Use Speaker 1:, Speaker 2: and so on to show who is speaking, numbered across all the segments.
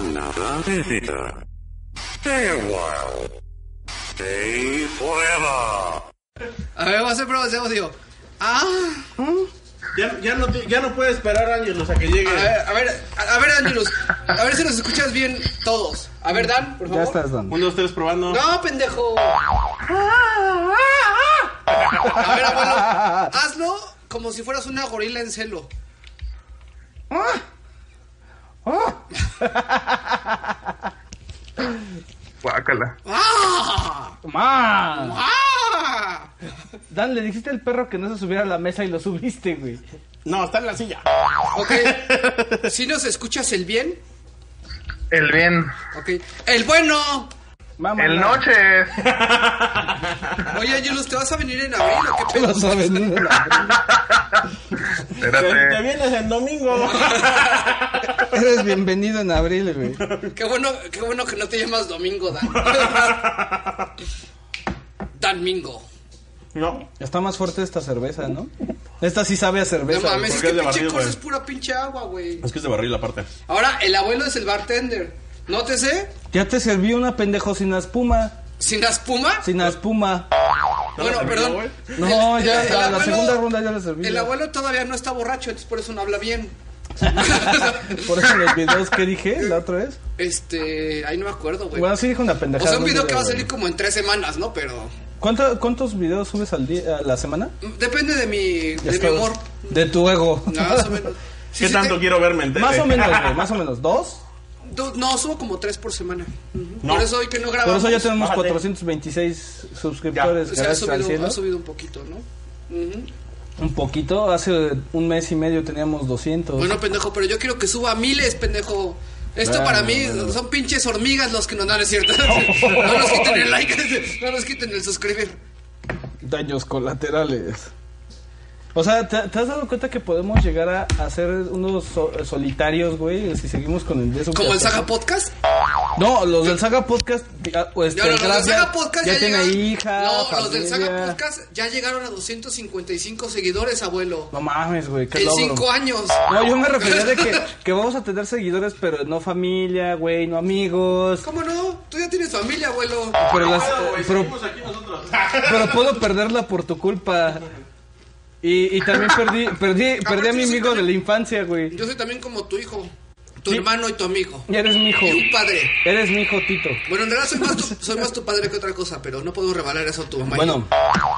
Speaker 1: another visitor. Stay a while. Stay forever.
Speaker 2: A ver, vamos a hacer pruebas de audio. Ah,
Speaker 3: Ya, ya, no, te- ya no puede esperar, Ángel, hasta que llegue.
Speaker 2: a ver, a ver, a, a ver, Ángelos, a ver si nos escuchas bien todos. A ver, Dan, por
Speaker 4: Ya
Speaker 2: favor.
Speaker 4: estás Ah, dando.
Speaker 3: Un, dos, tres, probando.
Speaker 2: No, pendejo. A
Speaker 4: ah.
Speaker 2: ver, abuelo, hazlo como si fueras una gorila en celo.
Speaker 5: Guácala.
Speaker 2: ¡Ah!
Speaker 4: ¡Más!
Speaker 2: ¡Ah!
Speaker 4: Dan, le dijiste al perro que no se subiera a la mesa y lo subiste, güey.
Speaker 3: No, está en la silla.
Speaker 2: Ok. Si nos escuchas el bien,
Speaker 5: El bien.
Speaker 2: ok. El bueno.
Speaker 4: Mamá,
Speaker 5: El
Speaker 4: la-
Speaker 5: noches.
Speaker 2: Oye, Ángelos, ¿te vas a venir en abril o qué pedo?
Speaker 3: Te, te
Speaker 4: Eh.
Speaker 5: Espérate.
Speaker 3: vienes el domingo.
Speaker 4: Eres bienvenido en abril, güey.
Speaker 2: Qué bueno, qué bueno que no te llamas Domingo, Dan. Dan Mingo.
Speaker 3: No.
Speaker 4: Está más fuerte esta cerveza, ¿no? Esta sí sabe a cerveza.
Speaker 2: No mames,
Speaker 3: ¿por
Speaker 2: es
Speaker 3: qué
Speaker 2: que
Speaker 3: es de
Speaker 2: pinche
Speaker 3: barril,
Speaker 2: cosa
Speaker 3: güey?
Speaker 2: es pura pinche agua, güey.
Speaker 3: Es que es de barril aparte.
Speaker 2: Ahora, el abuelo es el bartender. Nótese,
Speaker 4: Ya te serví una pendejo sin espuma.
Speaker 2: sin la espuma.
Speaker 4: Sin espuma.
Speaker 3: ¿No
Speaker 2: bueno,
Speaker 3: lo terminó,
Speaker 2: perdón.
Speaker 3: güey?
Speaker 4: No,
Speaker 2: El-
Speaker 4: ya
Speaker 2: el
Speaker 4: la, la
Speaker 2: abuelo-
Speaker 4: segunda ronda ya la serví.
Speaker 2: El
Speaker 4: ya.
Speaker 2: abuelo todavía no está borracho, entonces por eso no habla bien.
Speaker 4: Por eso los videos que dije la otra vez.
Speaker 2: este, ahí no me acuerdo, güey.
Speaker 4: Bueno, sí dijo una
Speaker 2: o
Speaker 4: pendejada.
Speaker 2: sea, un
Speaker 4: no
Speaker 2: video
Speaker 4: diré,
Speaker 2: que va a
Speaker 4: güey.
Speaker 2: salir como en tres semanas, ¿no? Pero
Speaker 4: ¿Cuánto- ¿Cuántos videos subes al día, a la semana?
Speaker 2: mm, depende de mi, de mi
Speaker 4: Estás-
Speaker 2: humor.
Speaker 4: De tu ego.
Speaker 2: Más o menos. Sí,
Speaker 3: ¿Qué
Speaker 2: sí,
Speaker 3: tanto
Speaker 2: te-
Speaker 3: quiero verme? Entérate.
Speaker 4: Más o menos, güey, más o menos. ¿Dos?
Speaker 2: do- No, subo como tres por semana. Ujú.
Speaker 3: No.
Speaker 2: Por eso hoy que no
Speaker 4: Por
Speaker 2: grabamos.
Speaker 4: eso ya tenemos
Speaker 3: Bájate.
Speaker 4: 426 suscriptores,
Speaker 2: o sea, ha
Speaker 4: gracias al
Speaker 2: subido,
Speaker 4: cielo.
Speaker 2: ha subido un poquito, ¿no? Ujú.
Speaker 4: Un poquito, hace un mes y medio teníamos 200.
Speaker 2: Bueno, pendejo, pero yo quiero que suba a miles, pendejo. Esto
Speaker 4: Bueno,
Speaker 2: para mí
Speaker 4: bueno.
Speaker 2: son pinches hormigas los que nos dan, es cierto. no nos quiten el like, no nos quiten el suscribir.
Speaker 4: Daños colaterales. O sea, ¿te, te has dado cuenta que podemos llegar a hacer unos so- solitarios, güey? Si seguimos con el de eso.
Speaker 2: Como el Saga Podcast.
Speaker 4: No, los del Saga Podcast. ya, o este,
Speaker 2: No, no, los del
Speaker 4: gracias,
Speaker 2: Saga Podcast
Speaker 4: ya,
Speaker 2: ya,
Speaker 4: tiene
Speaker 2: llegaron-
Speaker 4: hija.
Speaker 2: No, los del Saga
Speaker 4: familia.
Speaker 2: Podcast ya llegaron a 255 seguidores, abuelo.
Speaker 4: No mames, güey. Qué
Speaker 2: en
Speaker 4: logro.
Speaker 2: 5 años.
Speaker 4: No, yo me refería de que, que vamos a tener seguidores, pero no familia, güey, no amigos.
Speaker 2: ¿Cómo no? Tú ya tienes familia, abuelo.
Speaker 4: Pero, las-
Speaker 3: Claro, Ah, güey,
Speaker 4: pero-
Speaker 3: seguimos aquí nosotros.
Speaker 4: pero puedo perderla por tu culpa. Y, y también perdí, perdí, perdí a mi
Speaker 2: sí,
Speaker 4: amigo de
Speaker 2: también.
Speaker 4: la infancia, güey.
Speaker 2: Yo soy también como tu hijo, tu
Speaker 4: Sí.
Speaker 2: hermano y tu amigo.
Speaker 4: Y eres mi hijo.
Speaker 2: Y un padre.
Speaker 4: Eres mi hijo, Tito.
Speaker 2: Bueno, en realidad soy más tu, soy más tu padre que otra cosa, pero no puedo revelar eso a tu mamá. y
Speaker 4: Bueno,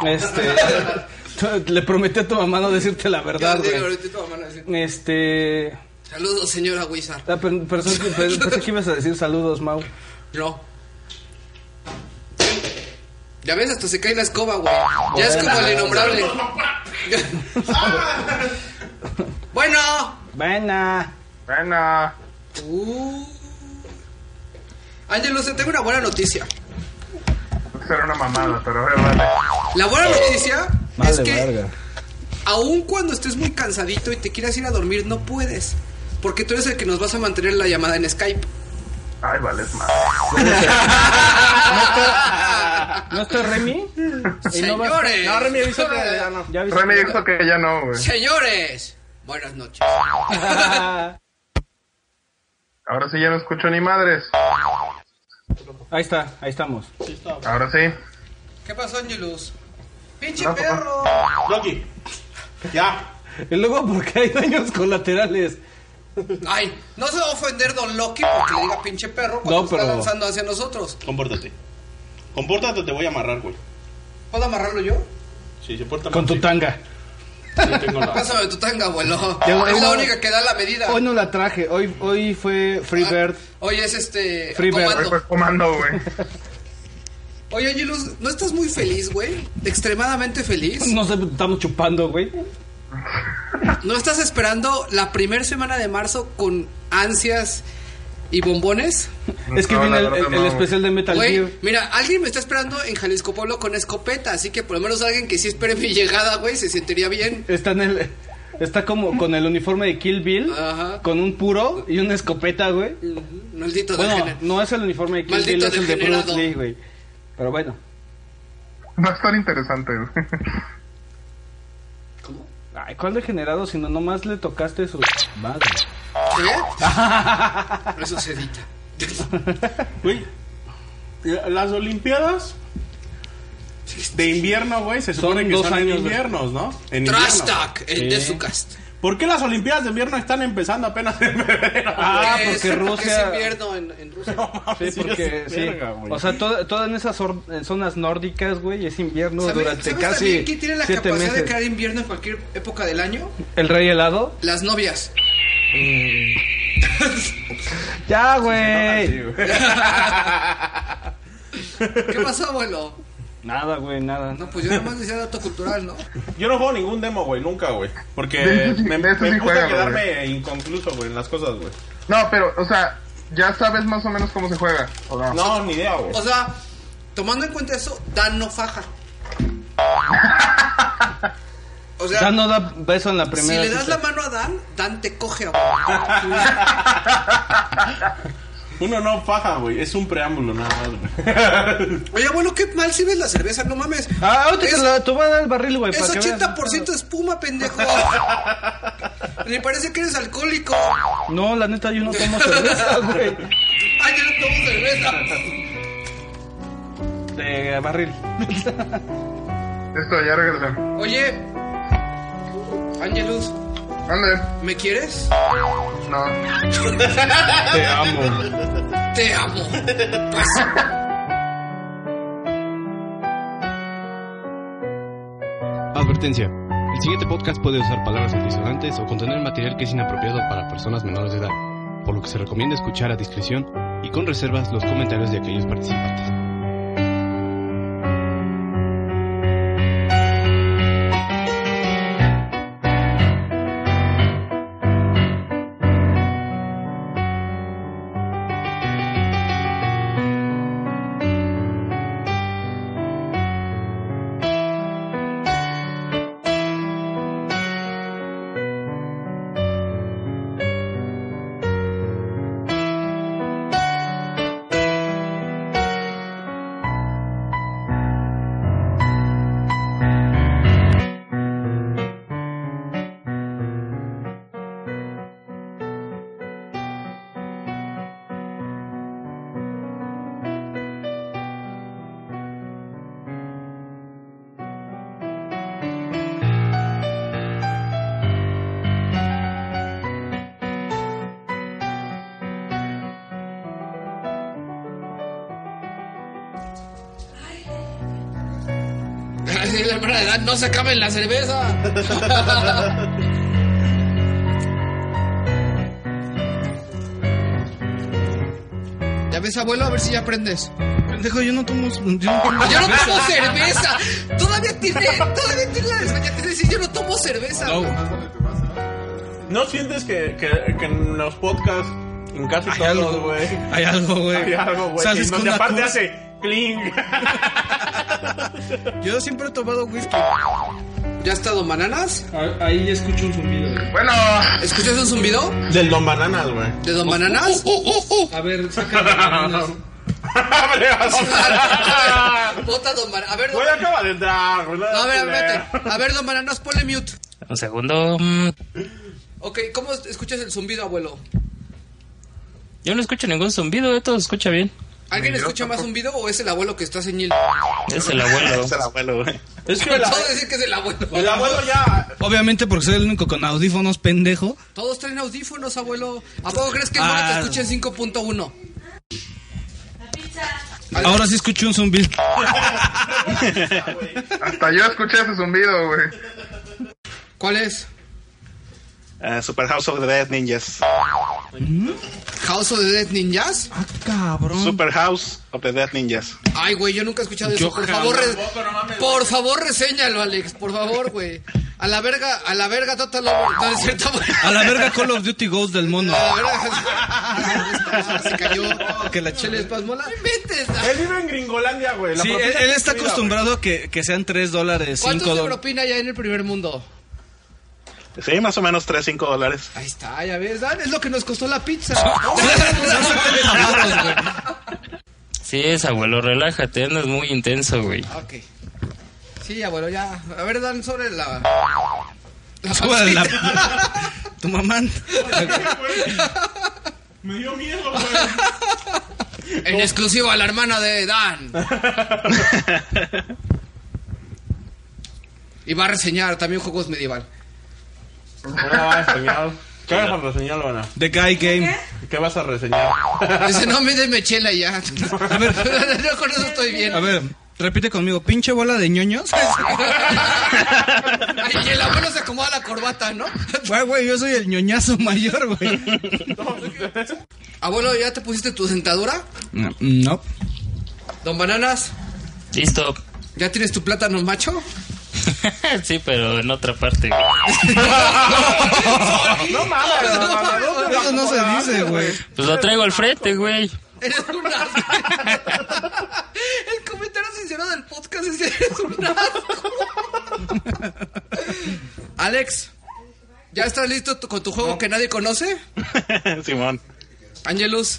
Speaker 4: este. Le prometí a tu mamá no decirte la
Speaker 2: yo. Ya
Speaker 4: verdad,
Speaker 2: le digo,
Speaker 4: güey.
Speaker 2: ahorita tu mamá le va a decir,
Speaker 4: Este.
Speaker 2: Saludos, señora Wizard.
Speaker 4: ah, per- Pensé que pe- pensé que ibas a decir saludos, Mau.
Speaker 2: No. Ya ves, hasta se cae la escoba, güey. Ya es como el innombrable. bueno.
Speaker 4: Buena.
Speaker 5: Bueno.
Speaker 2: Uh. Ángel, Luce, tengo una buena noticia.
Speaker 5: Será pues una mamada, pero eh, vale.
Speaker 2: La buena noticia es
Speaker 4: Madre
Speaker 2: que
Speaker 4: verga.
Speaker 2: aun cuando estés muy cansadito y te quieras ir a dormir, no puedes. Porque tú eres el que nos vas a mantener la llamada en Skype.
Speaker 5: Ay, vale, es más.
Speaker 4: ¿No está Remy? Y no vas-
Speaker 2: Señores.
Speaker 3: No, Remy, avísate. Ya no.
Speaker 4: ¿Ya viste?
Speaker 5: Remy dijo que ya no, güey.
Speaker 2: Señores. Buenas noches.
Speaker 5: Ahora sí ya no escucho ni madres.
Speaker 4: Ahí está, ahí estamos.
Speaker 5: Ahora sí.
Speaker 2: ¿Qué pasó, Angelus? ¡Pinche
Speaker 5: No, papá.
Speaker 2: perro!
Speaker 3: Loki. Ya.
Speaker 4: Y luego, porque hay daños colaterales?
Speaker 2: Ay, no se va a ofender Don Loki porque le diga pinche perro cuando
Speaker 4: No,
Speaker 2: está
Speaker 4: pero-
Speaker 2: lanzando hacia nosotros.
Speaker 3: Compórtate. Compórtate o te voy a amarrar, güey.
Speaker 2: ¿Puedo amarrarlo yo?
Speaker 3: Sí, se porta
Speaker 4: Con
Speaker 3: mal,
Speaker 4: tu
Speaker 3: sí.
Speaker 4: tanga.
Speaker 3: Sí, tengo la...
Speaker 2: Pásame tu tanga, abuelo.
Speaker 4: Ya,
Speaker 2: es la
Speaker 4: abuelo.
Speaker 2: única que da la medida.
Speaker 4: Hoy no la traje, hoy, hoy fue
Speaker 2: Ah.
Speaker 4: Freebird.
Speaker 2: Hoy es este.
Speaker 4: Free Bird.
Speaker 5: Hoy
Speaker 2: comando.
Speaker 5: fue comando, güey.
Speaker 2: Oye, Angelus, ¿no estás muy feliz, güey? Extremadamente feliz.
Speaker 4: Nos estamos chupando, güey.
Speaker 2: ¿No estás esperando la primera semana de marzo con ansias y bombones?
Speaker 4: es que
Speaker 5: No,
Speaker 4: viene
Speaker 5: la
Speaker 4: el,
Speaker 5: verdad
Speaker 4: el-
Speaker 5: no,
Speaker 4: el
Speaker 5: güey.
Speaker 4: especial de Metal Gear.
Speaker 2: Güey, mira, alguien me está esperando en Jalisco Pueblo con escopeta, así que por lo menos alguien que sí espere mi llegada, güey, se sentiría bien.
Speaker 4: Está en el. Está como con el uniforme de Kill Bill,
Speaker 2: Ajá.
Speaker 4: con un puro y una escopeta, güey.
Speaker 2: Maldito
Speaker 4: Bueno,
Speaker 2: degener-
Speaker 4: no es el uniforme de Kill
Speaker 2: Maldito
Speaker 4: Bill, es el de
Speaker 2: degenerado.
Speaker 4: Bruce Lee, güey. Pero bueno.
Speaker 5: No es tan interesante, güey.
Speaker 2: ¿Cómo?
Speaker 4: Ay, ¿cuál degenerado? Si no, nomás le tocaste su madre.
Speaker 2: ¿Qué? Eso se edita.
Speaker 3: Güey, las Olimpiadas de invierno, güey, se supone
Speaker 4: Son
Speaker 3: que
Speaker 4: dos
Speaker 3: son en
Speaker 4: años de-
Speaker 3: inviernos, ¿no? En
Speaker 2: Trash
Speaker 3: invierno.
Speaker 2: Talk, el
Speaker 4: Sí.
Speaker 2: de su cast.
Speaker 3: ¿Por qué las Olimpiadas de invierno están empezando apenas en febrero?
Speaker 4: Ah,
Speaker 2: Pues, Es-
Speaker 4: porque Rusia-
Speaker 2: Es invierno en, en Rusia.
Speaker 4: Sí, porque sí. o sea, toda- todas en esas zor- en zonas nórdicas, güey, es invierno
Speaker 2: ¿Sabes-
Speaker 4: durante
Speaker 2: sabes
Speaker 4: casi
Speaker 2: también quién tiene la
Speaker 4: siete
Speaker 2: capacidad
Speaker 4: meses.
Speaker 2: de crear invierno en cualquier época del año?
Speaker 4: El rey helado.
Speaker 2: Las novias.
Speaker 4: Ya, güey.
Speaker 2: ¿Qué pasó, abuelo?
Speaker 4: Nada, güey, nada.
Speaker 2: No, pues yo nomás decía dato cultural, ¿no?
Speaker 3: Yo no juego ningún demo, güey, nunca, güey.
Speaker 5: De
Speaker 3: Porque
Speaker 5: eso sí-
Speaker 3: me,
Speaker 5: de eso
Speaker 3: me
Speaker 5: sí
Speaker 3: gusta
Speaker 5: juega,
Speaker 3: quedarme inconcluso, güey, en las cosas, güey.
Speaker 5: No, pero, o sea, ya sabes más o menos cómo se juega. ¿o no?
Speaker 3: No, ni idea, güey.
Speaker 2: O sea, tomando en cuenta eso, Dan no faja. O sea,
Speaker 4: Ya no da beso en la
Speaker 2: si
Speaker 4: primera.
Speaker 2: le das
Speaker 4: cita.
Speaker 2: la mano a Dan, Dan te coge. abuelo.
Speaker 3: Uno no faja, güey. Es un preámbulo nada más, güey.
Speaker 2: Oye, abuelo, qué mal si ves la cerveza, no mames.
Speaker 4: Ah, ahorita
Speaker 2: Es-
Speaker 4: te, la, te voy a dar el barril, güey.
Speaker 2: Es
Speaker 4: para que veas.
Speaker 2: 80% espuma, pendejo. Me parece que eres alcohólico.
Speaker 4: No, la neta, yo no tomo cerveza, güey.
Speaker 2: Ay, yo no tomo cerveza.
Speaker 4: De barril.
Speaker 5: Esto, ya regresé.
Speaker 2: Oye, Angelus,
Speaker 5: ¿Dónde?
Speaker 2: ¿me quieres?
Speaker 5: No.
Speaker 4: Te amo.
Speaker 2: Te amo.
Speaker 6: Advertencia. El siguiente podcast puede usar palabras altisonantes o contener material que es inapropiado para personas menores de edad, por lo que se recomienda escuchar a discreción y con reservas los comentarios de aquellos participantes.
Speaker 2: Así la hermana de Dan, no se acaben la cerveza. ¿Ya ves, abuelo? A ver si ya aprendes.
Speaker 4: Pendejo, yo no tomo. Yo no tomo.
Speaker 2: Yo no tomo cerveza. Todavía tiene, todavía tiene la desmaña de decir yo no tomo cerveza.
Speaker 3: ¿No sientes que, que, que en los podcasts, en casi
Speaker 7: Hay
Speaker 3: todos,
Speaker 7: algo,
Speaker 3: güey,
Speaker 7: Hay algo, güey.
Speaker 3: hay algo, güey?
Speaker 7: Sales
Speaker 3: en
Speaker 7: con
Speaker 3: donde
Speaker 7: una
Speaker 3: aparte
Speaker 7: cruz.
Speaker 3: hace cling.
Speaker 7: Yo siempre he tomado whisky.
Speaker 2: ¿Ya has estado bananas?
Speaker 4: Ah, Ahí ya escucho un zumbido. güey.
Speaker 5: Bueno,
Speaker 2: ¿Escuchas un zumbido
Speaker 3: Del Don Bananas, güey.
Speaker 2: de Don Bananas?
Speaker 4: A ver, saca las bananas.
Speaker 3: Abre, así.
Speaker 2: Bota Don Bananas. oh. A ver, Don
Speaker 3: Güey, acaba de entrar, güey.
Speaker 2: No, a ver, a ver, espérate. A ver, Don Bananas, ponle mute.
Speaker 7: Un segundo. mm,
Speaker 2: Ok, ¿cómo escuchas el zumbido, abuelo?
Speaker 7: Yo no escucho ningún zumbido, eh, todo se escucha bien.
Speaker 2: ¿Alguien escucha más zumbido o es el abuelo que está señil?
Speaker 7: Es el abuelo.
Speaker 3: Es que el,
Speaker 2: Puedo decir que es el abuelo.
Speaker 3: el abuelo ya...
Speaker 7: Obviamente porque soy el único con audífonos, pendejo.
Speaker 2: Todos traen audífonos, abuelo. ¿A poco crees que el abuelo
Speaker 7: Ah.
Speaker 2: te escucha en 5.1?
Speaker 7: Ahora sí escucho un zumbido.
Speaker 5: hasta yo escuché ese zumbido, güey.
Speaker 2: ¿Cuál es?
Speaker 8: Eh, Super House of the Dead Ninjas.
Speaker 2: ¿Mm? ¿House of the Dead Ninjas?
Speaker 7: Ah, Cabrón.
Speaker 8: Super House of the Dead Ninjas.
Speaker 2: Ay, güey, yo nunca he escuchado eso.
Speaker 7: Yo
Speaker 2: Por
Speaker 7: jamás.
Speaker 2: favor, re- por favor, reséñalo, Alex. Por favor, güey. A la verga, a la verga, total. War. No, es cierto, güey.
Speaker 7: A la verga Call of Duty Ghost del mono.
Speaker 2: A la verga. Se cayó.
Speaker 7: Que la
Speaker 2: Se
Speaker 7: chile.
Speaker 2: les pasmó la. ¡Inventes!
Speaker 3: Él vive en Gringolandia, güey. La
Speaker 7: Sí, él,
Speaker 3: propina
Speaker 7: él
Speaker 3: es
Speaker 7: está
Speaker 3: su vida,
Speaker 7: acostumbrado a que, que sean 3 dólares,
Speaker 2: ¿Cuánto es de
Speaker 7: 5 dólares.
Speaker 2: propina ya en el primer mundo?
Speaker 8: Sí, más o menos 3, 5 dólares.
Speaker 2: Ahí está, ya ves, Dan, es lo que nos costó la pizza.
Speaker 9: Sí es, abuelo, relájate, andas muy intenso, güey.
Speaker 2: ok. Sí, abuelo, ya. A ver, Dan, sobre la... La
Speaker 7: Sobre la-
Speaker 2: pancita.
Speaker 7: Tu mamá.
Speaker 3: güey. Me dio miedo, güey.
Speaker 2: En exclusiva a la hermana de Dan. y va a reseñar también juegos medieval.
Speaker 3: ¿Cómo vas a reseñar? ¿Qué vas a reseñar, Luana?
Speaker 4: The Guy Game.
Speaker 3: ¿Qué vas a reseñar?
Speaker 2: Dice, no, me de chela y ya. A ver, no, con eso estoy bien.
Speaker 4: A ver, repite conmigo. Pinche bola de ñoños.
Speaker 2: Ay, y el abuelo se acomoda la corbata, ¿no?
Speaker 4: Güey, güey, yo soy el ñoñazo mayor, güey.
Speaker 2: Abuelo, ¿ya te pusiste tu dentadura?
Speaker 4: No, no.
Speaker 2: Don Bananas,
Speaker 7: Listo.
Speaker 2: ¿ya tienes tu plátano macho?
Speaker 7: sí, pero en otra parte, güey.
Speaker 3: No mames, no mames.
Speaker 4: Eso no se dice, güey.
Speaker 7: Pues lo traigo al frente, güey.
Speaker 2: Eres un asco. El comentario sincero del podcast es eres un asco. Alex, ¿ya estás listo tu- con tu juego que nadie conoce?
Speaker 10: Simón.
Speaker 2: Angelus,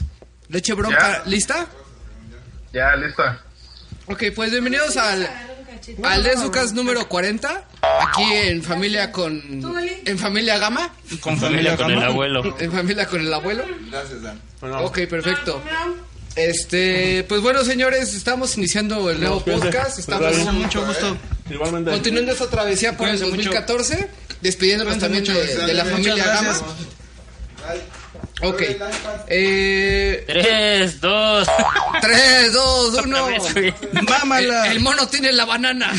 Speaker 2: leche bronca, ¿lista?
Speaker 5: Ya, lista.
Speaker 2: Ok, pues bienvenidos al, al Desucas número 40. Aquí en familia con. En familia Gama.
Speaker 7: Con familia, con el abuelo.
Speaker 2: En familia con el abuelo.
Speaker 3: Bueno,
Speaker 2: Ok, perfecto. Este, pues bueno, señores, estamos iniciando el nuevo
Speaker 3: Cuídense.
Speaker 2: podcast. Estamos
Speaker 3: Cuídense
Speaker 4: Mucho gusto.
Speaker 3: Igualmente.
Speaker 2: continuando esta travesía por el
Speaker 4: Pues Cuídense mucho.
Speaker 2: 2014, despidiéndonos Pues también
Speaker 4: mucho.
Speaker 2: de, de la
Speaker 4: Muchas
Speaker 2: familia
Speaker 4: gracias.
Speaker 2: Gama. Ok. Eh,
Speaker 7: Tres, dos.
Speaker 2: 3, 2, 1.
Speaker 7: Otra vez, güey.
Speaker 4: Mámala.
Speaker 2: El mono tiene la banana.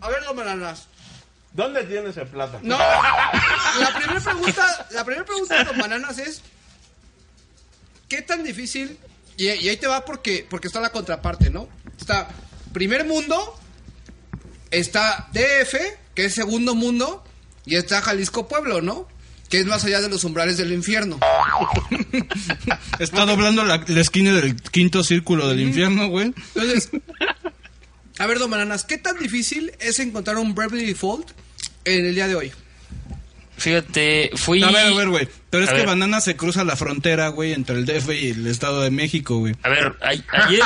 Speaker 2: A ver, los bananas.
Speaker 3: ¿Dónde tienes el plata?
Speaker 2: No. La primera pregunta, la primera pregunta de los bananas es ¿qué tan difícil? Y, y ahí te va porque porque está la contraparte, ¿no? Está primer mundo, está DF, que es segundo mundo, y está Jalisco Pueblo, ¿no? Que es más allá de los umbrales del infierno.
Speaker 4: Está doblando la, la esquina del quinto círculo del infierno, güey.
Speaker 2: Entonces, a ver, Don Bananas, ¿qué tan difícil es encontrar un Bravely Default en el día de hoy?
Speaker 7: Fíjate, fui.
Speaker 4: A ver, a ver, güey. Pero es
Speaker 7: A
Speaker 4: que
Speaker 7: ver.
Speaker 4: Banana se cruza la frontera, güey, entre el DF y el Estado de México, güey.
Speaker 7: A ver, a- ayer,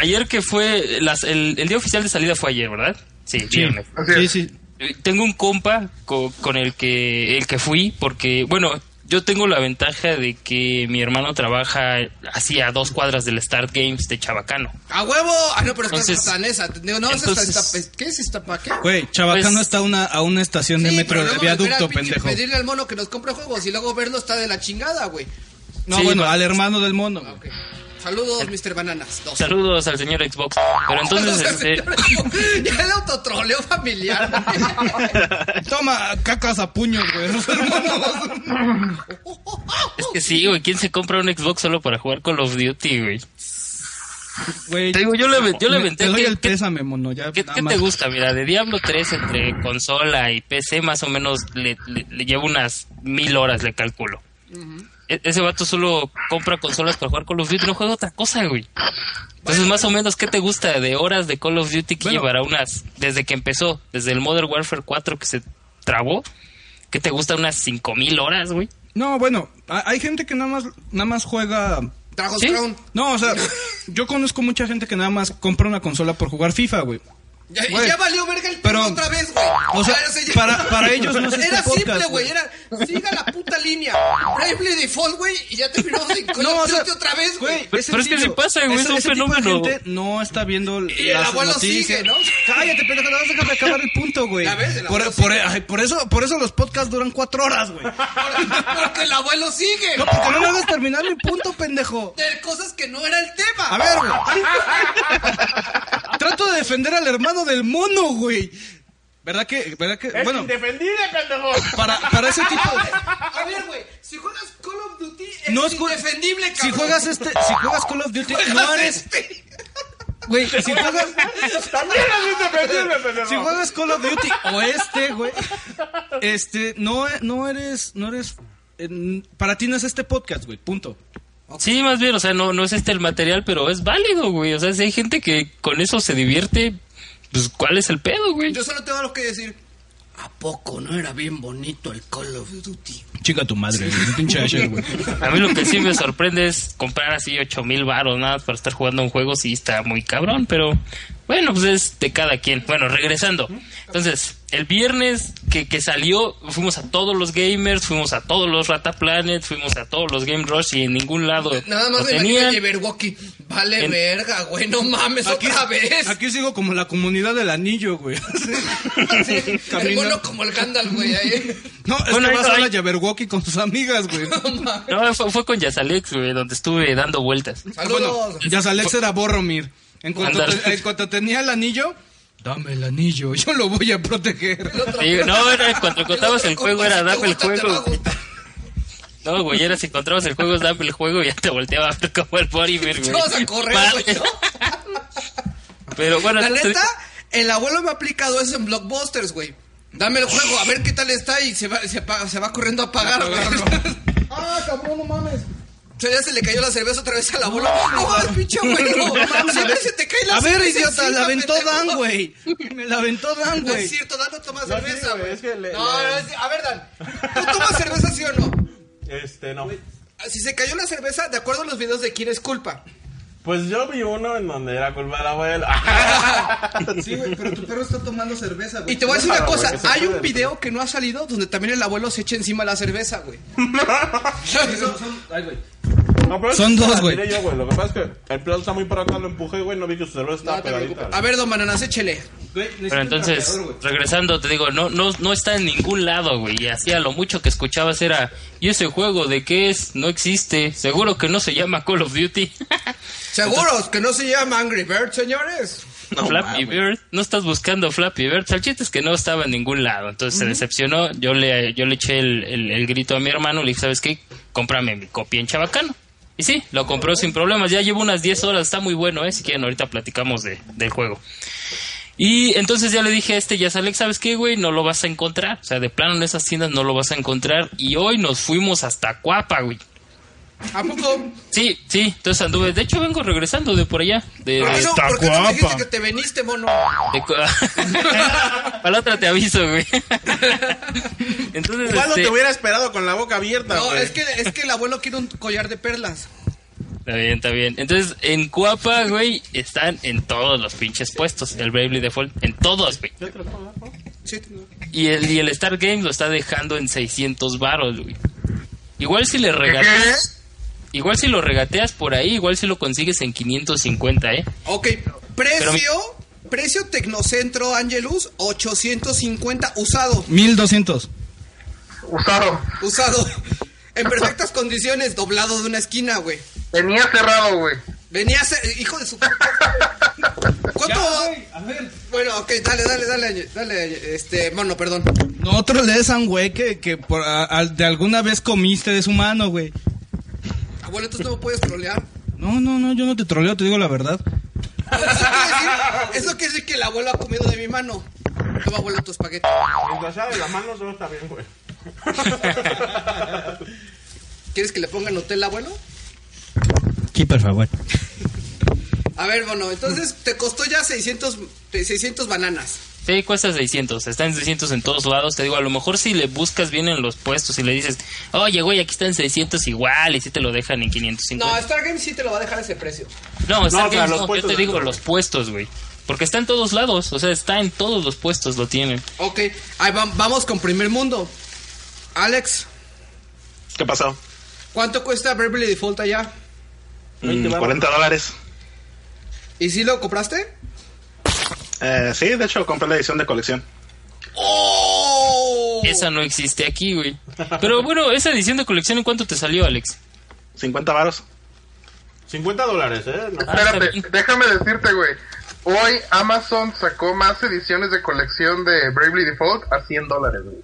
Speaker 7: ayer que fue, las- el, el día oficial de salida fue ayer, ¿verdad? Sí, viernes.
Speaker 5: Así
Speaker 4: Sí,
Speaker 5: es.
Speaker 4: sí.
Speaker 7: Eh, Tengo un compa co- con, el que el que fui porque, bueno, yo tengo la ventaja de que mi hermano trabaja así a dos cuadras del Start Games de Chabacano.
Speaker 2: ¡A huevo! Ah, no, pero es que
Speaker 7: Entonces-
Speaker 2: es satanesa. Digo, no, es
Speaker 7: entonces-
Speaker 2: esta- esta- ¿qué es esta pa' qué?
Speaker 4: Güey, Chabacano
Speaker 7: Pues-
Speaker 4: está a una, a una estación de
Speaker 2: Sí,
Speaker 4: metro
Speaker 2: pero
Speaker 4: de
Speaker 2: luego
Speaker 4: viaducto,
Speaker 2: volver a pinche
Speaker 4: pendejo.
Speaker 2: Pedirle al mono que nos compre juegos y luego verlo está de la chingada, güey.
Speaker 4: No,
Speaker 7: Sí,
Speaker 4: bueno,
Speaker 7: va-
Speaker 4: al hermano del mono. güey.
Speaker 2: Ok. Saludos, Mr. Bananas. Dos.
Speaker 7: Saludos al señor Xbox. Pero entonces,
Speaker 4: eh,
Speaker 7: este,
Speaker 2: ya el autotroleo familiar.
Speaker 4: Toma cacas a puños, güey.
Speaker 7: es que sí, güey, ¿quién se compra un Xbox solo para jugar Call of Duty, güey?
Speaker 4: Güey,
Speaker 7: Te digo, yo le, aven- yo le
Speaker 4: me-
Speaker 7: aventé.
Speaker 4: Te doy
Speaker 7: ¿qué-
Speaker 4: el
Speaker 7: qué-
Speaker 4: pésame, mono. Ya,
Speaker 7: ¿Qué,
Speaker 4: nada
Speaker 7: qué te
Speaker 4: más.
Speaker 7: gusta? Mira, de Diablo 3 entre consola y PC más o menos le, le- le llevo unas mil horas, le calculo. E- ese vato solo compra consolas para jugar Call of Duty, no juega otra cosa, güey. Entonces, más o menos, ¿qué te gusta de horas de Call of Duty que
Speaker 4: Bueno.
Speaker 7: llevará unas, desde que empezó, desde el Modern Warfare 4 que se trabó? ¿Qué te gusta unas cinco mil horas, güey?
Speaker 4: No, bueno, ha- hay gente que nada más, nada más juega.
Speaker 2: Dragon's
Speaker 7: ¿Sí?
Speaker 2: Crown.
Speaker 4: No, o sea, yo conozco mucha gente que nada más compra una consola por jugar FIFA, güey.
Speaker 2: Ya,
Speaker 4: Güey,
Speaker 2: ya valió verga el
Speaker 4: pero-
Speaker 2: pero, otra vez, güey. Ah,
Speaker 4: o sea,
Speaker 2: ya-
Speaker 4: para- para ellos no es este
Speaker 2: Era simple,
Speaker 4: podcast,
Speaker 2: güey. Era, siga la puta línea. Bravely Default, güey, y ya terminamos en Call
Speaker 4: No,
Speaker 2: of
Speaker 4: o sea,
Speaker 2: Duty otra vez, güey.
Speaker 7: Pero- pero es que
Speaker 4: sencillo.
Speaker 7: sí pasa, güey,
Speaker 4: Ese-
Speaker 7: es un
Speaker 4: ese tipo de
Speaker 7: fenómeno.
Speaker 4: gente no está viendo
Speaker 2: Y el abuelo sigue, ¿no?
Speaker 4: Cállate, pendejo, no vas a dejar de acabar el punto, güey.
Speaker 2: Ya ves, el
Speaker 4: Por,
Speaker 2: abuelo
Speaker 4: por- ay, por eso, por eso los podcasts duran cuatro horas, güey.
Speaker 2: Porque el abuelo sigue.
Speaker 4: No, porque no me hagas terminar mi punto, pendejo.
Speaker 2: De cosas que no era el tema.
Speaker 4: A ver, güey. Trato de defender al hermano del mono, güey. ¿Verdad que, verdad que,
Speaker 3: ¡Es
Speaker 4: bueno,
Speaker 3: indefendible, pendejo!
Speaker 4: para, para ese tipo de-
Speaker 2: A ver, güey, si juegas Call of Duty es
Speaker 4: No es cul-
Speaker 2: indefendible, cabrón.
Speaker 4: Si juegas este, si juegas Call of Duty, no eres,
Speaker 2: Este.
Speaker 4: güey, si juegas,
Speaker 3: ¡También es indefendible, pendejo!
Speaker 4: Si juegas Call of Duty o este, güey, este, no, no eres, no eres, en- para ti no es este podcast, güey, punto.
Speaker 7: Sí, más bien, o sea, no, no es este el material, pero es válido, güey. O sea, si hay gente que con eso se divierte, pues, ¿cuál es el pedo, güey?
Speaker 2: Yo solo tengo algo que decir. ¿A poco no era bien bonito el Call of Duty?
Speaker 4: Chica tu madre, güey, pinche Asher, güey.
Speaker 7: A mí lo que sí me sorprende es comprar así 8000 mil baros nada más para estar jugando un juego, sí está muy cabrón, pero bueno, pues es de cada quien. Bueno, regresando. Entonces, el viernes que, que salió, fuimos a todos los gamers, fuimos a todos los Rata Planet, fuimos a todos los Game Rush y en ningún lado.
Speaker 2: Nada
Speaker 7: lo
Speaker 2: más de
Speaker 7: tenían.
Speaker 2: la Iberwoki. Vale
Speaker 7: En-
Speaker 2: verga, güey. No mames,
Speaker 4: Aquí-
Speaker 2: otra vez.
Speaker 4: Aquí sigo como la comunidad del anillo, güey.
Speaker 2: Sí, el
Speaker 4: Camina.
Speaker 2: mono como el Gandalf, güey. ahí.
Speaker 4: No, es
Speaker 7: Bueno,
Speaker 4: que vas
Speaker 7: no,
Speaker 4: a la
Speaker 7: hay-
Speaker 4: Jabberwocky con tus amigas, güey.
Speaker 7: No, fue, fue con Yazalex, güey, donde estuve dando vueltas.
Speaker 2: Saludos.
Speaker 4: Ah, Ya Alex era Boromir. En cuanto,
Speaker 7: Ándale.
Speaker 4: te- en cuanto tenía el anillo, dame el anillo, yo lo voy a proteger.
Speaker 7: Sí, no, era cuando encontrabas el juego, era
Speaker 2: dame
Speaker 7: dame el juego. No, güey, era si encontrabas el juego, es dame el juego y ya te volteaba a ver como el Boromir, güey.
Speaker 2: Vamos a correr, güey.
Speaker 7: Madre. Pero bueno,
Speaker 2: La
Speaker 7: entonces-
Speaker 2: neta, el abuelo me ha aplicado eso en Blockbusters, güey. Dame el juego, a ver qué tal está y se va, se pa- se va corriendo a apagar, güey.
Speaker 11: Ah, cabrón, no mames.
Speaker 2: O sea, ya se le cayó la cerveza otra vez al abuelo. ¡No mames, pinche abuelo! Siempre se te cae la
Speaker 4: A ver,
Speaker 2: cerveza
Speaker 4: idiota,
Speaker 2: encima,
Speaker 4: la aventó
Speaker 2: pendejo.
Speaker 4: Dan, güey. Me la aventó Dan,
Speaker 2: No
Speaker 4: güey.
Speaker 2: es cierto, Dan no toma
Speaker 3: No, sí,
Speaker 2: cerveza,
Speaker 3: güey,
Speaker 2: güey.
Speaker 3: es que le-
Speaker 2: no,
Speaker 3: le-
Speaker 2: no, es- a ver, Dan, ¿tú tomas cerveza sí o no?
Speaker 3: Este, no.
Speaker 2: Si se cayó la cerveza, de acuerdo a los videos de quién es culpa.
Speaker 3: Pues yo vi uno en donde era culpa del abuelo.
Speaker 4: Sí, güey, pero tu perro está tomando cerveza,
Speaker 2: Y te voy a decir una
Speaker 3: Claro,
Speaker 2: cosa,
Speaker 3: güey, que se
Speaker 2: hay un
Speaker 3: puede.
Speaker 2: video que no ha salido donde también el abuelo se echa encima la cerveza, güey.
Speaker 3: No, pero
Speaker 4: Son
Speaker 3: esa
Speaker 4: dos,
Speaker 3: la
Speaker 4: güey.
Speaker 3: tiré yo, Lo que pasa es que el plato está muy para acá, lo empujé, güey. No vi que su celular estaba
Speaker 2: No te
Speaker 3: pegadita.
Speaker 2: preocupes. A ver, don Bananas, échele.
Speaker 7: Pero entonces, regresando, te digo, no, no, no está en ningún lado, güey. Y hacía lo mucho que escuchabas era, ¿y ese juego de qué es? No existe. Seguro que no se llama Call of Duty.
Speaker 2: Seguros que no se llama Angry Bird, señores.
Speaker 7: Flappy Bird. No estás buscando Flappy Bird. El chiste es que no estaba en ningún lado. Entonces se decepcionó. Yo le, yo le eché el, el- el grito a mi hermano. Le dije, ¿sabes qué? Cómprame mi copia en Chabacano. Y sí, lo compró sin problemas. Ya llevo unas 10 horas. Está muy bueno, ¿eh? Si quieren, ahorita platicamos de, del juego. Y entonces ya le dije a este, ya Alex, ¿sabes qué, güey? No lo vas a encontrar. O sea, de plano en esas tiendas no lo vas a encontrar. Y hoy nos fuimos hasta Cuapa, güey.
Speaker 2: ¿A poco?
Speaker 7: Sí, sí, entonces anduve. De hecho, vengo regresando de por allá. De, de-
Speaker 2: ¿Por qué no, ¿por qué no me dijiste que te veniste, mono?
Speaker 7: de co- Para la otra te aviso, güey. Entonces,
Speaker 3: Pablo
Speaker 7: este,
Speaker 3: te hubiera esperado con la boca abierta,
Speaker 2: No,
Speaker 3: güey.
Speaker 2: es que, es que el abuelo quiere un collar de perlas.
Speaker 7: está bien, está bien. Entonces, en Cuapa, güey, están en todos los pinches puestos. El Bravely Default, en todos, güey.
Speaker 2: Sí, no.
Speaker 7: Y el, y el Star Games lo está dejando en 600 varos, güey. Igual si le
Speaker 5: ¿Qué?
Speaker 7: regateas, igual si lo regateas por ahí, igual si lo consigues en 550, ¿eh?
Speaker 2: Ok, precio, precio Tecnocentro Angelus, 850 usado,
Speaker 4: 1200.
Speaker 5: Usado.
Speaker 2: usado. En perfectas condiciones, doblado de una esquina, güey.
Speaker 5: Venía cerrado, güey.
Speaker 2: Venía a ser, hijo de su puta. madre. ¿Cuánto? Bueno, ok, dale, dale, dale, Ángel, dale, este, mono, perdón.
Speaker 4: Nosotros le des a un güey que, que por, a- a- de alguna vez comiste de su mano, güey.
Speaker 2: Abuelo, entonces no me puedes trolear.
Speaker 4: No, no, no, yo no te troleo, te digo la verdad.
Speaker 2: Eso quiere decir, eso quiere decir que el abuelo ha comido de mi mano. Toma, abuelo, tu espagueti.
Speaker 3: Mientras sea de las manos, no está bien, güey.
Speaker 2: ¿Quieres que le pongan hotel, abuelo?
Speaker 4: Sí, por favor.
Speaker 2: A ver, mono, entonces te costó ya 600, eh, 600 bananas.
Speaker 7: Sí, cuesta 600, está en 600 en todos lados, te digo, a lo mejor si le buscas bien en los puestos y le dices, oye, güey, aquí está en 600 igual, y si te lo dejan en 550.
Speaker 2: No, Star Games sí te lo va a dejar a ese precio.
Speaker 7: No, Star
Speaker 3: No, o sea,
Speaker 7: Games
Speaker 3: los
Speaker 7: no, yo
Speaker 3: puestos
Speaker 7: te
Speaker 3: de
Speaker 7: digo
Speaker 3: todo.
Speaker 7: los puestos, güey. Porque está en todos lados, o sea, está en todos los puestos, lo tienen.
Speaker 2: Ok, ahí va- vamos con primer mundo. Alex,
Speaker 10: ¿Qué pasó?
Speaker 2: ¿cuánto cuesta Beverly Default allá?
Speaker 10: Mm, 40 dólares.
Speaker 2: ¿Y si lo compraste?
Speaker 10: Eh, sí, de hecho, compré la edición de colección.
Speaker 2: ¡Oh!
Speaker 7: Esa no existe aquí, güey. Pero bueno, esa edición de colección, ¿en cuánto te salió, Alex?
Speaker 10: 50 varos.
Speaker 3: 50 dólares, ¿eh? No.
Speaker 7: Ah,
Speaker 5: Espérate,
Speaker 7: está bien.
Speaker 5: déjame decirte, güey. Hoy Amazon sacó más ediciones de colección de Bravely Default a 100 dólares, güey.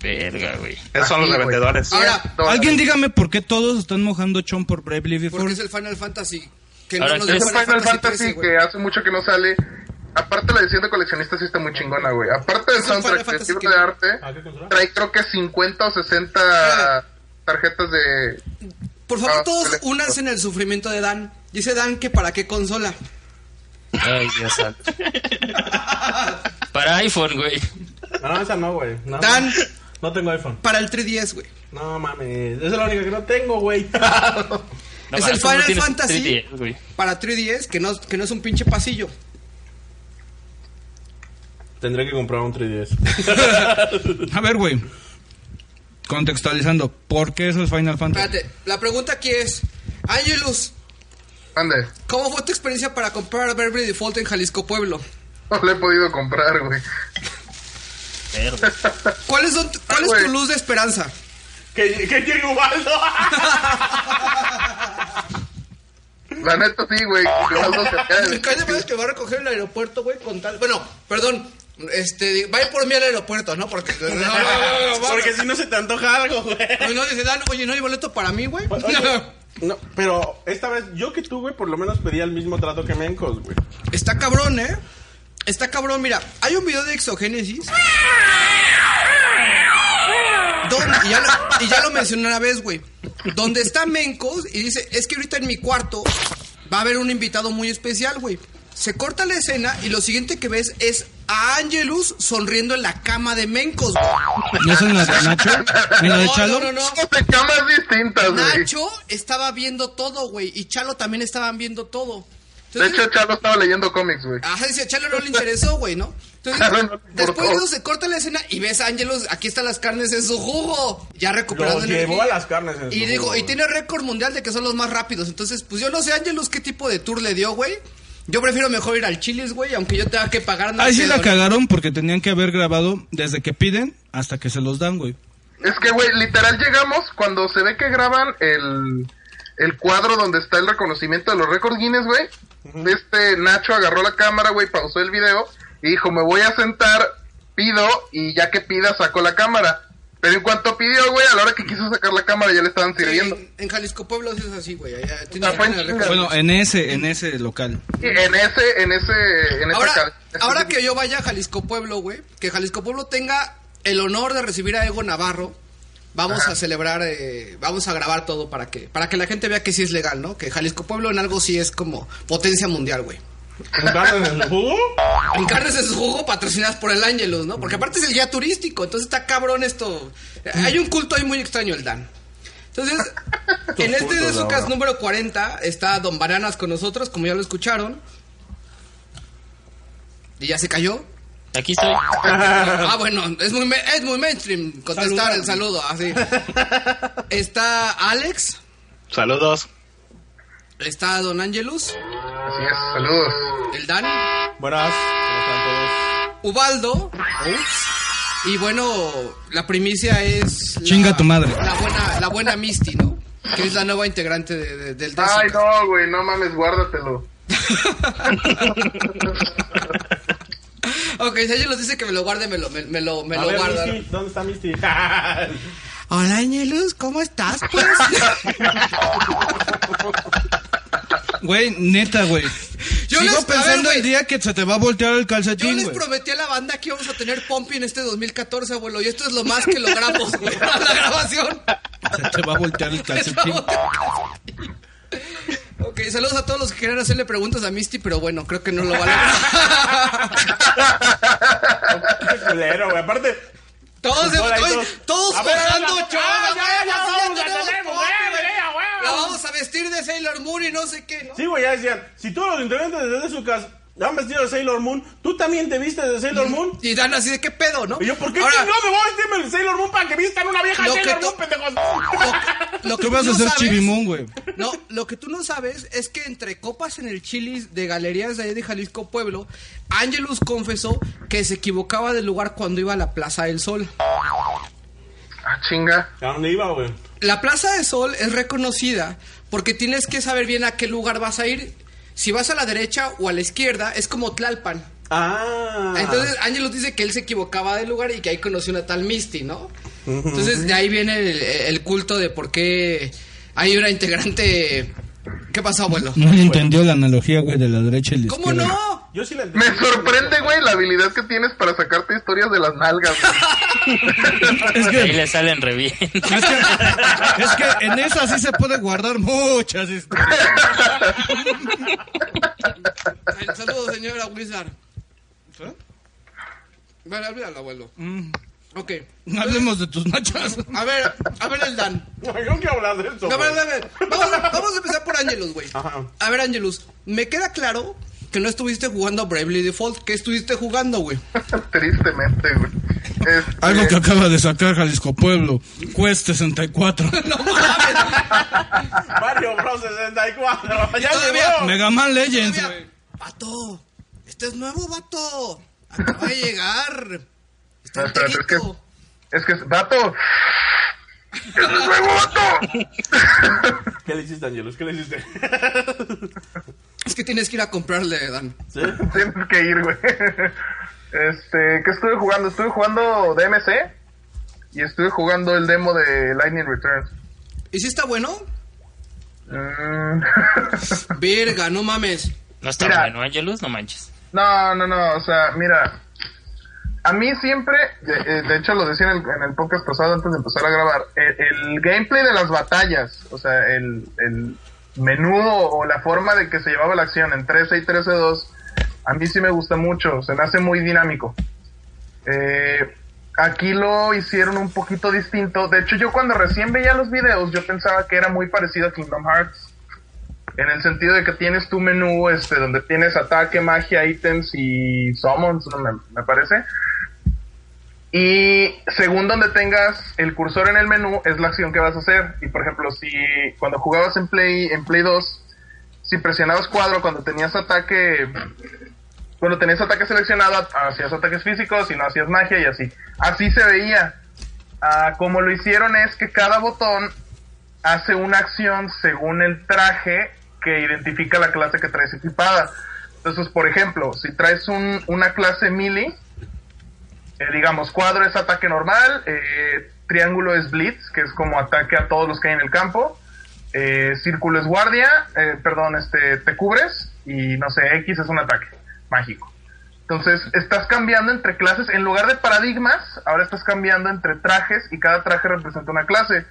Speaker 7: Verga, güey.
Speaker 10: Esos son los
Speaker 5: Así,
Speaker 10: de
Speaker 5: güey.
Speaker 10: vendedores.
Speaker 3: Ah.
Speaker 2: Ahora,
Speaker 5: 100 dólares.
Speaker 4: Alguien dígame por qué todos están mojando chon por Bravely
Speaker 2: Porque
Speaker 4: Default.
Speaker 2: es el Final Fantasy. Que
Speaker 7: Ahora,
Speaker 2: no nos
Speaker 7: ¿qué
Speaker 2: dio
Speaker 5: Es un Final Fantasy
Speaker 2: 13, güey.
Speaker 5: que hace mucho que no sale. Aparte la edición de coleccionista sí está muy chingona, güey. Aparte del
Speaker 2: Es un
Speaker 5: soundtrack
Speaker 2: Final
Speaker 5: de
Speaker 2: Fantasy
Speaker 5: libro
Speaker 2: que-
Speaker 5: de arte,
Speaker 3: ¿A qué consola?
Speaker 5: trae creo que 50 o 60
Speaker 2: Ah.
Speaker 5: tarjetas de...
Speaker 2: Por favor,
Speaker 5: Ah,
Speaker 2: todos
Speaker 5: perfecto.
Speaker 2: únanse en el sufrimiento de Dan. Dice Dan que para qué consola.
Speaker 7: Ay, Dios santo. Para iPhone, güey.
Speaker 3: No, esa no, güey. No,
Speaker 2: Dan.
Speaker 3: No tengo iPhone.
Speaker 2: Para el 3DS, güey.
Speaker 3: No mames. Esa es la única que no tengo, güey.
Speaker 7: No,
Speaker 2: es
Speaker 7: ma,
Speaker 2: el
Speaker 7: tú no
Speaker 2: Final
Speaker 7: tienes
Speaker 2: Fantasy
Speaker 7: 3DS, güey.
Speaker 2: para 3DS que no, que no es un pinche pasillo.
Speaker 3: Tendré que comprar un 3DS.
Speaker 4: A ver, güey. Contextualizando, ¿por qué eso es Final Fantasy?
Speaker 2: Espérate, la pregunta aquí es: Angelus,
Speaker 5: Ande.
Speaker 2: ¿cómo fue tu experiencia para comprar Beverly Default en Jalisco Pueblo?
Speaker 5: No le he podido comprar, güey.
Speaker 7: Verde.
Speaker 2: ¿Cuál es, don- cuál es
Speaker 5: güey.
Speaker 2: tu luz de esperanza?
Speaker 3: ¿Qué, qué llegue Ubaldo?
Speaker 5: La neta sí, güey. Ubaldo se acaba de-
Speaker 2: Me cae de madre que va a recoger el aeropuerto, güey, con tal. Bueno, perdón. Este, va a ir por mí al aeropuerto, ¿no? Porque. No, no, no, no, no,
Speaker 3: Porque si no se te antoja algo, güey.
Speaker 2: no, no, dice, "Ah, no, oye, no hay boleto para mí, güey.
Speaker 3: Oye, No, pero esta vez yo que tú, güey, por lo menos pedía el mismo trato que Mencos, güey.
Speaker 2: Está cabrón, ¿eh? Está cabrón, mira, hay un video de Exogénesis. Donde- y, ya lo, y ya lo mencioné una vez, güey. Donde está Mencos y dice, es que ahorita en mi cuarto va a haber un invitado muy especial, güey. Se corta la escena y lo siguiente que ves es a Angelus sonriendo en la cama de Mencos, güey.
Speaker 4: ¿No es en la de Nacho? ¿En la de
Speaker 2: No,
Speaker 4: Chalo?
Speaker 2: no, no, no.
Speaker 5: Somos de camas distintas, güey.
Speaker 2: Nacho estaba viendo todo, güey. Y Chalo también estaban viendo todo.
Speaker 5: De
Speaker 2: Entonces-
Speaker 5: hecho, Chalo estaba leyendo cómics, güey.
Speaker 2: Ajá, dice, Chalo no le interesó, güey, ¿no? Entonces,
Speaker 5: Chalo no le importó.
Speaker 2: después de eso se corta la escena y ves a Ángelos, aquí están las carnes en su jugo. Ya recuperando
Speaker 3: Los
Speaker 2: energía.
Speaker 3: llevó a las carnes en
Speaker 2: Y
Speaker 3: su
Speaker 2: digo,
Speaker 3: jugo,
Speaker 2: y
Speaker 3: güey.
Speaker 2: tiene récord mundial de que son los más rápidos. Entonces, pues yo no sé, Ángelos, qué tipo de tour le dio, güey. Yo prefiero mejor ir al Chilis, güey, aunque yo tenga que pagar no hay
Speaker 4: Ahí sí
Speaker 2: pedo,
Speaker 4: la
Speaker 2: ¿no?
Speaker 4: cagaron porque tenían que haber grabado desde que piden hasta que se los dan, güey.
Speaker 5: Es que, güey, literal llegamos cuando se ve que graban el, el cuadro donde está el reconocimiento de los récords Guinness, güey. Este Nacho agarró la cámara, güey, pausó el video y dijo, me voy a sentar, pido y ya que pida saco la cámara. Pero en cuanto pidió, güey, a la hora que quiso sacar la cámara ya le estaban sirviendo.
Speaker 2: En, en Jalisco Pueblo sí es así, güey. allá tienes
Speaker 5: Ah,
Speaker 2: que
Speaker 5: fue en
Speaker 2: tener
Speaker 5: chinga.
Speaker 2: récord.
Speaker 4: Bueno, en ese, en ese local.
Speaker 5: Y en ese, en ese, en esa
Speaker 2: Ahora,
Speaker 5: cadena.
Speaker 2: ahora que yo vaya a Jalisco Pueblo, güey, que Jalisco Pueblo tenga el honor de recibir a Ego Navarro, vamos
Speaker 5: Ajá.
Speaker 2: a celebrar, eh, vamos a grabar todo para que, para que la gente vea que sí es legal, ¿no? Que Jalisco Pueblo en algo sí es como potencia mundial, güey.
Speaker 3: ¿Con carnes en su jugo?
Speaker 2: En carnes en su jugo patrocinadas por el Ángelos, ¿no? Porque aparte es el guía turístico, entonces está cabrón esto. Hay un culto ahí muy extraño, el Dan. Entonces, en este de Sucas número 40 está Don Bananas con nosotros, como ya lo escucharon. Y ya se cayó.
Speaker 7: Aquí estoy.
Speaker 2: Ah, bueno, es muy, ma- es muy mainstream contestar el saludo, así. Está Alex,
Speaker 10: Saludos.
Speaker 2: está Don Angelus,
Speaker 5: Así es, saludos.
Speaker 2: el Dan,
Speaker 3: Buenas, ¿cómo están todos?
Speaker 2: Ubaldo, Oats, y bueno, la primicia es... la-
Speaker 4: Chinga tu madre.
Speaker 2: La buena, la buena Misty, ¿no? Que es la nueva integrante de- de- del Dazo.
Speaker 5: Ay, no, güey, no mames, guárdatelo.
Speaker 2: Ok, si Angelus dice que me lo guarde, me lo, me, me lo, me
Speaker 3: A
Speaker 2: lo
Speaker 3: ver,
Speaker 2: guarda.
Speaker 3: Misty, ¿dónde está Ah, Misty?
Speaker 2: Hola, Angelus, ¿cómo estás, pues?
Speaker 4: Güey, neta, güey.
Speaker 2: Yo
Speaker 4: Sigo
Speaker 2: les- a ver,
Speaker 4: pensando
Speaker 2: güey.
Speaker 4: el día que se te va a voltear el
Speaker 2: Yo
Speaker 4: calcetín,
Speaker 2: les
Speaker 4: güey.
Speaker 2: prometí a la banda que íbamos a tener Pompi en este 2014, abuelo, y esto es lo más que logramos, güey, a la grabación.
Speaker 4: Se te va a voltear el calcetín.
Speaker 2: Ok, saludos a todos los que querían hacerle preguntas a Misty, pero bueno, creo que no lo va a lograr.
Speaker 3: Qué culero, güey. Aparte,
Speaker 2: todos,
Speaker 3: Hola, y
Speaker 2: todos,
Speaker 3: todos.
Speaker 2: todos
Speaker 3: A ver,
Speaker 2: cobrando
Speaker 3: a ver,
Speaker 2: chava,
Speaker 3: ah,
Speaker 2: güey,
Speaker 3: ya, ya,
Speaker 2: así
Speaker 3: vamos, ya
Speaker 2: tenemos
Speaker 3: tenemos,
Speaker 2: Pompi,
Speaker 3: güey,
Speaker 2: güey.
Speaker 3: ya, güey.
Speaker 2: La vamos a vestir de Sailor Moon y no sé qué, ¿no?
Speaker 3: sí, güey, ya decían, si todos los integrantes de su casa han vestido de Sailor Moon, ¿tú también te viste de Sailor Moon?
Speaker 2: Y dan así de qué pedo, ¿no?
Speaker 3: Y yo, ¿por qué
Speaker 2: Ahora,
Speaker 3: chingado me voy a vestirme de Sailor Moon para que vistan una vieja
Speaker 2: Lo que
Speaker 3: Sailor
Speaker 2: tú-
Speaker 3: Moon, pendejos?
Speaker 2: lo, lo que
Speaker 4: Tú vas
Speaker 2: no
Speaker 4: a ser
Speaker 2: sabes-
Speaker 4: Chivimón, güey.
Speaker 2: No, lo que tú no sabes es que entre copas en el Chilis de galerías de ahí de Jalisco Pueblo, Angelus confesó que se equivocaba del lugar cuando iba a la Plaza del Sol.
Speaker 5: Ah, chinga.
Speaker 3: ¿A dónde iba, güey?
Speaker 2: La Plaza del Sol es reconocida porque tienes que saber bien a qué lugar vas a ir. Si vas a la derecha o a la izquierda, es como Tlalpan.
Speaker 3: Ah.
Speaker 2: Entonces, Angelus dice que él se equivocaba del lugar y que ahí conoció una tal Misty, ¿no? Entonces, de ahí viene el, el culto de por qué hay una integrante. ¿Qué pasó, abuelo?
Speaker 4: No le entendió la analogía, güey, de la derecha y la
Speaker 2: ¿Cómo
Speaker 4: izquierda.
Speaker 2: no?
Speaker 3: Yo sí la entendí.
Speaker 5: Me sorprende, güey, la habilidad que tienes para sacarte historias de las nalgas.
Speaker 4: Es que,
Speaker 7: Ahí le salen re bien.
Speaker 4: es que, es que en esa sí se puede guardar muchas historias.
Speaker 2: Ay, Saludos, señora Wizard. Vale, habla al abuelo. Ok.
Speaker 4: No hablemos de tus nachas.
Speaker 2: A ver, a ver el Dan.
Speaker 3: No, yo no quiero hablar de eso.
Speaker 2: A ver,
Speaker 3: güey.
Speaker 2: a ver. Vamos, a- vamos a empezar por Angelus, güey.
Speaker 3: Ajá.
Speaker 2: A ver, Angelus, me queda claro que que no estuviste jugando Bravely Default. ¿Qué estuviste jugando, güey?
Speaker 5: Tristemente, güey. Este,
Speaker 4: Algo que acaba de sacar Jalisco Pueblo. Quest 64.
Speaker 3: Mario Bros 64. Ya
Speaker 2: Todavía-
Speaker 3: llegó.
Speaker 4: Mega Man Legends,
Speaker 2: Mira,
Speaker 4: güey.
Speaker 2: vato, este es nuevo, vato. Acaba de llegar. Está
Speaker 5: No, espérate, es que,
Speaker 2: enterito.
Speaker 5: es que, vato. ¡Es un nuevo vato!
Speaker 3: ¿Qué le hiciste, Angelus? ¿Qué le hiciste?
Speaker 2: Es que tienes que ir a comprarle, Dan.
Speaker 3: ¿Sí?
Speaker 5: Tienes que ir, güey. Este, ¿qué estuve jugando? Estuve jugando DMC y estuve jugando el demo de Lightning Returns.
Speaker 2: ¿Y si está bueno?
Speaker 5: Mm.
Speaker 2: Verga, no mames.
Speaker 7: No está
Speaker 5: Mira.
Speaker 7: bueno, Angelus, no manches.
Speaker 5: no, no, no, o sea, mira. A mí siempre, de- eh, de hecho lo decía en el, en el podcast pasado antes de empezar a grabar, el, el gameplay de las batallas, o sea, el, el menú o, o la forma de que se llevaba la acción en 13 y 13-2, a mí sí me gusta mucho, se me hace muy dinámico. Eh, aquí lo hicieron un poquito distinto. De hecho, yo cuando recién veía los videos, yo pensaba que era muy parecido a Kingdom Hearts. En el sentido de que tienes tu menú, este, donde tienes ataque, magia, ítems y summons, ¿no? me, me parece. Y según donde tengas el cursor en el menú, es la acción que vas a hacer. Y por ejemplo, si cuando jugabas en Play, en Play 2, si presionabas cuadro cuando tenías ataque cuando tenías ataque seleccionado, hacías ataques físicos y no hacías magia y así. Así se veía. Ah, como lo hicieron es que cada botón hace una acción según el traje que identifica la clase que traes equipada. Entonces, por ejemplo, si traes un- una clase melee, eh, digamos, cuadro es ataque normal, eh, triángulo es blitz, que es como ataque a todos los que hay en el campo, eh, círculo es guardia, eh, perdón, este, te cubres, y no sé, X es un ataque mágico. Entonces, estás cambiando entre clases, en lugar de paradigmas, ahora estás cambiando entre trajes y cada traje representa una clase.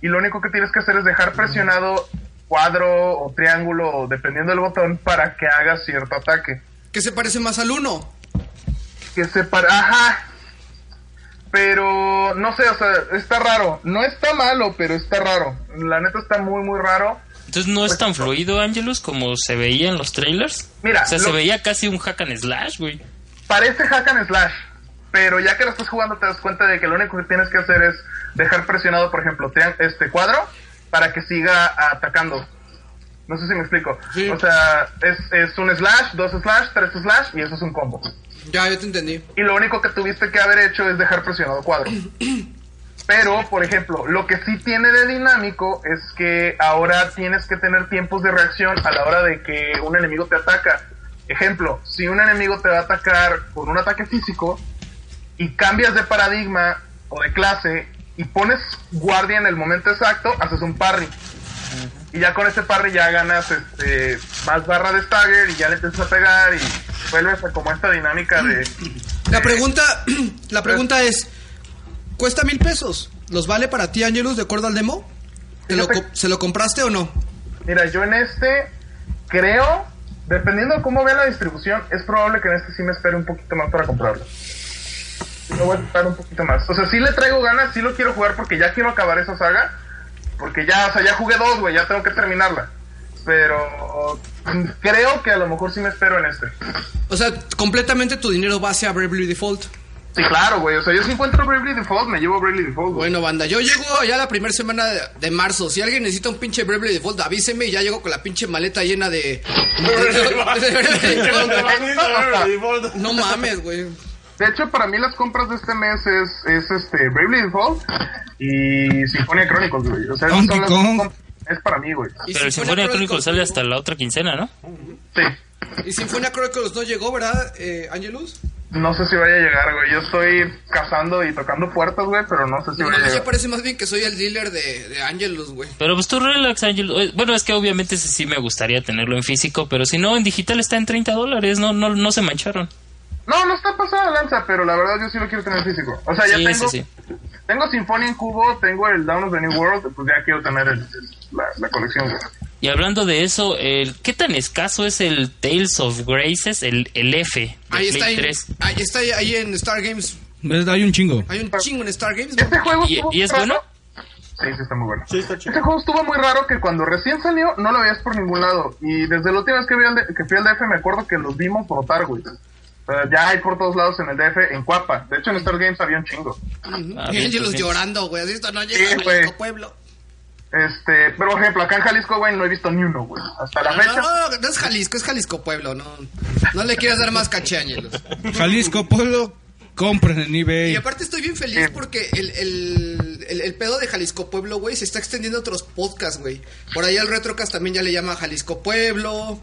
Speaker 5: Y lo único que tienes que hacer es dejar presionado cuadro o triángulo, o dependiendo del botón, para que haga cierto ataque
Speaker 2: ¿Qué se parece más al uno?
Speaker 5: que se para... Ajá. Pero no sé, o sea, está raro. No está malo, pero está raro. La neta está muy, muy raro.
Speaker 7: Entonces no es tan fluido, Angelus, como se veía en los trailers.
Speaker 5: Mira,
Speaker 7: o sea,
Speaker 5: lo-
Speaker 7: se veía casi un hack and slash, güey.
Speaker 5: Parece hack and slash, pero ya que lo estás jugando te das cuenta de que lo único que tienes que hacer es dejar presionado, por ejemplo, trian- este cuadro para que siga atacando. No sé si me explico.
Speaker 2: Sí.
Speaker 5: O sea, es, es un slash, dos slash, tres slash y eso es un combo.
Speaker 2: Ya, yo te entendí.
Speaker 5: y lo único que tuviste que haber hecho es dejar presionado cuadro. Pero, por ejemplo, lo que sí tiene de dinámico es que ahora tienes que tener tiempos de reacción a la hora de que un enemigo te ataca. Ejemplo, si un enemigo te va a atacar con un ataque físico y cambias de paradigma o de clase y pones guardia en el momento exacto, haces un parry. Y ya con ese parry ya ganas este, más barra de stagger y ya le empiezas a pegar y vuelves a como esta dinámica de...
Speaker 2: La pregunta, la pregunta es, ¿cuesta mil pesos? ¿Los vale para ti, Angelus, de acuerdo al demo? ¿Te lo
Speaker 5: Fíjate-
Speaker 2: co- ¿Se lo compraste o no?
Speaker 5: Mira, yo en este creo, dependiendo de cómo vea la distribución, es probable que en este sí me espere un poquito más para comprarlo. Sí Me voy a esperar un poquito más. O sea, sí le traigo ganas, sí lo quiero jugar porque ya quiero acabar esa saga. Porque ya, o sea, ya jugué dos, güey, ya tengo que terminarla. Pero mm, creo que a lo mejor sí me espero en este.
Speaker 2: O sea, completamente tu dinero va hacia Bravely Default.
Speaker 5: Sí, claro, güey. O sea, yo si encuentro Bravely Default, me llevo Bravely Default. güey.
Speaker 2: Bueno, banda, yo llego ya la primera semana de, de marzo. Si alguien necesita un pinche Bravely Default, avíseme y ya llego con la pinche maleta llena de... no mames, güey.
Speaker 5: De hecho, para mí las compras de este mes es, es este Bravely Default y Sinfonia Chronicles, güey. O sea, esas son las
Speaker 4: Donkey Kong.
Speaker 5: comp- es este para mí, güey.
Speaker 2: Y
Speaker 7: Pero el Sinfonia Chronicles sale
Speaker 2: no
Speaker 7: hasta la otra quincena, ¿no?
Speaker 5: Sí.
Speaker 2: llegó. Y Sinfonia Chronicles no llegó, ¿verdad, eh, Angelus?
Speaker 5: No sé si vaya a llegar, güey. Yo estoy cazando y tocando puertas, güey, pero no sé si
Speaker 2: No
Speaker 5: vaya a
Speaker 2: mames, ya
Speaker 5: llegar.
Speaker 2: parece más bien que soy el dealer de, de Angelus, güey.
Speaker 7: Pero pues tú relax, Angelus. Eh, Bueno, es que obviamente ese sí me gustaría tenerlo en físico, pero si no, en digital está en 30 dólares. No, no, no se mancharon.
Speaker 5: No, no está pasada de lanza, pero la verdad yo sí lo quiero tener físico. O sea, ya
Speaker 7: Sí,
Speaker 5: tengo,
Speaker 7: sí, sí.
Speaker 5: tengo Sinfonia en cubo, tengo el Down of the New World, pues ya quiero tener el- el- la, la colección, güey.
Speaker 7: Y hablando de eso, el, ¿qué tan escaso es el Tales of Graces, el, el F de
Speaker 2: Ahí está,
Speaker 7: Play
Speaker 2: ahí,
Speaker 7: 3?
Speaker 2: ahí está, ahí en Star Games.
Speaker 4: ¿Ves? Hay un chingo.
Speaker 2: Hay un chingo en Star Games.
Speaker 5: Este juego
Speaker 7: ¿Y-
Speaker 5: tuvo
Speaker 7: y es
Speaker 5: un rato-
Speaker 7: bueno?
Speaker 5: Sí, sí, está muy bueno.
Speaker 3: Sí, está chido.
Speaker 5: Este juego estuvo muy raro que cuando recién salió no lo veías por ningún lado. Y desde la última vez que, vi al de- que fui al DF me acuerdo que los vimos rotar, güey. O sea, ya hay por todos lados en el DF, en Cuapa. De hecho, en Star Games había un chingo.
Speaker 7: Ah,
Speaker 2: Y
Speaker 7: bien,
Speaker 2: ellos
Speaker 7: pues, bien.
Speaker 2: llorando, güey. Así esto no
Speaker 5: Sí,
Speaker 2: llega, güey,
Speaker 5: güey.
Speaker 2: a tu pueblo.
Speaker 5: Este, pero por ejemplo, acá en Jalisco, güey, no he visto ni uno, güey. Hasta la
Speaker 2: No,
Speaker 5: fecha.
Speaker 7: Ah,
Speaker 2: no, no, no es Jalisco, es Jalisco Pueblo, no. No le quieras dar más caché Ángelos.
Speaker 4: Jalisco Pueblo, compren en
Speaker 2: Y
Speaker 4: eBay.
Speaker 2: aparte estoy bien feliz porque el, el, el, el pedo de Jalisco Pueblo, güey, se está extendiendo a otros podcasts, güey. Por ahí al Retrocast también ya le llama Jalisco Pueblo.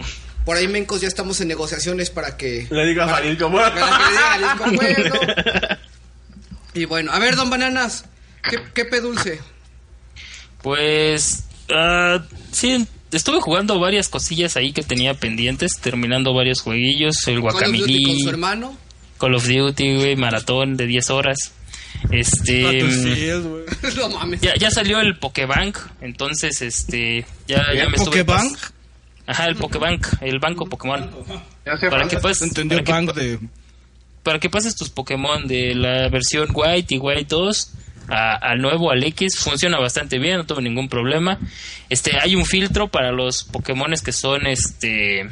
Speaker 2: Por ahí Mencos ya estamos en negociaciones para que...
Speaker 3: Le digo a Jalil como...
Speaker 2: para que le diga Jalisco Pueblo. Y bueno, a ver, don Bananas, ¿qué, qué pedulce?
Speaker 7: Pues ah, sí, estuve jugando varias cosillas ahí que tenía pendientes, terminando varios jueguillos, el
Speaker 2: Call of Duty con
Speaker 7: Guacamilí,
Speaker 2: su hermano.
Speaker 7: Call of Duty, güey, maratón de 10 horas. Este
Speaker 4: pues
Speaker 7: mm,
Speaker 2: no mames.
Speaker 7: ya, ya salió el Pokebank, entonces este ya, ya me estuve pas-
Speaker 4: Pokébank,
Speaker 7: Ajá, el Pokebank, el banco Pokémon.
Speaker 5: Ya hacía
Speaker 7: Para
Speaker 5: falta.
Speaker 7: que pases,
Speaker 4: entendió
Speaker 7: pues, para que-
Speaker 4: Bank de
Speaker 7: para que pases tus Pokémon de la versión White y White 2 a- al nuevo, al X, funciona bastante bien, no tuve ningún problema. Este, hay un filtro para los Pokémon que son este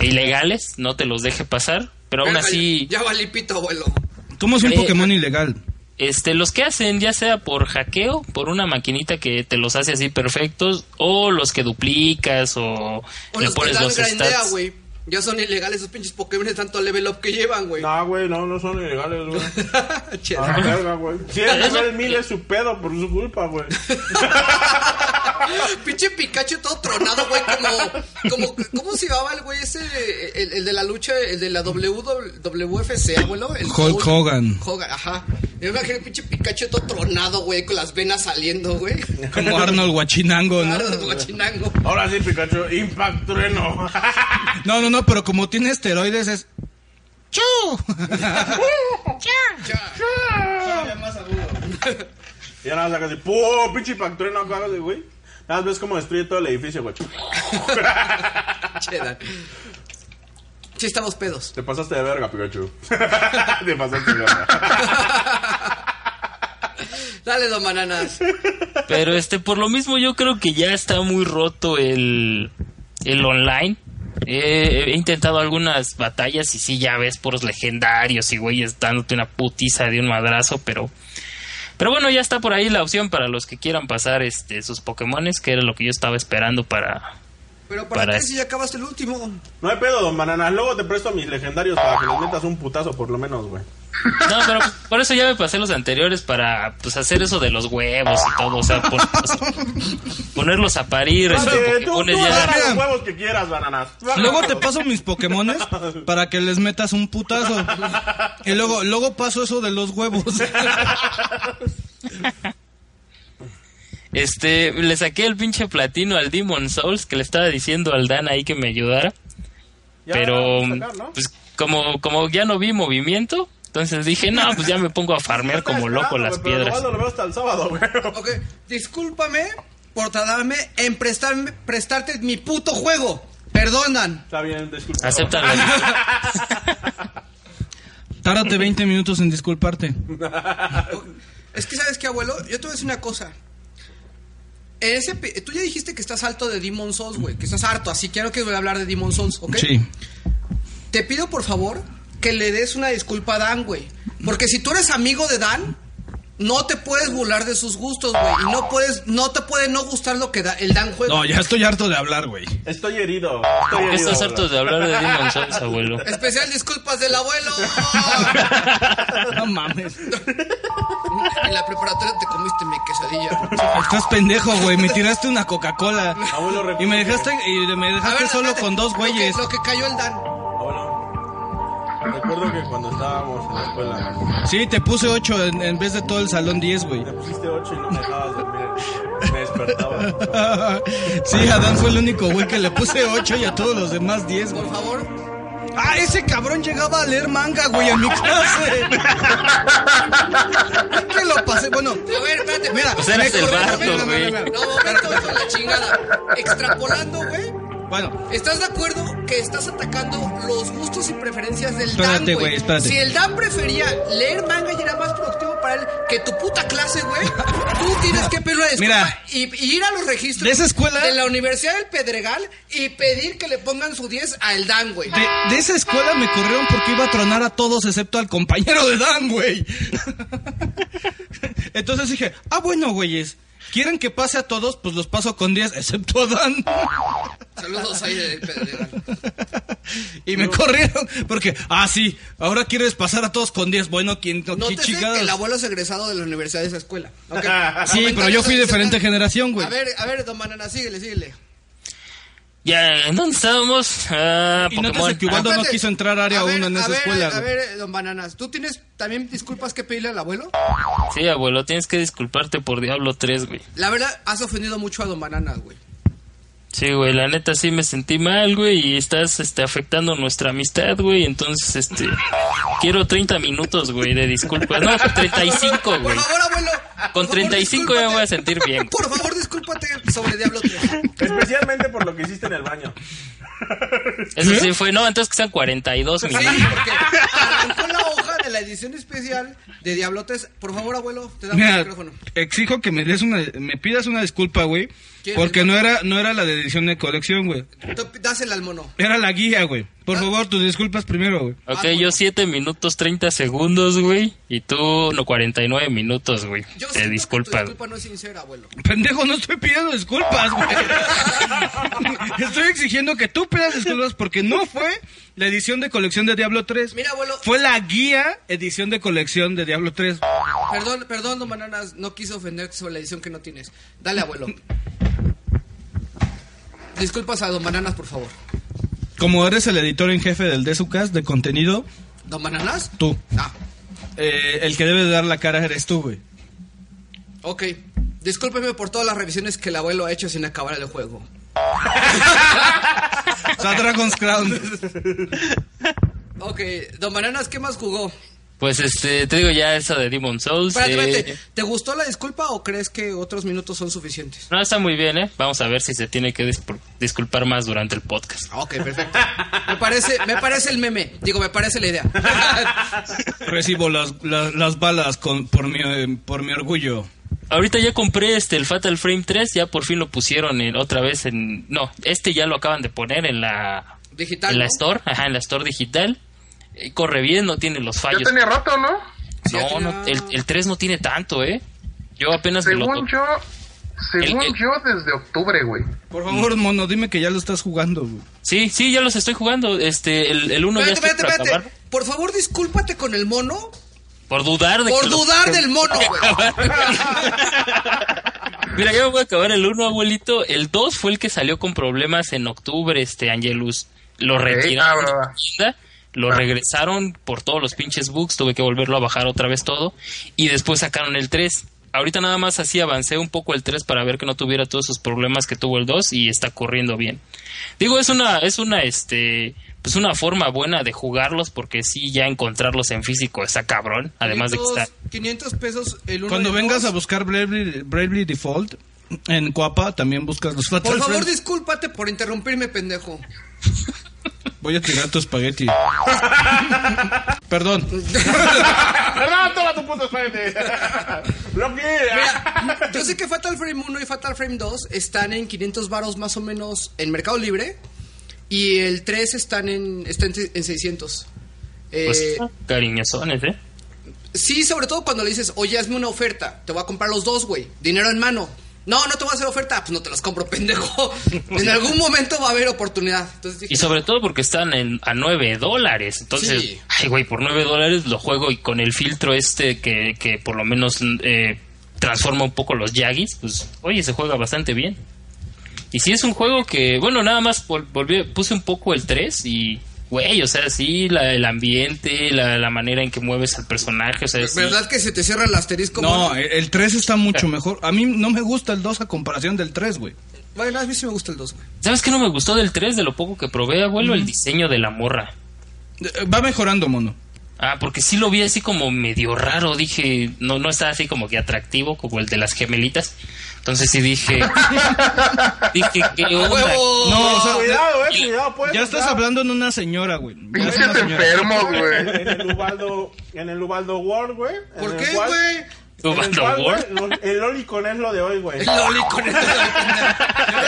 Speaker 7: ilegales, no te los deje pasar, pero aún
Speaker 2: Verga,
Speaker 7: así,
Speaker 2: Ya, ya valí pito, abuelo.
Speaker 4: ¿Cómo es un
Speaker 7: Eh,
Speaker 4: Pokémon ilegal?
Speaker 7: este, los que hacen, ya sea por hackeo, por una maquinita que te los hace así perfectos, o los que duplicas, o,
Speaker 2: O
Speaker 7: le
Speaker 2: los que
Speaker 7: pones
Speaker 2: dan
Speaker 7: los
Speaker 2: grandea,
Speaker 7: stats.
Speaker 2: güey. Ya son ilegales esos pinches Pokémon de tanto level up que llevan, güey.
Speaker 3: No, güey, no, no son ilegales, güey.
Speaker 2: Che,
Speaker 3: Ah, verga, güey. Si es nivel 1000 es su pedo por su culpa, güey.
Speaker 2: Pinche Pikachu todo tronado, güey, como, como, ¿cómo se llamaba el güey ese, el, el de la lucha, el de la WW WFC, abuelo? El
Speaker 4: Hulk
Speaker 2: Paul-
Speaker 4: Hogan.
Speaker 2: Hogan, ajá. Yo me imagino el pinche Pikachu todo tronado, güey, con las venas saliendo, güey.
Speaker 4: Como Arnold Huachinango, ¿no?
Speaker 2: Claro, guachinango.
Speaker 3: Ahora sí, Pikachu, Impact Trueno.
Speaker 4: No, no, no, pero como tiene esteroides es. ¡Chu!
Speaker 3: y ahora saca así, ¡pum! Pinche Impact Trueno acá, güey. Nada más ves cómo destruye todo el edificio, güey.
Speaker 2: Che, Dan. Sí, estamos pedos.
Speaker 3: Te pasaste de verga, Pikachu. Te pasaste de verga.
Speaker 2: Dale, don Bananas.
Speaker 7: Pero este, por lo mismo yo creo que ya está muy roto el, el online. Eh, he intentado algunas batallas y sí, ya ves puros legendarios y güeyes dándote una putiza de un madrazo, pero... Pero bueno, ya está por ahí la opción para los que quieran pasar este, sus Pokémones, que era lo que yo estaba esperando para...
Speaker 2: Pero para,
Speaker 7: Para
Speaker 2: qué
Speaker 7: eso.
Speaker 2: si ya acabaste el último.
Speaker 3: No hay pedo, don Bananas. Luego te presto mis legendarios para que les metas un putazo, por lo menos, güey.
Speaker 7: No, pero pues, por eso ya me pasé los anteriores para pues hacer eso de los huevos y todo, o sea, pon- o sea, ponerlos a parir. estos
Speaker 3: Dale, Tú, tú
Speaker 7: Pokémones ya-
Speaker 3: agarra los
Speaker 4: Mira.
Speaker 3: huevos que quieras, Bananas.
Speaker 4: Luego te paso mis Pokémones para que les metas un putazo. Y luego, luego paso eso de los huevos.
Speaker 7: Este, le saqué el pinche platino al Demon Souls que le estaba diciendo al Dan ahí que me ayudara.
Speaker 3: Ya,
Speaker 7: pero,
Speaker 3: vamos a sacar, ¿no?
Speaker 7: pues, como, como ya no vi movimiento, entonces dije, no, pues ya me pongo a farmear como loco las
Speaker 3: Pero
Speaker 7: piedras.
Speaker 3: nomás no lo veo hasta el sábado, güey.
Speaker 2: Ok, discúlpame por tardarme en prestarme, prestarte mi puto juego. Perdonan.
Speaker 3: Está bien, disculpa.
Speaker 7: Aceptan la
Speaker 4: Tárdate 20 minutos en disculparte.
Speaker 2: Es que sabes qué, abuelo, yo te voy a decir una cosa. En ese pi- tú ya dijiste que estás harto de Demon Souls, güey, que estás harto, así quiero que voy a hablar de Demon Souls, ¿ok?
Speaker 4: Sí.
Speaker 2: Te pido por favor que le des una disculpa a Dan, güey, porque si tú eres amigo de Dan, no te puedes burlar de sus gustos, güey, y no puedes, no te puede no gustar lo que da, el Dan juega.
Speaker 4: No, ya estoy harto de hablar, güey.
Speaker 3: Estoy herido. Estoy herido.
Speaker 7: Estás
Speaker 3: güey.
Speaker 7: harto de hablar de Demon Souls, abuelo.
Speaker 2: Especial disculpas del abuelo.
Speaker 4: No mames.
Speaker 2: En la preparatoria te comiste mi quesadilla.
Speaker 4: Estás pendejo, güey. Me tiraste una Coca-Cola.
Speaker 3: Abuelo, repite.
Speaker 4: Y me dejaste, y me dejaste solo
Speaker 2: espérate,
Speaker 4: con dos
Speaker 2: lo
Speaker 4: güeyes.
Speaker 2: que- Lo que, cayó el Dan.
Speaker 3: Abuelo. Recuerdo que cuando estábamos en la escuela
Speaker 4: Sí, te puse 8 en, en vez de todo el salón 10, güey.
Speaker 3: me pusiste 8 y no me dejabas dormir. Me despertaba.
Speaker 4: Sí, Adán fue el único güey que le puse 8 y a todos los demás 10, güey.
Speaker 2: Por favor,
Speaker 4: Ah, ese cabrón llegaba a leer manga, güey, a mi clase. ¿Qué lo pasé? Bueno,
Speaker 2: a ver, espérate.
Speaker 4: Mira,
Speaker 7: Pues eras
Speaker 4: me
Speaker 7: el
Speaker 4: corrí- mira,
Speaker 7: vato,
Speaker 4: mira,
Speaker 7: güey.
Speaker 4: mira, mira.
Speaker 2: No, momento, hijo de la chingada. Extrapolando, güey.
Speaker 4: Bueno,
Speaker 2: ¿Estás de acuerdo que estás atacando los gustos y preferencias del
Speaker 4: Espérate,
Speaker 2: Dan,
Speaker 4: güey, espérate.
Speaker 2: Si el Dan prefería leer manga y era más productivo algo para él que tu puta clase, güey. Tú tienes que pedir una disculpa
Speaker 4: Mira.
Speaker 2: y, y ir a los registros
Speaker 4: De esa escuela-
Speaker 2: de la Universidad del Pedregal y pedir que le pongan su 10 al Dan, güey.
Speaker 4: De, de esa escuela me corrieron porque iba a tronar a todos excepto al compañero de Dan, güey. Entonces dije, ah, bueno, güeyes, ¿quieren que pase a todos? Pues los paso con 10, excepto a Dan.
Speaker 2: Saludos ahí del Pedregal.
Speaker 4: Y me corrieron porque, ah, sí, ahora quieres pasar a todos con 10. Bueno, ¿quién,
Speaker 2: No
Speaker 4: qué
Speaker 2: te sé que
Speaker 4: chingados?
Speaker 2: el abuelo es egresado de la universidad de esa escuela. Ok.
Speaker 4: Sí, pero yo fui diferente generación, güey.
Speaker 2: A ver, a ver, don Banana, síguele, síguele.
Speaker 7: Ya, ¿dónde estábamos? Ah,
Speaker 4: Y no te
Speaker 7: Pokémon.
Speaker 4: sé que Ubaldo no
Speaker 2: Espérate.
Speaker 4: quiso entrar área
Speaker 2: A ver,
Speaker 4: 1 en
Speaker 2: a
Speaker 4: esa
Speaker 2: ver,
Speaker 4: escuela,
Speaker 2: A
Speaker 4: güey.
Speaker 2: ver, don Bananas, ¿tú tienes también disculpas que pedirle al abuelo?
Speaker 7: Sí, abuelo, tienes que disculparte por Diablo 3, güey.
Speaker 2: La verdad, has ofendido mucho a don Bananas, güey.
Speaker 7: Sí, güey, la neta sí me sentí mal, güey, y estás este, afectando nuestra amistad, güey, entonces, este, quiero 30 minutos, güey, de disculpas. No, 35,
Speaker 2: Por
Speaker 7: güey.
Speaker 2: favor, abuelo.
Speaker 7: Con
Speaker 2: por favor,
Speaker 7: 35 ya me voy a
Speaker 2: discúlpate.
Speaker 7: sentir bien.
Speaker 2: Por favor, discúlpate sobre Diablo 3.
Speaker 3: Especialmente por lo que hiciste en el baño.
Speaker 7: Eso sí fue, no, entonces que sean 42
Speaker 2: Sí,
Speaker 7: minutos.
Speaker 2: porque arrancó la hoja de la edición especial de Diablo 3. Por favor, abuelo, te damos el
Speaker 4: Mira,
Speaker 2: micrófono.
Speaker 4: exijo que me des una, me pidas una disculpa, güey,
Speaker 2: ¿Quién?
Speaker 4: porque no era, no era la de edición de colección, güey.
Speaker 2: Tú Dásela al mono.
Speaker 4: Era la guía, güey.
Speaker 2: Ah.
Speaker 4: Por favor, tus disculpas primero, güey.
Speaker 7: Ok, yo 7 minutos 30 segundos, güey, y tú, no, 49 minutos, güey.
Speaker 2: Yo siento que
Speaker 7: Te
Speaker 2: tu
Speaker 7: disculpas.
Speaker 2: disculpa no es sincera, abuelo.
Speaker 4: Pendejo, no estoy pidiendo disculpas, güey. Estoy exigiendo que tú pidas disculpas porque no fue la edición de colección de Diablo 3.
Speaker 2: Mira, abuelo.
Speaker 4: Fue la guía edición de colección de Diablo 3.
Speaker 2: Perdón, perdón, don Bananas, no quise ofenderte sobre la edición que no tienes. Dale, abuelo. Disculpas a don Bananas, por favor.
Speaker 4: Como eres el editor en jefe del DSUCAS de contenido,
Speaker 2: ¿Don Bananas?
Speaker 4: tú.
Speaker 2: Ah,
Speaker 4: Eh, el que debe de dar la cara eres tú, güey.
Speaker 2: ok. Discúlpeme por todas las revisiones que el abuelo ha hecho sin acabar el juego.
Speaker 4: O sea, Dragon's Crown.
Speaker 2: Ok, don Bananas, ¿qué más jugó?
Speaker 7: Pues, este, te digo ya eso de Demon Souls.
Speaker 2: Espérate,
Speaker 7: eh,
Speaker 2: espérate, ¿Te gustó la disculpa o crees que otros minutos son suficientes?
Speaker 7: No, está muy bien, ¿eh? Vamos a ver si se tiene que dispu- disculpar más durante el podcast.
Speaker 2: Ah, Ok, perfecto. Me parece, me parece el meme. Digo, me parece la idea.
Speaker 4: Recibo las, las, las balas con, por, mi, eh, por mi orgullo.
Speaker 7: Ahorita ya compré este, el Fatal Frame 3, ya por fin lo pusieron en- otra vez en... No, este ya lo acaban de poner en la...
Speaker 2: Digital,
Speaker 7: En la
Speaker 2: ¿no?
Speaker 7: Store, ajá, en la Store digital. Eh, corre bien, no tiene los
Speaker 5: Ya
Speaker 7: fallos.
Speaker 5: tenía rato, ¿no?
Speaker 2: Sí, ya
Speaker 7: No,
Speaker 2: tenía-
Speaker 7: no, el, el 3 no tiene tanto, ¿eh? Yo apenas me lo...
Speaker 5: Según
Speaker 7: to-
Speaker 5: yo, según
Speaker 7: El- el-
Speaker 5: yo desde octubre, güey.
Speaker 4: Por favor, mono, dime que ya lo estás jugando, güey.
Speaker 7: Sí, sí, ya los estoy jugando. Este, el, el 1 ya
Speaker 2: Espérate, espérate,
Speaker 7: está por
Speaker 2: espérate.
Speaker 7: acabar.
Speaker 2: Por favor, discúlpate con el mono
Speaker 7: Por dudar de
Speaker 2: por
Speaker 7: que lo-
Speaker 2: dudar del mono, güey.
Speaker 7: Mira, ya me voy a acabar el 1, abuelito. El 2 fue el que salió con problemas en octubre, este Angelus. Lo retiraron,
Speaker 5: ah,
Speaker 7: de
Speaker 5: va,
Speaker 7: la
Speaker 5: va.
Speaker 7: tienda, lo regresaron por todos los pinches bugs, tuve que volverlo a bajar otra vez todo. Y después sacaron el 3. Ahorita nada más así avancé un poco el 3 para ver que no tuviera todos esos problemas que tuvo el 2 y está corriendo bien. Digo, es una, es una, este, pues una forma buena de jugarlos porque sí, ya encontrarlos en físico está cabrón. Además de que está...
Speaker 2: 500 pesos el uno
Speaker 4: Cuando
Speaker 2: y el
Speaker 4: vengas
Speaker 2: dos.
Speaker 4: a buscar Bravely, Bravely Default en Coapa, también buscas los Fatal
Speaker 2: Por favor,
Speaker 4: Friends.
Speaker 2: discúlpate por interrumpirme, pendejo.
Speaker 4: Voy a tirar tu espagueti. Perdón.
Speaker 3: ¡Perdón, toma tu puto espérate! ¡Rocky!
Speaker 2: Mira, yo sé que Fatal Frame 1 y Fatal Frame 2 están en 500 varos más o menos en Mercado Libre y el 3 están en, está en, en 600. Eh,
Speaker 7: Pues, cariñosones, ¿eh?
Speaker 2: Sí, sobre todo cuando le dices, oye, hazme una oferta, te voy a comprar los dos, güey, dinero en mano. No, no te voy a hacer oferta, pues no te los compro, pendejo. en algún momento va a haber oportunidad. Entonces dije,
Speaker 7: Y sobre todo porque están en, a 9 dólares. Entonces,
Speaker 2: Sí.
Speaker 7: ay, güey, por 9 dólares lo juego y con el filtro este que, que por lo menos eh, transforma un poco los Yagis, pues, oye, se juega bastante bien. Y sí es un juego que, bueno, nada más vol- volví, puse un poco el 3 y, güey, o sea, sí, la- el ambiente, la, la manera en que mueves al personaje, o sea, sí.
Speaker 2: ¿verdad que se te cierra el asterisco?
Speaker 4: No,
Speaker 2: mano?
Speaker 4: el- el 3 está mucho mejor. A mí no me gusta el 2 a comparación del 3, güey.
Speaker 2: Bueno, a mí sí me gusta el 2, güey.
Speaker 7: ¿Sabes qué no me gustó del 3 de lo poco que probé, abuelo? El diseño de la morra.
Speaker 4: Eh, Va mejorando, mono.
Speaker 7: Ah, porque sí lo vi así como medio raro, dije, no, no está así como que atractivo como el de las gemelitas. Entonces sí dije, Dije, ¿qué onda?
Speaker 2: ¡Huevo!
Speaker 4: No, o sea,
Speaker 3: Cuidado, eh, cuidado, pues.
Speaker 4: ya estás hablando en una señora, güey. Ya es
Speaker 5: Pinches
Speaker 4: una señora.
Speaker 5: enfermos, güey.
Speaker 3: En el Ubaldo, en el Ubaldo World, güey. En
Speaker 2: ¿Por
Speaker 3: el
Speaker 2: qué,
Speaker 3: cual-
Speaker 2: güey?
Speaker 3: en el
Speaker 7: Ubaldo
Speaker 3: cual,
Speaker 7: World.
Speaker 3: güey, lo- El Olicon es lo de hoy, güey.
Speaker 2: Loli con esto.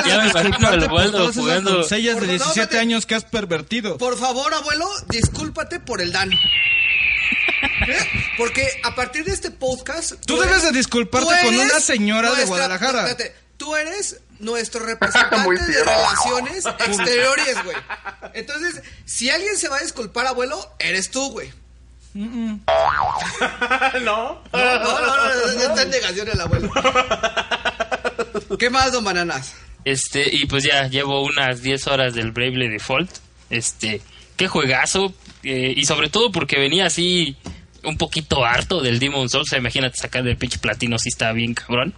Speaker 7: Ya me imagino al
Speaker 4: Disculparte por
Speaker 7: Waldo
Speaker 4: pues, todas esas
Speaker 7: jugando.
Speaker 4: doncellas de
Speaker 2: Por- no,
Speaker 4: 17
Speaker 2: vete.
Speaker 4: años que has pervertido.
Speaker 2: Por favor, abuelo, discúlpate por el Dan. ¿Eh? Porque a partir de este podcast.
Speaker 4: Tú debes de disculparte
Speaker 2: tú
Speaker 4: con
Speaker 2: eres
Speaker 4: una señora de Guadalajara.
Speaker 2: espérate, tú eres nuestro
Speaker 5: Muy
Speaker 2: representante de
Speaker 5: cierto.
Speaker 2: relaciones exteriores, güey. Entonces, si alguien se va a disculpar, abuelo, eres tú, güey.
Speaker 3: no.
Speaker 2: No, no, no, no, ya está en negación el abuelo. ¿Qué más, don Bananas?
Speaker 7: Este, y pues ya llevo unas 10 horas del Bravely Default. Este, qué juegazo. eh, y sobre todo porque venía así un poquito harto del Demon Souls. O sea, imagínate sacar el pitch platino si está bien cabrón.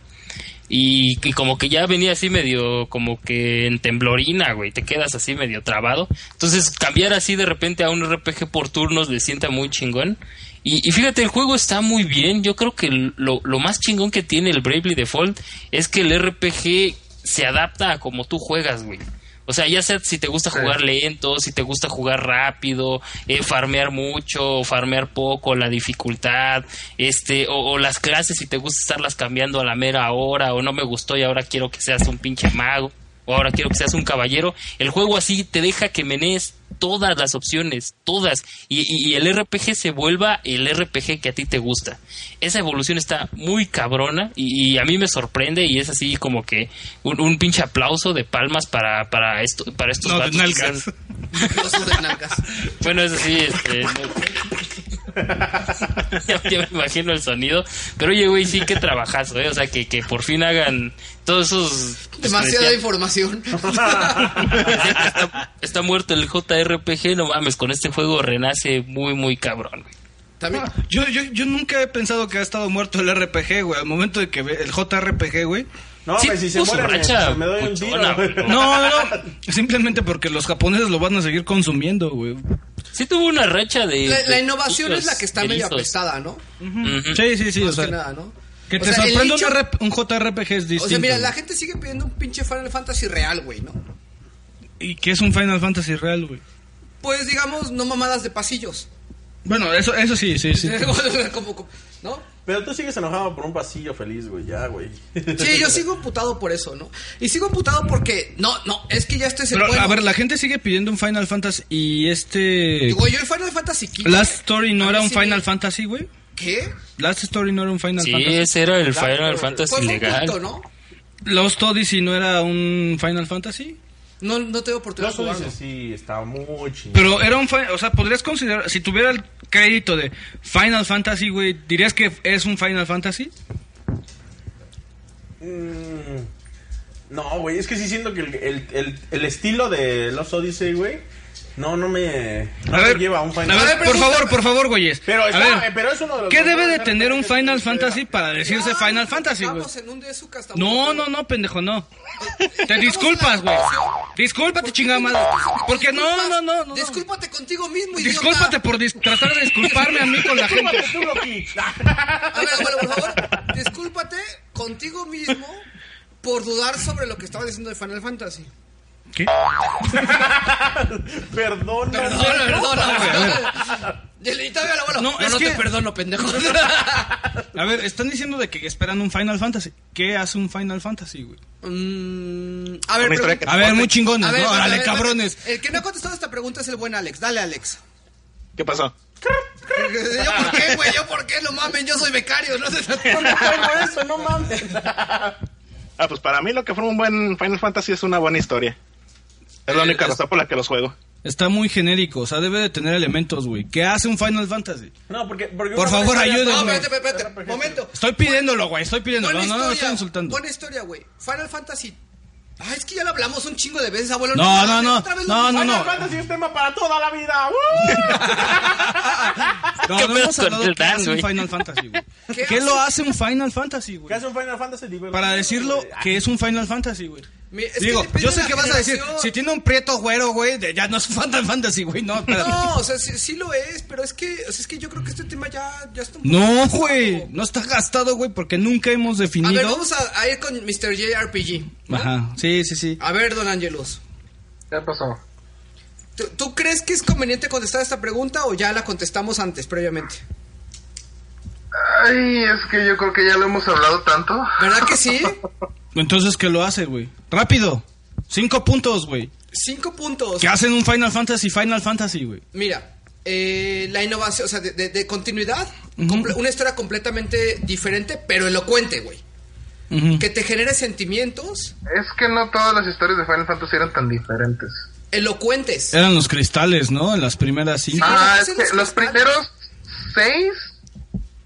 Speaker 7: Y, y como que ya venía así medio como que en temblorina, güey. Te quedas así medio trabado. Entonces cambiar así de repente a un RPG por turnos le sienta muy chingón. Y, y fíjate, el juego está muy bien. Yo creo que lo, lo más chingón que tiene el Bravely Default es que el RPG se adapta a como tú juegas, güey. O sea, ya sea si te gusta jugar lento, si te gusta jugar rápido, eh, farmear mucho, o farmear poco, la dificultad, este, o, o las clases, si te gusta estarlas cambiando a la mera hora, o no me gustó y ahora quiero que seas un pinche mago, o ahora quiero que seas un caballero. El juego así te deja que menees todas las opciones, todas, y, y- y el RPG se vuelva el RPG que a ti te gusta. Esa evolución está muy cabrona y, y a mí me sorprende y es así como que un, un pinche aplauso de palmas para, para, esto, para estos
Speaker 4: No, de
Speaker 7: vatos que
Speaker 4: nalgas.
Speaker 7: están-
Speaker 2: Los ordenangas.
Speaker 7: bueno, es así, este. no- ya, ya me imagino el sonido. Pero oye, güey, sí, qué trabajazo, ¿eh? O sea, que, que por fin hagan todos esos.
Speaker 2: Demasiada
Speaker 7: decían,
Speaker 2: información.
Speaker 7: está, está muerto el JRPG, no mames, con este juego renace muy, muy cabrón, güey.
Speaker 2: También.
Speaker 4: Yo, yo, yo nunca he pensado que ha estado muerto el RPG, güey. Al momento de que ve- el JRPG, güey.
Speaker 3: No,
Speaker 7: Sí,
Speaker 3: pues, si se
Speaker 7: puso
Speaker 3: muere, me-
Speaker 7: racha
Speaker 3: me, doy un tiro.
Speaker 7: cuchona,
Speaker 3: güey.
Speaker 7: güey.
Speaker 4: No, no, no. Simplemente porque los japoneses lo van a seguir consumiendo, güey.
Speaker 7: Sí tuvo una racha de.
Speaker 2: La,
Speaker 7: de
Speaker 2: la innovación es la que está medio
Speaker 7: Este, erizos.
Speaker 2: apestada, ¿no?
Speaker 7: Ujú.
Speaker 4: Sí, sí, sí.
Speaker 2: Más
Speaker 4: o sea,
Speaker 2: que nada, ¿no?
Speaker 4: que
Speaker 2: O
Speaker 4: te
Speaker 2: sea, el
Speaker 4: sorprenda
Speaker 2: nicho-
Speaker 4: un, rep- un JRPG es distinto.
Speaker 2: O sea, mira,
Speaker 4: güey.
Speaker 2: la gente sigue pidiendo un pinche Final Fantasy real, güey, ¿no?
Speaker 4: Y que es un Final Fantasy real, güey.
Speaker 2: Pues digamos, no mamadas de pasillos.
Speaker 4: Bueno, eso, eso sí, sí, sí.
Speaker 2: Como- como- ¿No?
Speaker 3: Pero tú sigues enojado por un pasillo feliz, güey. Ya, güey.
Speaker 2: Sí, yo sigo emputado por eso, ¿no? Y sigo emputado porque, no, no, es que ya este es el
Speaker 4: Pero,
Speaker 2: bueno.
Speaker 4: a ver, la gente sigue pidiendo un Final Fantasy y este...
Speaker 2: Digo, yo el Final Fantasy XV.
Speaker 4: Last Story
Speaker 2: A
Speaker 4: no
Speaker 2: mí
Speaker 4: era un
Speaker 2: Ah, sí me-
Speaker 4: Final Fantasy, güey.
Speaker 2: ¿Qué?
Speaker 4: Last Story no era un Final
Speaker 7: Sí,
Speaker 4: Fantasy.
Speaker 7: ese era el Final Fantasy
Speaker 2: Pues fue un
Speaker 7: legal.
Speaker 2: punto, ¿no?
Speaker 4: Lost Odyssey no era un Final Fantasy.
Speaker 2: No, no tengo
Speaker 3: No,
Speaker 2: oportunidad
Speaker 3: tú
Speaker 2: de
Speaker 3: dices,
Speaker 2: jugarlo.
Speaker 3: sí, está muy chingón.
Speaker 4: Pero era un... fi- O sea, podrías considerar... Si tuviera el crédito de Final Fantasy, güey, ¿dirías que es un Final Fantasy?
Speaker 3: Mm. No, güey, es que sí siento que el, el, el, el estilo de Los Odyssey, güey, no, no me, no
Speaker 4: A
Speaker 3: me
Speaker 4: ver,
Speaker 3: lleva a un Final
Speaker 4: a ver, por
Speaker 2: pregúntame.
Speaker 4: favor, por favor, güeyes.
Speaker 3: Pero,
Speaker 4: A
Speaker 3: está-
Speaker 4: ver,
Speaker 3: eh, pero es uno de los
Speaker 4: ¿Qué
Speaker 3: mejores
Speaker 4: debe de
Speaker 3: RPGs
Speaker 4: tener un
Speaker 3: que
Speaker 4: Final
Speaker 3: existe?
Speaker 4: Fantasy para decirse
Speaker 2: Ay,
Speaker 4: Final Fantasy, güey?
Speaker 2: Estamos Ah, en un de esos hasta-
Speaker 4: No, no, no, pendejo, no. Te disculpas, güey. Discúlpate, chingada madre. Porque no, no, no, no. no.
Speaker 2: Discúlpate contigo mismo, idiota.
Speaker 4: Discúlpate por dis- tratar de disculparme a mí con la gente.
Speaker 3: Tú, Loki.
Speaker 2: A ver, abuelo, por favor, discúlpate contigo mismo por dudar sobre lo que estaba diciendo de Final Fantasy. Perdón,
Speaker 3: Perdona.
Speaker 2: perdón, Y todavía al abuelo.
Speaker 4: No,
Speaker 2: No,
Speaker 4: es
Speaker 2: no
Speaker 4: que-
Speaker 2: te perdono, pendejo.
Speaker 4: A ver, están diciendo de que esperan un Final Fantasy. ¿Qué hace un Final Fantasy, güey?
Speaker 2: Mm, a ver,
Speaker 10: Una historia
Speaker 2: pero-
Speaker 4: A
Speaker 10: que-
Speaker 4: ver, muy chingones,
Speaker 2: a ver,
Speaker 4: ¿no?
Speaker 2: a ver, a
Speaker 4: Órale,
Speaker 2: ver,
Speaker 4: cabrones.
Speaker 2: El que no ha contestado esta pregunta es el buen Alex. Dale, Alex.
Speaker 10: ¿Qué pasó?
Speaker 2: ¿Yo por qué, güey? ¿Yo por qué? No mamen, yo soy becario. No sé.
Speaker 3: eso, no mames.
Speaker 10: Ah, pues para mí lo que forma un buen Final Fantasy es una buena historia.
Speaker 3: Eh,
Speaker 10: Es la única razón por la que los juego.
Speaker 4: Está muy genérico, o sea, debe de tener elementos, güey. ¿Qué hace un Final Fantasy?
Speaker 3: No, porque, porque
Speaker 4: Por
Speaker 3: una
Speaker 4: favor,
Speaker 3: historia-
Speaker 4: ayúdenme.
Speaker 2: No, espérate, espérate, espérate. Momento.
Speaker 4: Estoy pidiéndolo, güey, estoy pidiéndolo. No, no, no, estoy insultando.
Speaker 2: Buena historia, güey. Final Fantasy. Ah, es que ya lo hablamos un chingo de veces, abuelo.
Speaker 4: No, no, no.
Speaker 2: otra vez lo
Speaker 4: No,
Speaker 2: mismo.
Speaker 4: no,
Speaker 3: Final
Speaker 4: no.
Speaker 3: Fantasy es tema para toda la vida. ¡Uh!
Speaker 4: No,
Speaker 7: ¿Qué
Speaker 4: no
Speaker 7: pedo
Speaker 4: hemos
Speaker 7: con
Speaker 4: hablado
Speaker 7: el
Speaker 4: qué
Speaker 7: Dan,
Speaker 4: hace un
Speaker 7: güey?
Speaker 4: Final Fantasy, güey.
Speaker 2: ¿Qué
Speaker 4: ¿Qué lo hace un Final Fantasy,
Speaker 3: ¿Qué
Speaker 4: güey?
Speaker 3: hace un Final Fantasy? Digo, eh,
Speaker 4: Para decirlo que es un Final Fantasy, güey.
Speaker 2: Mi- es que
Speaker 4: Digo,
Speaker 2: depende
Speaker 4: yo
Speaker 2: de
Speaker 4: sé
Speaker 2: la
Speaker 4: que vas a decir,
Speaker 2: generación.
Speaker 4: si tiene un prieto güero, güey, de- ya no es fan del fantasy, güey, no, espérate.
Speaker 2: No, o sea, sí, sí lo es, pero es que, o sea, es que yo creo que este tema ya, ya está un
Speaker 4: No,
Speaker 2: poco-
Speaker 4: güey, no está gastado, güey, porque nunca hemos
Speaker 2: A ver,
Speaker 4: definido.
Speaker 2: vamos a, a ir con Mr. JRPG. ¿no?
Speaker 4: Ajá, sí, sí, sí.
Speaker 2: A ver, don Angelus.
Speaker 5: Ya pasó.
Speaker 2: ¿tú, tú crees que es conveniente contestar esta pregunta o ya la contestamos antes, previamente?
Speaker 5: Ay, es que yo creo que ya lo hemos hablado tanto.
Speaker 2: ¿Verdad que sí?
Speaker 4: Entonces, ¿qué lo hace, güey? Rápido. Cinco puntos, güey.
Speaker 2: Cinco puntos.
Speaker 4: ¿Qué hacen un Final Fantasy, Final Fantasy, güey?
Speaker 2: Mira, eh, la innovación, o sea, de, de- de continuidad, comple- una historia completamente diferente, pero elocuente, güey.
Speaker 4: Ujú.
Speaker 2: Que te genere sentimientos
Speaker 5: Es que no todas las historias de Final Fantasy eran tan diferentes.
Speaker 2: elocuentes.
Speaker 4: Eran los cristales, ¿no? En las primeras cinco.
Speaker 2: Ah,
Speaker 5: Ah,
Speaker 2: ¿qué
Speaker 5: es
Speaker 2: hacen
Speaker 5: que
Speaker 2: los
Speaker 5: los
Speaker 2: cristales?
Speaker 5: primeros seis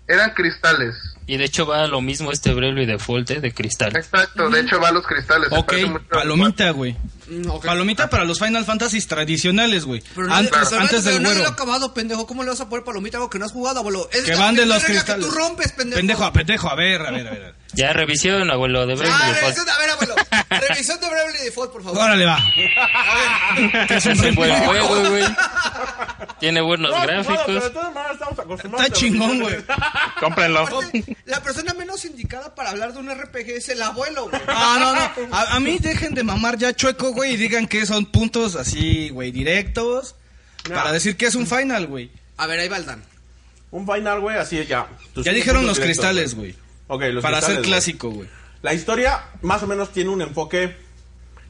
Speaker 5: eran cristales.
Speaker 12: Y de hecho va a lo mismo este Bravely Default eh, de cristal.
Speaker 5: Exacto, de hecho va a los cristales. se
Speaker 4: Ok,
Speaker 5: parece mucho a-
Speaker 4: palomita, güey.
Speaker 2: Mm, ok.
Speaker 4: Palomita para los Final Fantasy tradicionales, güey.
Speaker 2: Pero no,
Speaker 4: Antes,
Speaker 2: pero no-
Speaker 4: antes
Speaker 2: pero
Speaker 4: del
Speaker 2: no
Speaker 4: güero.
Speaker 2: lo he acabado, pendejo. ¿Cómo le vas a poner palomita algo que no has jugado, abuelo? Es
Speaker 4: que
Speaker 2: la
Speaker 4: van de
Speaker 2: primera
Speaker 4: los
Speaker 2: regla
Speaker 4: cristales.
Speaker 2: Que tú rompes, pendejo.
Speaker 4: Pendejo, pendejo, a ver, a ver, a ver. a ver.
Speaker 12: Ya revisión, abuelo, de Bravely
Speaker 2: Ah,
Speaker 12: Default.
Speaker 2: revisión, a ver, abuelo. Revisión de Bravely Default, por favor.
Speaker 4: Órale, va.
Speaker 12: Es un buen juego, güey. Tiene buenos
Speaker 3: No, no, pero de
Speaker 12: gráficos.
Speaker 3: todas maneras estamos acostumbrados.
Speaker 4: Está chingón, güey.
Speaker 10: Cómprenlo.
Speaker 3: Pues
Speaker 2: Aparte, la persona menos indicada para hablar de un RPG es el abuelo, güey.
Speaker 4: Ah, no, no. A, a mí dejen de mamar ya chueco, güey, y digan que son puntos así, güey, directos. Para decir que es un final, güey.
Speaker 2: A ver, ahí va el Dan.
Speaker 3: Un final, güey, así ya. Tus
Speaker 4: Ya dijeron
Speaker 3: puntos
Speaker 4: los
Speaker 3: directos,
Speaker 4: cristales, güey.
Speaker 3: Ok, los
Speaker 4: Para
Speaker 3: cristales,
Speaker 4: ser
Speaker 3: güey.
Speaker 4: clásico, güey.
Speaker 3: La historia más o menos tiene un enfoque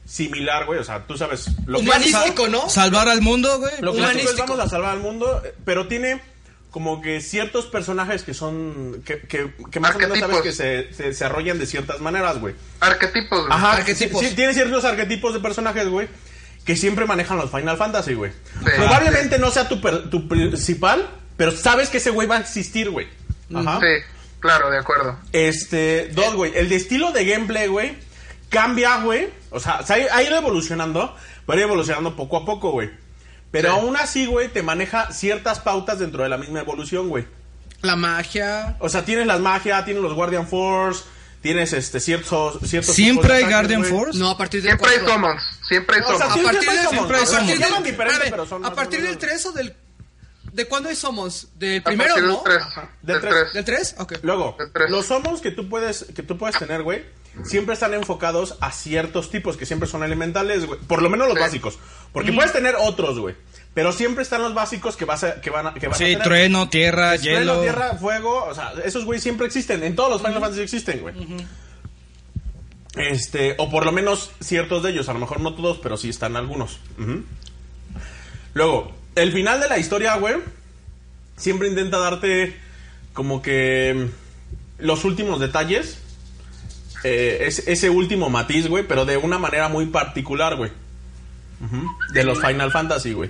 Speaker 3: similar, güey. O sea, tú sabes lo que
Speaker 2: Humanístico, ¿no?
Speaker 4: Salvar al mundo, güey.
Speaker 3: Lo que
Speaker 2: Humanístico.
Speaker 3: nosotros vamos a salvar al mundo, eh, pero tiene como que ciertos personajes que son. que, que, que más o menos sabes
Speaker 5: Arquetipos.
Speaker 3: que se, se desarrollan de ciertas maneras, güey.
Speaker 5: Arquetipos, güey.
Speaker 3: Ajá,
Speaker 2: Arquetipos.
Speaker 3: sí, sí, tiene ciertos arquetipos de personajes, güey, que siempre manejan los Final Fantasy, güey.
Speaker 5: Sí.
Speaker 3: Probablemente no sea tu, per- tu principal, pero sabes que ese güey va a existir, güey. Ajá.
Speaker 5: Sí, claro, de acuerdo.
Speaker 3: Este, dos, güey. El de estilo de gameplay, güey, cambia, güey. O sea, se ha ha ido evolucionando, pero ha ido evolucionando poco a poco, güey. Pero
Speaker 5: Sí.
Speaker 3: aún así, güey, te maneja ciertas pautas dentro de la misma evolución, güey.
Speaker 2: La magia.
Speaker 3: O sea, tienes las magias, tienes los Guardian Force, tienes este ciertos ciertos tipos
Speaker 4: Siempre
Speaker 3: de
Speaker 4: hay
Speaker 3: ataques,
Speaker 4: Guardian
Speaker 3: güey.
Speaker 4: Force.
Speaker 2: No, a partir del
Speaker 5: Siempre hay
Speaker 2: cuatro.
Speaker 5: summons, siempre hay
Speaker 3: O sea,
Speaker 5: summons.
Speaker 2: A
Speaker 3: Siempre
Speaker 2: partir
Speaker 3: hay
Speaker 2: del
Speaker 3: summons,
Speaker 2: a
Speaker 3: ¿no?
Speaker 2: partir
Speaker 3: Llaman
Speaker 2: del-
Speaker 3: diferente,
Speaker 2: espérame,
Speaker 3: pero son
Speaker 2: a
Speaker 3: más
Speaker 2: partir
Speaker 3: o
Speaker 2: del
Speaker 3: menos.
Speaker 2: 3 o del ¿De cuándo hay somos? Del
Speaker 5: A
Speaker 2: primero,
Speaker 5: partir
Speaker 2: ¿no?
Speaker 5: Del 3.
Speaker 3: Ajá.
Speaker 5: Del
Speaker 3: Del
Speaker 5: 3.
Speaker 2: ¿Del 3? Ok.
Speaker 3: Luego,
Speaker 5: De tres.
Speaker 3: los homos que tú puedes que tú puedes tener, güey, siempre están enfocados a ciertos tipos que siempre son elementales, güey, por lo menos los
Speaker 5: Sí.
Speaker 3: básicos, porque
Speaker 4: Mm.
Speaker 3: puedes tener otros, güey, pero siempre están los básicos que vas a, que van a, que vas a
Speaker 4: Sí,
Speaker 3: tener.
Speaker 4: trueno, tierra,
Speaker 3: Trueno,
Speaker 4: hielo.
Speaker 3: tierra, fuego, o sea, esos güey siempre existen, en todos los Final Fantasy existen, güey. Este, o por lo menos ciertos de ellos, a lo mejor no todos, pero sí están algunos. Ujú. Luego, el final de la historia, güey, siempre intenta darte como que mm, los últimos detalles, eh, es, ese último matiz, güey, pero de una manera muy particular, güey. Ujú, De los Final Fantasy, güey.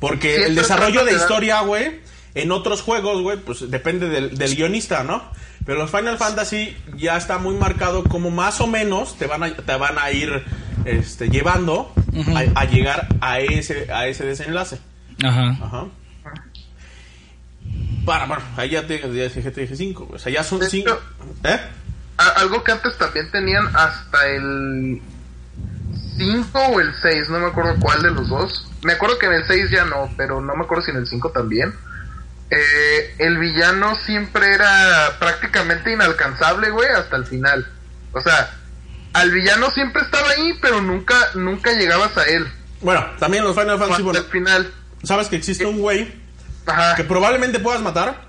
Speaker 3: Porque
Speaker 5: Sí,
Speaker 3: el
Speaker 5: pero
Speaker 3: desarrollo de
Speaker 5: te da-
Speaker 3: historia, güey, en otros juegos, güey, pues depende del, del guionista, ¿no? Pero los Final Fantasy ya está muy marcado como más o menos te van a, te van a ir este, llevando a, a llegar a ese, a ese desenlace.
Speaker 4: Ajá.
Speaker 3: Ajá. Para, bueno, ahí ya te, ya dije- te dije 5, o sea, ya son
Speaker 5: De
Speaker 3: 5.
Speaker 5: hecho-
Speaker 3: ¿Eh?
Speaker 5: A- algo que antes también tenían hasta el 5 o el 6, no me acuerdo cuál de los dos. Me acuerdo que en el 6 ya no, pero no me acuerdo si en el 5 también. Eh, el villano siempre era prácticamente inalcanzable, güey, hasta el final. O sea, al villano siempre estaba ahí, pero nunca nunca llegabas a él.
Speaker 3: Bueno, también los Final Fantasy,
Speaker 5: Hasta
Speaker 3: Ah, bueno,
Speaker 5: el final.
Speaker 3: sabes que existe un güey
Speaker 5: Ajá.
Speaker 3: que probablemente puedas matar,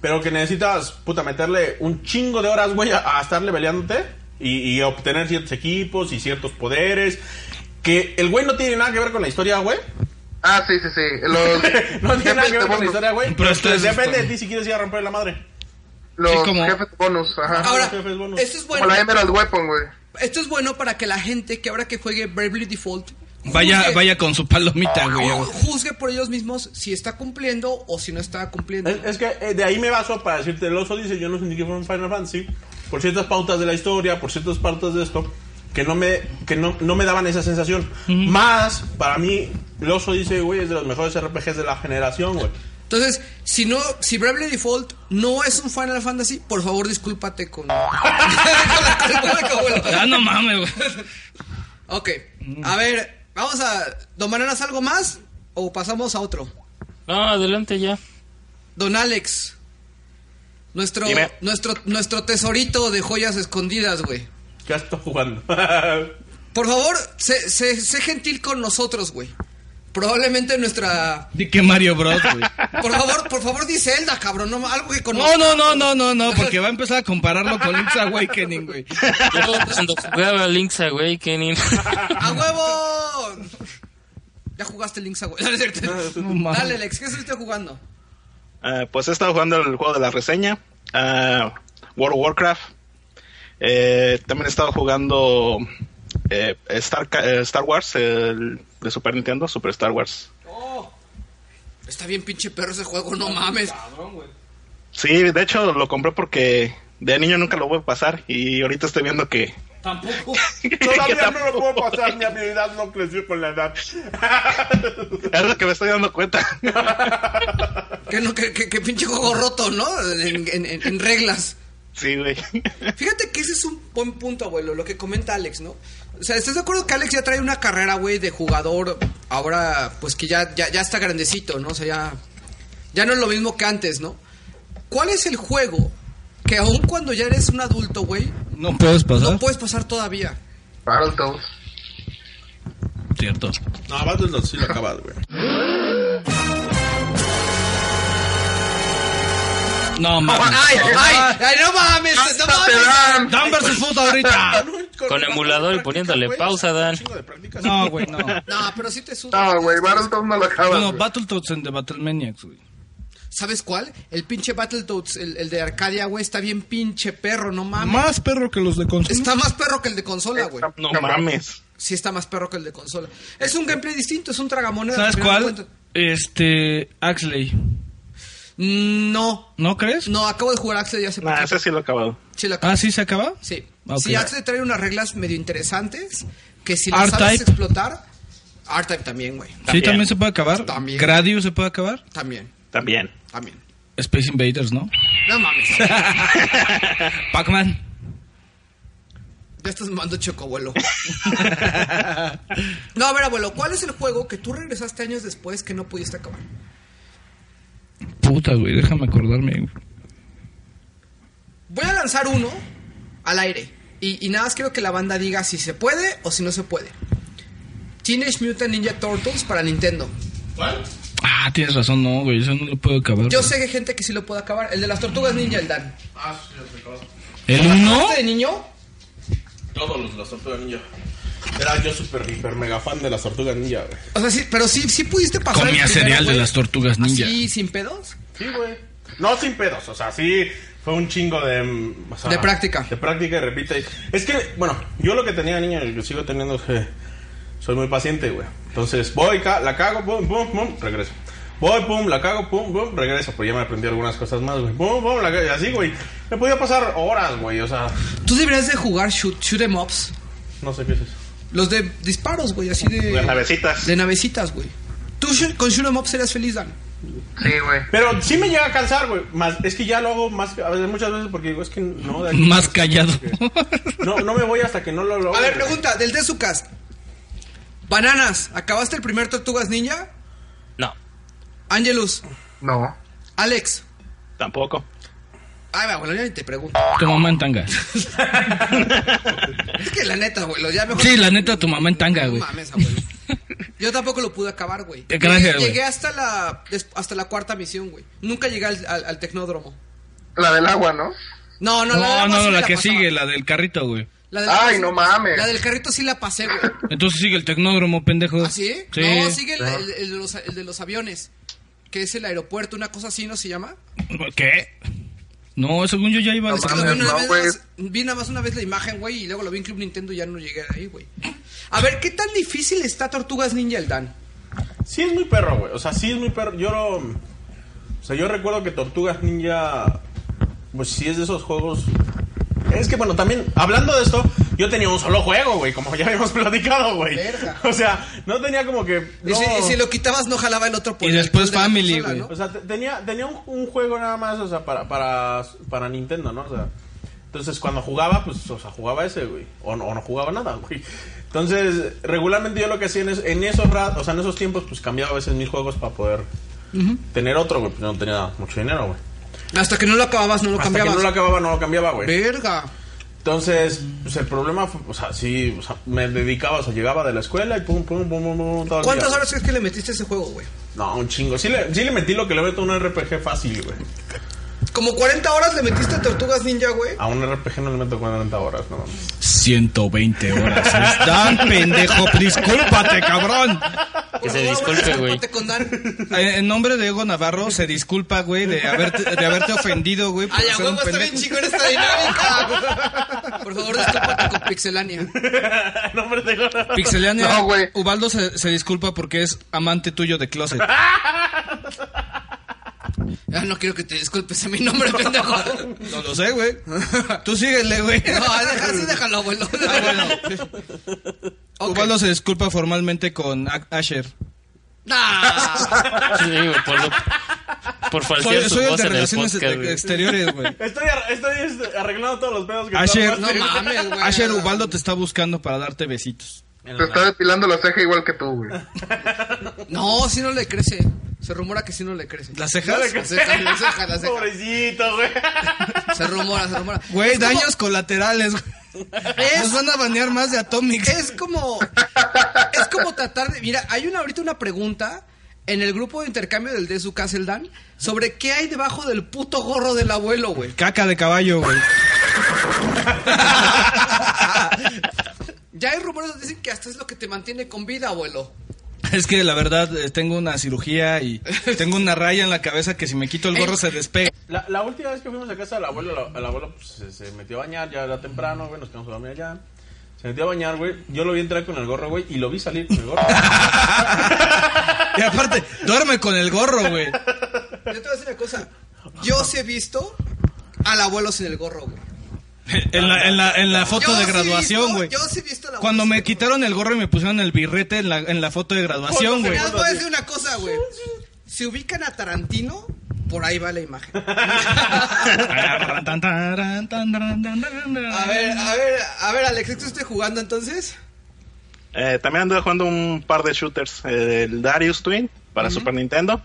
Speaker 3: pero que necesitas, puta, meterle un chingo de horas, güey, a, a estarle peleándote y, y obtener ciertos equipos y ciertos poderes. Que el güey no tiene nada que ver con la historia, güey.
Speaker 5: Ah, sí, sí, sí. Los,
Speaker 3: No tiene nada
Speaker 5: jefes
Speaker 3: que
Speaker 5: de
Speaker 3: ver con la
Speaker 5: bonus.
Speaker 3: historia, güey.
Speaker 4: Pero esto es-
Speaker 3: depende de ti si quieres ir a romper la madre.
Speaker 5: Los
Speaker 4: Sí, como-
Speaker 5: jefes de bonus, ajá.
Speaker 2: Ahora,
Speaker 3: los jefes bonus.
Speaker 2: esto es
Speaker 5: como
Speaker 2: bueno.
Speaker 5: la Emerald Weapon, güey.
Speaker 2: Esto es bueno para que la gente que ahora que juegue Bravely Default
Speaker 4: Vaya,
Speaker 2: juzgue-
Speaker 4: vaya con su palomita, güey.
Speaker 2: ju- juzgue por ellos mismos si está cumpliendo o si no está cumpliendo.
Speaker 3: Es, es que eh, de ahí me baso para decirte, el oso dice, yo no sentí que fuera un Final Fantasy, por ciertas pautas de la historia, por ciertas pautas de esto, que no me, que no, no me daban esa sensación. Más, para mí, el oso dice, güey, es de los mejores RPGs de la generación, güey.
Speaker 2: Entonces, si no, si Bravely Default no es un Final Fantasy, por favor discúlpate con. con la- con la- con la-
Speaker 4: Ah, no mames, güey.
Speaker 2: Ok. A ver, vamos a. ¿Don Bananas algo más? ¿O pasamos a otro?
Speaker 12: No, adelante ya.
Speaker 2: Don Alex. Nuestro,
Speaker 10: Dime.
Speaker 2: nuestro, nuestro tesorito de joyas escondidas, güey.
Speaker 3: ¿Qué has estado jugando?
Speaker 2: Por favor, sé, sé- sé gentil con nosotros, güey. Probablemente nuestra.
Speaker 4: Di que Mario Bros, güey.
Speaker 2: Por favor, por favor, di Zelda, cabrón. No, algo que
Speaker 4: No,
Speaker 2: conozcas.
Speaker 4: no, no, no, no, no, porque va a empezar a compararlo con Link's Awakening, güey.
Speaker 12: Yo cuando jugaba Link's Awakening.
Speaker 2: ¡A huevo! Ya jugaste Link's Awakening. No, no es cierto.
Speaker 4: No mames.
Speaker 2: Dale, Alex, ¿qué estuviste jugando?
Speaker 10: Ah, pues he estado jugando el juego de la reseña, ah, World of Warcraft. Eh, también he estado jugando eh, Star, Ca- eh, Star Wars, el de Super Nintendo, Super Star Wars.
Speaker 2: Está bien pinche perro ese juego, no mames.
Speaker 10: Sí, de hecho lo compré porque de niño nunca lo voy a pasar y ahorita estoy viendo que...
Speaker 11: Tampoco.
Speaker 3: Todavía no lo puedo pasar, mi habilidad no creció con la edad.
Speaker 10: Es lo que me estoy dando cuenta.
Speaker 2: Que no, que, que- que pinche juego roto, ¿no? En, en- en- en reglas.
Speaker 10: Sí, güey.
Speaker 2: Fíjate que ese es un buen punto, abuelo, lo que comenta Alex, ¿no? O sea, ¿estás de acuerdo que Alex ya trae una carrera, güey, de jugador ahora, pues que ya, ya, ya está grandecito, ¿no? O sea, ya, ya no es lo mismo que antes, ¿no? ¿Cuál es el juego que aun cuando ya eres un adulto, güey,
Speaker 4: No puedes pasar.
Speaker 2: no puedes pasar todavía?
Speaker 5: Battletoads.
Speaker 4: Cierto.
Speaker 3: No, Battletoads sí lo acabas, güey.
Speaker 4: No, mames.
Speaker 2: ¡Ay, ay! ¡Ay, no mames! ¡No
Speaker 5: Ah, ¡Te
Speaker 2: mames!
Speaker 5: dan!
Speaker 4: Dan versus Food ahorita.
Speaker 12: Con emulador y poniéndole pausa, Dan.
Speaker 4: No, güey, no.
Speaker 2: No, pero sí te suda.
Speaker 5: No, güey, Battletoads no lo acabas.
Speaker 4: Bueno,
Speaker 5: güey.
Speaker 4: Battletoads en The Battlemaniacs, güey.
Speaker 2: ¿Sabes cuál? El pinche Battletoads, el, el de Arcadia, güey, está bien pinche perro, no mames.
Speaker 4: Más perro que los de consola.
Speaker 2: Está más perro que el de consola, güey.
Speaker 5: Eh,
Speaker 10: No mames.
Speaker 2: Sí está más perro que el de consola. Es un gameplay distinto, es un tragamoneda.
Speaker 4: ¿Sabes
Speaker 2: al final de
Speaker 4: cuál?
Speaker 2: cuentas.
Speaker 4: Este, Axley.
Speaker 2: No.
Speaker 4: ¿No crees?
Speaker 2: No, acabo de jugar Axel ya hace
Speaker 10: Nah,
Speaker 2: poquito.
Speaker 10: ese sí lo he acabado.
Speaker 2: Sí, la acabo.
Speaker 4: Ah, sí, se acaba.
Speaker 2: Sí.
Speaker 4: Ah, ok.
Speaker 2: Sí, Axel trae unas reglas medio interesantes que si las
Speaker 4: R-Type.
Speaker 2: sabes explotar... R-Type también, güey.
Speaker 4: Sí,
Speaker 10: También.
Speaker 4: también se puede acabar.
Speaker 2: También.
Speaker 4: Gradius se puede acabar.
Speaker 2: También,
Speaker 10: También.
Speaker 2: también.
Speaker 4: Space Invaders, ¿no?
Speaker 2: No mames. ya
Speaker 4: Pac-Man.
Speaker 2: estás mamando choco, abuelo. No, a ver, abuelo, ¿cuál es el juego que tú regresaste años después que no pudiste acabar?
Speaker 4: Puta, güey, déjame acordarme. güey.
Speaker 2: Voy a lanzar uno al aire. Y, y nada más quiero que la banda diga si se puede o si no se puede. Teenage Mutant Ninja Turtles para Nintendo.
Speaker 4: Ah, tienes razón, no, güey, eso no lo puedo acabar.
Speaker 2: Yo
Speaker 4: güey.
Speaker 2: sé que hay gente que sí lo puede acabar. El de las tortugas ninja, el Dan.
Speaker 3: Ah,
Speaker 4: ¿El 1?
Speaker 2: ¿Este de niño?
Speaker 3: Todos los de las tortugas ninja. Era yo super hiper mega fan de las tortugas ninja, güey.
Speaker 2: O sea, sí, pero sí, sí pudiste pasar.
Speaker 4: Comía
Speaker 2: el primero,
Speaker 4: cereal de
Speaker 2: güey.
Speaker 4: las tortugas ninja.
Speaker 2: ¿Así, sin pedos?
Speaker 3: Sí, güey. No sin pedos, o sea, sí fue un chingo de... mm, o sea,
Speaker 2: De práctica.
Speaker 3: De práctica y repite. Es que, bueno, yo lo que tenía niño y lo sigo teniendo es que soy muy paciente, güey. Entonces, voy, ca- la cago, pum, pum, pum, regreso. Voy, pum, la cago, pum, pum, regreso. Pues ya me aprendí algunas cosas más, güey. Pum, pum, la cago, y así, güey. Me podía pasar horas, güey, o sea,
Speaker 2: Tú deberías de jugar shoot, shoot 'em ups.
Speaker 3: no sé qué es eso.
Speaker 2: Los de disparos, güey, así
Speaker 10: Las
Speaker 2: de.
Speaker 10: navecitas.
Speaker 2: De navecitas, güey. Tú shoot- con shoot 'em ups serías feliz, Dan.
Speaker 5: Sí, güey.
Speaker 3: Pero sí me llega a cansar, güey. Más, es que ya lo hago más, a veces, muchas veces porque digo, es que no, de aquí-
Speaker 4: Más callado.
Speaker 3: no, no me voy hasta que no lo logro.
Speaker 2: A ver,
Speaker 3: güey.
Speaker 2: pregunta, del de su cast. Bananas, ¿acabaste el primer Tortugas Ninja?
Speaker 12: No.
Speaker 2: Angelus,
Speaker 5: No.
Speaker 2: Alex.
Speaker 10: Tampoco.
Speaker 2: Ay, va, abuelo, ya ni te pregunto.
Speaker 4: tu mamá en tanga.
Speaker 2: Es que la neta, abuelo, ya mejor.
Speaker 4: Sí, la neta, tu mamá en tanga,
Speaker 2: No
Speaker 4: güey.
Speaker 2: mames, abuelo. Yo tampoco lo pude acabar, güey.
Speaker 4: Te gracias,
Speaker 2: Llegué-
Speaker 4: güey.
Speaker 2: Llegué hasta la, des- hasta la cuarta misión, güey. Nunca llegué al, al- al tecnódromo.
Speaker 5: La del agua, ¿no?
Speaker 2: No, no, la,
Speaker 4: No,
Speaker 2: del
Speaker 4: no,
Speaker 2: agua
Speaker 4: no,
Speaker 2: sí me
Speaker 4: la que
Speaker 2: pasaba.
Speaker 4: sigue, la del carrito, güey.
Speaker 2: La del-
Speaker 5: Ay, no mames.
Speaker 2: La del carrito sí la pasé, güey.
Speaker 4: Entonces sigue el tecnódromo, pendejo.
Speaker 2: ¿Ah, sí?
Speaker 4: Pues, Sí.
Speaker 2: No, sigue el, el- el de los, el de los aviones. Que es el aeropuerto, una cosa así, ¿no se llama?
Speaker 4: ¿Qué? No, según yo ya iba a...
Speaker 2: Es que lo
Speaker 5: mames,
Speaker 2: vi, una
Speaker 5: no,
Speaker 2: vez
Speaker 5: güey.
Speaker 2: más- vi nada más una vez la imagen, güey, y luego lo vi en Club Nintendo y ya no llegué ahí, güey. A ver, ¿qué tan difícil está Tortugas Ninja el Dan?
Speaker 3: Sí es muy perro, güey. O sea, sí es muy perro. Yo lo... O sea, yo recuerdo que Tortugas Ninja... Pues sí es de esos juegos... Es que, bueno, también, hablando de esto, yo tenía un solo juego, güey, como ya habíamos platicado, güey.
Speaker 2: Verga.
Speaker 3: O sea, no tenía como que...
Speaker 2: Y, si,
Speaker 3: no.
Speaker 2: y si lo quitabas, no jalaba el otro por
Speaker 4: Y
Speaker 2: el
Speaker 4: después
Speaker 2: control de la
Speaker 4: Family,
Speaker 2: consola,
Speaker 4: güey.
Speaker 2: ¿no?
Speaker 3: O sea, te- tenía, tenía un, un juego nada más, o sea, para, para, para Nintendo, ¿no? O sea, Entonces, cuando jugaba, pues, o sea, jugaba ese, güey. O no, o no jugaba nada, güey. Entonces, regularmente yo lo que hacía en, es- en esos ra- o sea, en esos tiempos, pues cambiaba a veces mis juegos para poder tener otro, güey. Pues no tenía mucho dinero, güey.
Speaker 2: Hasta que no lo acababas, no lo
Speaker 3: Hasta que
Speaker 2: cambiabas.
Speaker 3: no lo acababa, no lo cambiaba, güey.
Speaker 2: Verga.
Speaker 3: Entonces, pues el problema fue, o sea, sí, o sea, me dedicaba, o sea, llegaba de la escuela y pum, pum, pum, pum, pum, todo el día,
Speaker 2: ¿Cuántas
Speaker 3: güey.
Speaker 2: horas crees que le metiste a ese juego, güey?
Speaker 3: No, un chingo. Sí le, sí le metí lo que le meto a un RPG fácil, güey.
Speaker 2: Como 40 horas le metiste a Tortugas Ninja, güey.
Speaker 3: A un RPG no le meto 40 horas, no mames.
Speaker 4: 120 horas. Están, pendejo. Discúlpate, cabrón.
Speaker 2: Por
Speaker 12: Ah, Que se
Speaker 2: favor, güey,
Speaker 12: disculpe, güey.
Speaker 2: discúlpate con Dan.
Speaker 4: Eh, En nombre de Ego Navarro, se disculpa, güey, de haberte, de haberte ofendido, güey. por
Speaker 2: Ay, a
Speaker 4: ser un
Speaker 2: huevo, está bien
Speaker 4: pendejo.
Speaker 2: chingón esta dinámica. Por favor, discúlpate con Pixelania.
Speaker 3: no, hombre, tengo nada.
Speaker 4: Pixelania,
Speaker 5: No, güey.
Speaker 4: Ubaldo se, se disculpa porque es amante tuyo de Closet.
Speaker 2: Ah, no quiero que te disculpes a mi nombre, pendejo. No,
Speaker 4: No lo sé, güey. Tú síguele, güey.
Speaker 2: deja- así déjalo, abuelo.
Speaker 4: Ah, bueno.
Speaker 2: Ok.
Speaker 4: Ubaldo se disculpa formalmente con A- Asher.
Speaker 2: Nah.
Speaker 12: Sí, güey, por, lo- por falsear
Speaker 4: Soy,
Speaker 12: su
Speaker 4: soy el
Speaker 12: voz
Speaker 4: de
Speaker 12: en el
Speaker 4: Relaciones
Speaker 12: podcast,
Speaker 4: ex-
Speaker 12: güey.
Speaker 4: Exteriores, güey.
Speaker 3: Estoy, ar- estoy este, arreglando todos los pedos que
Speaker 4: Asher,
Speaker 3: estaba-
Speaker 2: No mames, güey.
Speaker 4: Asher Ubaldo te está buscando para darte besitos.
Speaker 5: Te está depilando la ceja igual que tú, güey.
Speaker 2: No, sí no le crece. Se rumora que sí no le crece.
Speaker 4: ¿Las cejas?
Speaker 2: Las cejas, las cejas, las cejas.
Speaker 3: Pobrecito, güey.
Speaker 2: Se rumora, se rumora.
Speaker 4: Güey,
Speaker 2: Es como-
Speaker 4: daños colaterales, güey. Nos van a banear más de Atomics.
Speaker 2: Es como. Es como tratar de. Mira, hay una ahorita una pregunta en el grupo de intercambio del de su Castle Dan sobre qué hay debajo del puto gorro del abuelo, güey.
Speaker 4: Caca de caballo, güey.
Speaker 2: Ya hay rumores que dicen que hasta es lo que te mantiene con vida, abuelo.
Speaker 4: Es que la verdad eh, tengo una cirugía y tengo una raya en la cabeza que si me quito el gorro se despega.
Speaker 3: La, la última vez que fuimos a casa del abuelo, la- el abuelo pues, se, se metió a bañar, ya era temprano, güey, nos quedamos a dormir allá. Se metió a bañar, güey. Yo lo vi entrar con el gorro, güey, y lo vi salir con el gorro.
Speaker 4: Y aparte, duerme con el gorro, güey.
Speaker 2: Yo te voy a decir una cosa. Yo sí he visto al abuelo sin el gorro, güey.
Speaker 4: En la, en la, en la foto
Speaker 2: Yo sí
Speaker 4: de
Speaker 2: he
Speaker 4: graduación,
Speaker 2: visto-
Speaker 4: güey.
Speaker 2: Yo sí he visto al abuelo.
Speaker 4: Cuando
Speaker 2: sin
Speaker 4: me
Speaker 2: el gorro.
Speaker 4: quitaron el gorro y me pusieron el birrete en la, en la foto de graduación, güey.
Speaker 2: Nada más voy a decir una cosa, güey. Si ubican a Tarantino, por ahí va la imagen. A
Speaker 4: A
Speaker 2: ver, a ver, a ver, Alex, ¿qué estoy jugando entonces?
Speaker 10: Eh, también anduve jugando un par de shooters. eh, El Darius Twin para Super Nintendo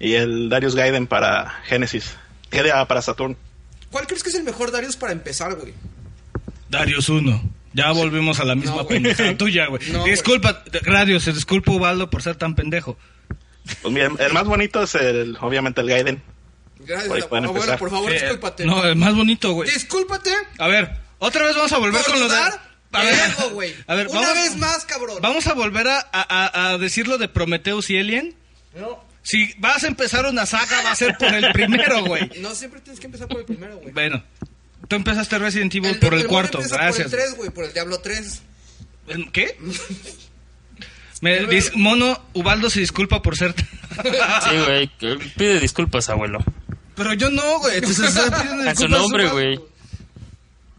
Speaker 10: y el Darius Gaiden para Genesis. GDA para Saturn.
Speaker 2: ¿Cuál crees que es el mejor Darius para empezar, güey?
Speaker 4: Darius 1. Ya volvimos a la misma
Speaker 2: güey.
Speaker 4: pendejada tuya, güey.
Speaker 2: No, güey.
Speaker 4: disculpa, Darius, se disculpa Ubaldo por ser tan pendejo.
Speaker 10: Pues mira, el más bonito es el, obviamente el Gaiden.
Speaker 2: Gracias,
Speaker 10: Por ahí Pues, pueden
Speaker 2: abuelo,
Speaker 10: empezar.
Speaker 2: por favor,
Speaker 4: Eh,
Speaker 2: discúlpate.
Speaker 4: No, el más bonito, güey.
Speaker 2: Discúlpate.
Speaker 4: A ver, otra vez vamos a volver
Speaker 2: Por
Speaker 4: con lo de.
Speaker 2: dudar
Speaker 4: A
Speaker 2: de
Speaker 4: ver,
Speaker 2: algo, güey.
Speaker 4: a ver,
Speaker 2: Una
Speaker 4: vamos-
Speaker 2: vez más, cabrón.
Speaker 4: Vamos a volver a, a, a- a decir lo de Prometheus y Alien. Si vas a empezar una saga, va a ser por el primero, güey.
Speaker 2: No siempre tienes que empezar por el primero, güey.
Speaker 4: Bueno, tú empezaste Resident Evil por el
Speaker 2: mundo
Speaker 4: cuarto,
Speaker 2: empieza
Speaker 4: gracias.
Speaker 2: Por el 3, güey, por el Diablo 3.
Speaker 4: ¿En ¿Qué? Me dis- mono, Ubaldo se disculpa por ser.
Speaker 12: Sí, güey. que- Pide disculpas, abuelo.
Speaker 4: Pero yo no, güey. entonces estás pidiendo
Speaker 12: A su
Speaker 4: disculpas,
Speaker 12: nombre,
Speaker 4: Ubaldo.
Speaker 12: güey.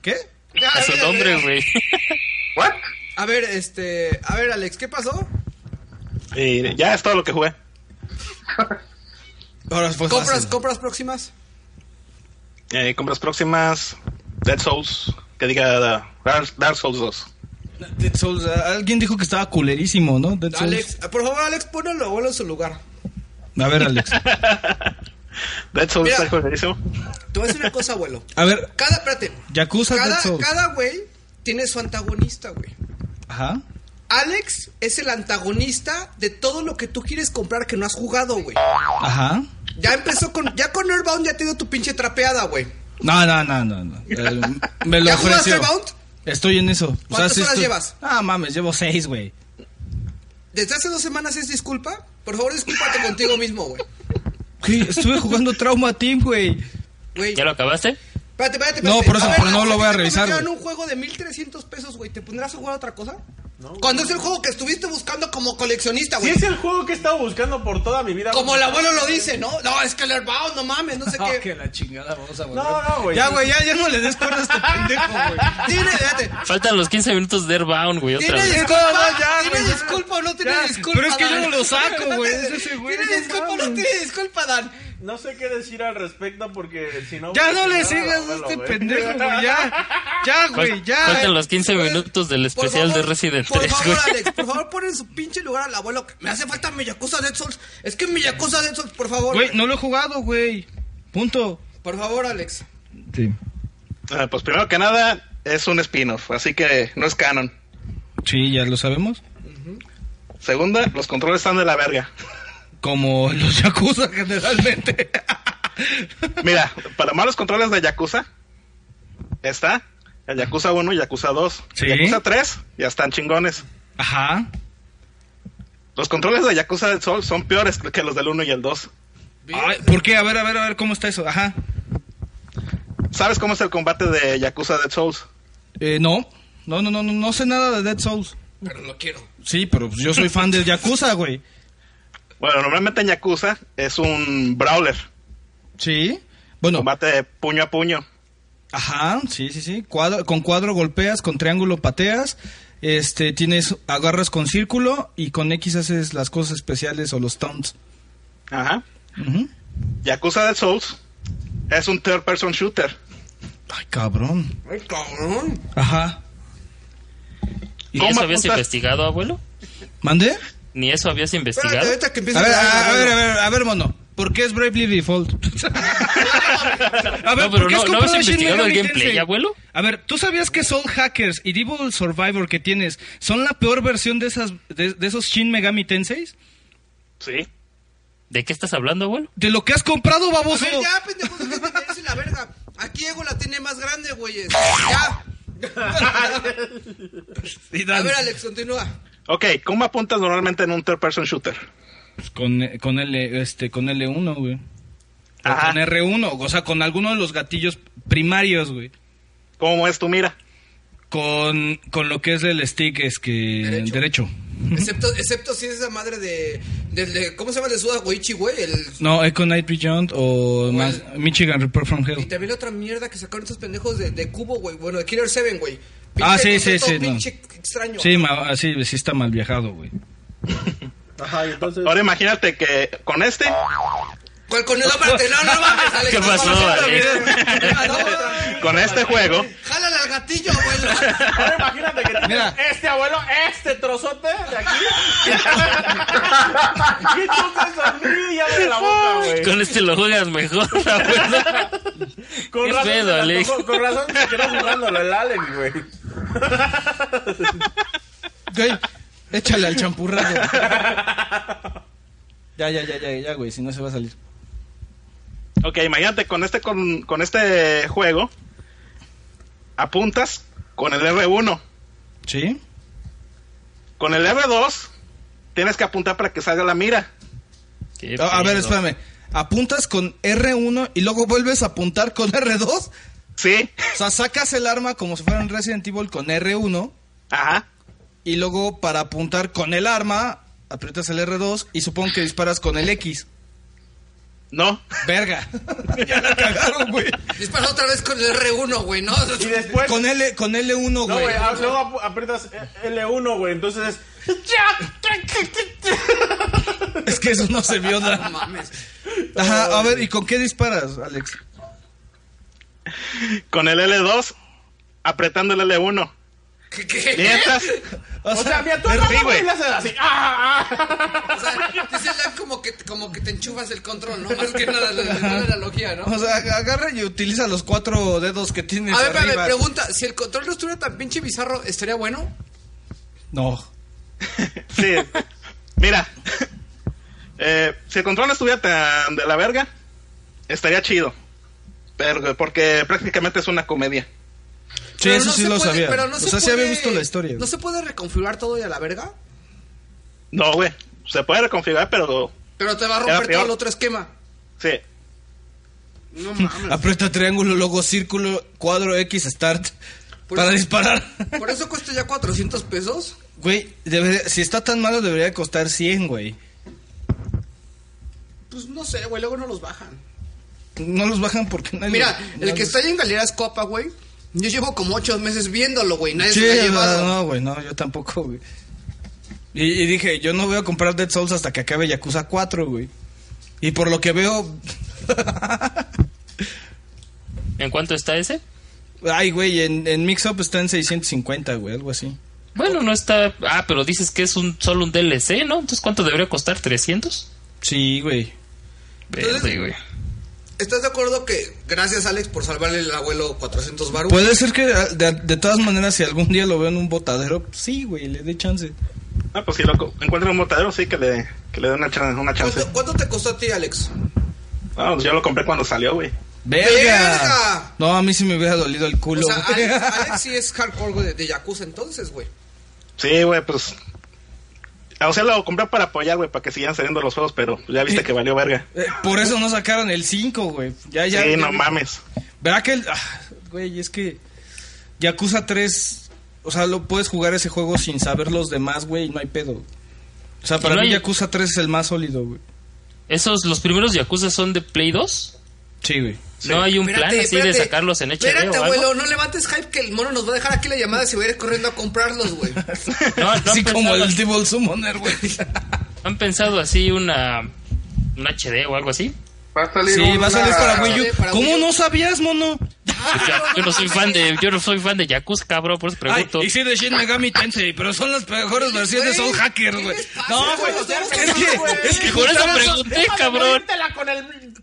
Speaker 4: ¿Qué?
Speaker 12: A su nombre, güey.
Speaker 5: ¿What?
Speaker 2: A ver, este. A ver, Alex, ¿qué pasó?
Speaker 10: Y ya es todo lo que jugué.
Speaker 4: Ahora fue
Speaker 2: ¿Compras,
Speaker 4: fácil.
Speaker 2: compras próximas?
Speaker 10: Eh, compras próximas: Dead Souls. Que diga Dark, Dark Souls 2.
Speaker 4: Dead Souls, alguien dijo que estaba culerísimo, ¿no? Dead Souls.
Speaker 2: Alex, por favor, Alex, ponelo abuelo en su lugar.
Speaker 4: A ver, Alex.
Speaker 10: Dead Souls
Speaker 2: Mira.
Speaker 10: está joderísimo.
Speaker 2: Te voy a decir una cosa, abuelo.
Speaker 4: A ver,
Speaker 2: Cada, espérate.
Speaker 4: Yakuza
Speaker 2: Cada,
Speaker 4: Dead Souls.
Speaker 2: cada güey tiene su antagonista, güey.
Speaker 4: Ajá.
Speaker 2: Alex es el antagonista de todo lo que tú quieres comprar que no has jugado, güey.
Speaker 4: Ajá.
Speaker 2: Ya empezó con. Ya con Earthbound ya te dio tu pinche trapeada, güey.
Speaker 4: No, no, no, no. no. Eh, me lo
Speaker 2: ¿Ya jugaste
Speaker 4: ofreció.
Speaker 2: Earthbound?
Speaker 4: Estoy en eso.
Speaker 2: ¿Cuántas horas
Speaker 4: estoy-
Speaker 2: llevas?
Speaker 4: Ah, mames, llevo seis, güey.
Speaker 2: Desde hace dos semanas es disculpa. Por favor, discúlpate contigo mismo, güey.
Speaker 4: Sí, Estuve jugando Trauma Team, güey.
Speaker 2: Güey.
Speaker 12: ¿Ya lo acabaste?
Speaker 2: Espérate, espérate,
Speaker 4: No,
Speaker 2: espérate.
Speaker 4: por eso, pero no
Speaker 2: Alex,
Speaker 4: lo
Speaker 2: ¿a ti
Speaker 4: voy a
Speaker 2: te
Speaker 4: revisar,
Speaker 2: convirtieron
Speaker 4: güey.
Speaker 2: un juego de 1300 pesos, güey. ¿Te pondrás a jugar otra cosa? Cuando es el juego que estuviste buscando como coleccionista,
Speaker 3: Si
Speaker 2: güey.
Speaker 3: es el juego que he estado buscando por toda mi vida.
Speaker 2: Como el
Speaker 3: güey.
Speaker 2: abuelo lo dice, ¿no? No, es que el Earthbound, no mames, no sé qué.
Speaker 4: la chingada, vamos a
Speaker 3: No, no, güey.
Speaker 4: Ya, güey, ya, ya no le des cuerda a este pendejo, güey.
Speaker 2: Tiene, espérate,
Speaker 12: Faltan los 15 minutos de Airbound, güey, otra
Speaker 2: ¿Tiene
Speaker 12: vez.
Speaker 2: disculpa,
Speaker 4: No, no, ya,
Speaker 2: ¿tiene
Speaker 4: güey.
Speaker 2: disculpa o no tiene
Speaker 4: Ya,
Speaker 2: disculpa.
Speaker 4: pero es que yo
Speaker 2: Dan.
Speaker 4: no lo saco,
Speaker 2: No
Speaker 4: güey,
Speaker 2: tiene-
Speaker 4: es ese güey,
Speaker 2: Tiene
Speaker 4: no
Speaker 2: disculpa, no
Speaker 4: mames.
Speaker 2: tiene disculpa, Dan.
Speaker 3: No sé qué decir al respecto porque si no.
Speaker 4: Ya
Speaker 3: voy a
Speaker 4: no le
Speaker 3: llegar a
Speaker 4: sigas a
Speaker 3: Ravelo,
Speaker 4: este
Speaker 3: güey.
Speaker 4: pendejo, güey. Ya, ya, güey, ya.
Speaker 7: Faltan los 15
Speaker 2: Güey,
Speaker 7: minutos del
Speaker 2: por
Speaker 7: especial de
Speaker 2: favor,
Speaker 7: Resident
Speaker 2: Por
Speaker 7: 3,
Speaker 2: favor,
Speaker 7: güey.
Speaker 2: Alex, por favor, pon en su pinche lugar al abuelo. que Me hace falta mi Yakuza Dead Souls. Es que mi Yakuza Dead Souls, por favor.
Speaker 4: Güey, no lo he jugado, güey. Punto.
Speaker 2: Por favor, Alex.
Speaker 4: Sí.
Speaker 10: Ah, pues primero que nada, es un spin-off, así que no es canon.
Speaker 4: Sí, ya lo sabemos.
Speaker 10: Segunda, los controles están de la verga.
Speaker 4: Como los Yakuza generalmente.
Speaker 10: Mira, para malos controles de Yakuza, está el Yakuza 1 y Yakuza 2.
Speaker 4: Sí.
Speaker 10: Yakuza 3 ya están chingones.
Speaker 4: Ajá.
Speaker 10: Los controles de Yakuza del Sol son peores que los del 1 y el 2.
Speaker 4: Ay, ¿Por qué? A ver, a ver, a ver, ¿cómo está eso? Ajá.
Speaker 10: ¿Sabes cómo es el combate de Yakuza Dead Souls?
Speaker 4: Eh, no. No, no, no, no, no sé nada de Dead Souls.
Speaker 2: Pero no quiero.
Speaker 4: Sí, pero pues, yo soy fan de Yakuza, güey.
Speaker 10: Bueno, normalmente en Yakuza es un brawler,
Speaker 4: Sí. Bueno,
Speaker 10: combate de puño a puño.
Speaker 4: ajá, sí, sí, sí. Cuadro- con cuadro golpeas, con triángulo pateas. Este, tienes, agarras con círculo y con X haces las cosas especiales o los taunts.
Speaker 10: Ajá.
Speaker 4: Ujú.
Speaker 10: Yakuza Dead Souls es un third person shooter.
Speaker 4: Ay, cabrón.
Speaker 2: Ay, cabrón.
Speaker 4: Ajá.
Speaker 7: ¿Y
Speaker 10: ¿Cómo
Speaker 7: eso habías
Speaker 10: apuntas?
Speaker 7: investigado, abuelo?
Speaker 4: ¿Mandé?
Speaker 7: ¿Ni eso habías
Speaker 2: Espérate,
Speaker 7: investigado?
Speaker 2: ahorita que empieza
Speaker 4: A ver, a, a ver, a ver, a ver, mono. ¿Por qué es Bravely Default? a
Speaker 7: No, pero no, ¿no habías investigado el gameplay, abuelo?
Speaker 4: A ver, ¿tú sabías que Soul Hackers y Devil Survivor que tienes son la peor versión de esas de, de esos Shin Megami Tenseis?
Speaker 10: Sí.
Speaker 7: ¿De qué estás hablando, abuelo?
Speaker 4: De lo que has comprado,
Speaker 2: A
Speaker 4: baboso.
Speaker 2: ver, ya, pendejo, dejen de meterse la verga. Aquí Ego la tiene más grande, güeyes. Ya.
Speaker 4: Y
Speaker 2: A
Speaker 4: dan-
Speaker 2: ver, Alex, continúa.
Speaker 10: Ok, ¿cómo apuntas normalmente en un third person shooter?
Speaker 4: Pues con, con L este con L1, güey. O
Speaker 10: Ajá.
Speaker 4: Con R1, o sea, con alguno de los gatillos primarios, güey.
Speaker 10: ¿Cómo es tu mira?
Speaker 4: Con, con lo que es el stick es que
Speaker 2: Derecho.
Speaker 4: derecho.
Speaker 2: Excepto, excepto si es esa madre de, del- de- ¿Cómo se llama el de Suda Goichi, güey? El-
Speaker 4: No, Echo Night Beyond o
Speaker 2: Bueno.
Speaker 4: más- Michigan Report from
Speaker 2: y
Speaker 4: Hell.
Speaker 2: también la otra mierda que sacaron estos pendejos de, de Cubo, güey. Bueno, de Killer 7, güey.
Speaker 4: Ah,
Speaker 2: Pinche
Speaker 4: sí, sí,
Speaker 2: concepto
Speaker 4: sí, no.
Speaker 2: Pinche extraño.
Speaker 4: Sí, ma- ah, sí, sí está mal viajado, güey.
Speaker 3: Ajá, y entonces.
Speaker 10: Ahora imagínate que con este
Speaker 2: ¿Cuál con el aparte? No, no mames, Alex.
Speaker 7: ¿Qué
Speaker 2: no
Speaker 7: pasó,
Speaker 2: mames,
Speaker 7: Alex?
Speaker 2: no, no, no.
Speaker 10: Con este juego,
Speaker 2: Jálale al gatillo, güey.
Speaker 3: Ahora imagínate que tienes
Speaker 4: Mira.
Speaker 3: este abuelo, este trozote de aquí. y entonces sonríe y abre la boca, güey.
Speaker 7: Con este lo juegas mejor, abuelo.
Speaker 3: Con
Speaker 7: qué
Speaker 3: razón,
Speaker 7: pedo,
Speaker 3: se le
Speaker 7: Alex.
Speaker 3: antojó- con razón se quedó jugándolo el Alex, güey.
Speaker 4: Güey, échale al champurrado. ya, ya, ya, ya, ya, güey, si no se va a salir.
Speaker 10: ok, imagínate con este con, con este juego apuntas con el R1,
Speaker 4: ¿Sí?
Speaker 10: con el R2 tienes que apuntar para que salga la mira.
Speaker 7: Qué
Speaker 4: A, a ver,
Speaker 7: pedo.
Speaker 4: espérame. Apuntas con R1 y luego vuelves a apuntar con R2. O
Speaker 10: Sí,
Speaker 4: sea, sacas el arma como si fuera un Resident Evil con R1
Speaker 10: ajá,
Speaker 4: y luego para apuntar con el arma aprietas el R2 y supongo que disparas con el X.
Speaker 10: no.
Speaker 4: Verga. ya la cagaron, güey.
Speaker 2: Dispara otra vez con el R1, güey, ¿no?
Speaker 3: Y después.
Speaker 4: Con L con L1,
Speaker 3: no,
Speaker 4: güey.
Speaker 3: güey, ah, luego ap- aprietas L1, güey. Entonces es.
Speaker 4: Es que eso no se vio
Speaker 2: No
Speaker 4: nada.
Speaker 2: mames.
Speaker 4: Ajá, a ver, ¿y con qué disparas, Alex?
Speaker 10: Con el L2 apretando el L1.
Speaker 2: ¿Qué? qué?
Speaker 10: Mientras,
Speaker 3: O sea, mira, tú
Speaker 4: er-
Speaker 3: agarras,
Speaker 10: sí,
Speaker 3: güey,
Speaker 10: güey.
Speaker 3: y le haces así. ¡Ah! ah.
Speaker 2: O sea, dices ya como que, como que te enchufas el control, ¿no? Más que nada la, la- la analogía, ¿no?
Speaker 4: O sea, ag- agarra y utiliza los cuatro dedos que tienes
Speaker 2: A ver,
Speaker 4: arriba.
Speaker 2: espérame, pregunta, si el control no estuviera tan pinche bizarro, ¿estaría bueno?
Speaker 4: No.
Speaker 10: sí. Mira, eh, si el control no estuviera tan de la verga, estaría chido. Pero, porque prácticamente es una comedia.
Speaker 4: Sí,
Speaker 2: Pero
Speaker 4: eso
Speaker 2: no
Speaker 4: sí
Speaker 2: se
Speaker 4: lo
Speaker 2: puede-
Speaker 4: sabía.
Speaker 2: pero no
Speaker 4: o
Speaker 2: se
Speaker 4: sea, sí había
Speaker 2: puede-
Speaker 4: visto la historia.
Speaker 2: ¿No se puede reconfigurar todo y a la verga?
Speaker 10: No, güey. Se puede reconfigurar, pero
Speaker 2: Pero te va a
Speaker 10: Era
Speaker 2: romper todo
Speaker 10: peor.
Speaker 2: el otro esquema.
Speaker 10: sí.
Speaker 2: No mames.
Speaker 4: Aprieta triángulo, luego círculo, cuadro X, start.
Speaker 2: Por
Speaker 4: para
Speaker 2: eso-
Speaker 4: disparar.
Speaker 2: Por eso cuesta ya 400 pesos.
Speaker 4: Güey, debería- si está tan malo, debería costar 100, güey.
Speaker 2: Pues no sé, güey, luego no los bajan.
Speaker 4: No los bajan porque nadie.
Speaker 2: Mira,
Speaker 4: los-
Speaker 2: el que está ahí en Galeras Copa, güey, yo llevo como 8 meses viéndolo, güey. Nadie
Speaker 4: Sí,
Speaker 2: se lo ha
Speaker 4: no,
Speaker 2: llevado.
Speaker 4: no, güey, no, yo tampoco, güey. Y, y dije, yo no voy a comprar Dead Souls hasta que acabe Yakuza 4, güey. Y por lo que veo.
Speaker 12: ¿En cuánto está ese?
Speaker 4: Ay, güey, en, en Mix Up está en 650, güey, algo así.
Speaker 12: Bueno, no está. Ah, pero dices que es un solo un DLC, ¿no? Entonces, ¿cuánto debería costar? ¿300?
Speaker 4: Sí, güey.
Speaker 12: Verde, güey.
Speaker 2: ¿Estás de acuerdo que gracias Alex por salvarle al abuelo 400 baros?
Speaker 4: Puede ser que ah, de, de todas maneras, si algún día lo veo en un botadero, sí, güey, le dé chance.
Speaker 10: Ah, pues si lo co- encuentra un botadero, sí, que le, que le dé una, chan- una chance.
Speaker 3: Pues
Speaker 2: ¿Cuánto, cuánto te costó a ti Alex?
Speaker 10: Ah, pues yo lo compré cuando salió, güey.
Speaker 4: ¡Verga!
Speaker 2: ¡Verga!
Speaker 4: No, a mí sí me hubiera dolido el
Speaker 2: O
Speaker 4: culo.
Speaker 2: sea,
Speaker 4: güey.
Speaker 2: Alex, Alex sí es hardcore güey, de, de Yakuza entonces, güey.
Speaker 10: Sí, güey, pues. O sea, lo compré para apoyar, güey, para que sigan saliendo los juegos, pero ya viste que valió verga.
Speaker 4: Eh, Por eso no sacaron el 5, güey. Ya, ya.
Speaker 10: sí,
Speaker 4: ya-
Speaker 10: no mames.
Speaker 4: ¿Verdad que el. ah, Güey, es que. Yakuza 3. O sea, lo puedes jugar ese juego sin saber los demás, güey, y no hay pedo. O sea, para
Speaker 12: no
Speaker 4: mí
Speaker 12: hay-
Speaker 4: Yakuza 3 es el más sólido, güey.
Speaker 12: ¿Esos, los primeros Yakuza son de Play 2?
Speaker 4: Sí, güey.
Speaker 12: ¿No hay un plan así de
Speaker 2: espérate.
Speaker 12: sacarlos en HD
Speaker 2: Espérate,
Speaker 12: o algo?
Speaker 2: abuelo, no levantes hype que el mono nos va a dejar aquí la llamada si va a ir corriendo a comprarlos, güey.
Speaker 12: No, no
Speaker 4: Así
Speaker 12: han
Speaker 4: como
Speaker 12: pensado-
Speaker 4: el Devil Summoner, güey.
Speaker 12: ¿Han pensado así una, un HD o algo así?
Speaker 5: Va a salir
Speaker 4: Sí, va a salir
Speaker 5: una-
Speaker 4: para Wii U.
Speaker 2: Para Wii
Speaker 4: ¿Cómo
Speaker 2: U.
Speaker 4: no sabías, mono?
Speaker 12: Yo, yo no soy fan de, yo no soy fan de Yakuza, cabrón, por eso
Speaker 4: Ay,
Speaker 12: pregunto.
Speaker 4: y sí de Shin Megami Tensei, pero son las mejores versiones
Speaker 2: Güey,
Speaker 4: Soul Hacker, güey.
Speaker 2: ¿qué les pasa?
Speaker 4: No,
Speaker 2: Todos
Speaker 4: güey,
Speaker 2: los
Speaker 4: es
Speaker 2: demás, güey.
Speaker 4: que, es que
Speaker 12: Por eso
Speaker 4: juntaron esos-
Speaker 12: pregunté, cabrón.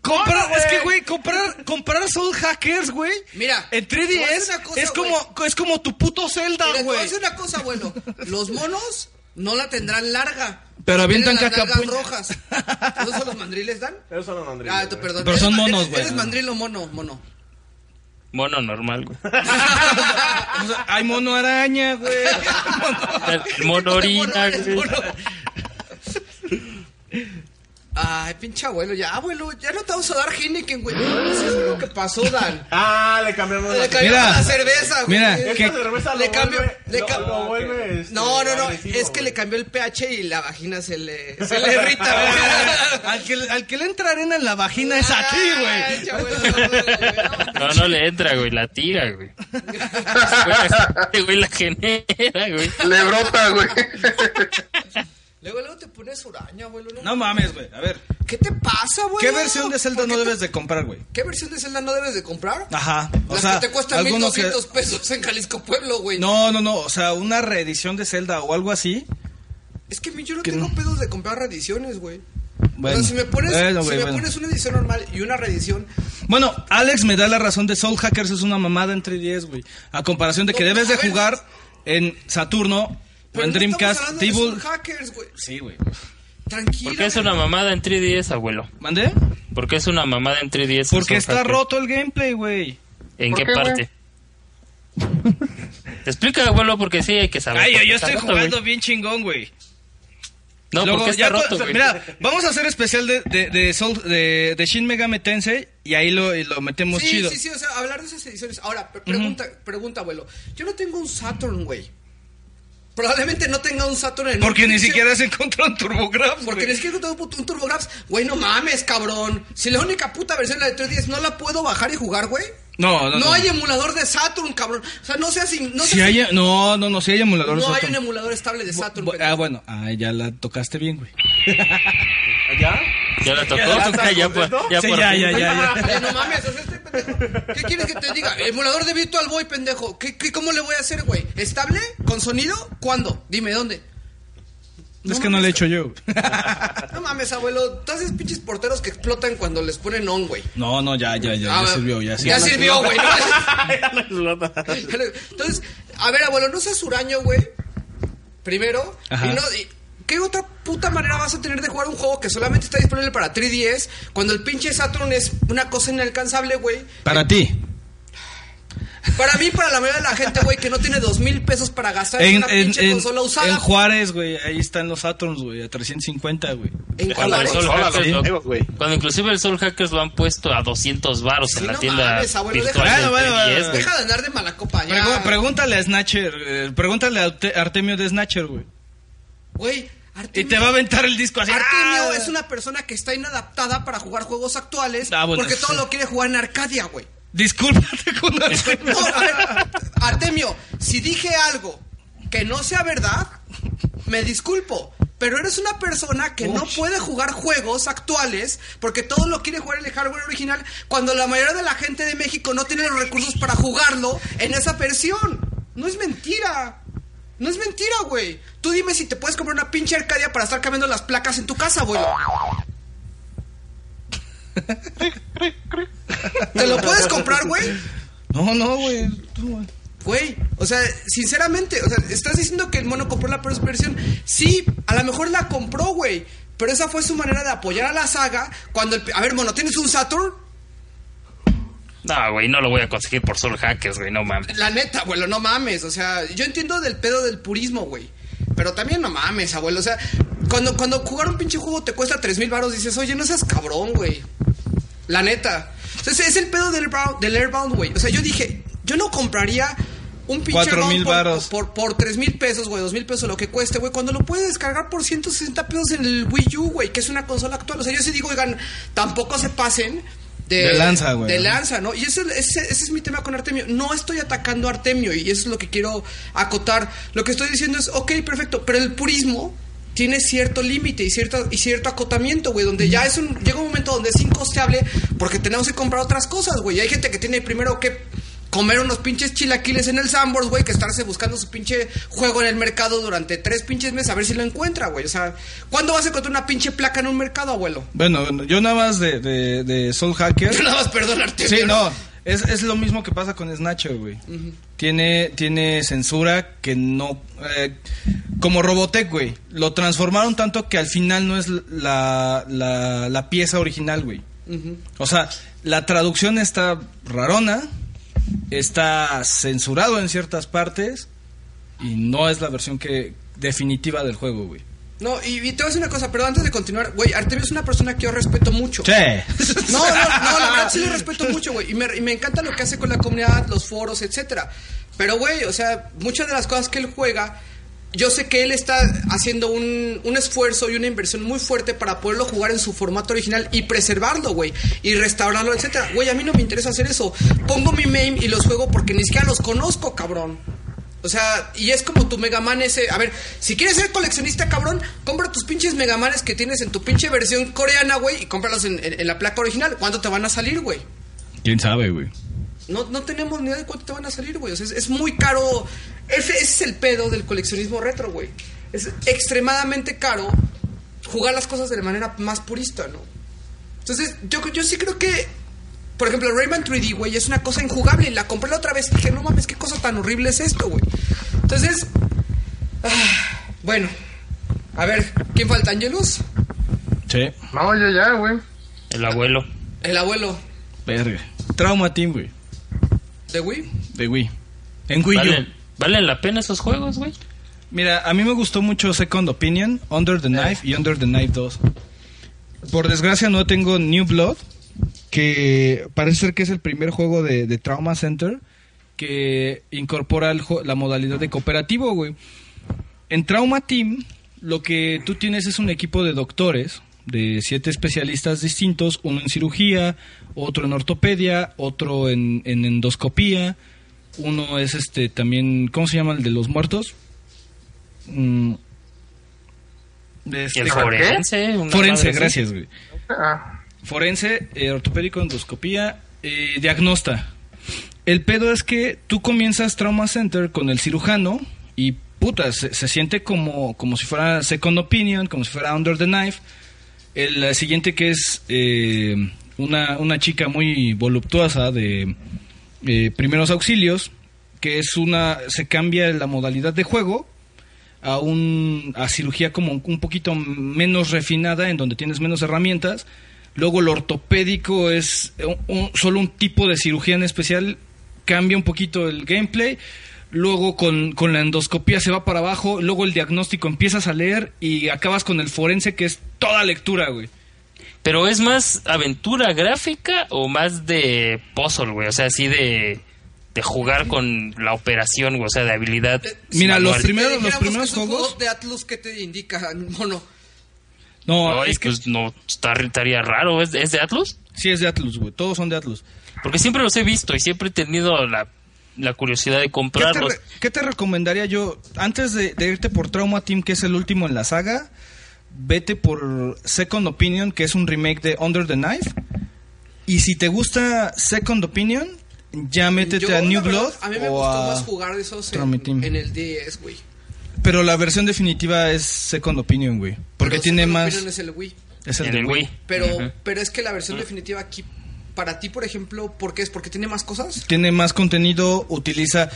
Speaker 4: Comprar, es que, güey, comprar, comprar Soul Hackers, güey.
Speaker 2: Mira,
Speaker 4: en
Speaker 2: te voy a decir
Speaker 4: 3DS
Speaker 2: una cosa,
Speaker 4: es
Speaker 2: güey.
Speaker 4: como, es como tu puto Zelda,
Speaker 2: Mira, te voy a
Speaker 4: güey.
Speaker 2: decir una cosa, abuelo. Los monos no la tendrán larga.
Speaker 4: Pero avientan
Speaker 2: Tienen las
Speaker 4: caca,
Speaker 2: nalgas
Speaker 4: puño.
Speaker 2: rojas. ¿No son los mandriles, Dan?
Speaker 3: Esos son los mandriles,
Speaker 2: Ah, tú,
Speaker 3: güey.
Speaker 2: perdón.
Speaker 4: Pero son
Speaker 2: Eres-
Speaker 4: monos,
Speaker 2: eres-
Speaker 4: güey.
Speaker 2: Eres mandril o mono, mono.
Speaker 12: Mono normal, güey.
Speaker 4: O sea, hay mono araña, güey.
Speaker 12: Mono orina,
Speaker 2: eres
Speaker 12: güey.
Speaker 2: mono. Ay, pinche abuelo, ya, abuelo, ya no te vamos a dar Heineken, güey. Eso es lo que pasó, Dan.
Speaker 3: Ah, le cambiaron la
Speaker 2: Le cambiaron
Speaker 4: Mira,
Speaker 2: la cerveza, güey.
Speaker 4: mira,
Speaker 3: Esta
Speaker 4: que-
Speaker 3: cerveza
Speaker 2: le
Speaker 3: lo
Speaker 2: cambio-
Speaker 3: vuelve-
Speaker 2: le
Speaker 3: lo-
Speaker 2: ca-
Speaker 3: lo vuelve, este,
Speaker 2: No, no, no,
Speaker 3: agresivo,
Speaker 2: es que
Speaker 3: güey.
Speaker 2: le cambió el pH y la vagina se le, se le irrita, güey.
Speaker 4: al, que, al que le entra arena en la vagina es a ti,
Speaker 2: Ay,
Speaker 4: güey.
Speaker 2: chabuelo, güey.
Speaker 12: No, no le entra, güey, la tira, güey. Este güey la genera, güey.
Speaker 5: Le brota, güey.
Speaker 2: Luego, luego te pones uraña, abuelo. ¿no?
Speaker 4: No mames, güey. A ver,
Speaker 2: ¿Qué te pasa, güey?
Speaker 4: ¿qué versión de Zelda no debes de comprar, güey?
Speaker 2: ¿Qué versión de Zelda no debes de comprar?
Speaker 4: Ajá. O
Speaker 2: Las
Speaker 4: sea,
Speaker 2: que te cuestan
Speaker 4: algunos
Speaker 2: 1200 pesos en Jalisco Pueblo, güey.
Speaker 4: No, no, no. O sea, una reedición de Zelda o algo así.
Speaker 2: Es que mi, yo no tengo pedos de comprar reediciones, güey.
Speaker 4: Bueno,
Speaker 2: o sea, si me pones,
Speaker 4: bueno,
Speaker 2: si
Speaker 4: güey,
Speaker 2: me
Speaker 4: bueno.
Speaker 2: pones una edición normal y una reedición, pues,
Speaker 4: Bueno, Alex me da la razón de Soul Hackers es una mamada en 3DS, güey. A comparación de que
Speaker 2: No,
Speaker 4: debes de
Speaker 2: a ver.
Speaker 4: jugar en Saturno o
Speaker 2: pero
Speaker 4: en
Speaker 2: no
Speaker 4: Dreamcast,
Speaker 2: estamos hablando de
Speaker 4: Table.
Speaker 2: Soul hackers, güey.
Speaker 4: Sí, güey.
Speaker 2: Tranquilo.
Speaker 12: ¿Por qué es una mamada en 3DS, abuelo?
Speaker 4: ¿Mandé?
Speaker 12: ¿Por qué es una mamada en 3DS?
Speaker 4: Porque
Speaker 12: Soul
Speaker 4: está
Speaker 12: Hacker?
Speaker 4: roto el gameplay, güey.
Speaker 12: ¿En
Speaker 5: ¿Por
Speaker 12: qué
Speaker 5: qué, güey?
Speaker 12: parte? Te explica, abuelo, porque sí hay que saber.
Speaker 4: Ay,
Speaker 12: por
Speaker 4: yo,
Speaker 12: qué
Speaker 4: yo
Speaker 12: está
Speaker 4: estoy
Speaker 12: roto, güey.
Speaker 4: jugando bien chingón, güey.
Speaker 12: No,
Speaker 4: Luego,
Speaker 12: porque está
Speaker 4: ya con-
Speaker 12: roto, güey.
Speaker 4: Mira, vamos a hacer especial de, de, de, Soul- de- de Shin Megami Tensei y ahí lo, y lo metemos
Speaker 2: Sí,
Speaker 4: chido.
Speaker 2: sí, sí, o sea, hablar de esas ediciones. Ahora, pre- pregunta, pregunta, abuelo. Yo no tengo un Saturn, güey. Probablemente no tenga un Saturn en un
Speaker 4: Porque ni
Speaker 2: pinche-
Speaker 4: siquiera se encontró un TurboGrafx,
Speaker 2: Porque
Speaker 4: güey.
Speaker 2: ni siquiera tengo un TurboGrafx. Güey, no mames, cabrón. Si la única puta versión de la de 310 no la puedo bajar y jugar, güey.
Speaker 4: No, no, no.
Speaker 2: hay emulador de Saturn, cabrón. O sea, no seas... in- No,
Speaker 4: Si
Speaker 2: seas-
Speaker 4: hay- no, no, no, si hay emulador.
Speaker 2: no hay
Speaker 4: Saturn.
Speaker 2: un emulador estable de Saturn,
Speaker 4: Bu-
Speaker 2: pendejo.
Speaker 4: Ah, bueno, ah, ya la tocaste bien, güey.
Speaker 3: ¿Ya?
Speaker 12: Ya la tocó,
Speaker 3: ¿Ya estás
Speaker 12: toca, ya, por-
Speaker 3: contento?
Speaker 12: ya
Speaker 4: Sí,
Speaker 12: por
Speaker 4: ya,
Speaker 12: fin.
Speaker 4: ya, ya.
Speaker 2: Oye, no mames, o sea, este pendejo. ¿Qué quieres que te diga? Emulador de Virtual Boy, pendejo. ¿Qué, qué, ¿Cómo le voy a hacer, güey? ¿Estable? ¿Con sonido? ¿Cuándo? Dime, ¿dónde?
Speaker 4: es que no le he hecho yo.
Speaker 2: No mames, abuelo. Todos esos pinches porteros que explotan cuando les ponen on, güey.
Speaker 4: No, no, ya, ya, ya,
Speaker 2: Ah,
Speaker 4: ya sirvió, ya sirvió.
Speaker 2: Ya sirvió, güey. ¿no?
Speaker 3: Ya la explota.
Speaker 2: Entonces, a ver, abuelo, no seas huraño, güey. Primero.
Speaker 4: Ajá.
Speaker 2: Y no, y- ¿Qué otra puta manera vas a tener de jugar un juego que solamente está disponible para 3DS cuando el pinche Saturn es una cosa inalcanzable, güey?
Speaker 4: Para ti.
Speaker 2: Para mí, para la mayoría de la gente, güey, que no tiene dos mil pesos para gastar en,
Speaker 4: En,
Speaker 2: una
Speaker 4: en,
Speaker 2: pinche
Speaker 4: en,
Speaker 2: consola usada.
Speaker 4: en Juárez, güey, ahí están los Saturns, güey, a 350, güey.
Speaker 2: En
Speaker 12: Cuando el
Speaker 2: Juárez.
Speaker 12: Soul
Speaker 10: Hola,
Speaker 12: Hackers
Speaker 10: los
Speaker 12: lo-
Speaker 10: amigos, güey.
Speaker 12: Cuando inclusive el Soul Hackers lo han puesto a 200 varos
Speaker 2: Sí,
Speaker 12: en la
Speaker 2: no
Speaker 12: tienda
Speaker 2: mames, abuelo,
Speaker 12: virtual
Speaker 4: deja-
Speaker 12: de
Speaker 4: Bueno, bueno,
Speaker 12: 3DS, güey.
Speaker 2: Deja de andar de mala copa, ya.
Speaker 4: Pregú- pregúntale a Snatcher, eh, pregúntale a Arte- Artemio de Snatcher, güey.
Speaker 2: Güey,
Speaker 4: Y
Speaker 2: Artemio,
Speaker 4: te va a aventar el disco así.
Speaker 2: Artemio
Speaker 4: ¡ah!
Speaker 2: es una persona que está inadaptada para jugar juegos actuales
Speaker 4: Ah, bueno,
Speaker 2: porque todo
Speaker 4: sí.
Speaker 2: lo quiere jugar en Arcadia, güey.
Speaker 4: Discúlpate con Artemio.
Speaker 2: No, a ver, Artemio, si dije algo que no sea verdad, me disculpo, pero eres una persona que no puede jugar juegos actuales porque todo lo quiere jugar en el hardware original cuando la mayoría de la gente de México no tiene los recursos para jugarlo en esa versión. No es mentira. No es mentira, güey. Tú dime si te puedes comprar una pinche Arcadia para estar cambiando las placas en tu casa, abuelo. ¿Te lo puedes comprar, güey?
Speaker 4: No, no, güey. tú, güey.
Speaker 2: Güey, o sea, sinceramente, o sea, estás diciendo que el mono compró la primera versión. Sí, a lo mejor la compró, güey. Pero esa fue su manera de apoyar a la saga cuando el... A ver, mono, ¿tienes un Saturn?
Speaker 12: No, güey, no lo voy a conseguir por solo hackers, güey, no mames.
Speaker 2: La neta, abuelo, no mames. O sea, yo entiendo del pedo del purismo, güey. Pero también no mames, abuelo. O sea, cuando, cuando jugar un pinche juego te cuesta tres mil baros, dices, oye, no seas cabrón, güey. La neta. O sea, ese es el pedo del, Airbound- del Airbound, güey. O sea, yo dije, yo no compraría un pinche
Speaker 4: Cuatro
Speaker 2: Airbound
Speaker 4: mil
Speaker 2: por-
Speaker 4: varos.
Speaker 2: Por, por, tres mil pesos, güey, dos mil pesos, lo que cueste, güey. Cuando lo puedes descargar por 160 pesos en el Wii U, güey, que es una consola actual. O sea, yo sí digo, oigan, tampoco se pasen.
Speaker 4: De lanza, güey.
Speaker 2: De lanza, ¿no? Y ese, ese- ese es mi tema con Artemio. No estoy atacando a Artemio y eso es lo que quiero acotar. Lo que estoy diciendo es, ok, perfecto, pero el purismo tiene cierto límite y cierto, y cierto acotamiento, güey, donde ya es un, llega un momento donde es incosteable porque tenemos que comprar otras cosas, güey. Y Hay gente que tiene primero que comer unos pinches chilaquiles en el Sambors, güey, que estarse buscando su pinche juego en el mercado durante tres pinches meses a ver si lo encuentra, güey. O sea, ¿cuándo vas a encontrar una pinche placa en un mercado, abuelo?
Speaker 4: Bueno, bueno, yo nada más de, de, de Soul Hacker.
Speaker 2: Nada más perdonarte.
Speaker 4: Sí, no. Es, es lo mismo que pasa con Snatcher, güey. Tiene, tiene censura que no. eh, como Robotech, güey. Lo transformaron tanto que al final no es la, la, la pieza original, güey. O sea, la traducción está rarona. Está censurado en ciertas partes. Y no es la versión que definitiva del juego, güey.
Speaker 2: No, y, y te voy a decir una cosa, pero antes de continuar, güey, Artemio es una persona que yo respeto mucho. No, no, no, la verdad sí lo respeto mucho, güey. Y me, y me encanta lo que hace con la comunidad, los foros, etcétera. Pero, güey, o sea, muchas de las cosas que él juega, yo sé que él está haciendo un, un esfuerzo y una inversión muy fuerte para poderlo jugar en su formato original y preservarlo, güey. Y restaurarlo, etcétera. Güey, a mí no me interesa hacer eso. Pongo mi meme y los juego porque ni siquiera los conozco, cabrón. O sea, y es como tu Mega Man ese. A ver, si quieres ser coleccionista, cabrón, compra tus pinches Mega Manes que tienes en tu pinche versión coreana, güey, y cómpralos en, en- en la placa original. ¿Cuándo te van a salir, güey?
Speaker 4: ¿Quién sabe, güey?
Speaker 2: No, no tenemos ni idea de cuánto te van a salir, güey. O sea, es, es muy caro. Ese, ese es el pedo del coleccionismo retro, güey. Es extremadamente caro jugar las cosas de la manera más purista, ¿no? Entonces, yo, yo sí creo que, por ejemplo, Rayman 3D, güey, es una cosa injugable. La compré la otra vez y dije, no mames, qué cosa tan horrible es esto, güey. Entonces, ah, bueno, a ver, ¿quién falta? ¿Angelus?
Speaker 4: Sí.
Speaker 5: No, yo ya, güey.
Speaker 12: El abuelo.
Speaker 2: El abuelo
Speaker 4: Verga. Trauma Team, güey.
Speaker 2: de Wii.
Speaker 4: De Wii. En Wii U.
Speaker 12: ¿Valen, ¿Valen la pena esos juegos, güey?
Speaker 4: Mira, a mí me gustó mucho Second Opinion, Under the Knife y Under the Knife 2. Por desgracia no tengo New Blood, que parece ser que es el primer juego de, de Trauma Center que incorpora el jue- la modalidad de cooperativo, güey. En Trauma Team, lo que tú tienes es un equipo de doctores, de siete especialistas distintos, uno en cirugía, otro en ortopedia, otro en, en endoscopía, uno es este también, ¿cómo se llama el de los muertos? Mm,
Speaker 12: Y
Speaker 4: este,
Speaker 12: el forense. una madre
Speaker 4: forense,
Speaker 12: así.
Speaker 4: gracias, güey.
Speaker 5: Ah,
Speaker 4: Forense, eh, ortopédico, endoscopía, eh, diagnosta. El pedo es que tú comienzas Trauma Center con el cirujano y puta, se, se siente como, como si fuera Second Opinion, como si fuera Under the Knife. El eh, siguiente que es eh, una, una chica muy voluptuosa de eh, primeros auxilios, que es una, se cambia la modalidad de juego a un a cirugía como un, un poquito menos refinada en donde tienes menos herramientas luego el ortopédico es un- un- solo un tipo de cirugía en especial cambia un poquito el gameplay luego con, con la endoscopía se va para abajo luego el diagnóstico empiezas a leer y acabas con el forense que es toda lectura güey
Speaker 12: Pero es más aventura gráfica o más de puzzle, güey. O sea, así de, de jugar con la operación, güey. O sea, de habilidad.
Speaker 4: Eh, Mira, los
Speaker 12: manual.
Speaker 4: prim- Primero,
Speaker 2: Te
Speaker 4: los
Speaker 2: dijéramos que
Speaker 4: primeros
Speaker 2: es un
Speaker 4: juegos-
Speaker 2: juego de Atlus que te indica, mono.
Speaker 4: no
Speaker 12: Ay,
Speaker 4: es que
Speaker 12: pues no, está- estaría raro. ¿Es, es de Atlus?
Speaker 4: sí es de Atlus güey todos son de Atlus
Speaker 12: Porque siempre los he visto y siempre he tenido la la curiosidad de
Speaker 4: ¿Qué te,
Speaker 12: comprarlos.
Speaker 4: re- qué te recomendaría yo? Antes de, de irte por Trauma Team, que es el último en la saga, vete por Second Opinion, que es un remake de Under the Knife. Y si te gusta Second Opinion, ya métete
Speaker 2: Yo,
Speaker 4: a New
Speaker 2: la verdad,
Speaker 4: Blood.
Speaker 2: A mí me
Speaker 4: o
Speaker 2: gustó
Speaker 4: a-
Speaker 2: más jugar esos
Speaker 4: Trauma
Speaker 2: en,
Speaker 4: Team.
Speaker 2: en el 10, güey.
Speaker 4: Pero la versión definitiva es Second Opinion, güey. Porque
Speaker 2: Pero
Speaker 4: tiene
Speaker 2: Second
Speaker 4: más.
Speaker 2: Opinion es el Wii.
Speaker 4: es el
Speaker 12: en
Speaker 4: de
Speaker 12: el Wii.
Speaker 2: Pero,
Speaker 12: Ujú.
Speaker 2: pero es que la versión definitiva aquí, para ti, por ejemplo, ¿por qué es? ¿Porque tiene más cosas?
Speaker 4: tiene más contenido, utiliza.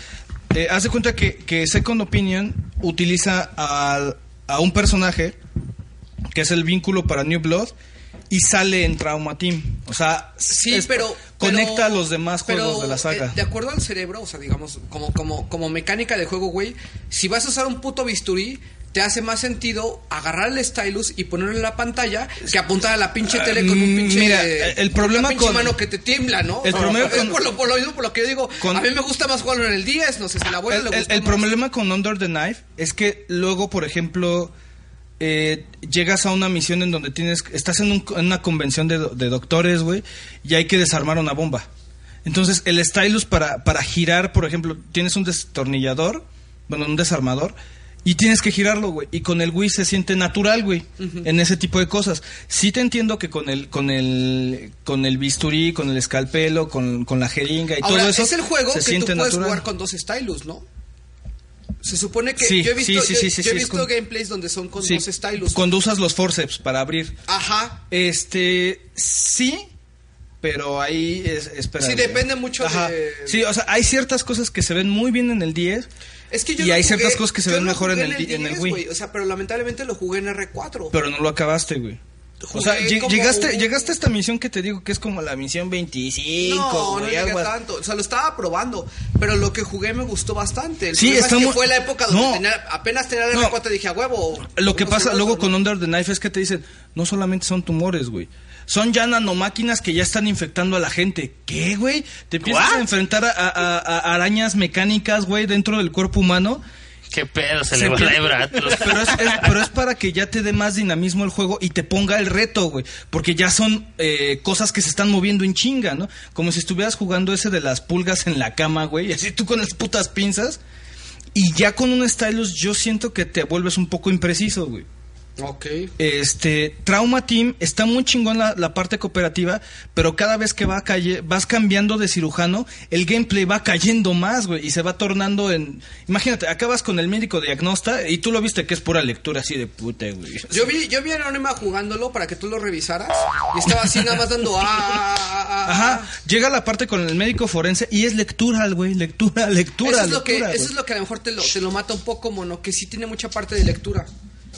Speaker 4: Eh, haz de cuenta que, que Second Opinion utiliza al- a un personaje que es el vínculo para New Blood y sale en Trauma Team. O sea,
Speaker 2: Sí,
Speaker 4: es-
Speaker 2: pero.
Speaker 4: conecta
Speaker 2: pero-
Speaker 4: a los demás
Speaker 2: pero,
Speaker 4: juegos de la saga.
Speaker 2: eh, de acuerdo al cerebro, o sea, digamos, como, como, como mecánica de juego, güey, si vas a usar un puto bisturí. Te hace más sentido agarrar el stylus y ponerlo en la pantalla que apuntar a la pinche tele con un
Speaker 4: Mm,
Speaker 2: pinche.
Speaker 4: mira, el problema
Speaker 2: una pinche
Speaker 4: con-
Speaker 2: mano que te tiembla, ¿no?
Speaker 4: El problema
Speaker 2: es
Speaker 4: con-
Speaker 2: por, lo, por lo mismo, por lo que yo digo.
Speaker 4: con-
Speaker 2: a mí me gusta más jugarlo en el 10, no sé, si a la abuela
Speaker 4: el,
Speaker 2: le
Speaker 4: el-
Speaker 2: gusta
Speaker 4: el
Speaker 2: más.
Speaker 4: problema con Under the Knife es que luego, por ejemplo, eh, llegas a una misión en donde tienes, estás en, un- en una convención de, do- de doctores, güey, y hay que desarmar una bomba. Entonces, el stylus para, para girar, por ejemplo, tienes un destornillador, bueno, un desarmador, y tienes que girarlo, güey. Y con el Wii se siente natural, güey, en ese tipo de cosas. Sí te entiendo que con el, con el, con el bisturí, con el escalpelo, con, con la jeringa y
Speaker 2: Ahora,
Speaker 4: todo eso.
Speaker 2: es el juego
Speaker 4: se
Speaker 2: que tú
Speaker 4: siente
Speaker 2: puedes
Speaker 4: natural.
Speaker 2: jugar con dos stylus, ¿no? Se supone que
Speaker 4: Sí,
Speaker 2: yo he visto,
Speaker 4: sí, sí,
Speaker 2: yo-
Speaker 4: sí, sí,
Speaker 2: yo he
Speaker 4: sí, es
Speaker 2: visto
Speaker 4: con-
Speaker 2: gameplays donde son con dos stylus.
Speaker 4: Cuando usas los forceps para abrir.
Speaker 2: Ajá.
Speaker 4: Este, sí, pero ahí es, espera. eh,
Speaker 2: Sí, depende mucho de-
Speaker 4: Sí, o sea, hay ciertas cosas que se ven muy bien en el 10.
Speaker 2: Es que yo
Speaker 4: Y
Speaker 2: lo
Speaker 4: hay
Speaker 2: jugué-
Speaker 4: ciertas cosas que se
Speaker 2: yo
Speaker 4: ven
Speaker 2: lo
Speaker 4: mejor en
Speaker 2: jugué
Speaker 4: el di- en el
Speaker 2: 10,
Speaker 4: Wii.
Speaker 2: güey, O sea, pero lamentablemente lo jugué en R4.
Speaker 4: Pero no lo acabaste, güey. O
Speaker 2: Jugué
Speaker 4: sea, lleg-
Speaker 2: como
Speaker 4: llegaste,
Speaker 2: un-
Speaker 4: llegaste a esta misión que te digo que es como la misión 25.
Speaker 2: no, no
Speaker 4: güey,
Speaker 2: llegué
Speaker 4: algo así.
Speaker 2: tanto. O sea, lo estaba probando. Pero lo que jugué me gustó bastante. El
Speaker 4: Sí,
Speaker 2: problema es
Speaker 4: está
Speaker 2: que
Speaker 4: muy-
Speaker 2: fue la época donde
Speaker 4: No.
Speaker 2: tenía- apenas tenía
Speaker 4: No.
Speaker 2: R4 dije, a huevo.
Speaker 4: Lo que
Speaker 2: no
Speaker 4: pasa
Speaker 2: sé,
Speaker 4: luego
Speaker 2: no.
Speaker 4: con Under the Knife es que te dicen, no solamente son tumores, güey. Son ya nanomáquinas que ya están infectando a la gente. ¿Qué, güey? Te empiezas a enfrentar a, a- a- a arañas mecánicas, güey, dentro del cuerpo humano.
Speaker 12: ¿Qué pedo? Se,
Speaker 4: Se
Speaker 12: le va la
Speaker 4: empieza-
Speaker 12: hebra a Atlus.
Speaker 4: Pero es, es- pero es para que ya te dé más dinamismo el juego y te ponga el reto, güey. Porque ya son eh, cosas que se están moviendo en chinga, ¿no? Como si estuvieras jugando ese de las pulgas en la cama, güey. Y así tú con las putas pinzas. Y ya con un stylus yo siento que te vuelves un poco impreciso, güey.
Speaker 2: Ok.
Speaker 4: Este, Trauma Team está muy chingón la, la parte cooperativa, pero cada vez que va calle, vas cambiando de cirujano, el gameplay va cayendo más, güey, y se va tornando en. Imagínate, acabas con el médico diagnosta y tú lo viste que es pura lectura así de puta, güey.
Speaker 2: Yo vi, yo vi a Anónima jugándolo para que tú lo revisaras. Y estaba así nada más dando. ah, ah, ah, ah, ah".
Speaker 4: Ajá, llega la parte con el médico forense y es lectura, güey, lectura, lectura,
Speaker 2: eso es lo que
Speaker 4: lectura,
Speaker 2: eso
Speaker 4: güey.
Speaker 2: es lo que a lo mejor te lo, te lo mata un poco mono que sí tiene mucha parte de lectura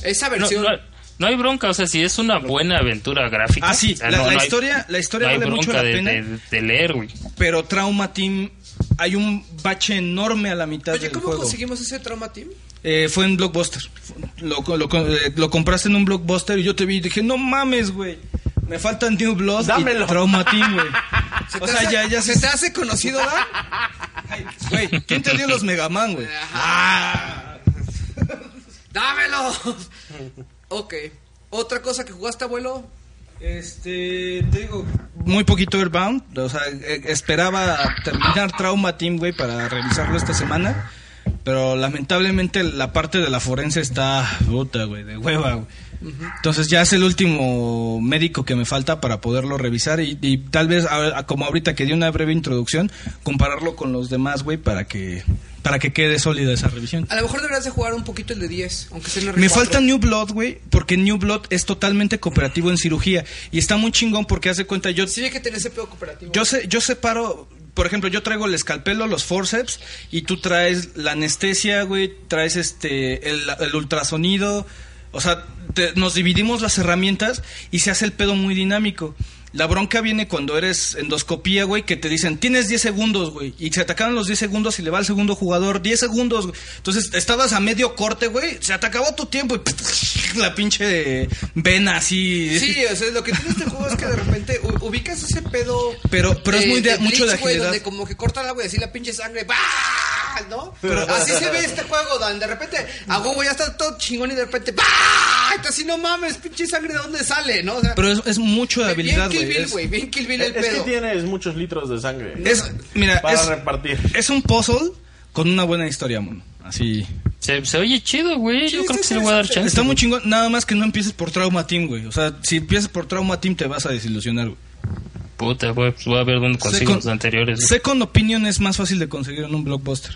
Speaker 2: esa
Speaker 12: No,
Speaker 2: versión
Speaker 12: no- no hay bronca, o sea, si es una buena aventura gráfica.
Speaker 4: Ah, sí,
Speaker 12: o sea,
Speaker 4: la-
Speaker 12: no-
Speaker 4: la
Speaker 12: no hay-
Speaker 4: historia- la historia
Speaker 12: no hay
Speaker 4: vale mucho
Speaker 12: bronca
Speaker 4: la
Speaker 12: de-
Speaker 4: pena.
Speaker 12: de- de leer, güey.
Speaker 4: Pero Trauma Team, hay un bache enorme a la mitad
Speaker 2: oye
Speaker 4: del
Speaker 2: cómo
Speaker 4: juego.
Speaker 2: conseguimos ese trauma team
Speaker 4: Eh, fue en Blockbuster. Lo, lo- eh, lo compraste en un Blockbuster y yo te vi y dije, no mames, güey. Me faltan New Blood
Speaker 3: Dámelo.
Speaker 4: y Trauma Team, güey.
Speaker 2: ¿Se
Speaker 4: O
Speaker 2: te
Speaker 4: sea,
Speaker 2: hace-
Speaker 4: ya, ya
Speaker 2: se te hace conocido Dan?
Speaker 4: Ay, Güey, ¿quién te dio los Megaman, güey? Ah.
Speaker 2: dámelo ok otra cosa que jugaste abuelo
Speaker 4: Este, te digo... Muy poquito Airbound. O sea, eh, esperaba terminar Trauma Team, güey, para revisarlo esta semana. Pero lamentablemente la parte de la forense está puta, güey, de hueva, güey. Entonces ya es el último médico que me falta para poderlo revisar y, y tal vez, a- a- como ahorita que di una breve introducción, compararlo con los demás, güey, para que, para que quede sólida esa revisión.
Speaker 2: a lo mejor deberías de jugar un poquito el de 10 aunque sea en
Speaker 4: Me
Speaker 2: R4.
Speaker 4: falta New Blood, güey, porque New Blood es totalmente cooperativo en cirugía y está muy chingón porque hace cuenta yo
Speaker 2: sí hay que tener ese pedo cooperativo
Speaker 4: yo sé yo separo, por ejemplo, yo traigo el escalpelo, los forceps y tú traes la anestesia, güey, traes este el, el ultrasonido, o sea, te- nos dividimos las herramientas y se hace el pedo muy dinámico. La bronca viene cuando eres endoscopía, güey, que te dicen, tienes 10 segundos, güey. Y se atacaron los 10 segundos y le va al segundo jugador 10 segundos, güey. Entonces, estabas a medio corte, güey. Se te acabó tu tiempo y la pinche vena así.
Speaker 2: Sí, o sea, lo que tiene este juego es que de repente u- ubicas ese pedo.
Speaker 4: Pero- pero es muy de- mucho de
Speaker 2: Eh, Bleach, güey,
Speaker 4: agilidad.
Speaker 2: donde como que corta el agua y así la pinche sangre. ¡Bah! ¿No? Así se ve este juego, Dan. De repente, a huevo ya está todo chingón y de repente. ¡Bah! Exacto, así no mames, pinche sangre, ¿de dónde sale? ¿No? O sea,
Speaker 4: Pero es, es mucho de habilidad,
Speaker 2: bien Kill
Speaker 4: güey.
Speaker 2: Bill,
Speaker 4: Es,
Speaker 2: güey. Bien Kill Bill
Speaker 3: Es
Speaker 2: el
Speaker 3: es que
Speaker 2: pedo.
Speaker 3: tienes muchos litros de sangre
Speaker 4: es- mira,
Speaker 3: para
Speaker 4: es,
Speaker 3: repartir.
Speaker 4: es un puzzle con una buena historia, mono. Así.
Speaker 12: Se, se oye chido, güey. Yo
Speaker 2: Sí,
Speaker 12: creo
Speaker 2: sí,
Speaker 12: que
Speaker 2: sí,
Speaker 12: se le voy a dar
Speaker 2: sí.
Speaker 12: chance.
Speaker 4: Está muy chingón. Nada más que no empieces por Trauma Team, güey. O sea, si empiezas por Trauma Team te vas a desilusionar, güey.
Speaker 12: Puta, güey. Pues voy a ver dónde consigo
Speaker 4: Second-
Speaker 12: los anteriores. güey.
Speaker 4: Second Opinion es más fácil de conseguir en un blockbuster.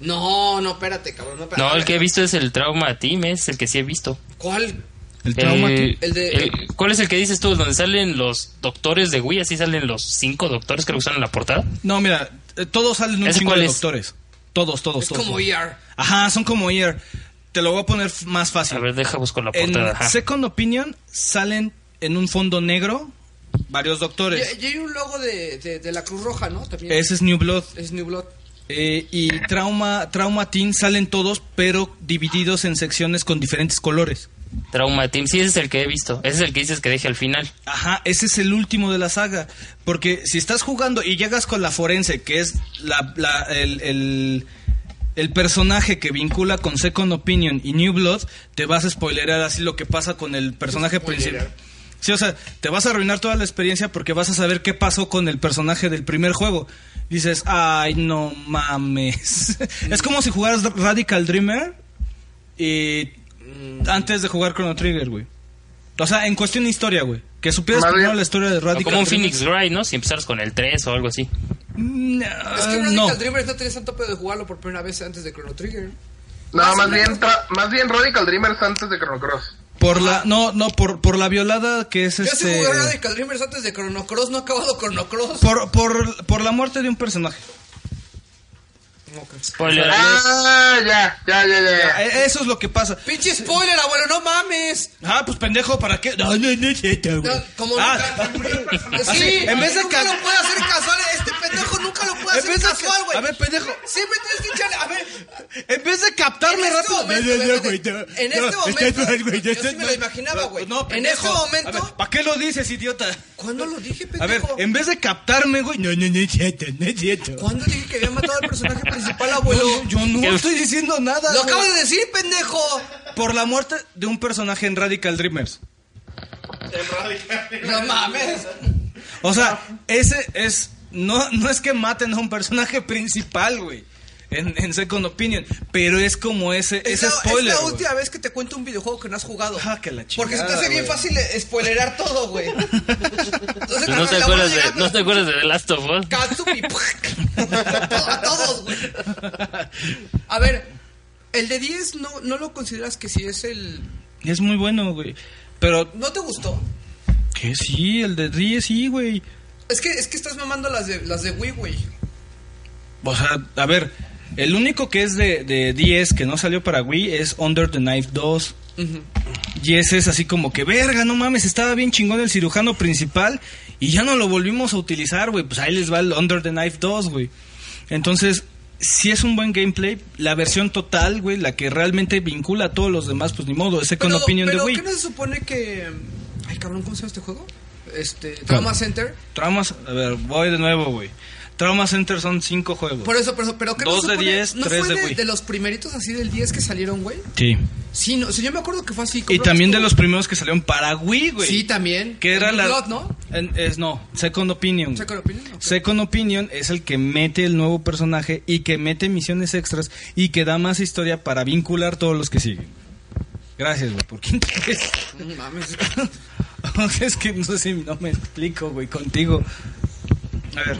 Speaker 2: No, no, espérate, cabrón. No, espérate.
Speaker 12: No, el que he visto es el Trauma Team, es el que sí he visto.
Speaker 2: ¿Cuál?
Speaker 4: El Trauma Team.
Speaker 12: Eh,
Speaker 2: El de-
Speaker 12: el- ¿Cuál es el que dices tú? Donde salen los doctores de Wii, así salen los cinco doctores creo que están en la portada.
Speaker 4: No, mira, eh, todos salen un
Speaker 12: ¿Ese
Speaker 4: chingo
Speaker 12: cuál
Speaker 4: de
Speaker 12: es?
Speaker 4: doctores. Todos, todos,
Speaker 2: Es
Speaker 4: todos.
Speaker 2: como
Speaker 4: todos.
Speaker 2: ER.
Speaker 4: Ajá, son como ER. Te lo voy a poner f- más
Speaker 12: A
Speaker 4: fácil.
Speaker 12: ver, deja buscar la
Speaker 4: en
Speaker 12: portada. ajá.
Speaker 4: Second Opinion salen en un fondo negro varios doctores.
Speaker 2: Y, y hay un logo de, de, de la Cruz Roja, ¿no? También.
Speaker 4: Ese es New Blood.
Speaker 2: Es New Blood.
Speaker 4: Eh, y Trauma, Trauma Teen salen todos, pero divididos en secciones con diferentes colores.
Speaker 12: Trauma Team, sí, ese es el que he visto. Ese es el que dices que deje al final.
Speaker 4: Ajá, ese es el último de la saga. Porque si estás jugando y llegas con la forense, que es la, la- el, el- el personaje que vincula con Second Opinion y New Blood, te vas a spoilerar así lo que pasa con el personaje principal. Sí, o sea, te vas a arruinar toda la experiencia porque vas a saber qué pasó con el personaje del primer juego. Dices, ay, no mames. es como si jugaras Radical Dreamer y
Speaker 12: Mm.
Speaker 4: antes de jugar Chrono Trigger, güey. O sea, en cuestión de historia, güey. Que supieras
Speaker 5: Madre.
Speaker 4: primero la historia de
Speaker 12: O
Speaker 4: Radical
Speaker 12: como un
Speaker 4: Dreamer.
Speaker 12: Phoenix Wright, ¿no? Si empezaras con el 3 o algo así.
Speaker 4: Mm,
Speaker 2: Es que
Speaker 4: no.
Speaker 2: Radical Dreamers no tenías tanto pedo de jugarlo por primera vez antes de Chrono Trigger.
Speaker 5: No, más bien, tra- más bien Radical Dreamers antes de Chrono Cross.
Speaker 4: Por la, no, no, por, por la violada que es
Speaker 2: Yo sí
Speaker 4: este.
Speaker 2: jugué Radical Dreamers antes de Chrono Cross, no he acabado Chrono Cross.
Speaker 4: Por, por, por la muerte de un personaje.
Speaker 12: Spoiler alert.
Speaker 5: Ah, ya, ya, ya, ya. ya.
Speaker 4: Eh, Eso es lo que pasa.
Speaker 2: Pinche spoiler, abuelo, no mames.
Speaker 4: Ah, pues pendejo, ¿para qué? No, no, no, neta, güey.
Speaker 2: No, como
Speaker 4: Ah,
Speaker 2: nunca.
Speaker 4: así,
Speaker 2: Sí,
Speaker 4: en vez de
Speaker 2: nunca
Speaker 4: ca-
Speaker 2: lo puede hacer casual. Este pendejo nunca lo puede
Speaker 4: En
Speaker 2: hacer
Speaker 4: vez de ca-
Speaker 2: casual, güey.
Speaker 4: a ver, pendejo.
Speaker 2: Siempre tienes que echarle. A ver,
Speaker 4: En vez de captarme
Speaker 2: En este
Speaker 4: rápido.
Speaker 2: momento,
Speaker 4: No, no, no,
Speaker 2: güey,
Speaker 4: no,
Speaker 2: en este
Speaker 4: no,
Speaker 2: momento,
Speaker 4: estás mal, güey,
Speaker 2: yo
Speaker 4: estás
Speaker 2: sí me lo
Speaker 4: mal.
Speaker 2: imaginaba, güey.
Speaker 4: No,
Speaker 2: En
Speaker 4: pendejo.
Speaker 2: este momento-
Speaker 4: A ver, ¿Para qué lo dices, idiota?
Speaker 2: ¿cuándo lo dije, pendejo?
Speaker 4: A ver, en vez de captarme, güey. No, no, no es cierto, no es cierto.
Speaker 2: ¿Cuándo dije que había matado al personaje principal, abuelo?
Speaker 4: No, yo no
Speaker 12: ¿Qué?
Speaker 4: estoy diciendo nada.
Speaker 2: Lo
Speaker 4: güey.
Speaker 2: acabo de decir, pendejo.
Speaker 4: Por la muerte de un personaje en Radical Dreamers.
Speaker 2: No mames.
Speaker 4: O sea, ese es. No, no es que maten a un personaje principal, güey. En, en Second Opinion. Pero es como ese,
Speaker 2: Es
Speaker 4: ese
Speaker 2: la-
Speaker 4: spoiler.
Speaker 2: Es la
Speaker 4: güey.
Speaker 2: última vez que te cuento un videojuego que no has jugado.
Speaker 4: Ah, que la
Speaker 2: Porque se te
Speaker 4: chingada,
Speaker 2: hace bien
Speaker 4: güey.
Speaker 2: fácil eh, spoilerar todo, güey. Entonces,
Speaker 12: No te
Speaker 2: la
Speaker 12: acuerdas
Speaker 2: voy a
Speaker 12: de,
Speaker 2: llegar,
Speaker 12: no te acuerdas de The Last of Us.
Speaker 2: Katsumi. a todos, güey. A ver, el de 10 no, no lo consideras que si es el...
Speaker 4: Es muy bueno, güey. Pero
Speaker 2: ¿No te gustó?
Speaker 4: que sí, el de 10 sí, güey.
Speaker 2: Es que, es que estás mamando las de, las de Wii, güey.
Speaker 4: O sea, a ver, el único que es de, de 10 que no salió para Wii es Under the Knife 2. Y ese es así como que, verga, no mames, estaba bien chingón el cirujano principal y ya no lo volvimos a utilizar, güey. Pues ahí les va el Under the Knife 2, güey. Entonces, si es un buen gameplay, la versión total, güey, la que realmente vincula a todos los demás, pues ni modo, ese con
Speaker 2: Pero-
Speaker 4: opinión de
Speaker 2: pero
Speaker 4: Wii.
Speaker 2: ¿qué no se supone que... Ay, cabrón, ¿cómo se llama este juego? Este, Trauma Center.
Speaker 4: Traumas, a ver, voy de nuevo, güey. Trauma Center son 5 juegos.
Speaker 2: Por eso, por eso, pero ¿qué no se
Speaker 4: Dos de
Speaker 2: supone-
Speaker 4: 10,
Speaker 2: ¿No
Speaker 4: tres
Speaker 2: fue
Speaker 4: de Wii.
Speaker 2: de los primeritos así del 10 que salieron, güey?
Speaker 4: Sí.
Speaker 2: Sí, no, o sea, yo me acuerdo que fue así.
Speaker 4: Y
Speaker 2: compramos
Speaker 4: también de
Speaker 2: como-
Speaker 4: los primeros que salieron para Wii, güey.
Speaker 2: Sí, también.
Speaker 4: Que era
Speaker 2: El
Speaker 4: la.
Speaker 2: Blood, ¿no?
Speaker 4: En- es, no, Second Opinion. güey.
Speaker 2: Second Opinion, ok.
Speaker 4: Second Opinion es el que mete el nuevo personaje y que mete misiones extras y que da más historia para vincular todos los que siguen. Gracias, güey, porque
Speaker 2: No mames.
Speaker 4: es que no sé si no me explico, güey, contigo. A ver,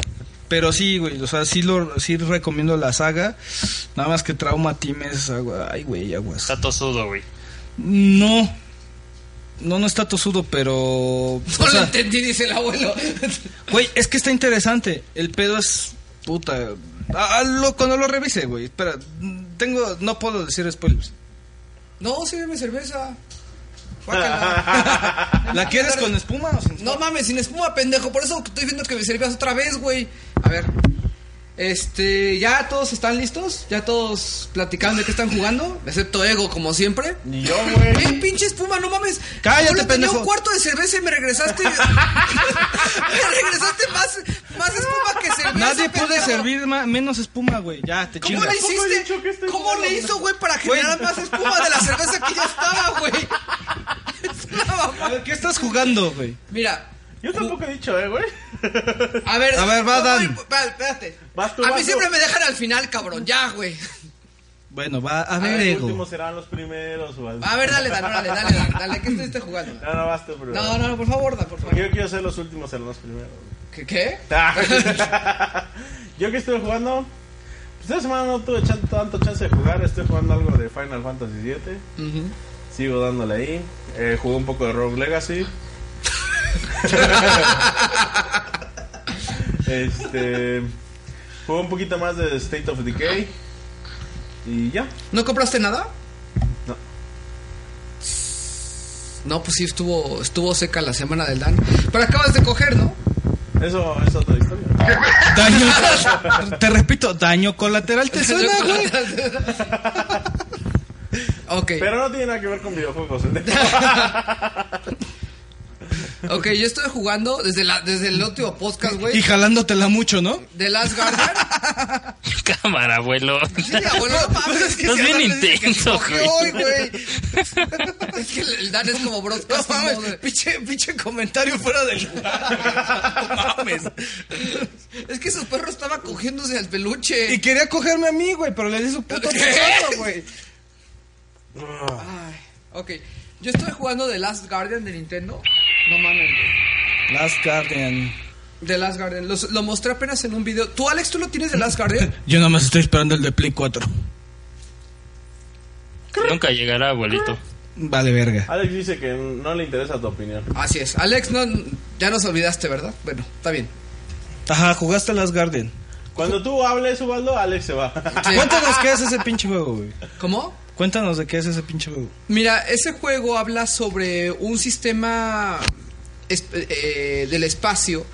Speaker 4: pero sí, güey, o sea, sí, lo, sí recomiendo la saga. Nada más que Trauma Team es agua. Ay, güey, aguas.
Speaker 12: Está tosudo, güey.
Speaker 4: No. No, no está tosudo, pero. o
Speaker 2: No lo
Speaker 4: sea,
Speaker 2: entendí, dice el abuelo.
Speaker 4: güey, es que está interesante. El pedo es. Puta. Ah, ah, lo- cuando lo revise, güey. Espera. mm, Tengo. No puedo decir spoilers.
Speaker 2: No, sírveme cerveza. Guácala.
Speaker 4: ¿La quieres con espuma o sin espuma?
Speaker 2: No mames, sin espuma, pendejo. Por eso estoy viendo que me servías otra vez, güey. A ver. Este, ¿ya todos están listos? ¿Ya todos platicaron de qué están jugando? Excepto Ego, como siempre.
Speaker 3: Y yo, güey.
Speaker 2: Bien, pinche espuma, no mames.
Speaker 4: Cállate,
Speaker 2: Solo tenía
Speaker 4: pendejo.
Speaker 2: un cuarto de cerveza y me regresaste. me regresaste más, más espuma que cerveza.
Speaker 4: Nadie puede
Speaker 2: pendejo.
Speaker 4: servir ma- menos espuma, güey. Ya, te
Speaker 2: ¿Cómo le
Speaker 4: chingas.
Speaker 3: he dicho que
Speaker 2: hiciste?
Speaker 3: estoy
Speaker 2: ¿Cómo
Speaker 3: jugando?
Speaker 2: le hizo, güey, para generar más espuma de la cerveza que ya estaba, güey?
Speaker 4: A ver, ¿qué estás jugando, güey?
Speaker 2: Mira,
Speaker 3: Yo tampoco he dicho, eh, güey.
Speaker 2: a ver.
Speaker 4: A ver, va,
Speaker 2: Ay,
Speaker 4: Dan.
Speaker 2: va, espérate.
Speaker 3: Vas tú,
Speaker 2: a
Speaker 3: vas
Speaker 2: mí
Speaker 3: tú.
Speaker 2: siempre me dejan al final, cabrón. Ya, güey.
Speaker 4: Bueno, va, a ver,
Speaker 3: Los
Speaker 4: Ego.
Speaker 3: últimos serán los primeros, güey.
Speaker 2: A ver, dale, Dan, órale, dale, Dan, dale. ¿Qué estuviste jugando? Dan?
Speaker 3: No, no, vas tú, bro.
Speaker 2: No, no, no, por favor, Dan, por favor.
Speaker 3: Yo quiero ser los últimos, serán los primeros.
Speaker 2: ¿Qué? ¿Qué?
Speaker 3: Ah. Yo que estoy jugando. Pues esta semana no tuve chan- tanto chance de jugar. Estoy jugando algo de Final Fantasy VII. Sigo dándole ahí. Eh, jugué un poco de Rogue Legacy. este. Jugué un poquito más de State of Decay. Y ya.
Speaker 2: ¿No compraste nada?
Speaker 3: No.
Speaker 2: No, pues sí, estuvo, estuvo seca la semana del Dan. Pero acabas de coger, ¿no?
Speaker 3: Eso es otra historia.
Speaker 4: Daño, te repito, daño colateral te suena, güey.
Speaker 2: ok,
Speaker 3: Pero no tiene nada que ver con videojuegos.
Speaker 2: ok, yo estoy jugando desde, la, desde el último podcast,
Speaker 4: Y
Speaker 2: güey.
Speaker 4: jalándotela mucho, ¿no?
Speaker 2: De Last Guardian.
Speaker 7: Cámara, abuelo.
Speaker 2: Sí, abuelo, no mames.
Speaker 4: Pues es que
Speaker 7: Estás
Speaker 4: si
Speaker 7: bien
Speaker 4: Adán le dice que
Speaker 7: intenso,
Speaker 2: ¿Qué
Speaker 7: güey.
Speaker 2: hoy, güey? es que el, el Dan es como broadcast.
Speaker 4: mames,
Speaker 2: mode.
Speaker 4: pinche, pinche comentario fuera del lugar. No mames.
Speaker 2: es que esos perros estaban cogiéndose al peluche.
Speaker 4: Y quería cogerme a mí, güey, pero le di su puto
Speaker 2: ¿Qué?
Speaker 4: pedazo, güey.
Speaker 2: Ay, ok, yo estoy jugando The Last Guardian de Nintendo. No mames, güey.
Speaker 4: Last Guardian.
Speaker 2: The Last Guardian. Los- lo mostré apenas en un video. ¿Tú, Alex, tú lo tienes de Last Guardian?
Speaker 4: Yo nada más estoy esperando el de Play 4.
Speaker 7: Nunca llegará, abuelito.
Speaker 4: Vale, verga.
Speaker 3: Alex dice que no le interesa tu opinión.
Speaker 2: Así es. Alex, no, ya nos olvidaste, ¿verdad? Bueno, está bien.
Speaker 4: Ajá, jugaste Last Guardian.
Speaker 3: Cuando tú hables, Ubaldo, Alex se va.
Speaker 2: Sí.
Speaker 4: Cuéntanos qué es ese pinche juego, güey.
Speaker 2: ¿Cómo?
Speaker 4: Cuéntanos de qué es ese pinche juego.
Speaker 2: Mira, ese juego habla sobre un sistema es- eh, del espacio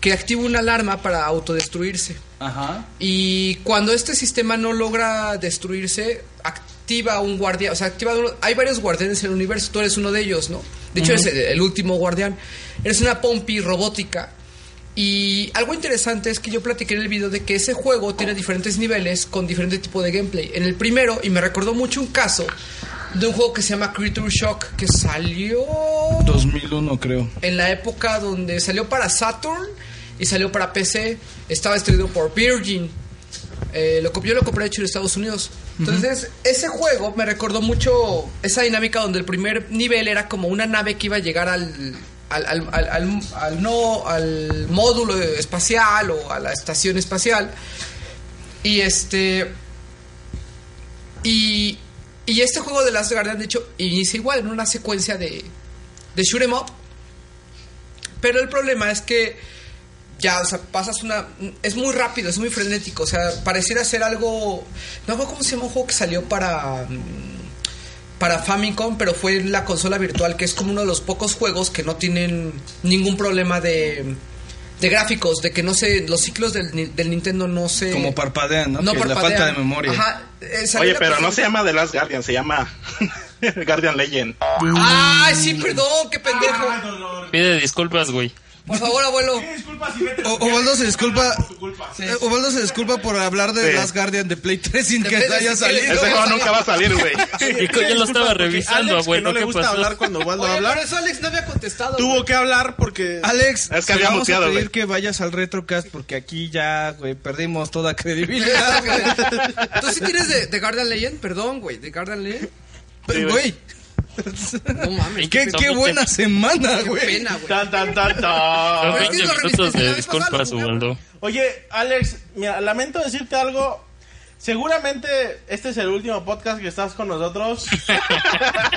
Speaker 2: que activa una alarma para autodestruirse.
Speaker 4: Ajá.
Speaker 2: Y cuando este sistema no logra destruirse, activa un guardián. O sea, activa uno- hay varios guardianes en el universo. Tú eres uno de ellos, ¿no? De hecho, eres el, el último guardián. Eres una Pompi robótica. Y algo interesante es que yo platiqué en el video de que ese juego tiene diferentes niveles con diferente tipo de gameplay. En el primero, y me recordó mucho un caso de un juego que se llama Creature Shock, que salió
Speaker 4: 2001, creo.
Speaker 2: en la época donde salió para Saturn y salió para PC. Estaba distribuido por Virgin. Eh, lo, comp- yo lo compré de hecho en Estados Unidos. Entonces, ese juego me recordó mucho esa dinámica donde el primer nivel era como una nave que iba a llegar al. Al, al- al- al- al no, al módulo espacial o a la estación espacial. Y este. Y, y este juego de Last Guardian, de hecho, inicia igual en una secuencia de, de shoot 'em up. Pero el problema es que ya, o sea, pasas una. Es muy rápido, es muy frenético. O sea, pareciera ser algo. No sé cómo se llama un juego que salió para. mm, Para Famicom, pero fue en la consola virtual, que es como uno de los pocos juegos que no tienen ningún problema de. De gráficos, de que no se. Los ciclos del, ni- del Nintendo no se.
Speaker 4: Como parpadean, ¿no?
Speaker 2: No
Speaker 4: Que
Speaker 2: por
Speaker 4: la falta de memoria.
Speaker 2: Ajá. eh, salió
Speaker 10: Oye,
Speaker 2: la
Speaker 10: pero no
Speaker 2: persona-
Speaker 10: se llama The Last Guardian, se llama Guardian Legend.
Speaker 2: Ay, sí, Ah, perdón, qué pendejo.
Speaker 7: Pide disculpas, güey.
Speaker 2: Por favor, abuelo.
Speaker 4: O- Ovaldo se disculpa. Eh, Ovaldo se disculpa por hablar de
Speaker 10: Sí.
Speaker 4: Last Guardian de Play 3 sin
Speaker 2: De
Speaker 4: que
Speaker 2: Play
Speaker 4: se haya
Speaker 2: 3 sin que-
Speaker 4: salido.
Speaker 10: Ese
Speaker 2: no,
Speaker 10: juego
Speaker 2: no,
Speaker 10: nunca va a salir, güey.
Speaker 7: Y co- yo lo estaba revisando,
Speaker 3: Alex,
Speaker 7: abuelo.
Speaker 3: Que no le
Speaker 7: ¿Qué
Speaker 3: gusta
Speaker 7: pasó?
Speaker 3: hablar cuando Ubaldo
Speaker 2: Oye,
Speaker 3: habla.
Speaker 2: por eso Alex no había contestado.
Speaker 3: Tuvo que hablar porque.
Speaker 4: Alex,
Speaker 10: Es que
Speaker 4: te
Speaker 10: había
Speaker 4: vamos
Speaker 10: muteado,
Speaker 4: a pedir
Speaker 10: güey.
Speaker 4: que vayas al Retrocast porque aquí ya, güey, perdimos toda credibilidad.
Speaker 2: ¿Tú sí tienes de, de Garden Legend? Perdón, güey, de Garden Legend.
Speaker 4: Pero, Güey,
Speaker 2: No mames.
Speaker 4: qué, qué buena semana,
Speaker 2: Qué
Speaker 4: güey.
Speaker 2: pena, güey.
Speaker 3: Tan, tan, tan, tan.
Speaker 7: Son
Speaker 2: Pero es que
Speaker 7: 20
Speaker 2: lo reviste la
Speaker 7: minutos de
Speaker 2: vez pasada,
Speaker 7: disculpas,
Speaker 2: lo jugamos.
Speaker 7: Ubaldo.
Speaker 3: Oye, Alex, mira, lamento decirte algo. Seguramente este es el último podcast que estás con nosotros.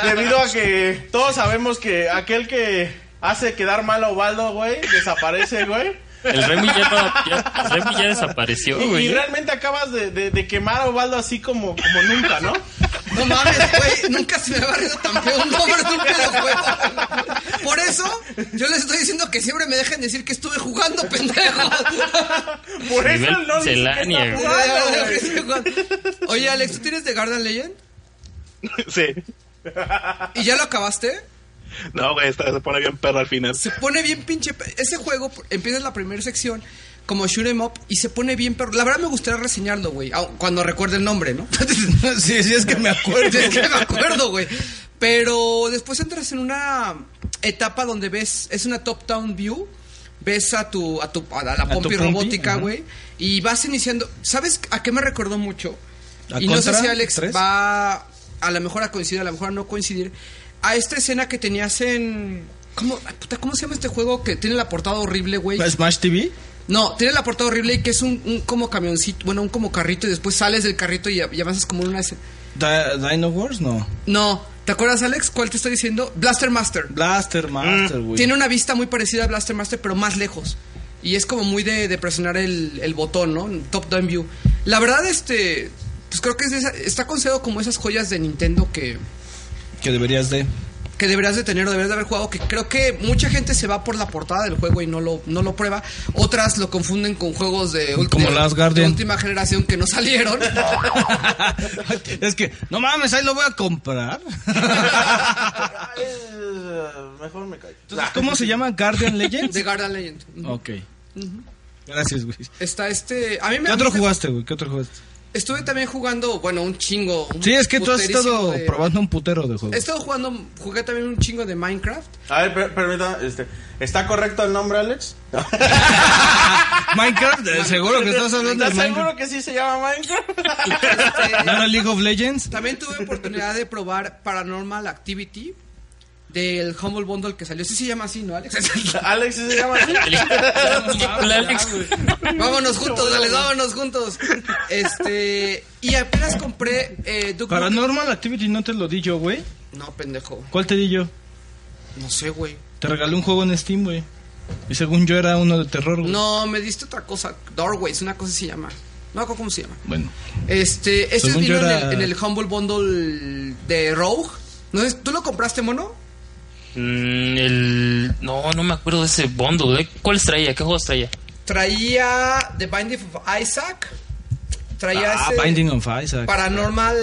Speaker 3: debido a que todos sabemos que aquel que hace quedar mal a Ubaldo, güey, desaparece, güey.
Speaker 7: El Remy ya, no- ya- el Remy ya desapareció,
Speaker 3: Y, y
Speaker 7: güey.
Speaker 3: realmente acabas de, de- de quemar a Ubaldo así como, como nunca, ¿no?
Speaker 2: No mames, güey. Nunca se me ha barrido tan feo un cover de un videojuego. Por eso, yo les estoy diciendo que siempre me dejen decir que estuve jugando, pendejo.
Speaker 3: Por eso
Speaker 7: Nivel
Speaker 3: no dice que
Speaker 7: Celania,
Speaker 3: está
Speaker 7: güey.
Speaker 3: jugando, güey.
Speaker 2: Oye, Alex, ¿tú tienes de Garden Legend?
Speaker 10: Sí.
Speaker 2: ¿Y ya lo acabaste?
Speaker 10: No, güey, esta se pone bien perro al final.
Speaker 2: Se pone bien pinche. pe- Ese juego p- empieza en la primera sección como shoot 'em up y se pone bien perro. La verdad me gustaría reseñarlo, güey. au- Cuando recuerde el nombre, ¿no?
Speaker 4: sí, sí, es que me acuerdo.
Speaker 2: Es que me acuerdo, güey. Pero después entras en una. etapa donde ves, es una top-down view, ves a tu, a tu, a la,
Speaker 4: tu
Speaker 2: pompi
Speaker 4: pompi,
Speaker 2: robótica,
Speaker 4: ajá.
Speaker 2: güey, y vas iniciando, ¿sabes a qué me recordó mucho?
Speaker 4: ¿A
Speaker 2: y no sé
Speaker 4: Contra
Speaker 2: si Alex
Speaker 4: tres?
Speaker 2: va a lo mejor a coincidir, a lo mejor a no coincidir, a esta escena que tenías en... ¿Cómo, ay, puta, ¿cómo se llama este juego que tiene la portada horrible, güey?
Speaker 4: Smash TV.
Speaker 2: No, tiene la portada horrible y que es un, un como camioncito, bueno, un como carrito y después sales del carrito y, y avanzas como en una... escena.
Speaker 4: Di- Dino Wars, no.
Speaker 2: No, ¿te acuerdas, Alex? ¿Cuál te estoy diciendo? Blaster Master.
Speaker 4: Blaster Master, güey.
Speaker 2: Tiene una vista muy parecida a Blaster Master, pero más lejos. Y es como muy de, de presionar el, el botón, ¿no? Top down view. La verdad, este. Pues creo que es de esa- está considerado como esas joyas de Nintendo que,
Speaker 4: Que deberías de.
Speaker 2: que deberías de tener o deberías de haber jugado. Que creo que mucha gente se va por la portada del juego y no lo, no lo prueba. Otras lo confunden con juegos de, ulti-
Speaker 4: Como Last
Speaker 2: de
Speaker 4: Guardian.
Speaker 2: última generación que no salieron.
Speaker 4: es que, no mames, ahí lo voy a comprar.
Speaker 3: Mejor me callo.
Speaker 4: Entonces, ¿Cómo se llama? ¿Guardian Legends?
Speaker 2: de Guardian Legend.
Speaker 4: Ok. Gracias, güey.
Speaker 2: Está este. A mí me
Speaker 4: ¿Qué otro
Speaker 2: me-
Speaker 4: jugaste, güey? ¿Qué otro jugaste?
Speaker 2: Estuve también jugando, bueno, un chingo. un
Speaker 4: Sí, es que tú has
Speaker 2: puterísimo
Speaker 4: estado
Speaker 2: de-
Speaker 4: probando un putero de
Speaker 2: He
Speaker 4: juegos.
Speaker 2: estado jugando, jugué también un chingo de Minecraft.
Speaker 3: A ver, per- permítame, este, ¿está correcto el nombre, Alex?
Speaker 4: Minecraft, eh, seguro que estás hablando de
Speaker 3: ¿Estás
Speaker 4: Minecraft.
Speaker 3: seguro que sí se llama Minecraft?
Speaker 4: ¿No
Speaker 2: Este,
Speaker 4: era League of Legends?
Speaker 2: también tuve oportunidad de probar Paranormal Activity del Humble Bundle que salió. Sí se llama así, ¿no, Alex?
Speaker 3: Alex sí se llama así. Ah,
Speaker 7: Hola, Alex.
Speaker 2: vámonos juntos, dale, vámonos juntos. Este, y apenas compré eh, Duke Nukem-
Speaker 4: Paranormal Activity no te lo di yo, güey.
Speaker 2: No, pendejo.
Speaker 4: ¿Cuál te di yo?
Speaker 2: No sé, güey.
Speaker 4: Te regalé un juego en Steam, güey. Y según yo era uno de terror, güey.
Speaker 2: No, me diste otra cosa. Doorways, una cosa se llama. No me acuerdo cómo se llama.
Speaker 4: Bueno.
Speaker 2: Este, este
Speaker 4: Según
Speaker 2: vino
Speaker 4: yo era-
Speaker 2: en, el, en el Humble Bundle de Rogue. No sé, ¿tú lo compraste, mono?
Speaker 7: Mm, el... No, no me acuerdo de ese bundle. ¿eh? ¿Cuáles traía? ¿Qué juegos traía?
Speaker 2: Traía The Binding of Isaac. Traía
Speaker 4: Ah,
Speaker 2: ese
Speaker 4: Binding of Isaac.
Speaker 2: Paranormal.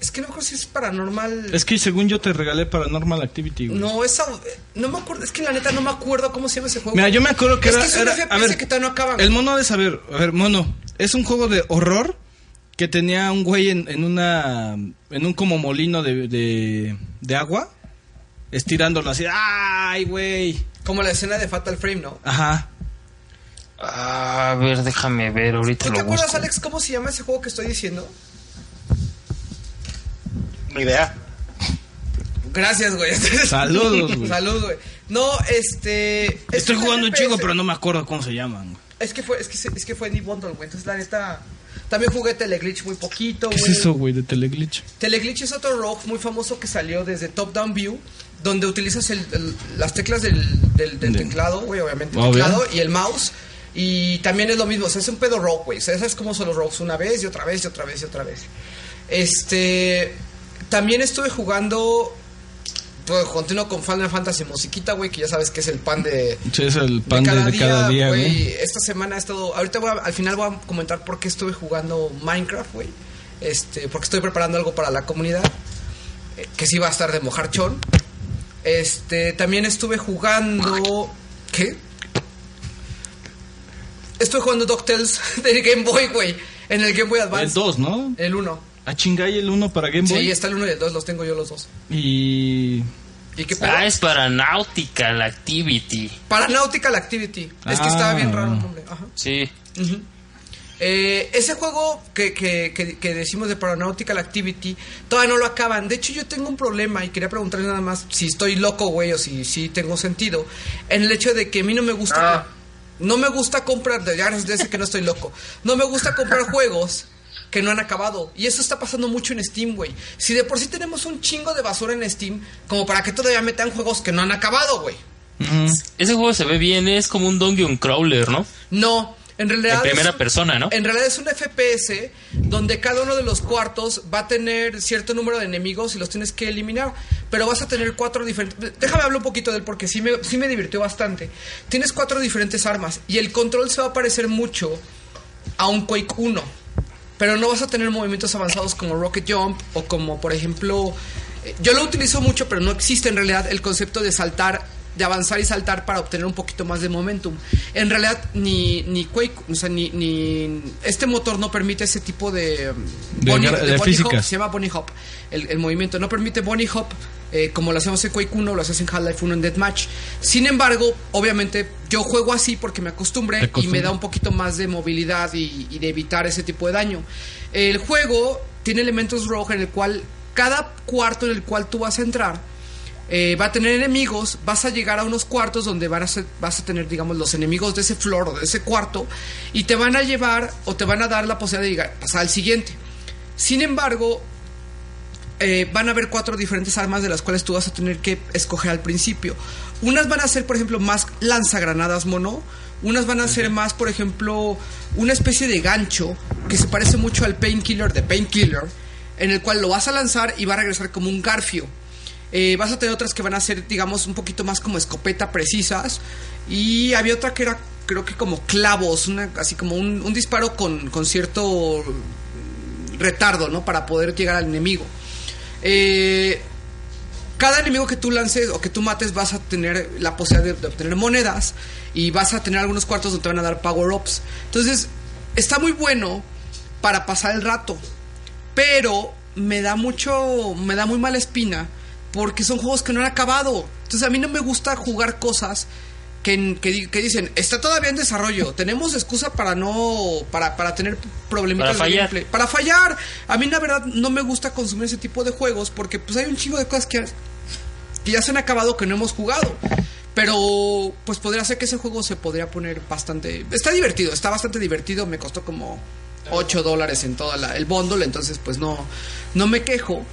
Speaker 2: Es que no me acuerdo si es Paranormal.
Speaker 4: Es que según yo te regalé Paranormal Activity, güey.
Speaker 2: No, esa. No me acuerdo. Es que la neta no me acuerdo cómo se llama ese juego.
Speaker 4: Mira, yo me acuerdo que
Speaker 2: Es
Speaker 4: era,
Speaker 2: que es un
Speaker 4: era-
Speaker 2: FPS
Speaker 4: a ver,
Speaker 2: que todavía no acaban.
Speaker 4: El mono ha de saber, a ver, mono, es un juego de horror que tenía un güey en, en una en un como molino de, de, de agua estirándolo así. Ay, güey.
Speaker 2: Como la escena de Fatal Frame, ¿no?
Speaker 4: Ajá.
Speaker 7: A ver, déjame ver, ahorita
Speaker 2: ¿Tú te
Speaker 7: lo
Speaker 2: acuerdas,
Speaker 7: busco.
Speaker 2: Alex, cómo se llama ese juego que estoy diciendo?
Speaker 10: Ni idea.
Speaker 2: Gracias, güey.
Speaker 4: Saludos, güey.
Speaker 2: Saludos, güey. No, este. es que
Speaker 4: Estoy
Speaker 2: es
Speaker 4: jugando un
Speaker 2: FPS.
Speaker 4: chico, pero no me acuerdo cómo se llaman. güey.
Speaker 2: Es que fue, es que, se- es que fue Deep Bundle, güey. Entonces, la neta. También jugué Teleglitch muy poquito,
Speaker 4: ¿Qué
Speaker 2: güey.
Speaker 4: es eso, güey, de Teleglitch?
Speaker 2: Teleglitch es otro rock muy famoso que salió desde Top Down View, donde utilizas el- el- las teclas del, del- del
Speaker 4: De-
Speaker 2: teclado, güey, obviamente, el
Speaker 4: Obvio.
Speaker 2: teclado y el mouse. Y también es lo mismo, o sea, es un pedo rock, güey. O sea, es como son los rocks, una vez y otra vez y otra vez y otra vez. Este. También estuve jugando. Pues, continuo con Final Fantasy Musiquita, güey, que ya sabes que es el pan de,
Speaker 4: Sí, es el pan de, de cada día, güey.
Speaker 2: Esta semana he estado. Ahorita voy a- al final voy a comentar por qué estuve jugando Minecraft, güey. Este, porque estoy preparando algo para la comunidad. eh, que sí va a estar de mojarchón. Este, también estuve jugando. ¿Qué? Estuve jugando DuckTales del Game Boy, güey. En el Game Boy
Speaker 4: El
Speaker 2: Advance.
Speaker 4: 2, ¿no?
Speaker 2: El 1.
Speaker 4: A chingay el 1 para Game Boy.
Speaker 2: Sí, está el 1 y el 2, los tengo yo los dos.
Speaker 4: Y.
Speaker 2: ¿Y qué pedo?
Speaker 7: Ah, es para Nautical Activity.
Speaker 2: Paranautical Activity. Es que
Speaker 4: Ah.
Speaker 2: estaba bien raro el nombre. Ajá.
Speaker 7: Sí.
Speaker 2: Ujú. Eh, ese juego que, que- que- que decimos de Paranautical Activity, todavía no lo acaban. De hecho, yo tengo un problema y quería preguntarle nada más si estoy loco, güey, o si, si tengo sentido. En el hecho de que a mí no me gusta.
Speaker 5: Ah.
Speaker 2: No me gusta comprar. Ya les decía que no estoy loco. No me gusta comprar juegos que no han acabado. Y eso está pasando mucho en Steam, güey. Si de por sí tenemos un chingo de basura en Steam, como para que todavía metan juegos que no han acabado, güey.
Speaker 4: Ujú.
Speaker 7: Ese juego se ve bien, es como un dungeon crawler, ¿no?
Speaker 2: No, en realidad.
Speaker 7: En
Speaker 2: es
Speaker 7: primera
Speaker 2: un-
Speaker 7: persona, ¿no?
Speaker 2: En realidad es un FPS donde cada uno de los cuartos va a tener cierto número de enemigos y los tienes que eliminar. Pero vas a tener cuatro diferentes. Déjame hablar un poquito de él porque sí me, sí me divirtió bastante. Tienes cuatro diferentes armas y el control se va a parecer mucho a un Quake 1. Pero no vas a tener movimientos avanzados como Rocket Jump o como, por ejemplo. eh, Yo lo utilizo mucho, pero no existe en realidad el concepto de saltar de avanzar y saltar para obtener un poquito más de momentum. En realidad, ni, ni Quake, o sea, ni, ni- Este motor no permite ese tipo de. um,
Speaker 4: De
Speaker 2: bunny-
Speaker 4: gar- de
Speaker 2: bunny
Speaker 4: físicas.
Speaker 2: hop, se llama Bunny Hop, el, el movimiento. No permite Bunny Hop eh, como lo hacemos en Quake 1, lo haces en Half-Life 1 en Deathmatch. Sin embargo, obviamente, yo juego así porque me acostumbré
Speaker 4: Te
Speaker 2: y me
Speaker 4: acostumbras.
Speaker 2: da un poquito más de movilidad y, y de evitar ese tipo de daño. El juego tiene elementos rojo en el cual cada cuarto en el cual tú vas a entrar eh, va a tener enemigos, vas a llegar a unos cuartos donde van a ser- vas a tener, digamos, los enemigos de ese flor o de ese cuarto y te van a llevar o te van a dar la posibilidad de llegar, pasar al siguiente. Sin embargo, eh, van a haber cuatro diferentes armas de las cuales tú vas a tener que escoger al principio. Unas van a ser, por ejemplo, más lanzagranadas mono. Unas van a ser más, por ejemplo, una especie de gancho que se parece mucho al painkiller de painkiller, en el cual lo vas a lanzar y va a regresar como un garfio. Eh, vas a tener otras que van a ser, digamos, un poquito más como escopeta precisas. Y había otra que era, creo que como clavos, una- así como un, un disparo con, con cierto retardo, ¿no? Para poder llegar al enemigo. Eh, cada enemigo que tú lances o que tú mates vas a tener la posibilidad de, de obtener monedas y vas a tener algunos cuartos donde te van a dar power-ups. Entonces, está muy bueno para pasar el rato, pero me da mucho, me da muy mala espina porque son juegos que no han acabado. Entonces, a mí no me gusta jugar cosas que, en- que, di- que dicen, está todavía en desarrollo, tenemos excusa para no, para, para tener problemitas de
Speaker 7: Para fallar.
Speaker 2: gameplay, para fallar. A mí la verdad no me gusta consumir ese tipo de juegos porque pues hay un chingo de cosas que, que ya se han acabado que no hemos jugado. Pero pues podría ser que ese juego se podría poner bastante... Está divertido, está bastante divertido, me costó como 8 dólares en todo el bundle, entonces pues no, no me quejo.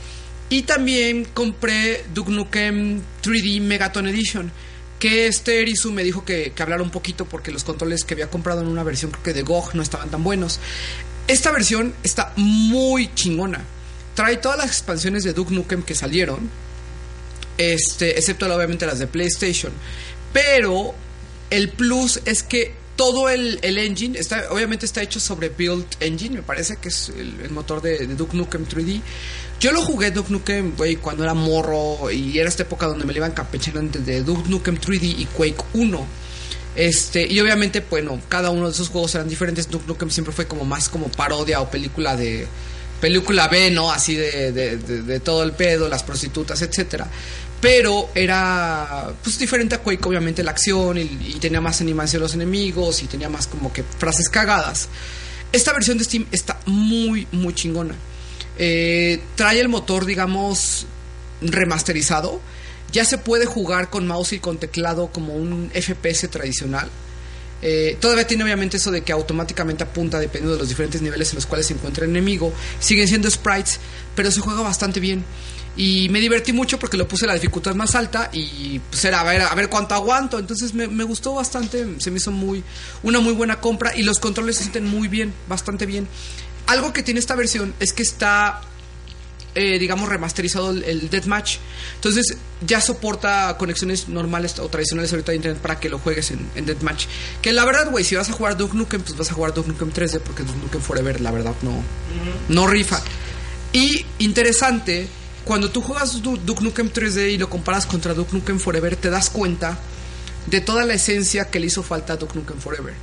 Speaker 2: Y también compré Duke Nukem 3D Megaton Edition. Que este Erisu me dijo que, que hablara un poquito porque los controles que había comprado en una versión creo que de GOG no estaban tan buenos. Esta versión está muy chingona. Trae todas las expansiones de Duke Nukem que salieron. Este, excepto obviamente las de PlayStation. Pero el plus es que todo el, el engine, está, obviamente está hecho sobre Build Engine, me parece que es el, el motor de, de Duke Nukem 3D. Yo lo jugué Duke Nukem, güey, cuando era morro y era esta época donde me le iban campechanando de Duke Nukem 3D y Quake 1. Este, y obviamente, bueno, cada uno de esos juegos eran diferentes. Duke Nukem siempre fue como más como parodia o película de. Película B, ¿no? Así de, de- de- de todo el pedo, las prostitutas, etcétera. Pero era pues diferente a Quake, obviamente, la acción y, y tenía más animación los enemigos y tenía más como que frases cagadas. Esta versión de Steam está muy, muy chingona. Eh, trae el motor, digamos, remasterizado. Ya se puede jugar con mouse y con teclado como un FPS tradicional. Eh, todavía tiene obviamente eso de que automáticamente apunta dependiendo de los diferentes niveles en los cuales se encuentra el enemigo. Siguen siendo sprites, pero se juega bastante bien. Y me divertí mucho porque lo puse a la dificultad más alta y pues era a ver, a ver cuánto aguanto. Entonces me, me gustó bastante, se me hizo muy una muy buena compra y los controles se sienten muy bien, bastante bien. Algo que tiene esta versión es que está eh, digamos, remasterizado el, el Deathmatch. Entonces, ya soporta conexiones normales o tradicionales ahorita de internet para que lo juegues en, en Deathmatch. Que la verdad, güey, si vas a jugar Duke Nukem, pues vas a jugar Duke Nukem 3D, porque Duke Nukem Forever, la verdad, no, no rifa. Y interesante, cuando tú juegas Du- Duke Nukem 3D y lo comparas contra Duke Nukem Forever, te das cuenta de toda la esencia que le hizo falta a Duke Nukem Forever.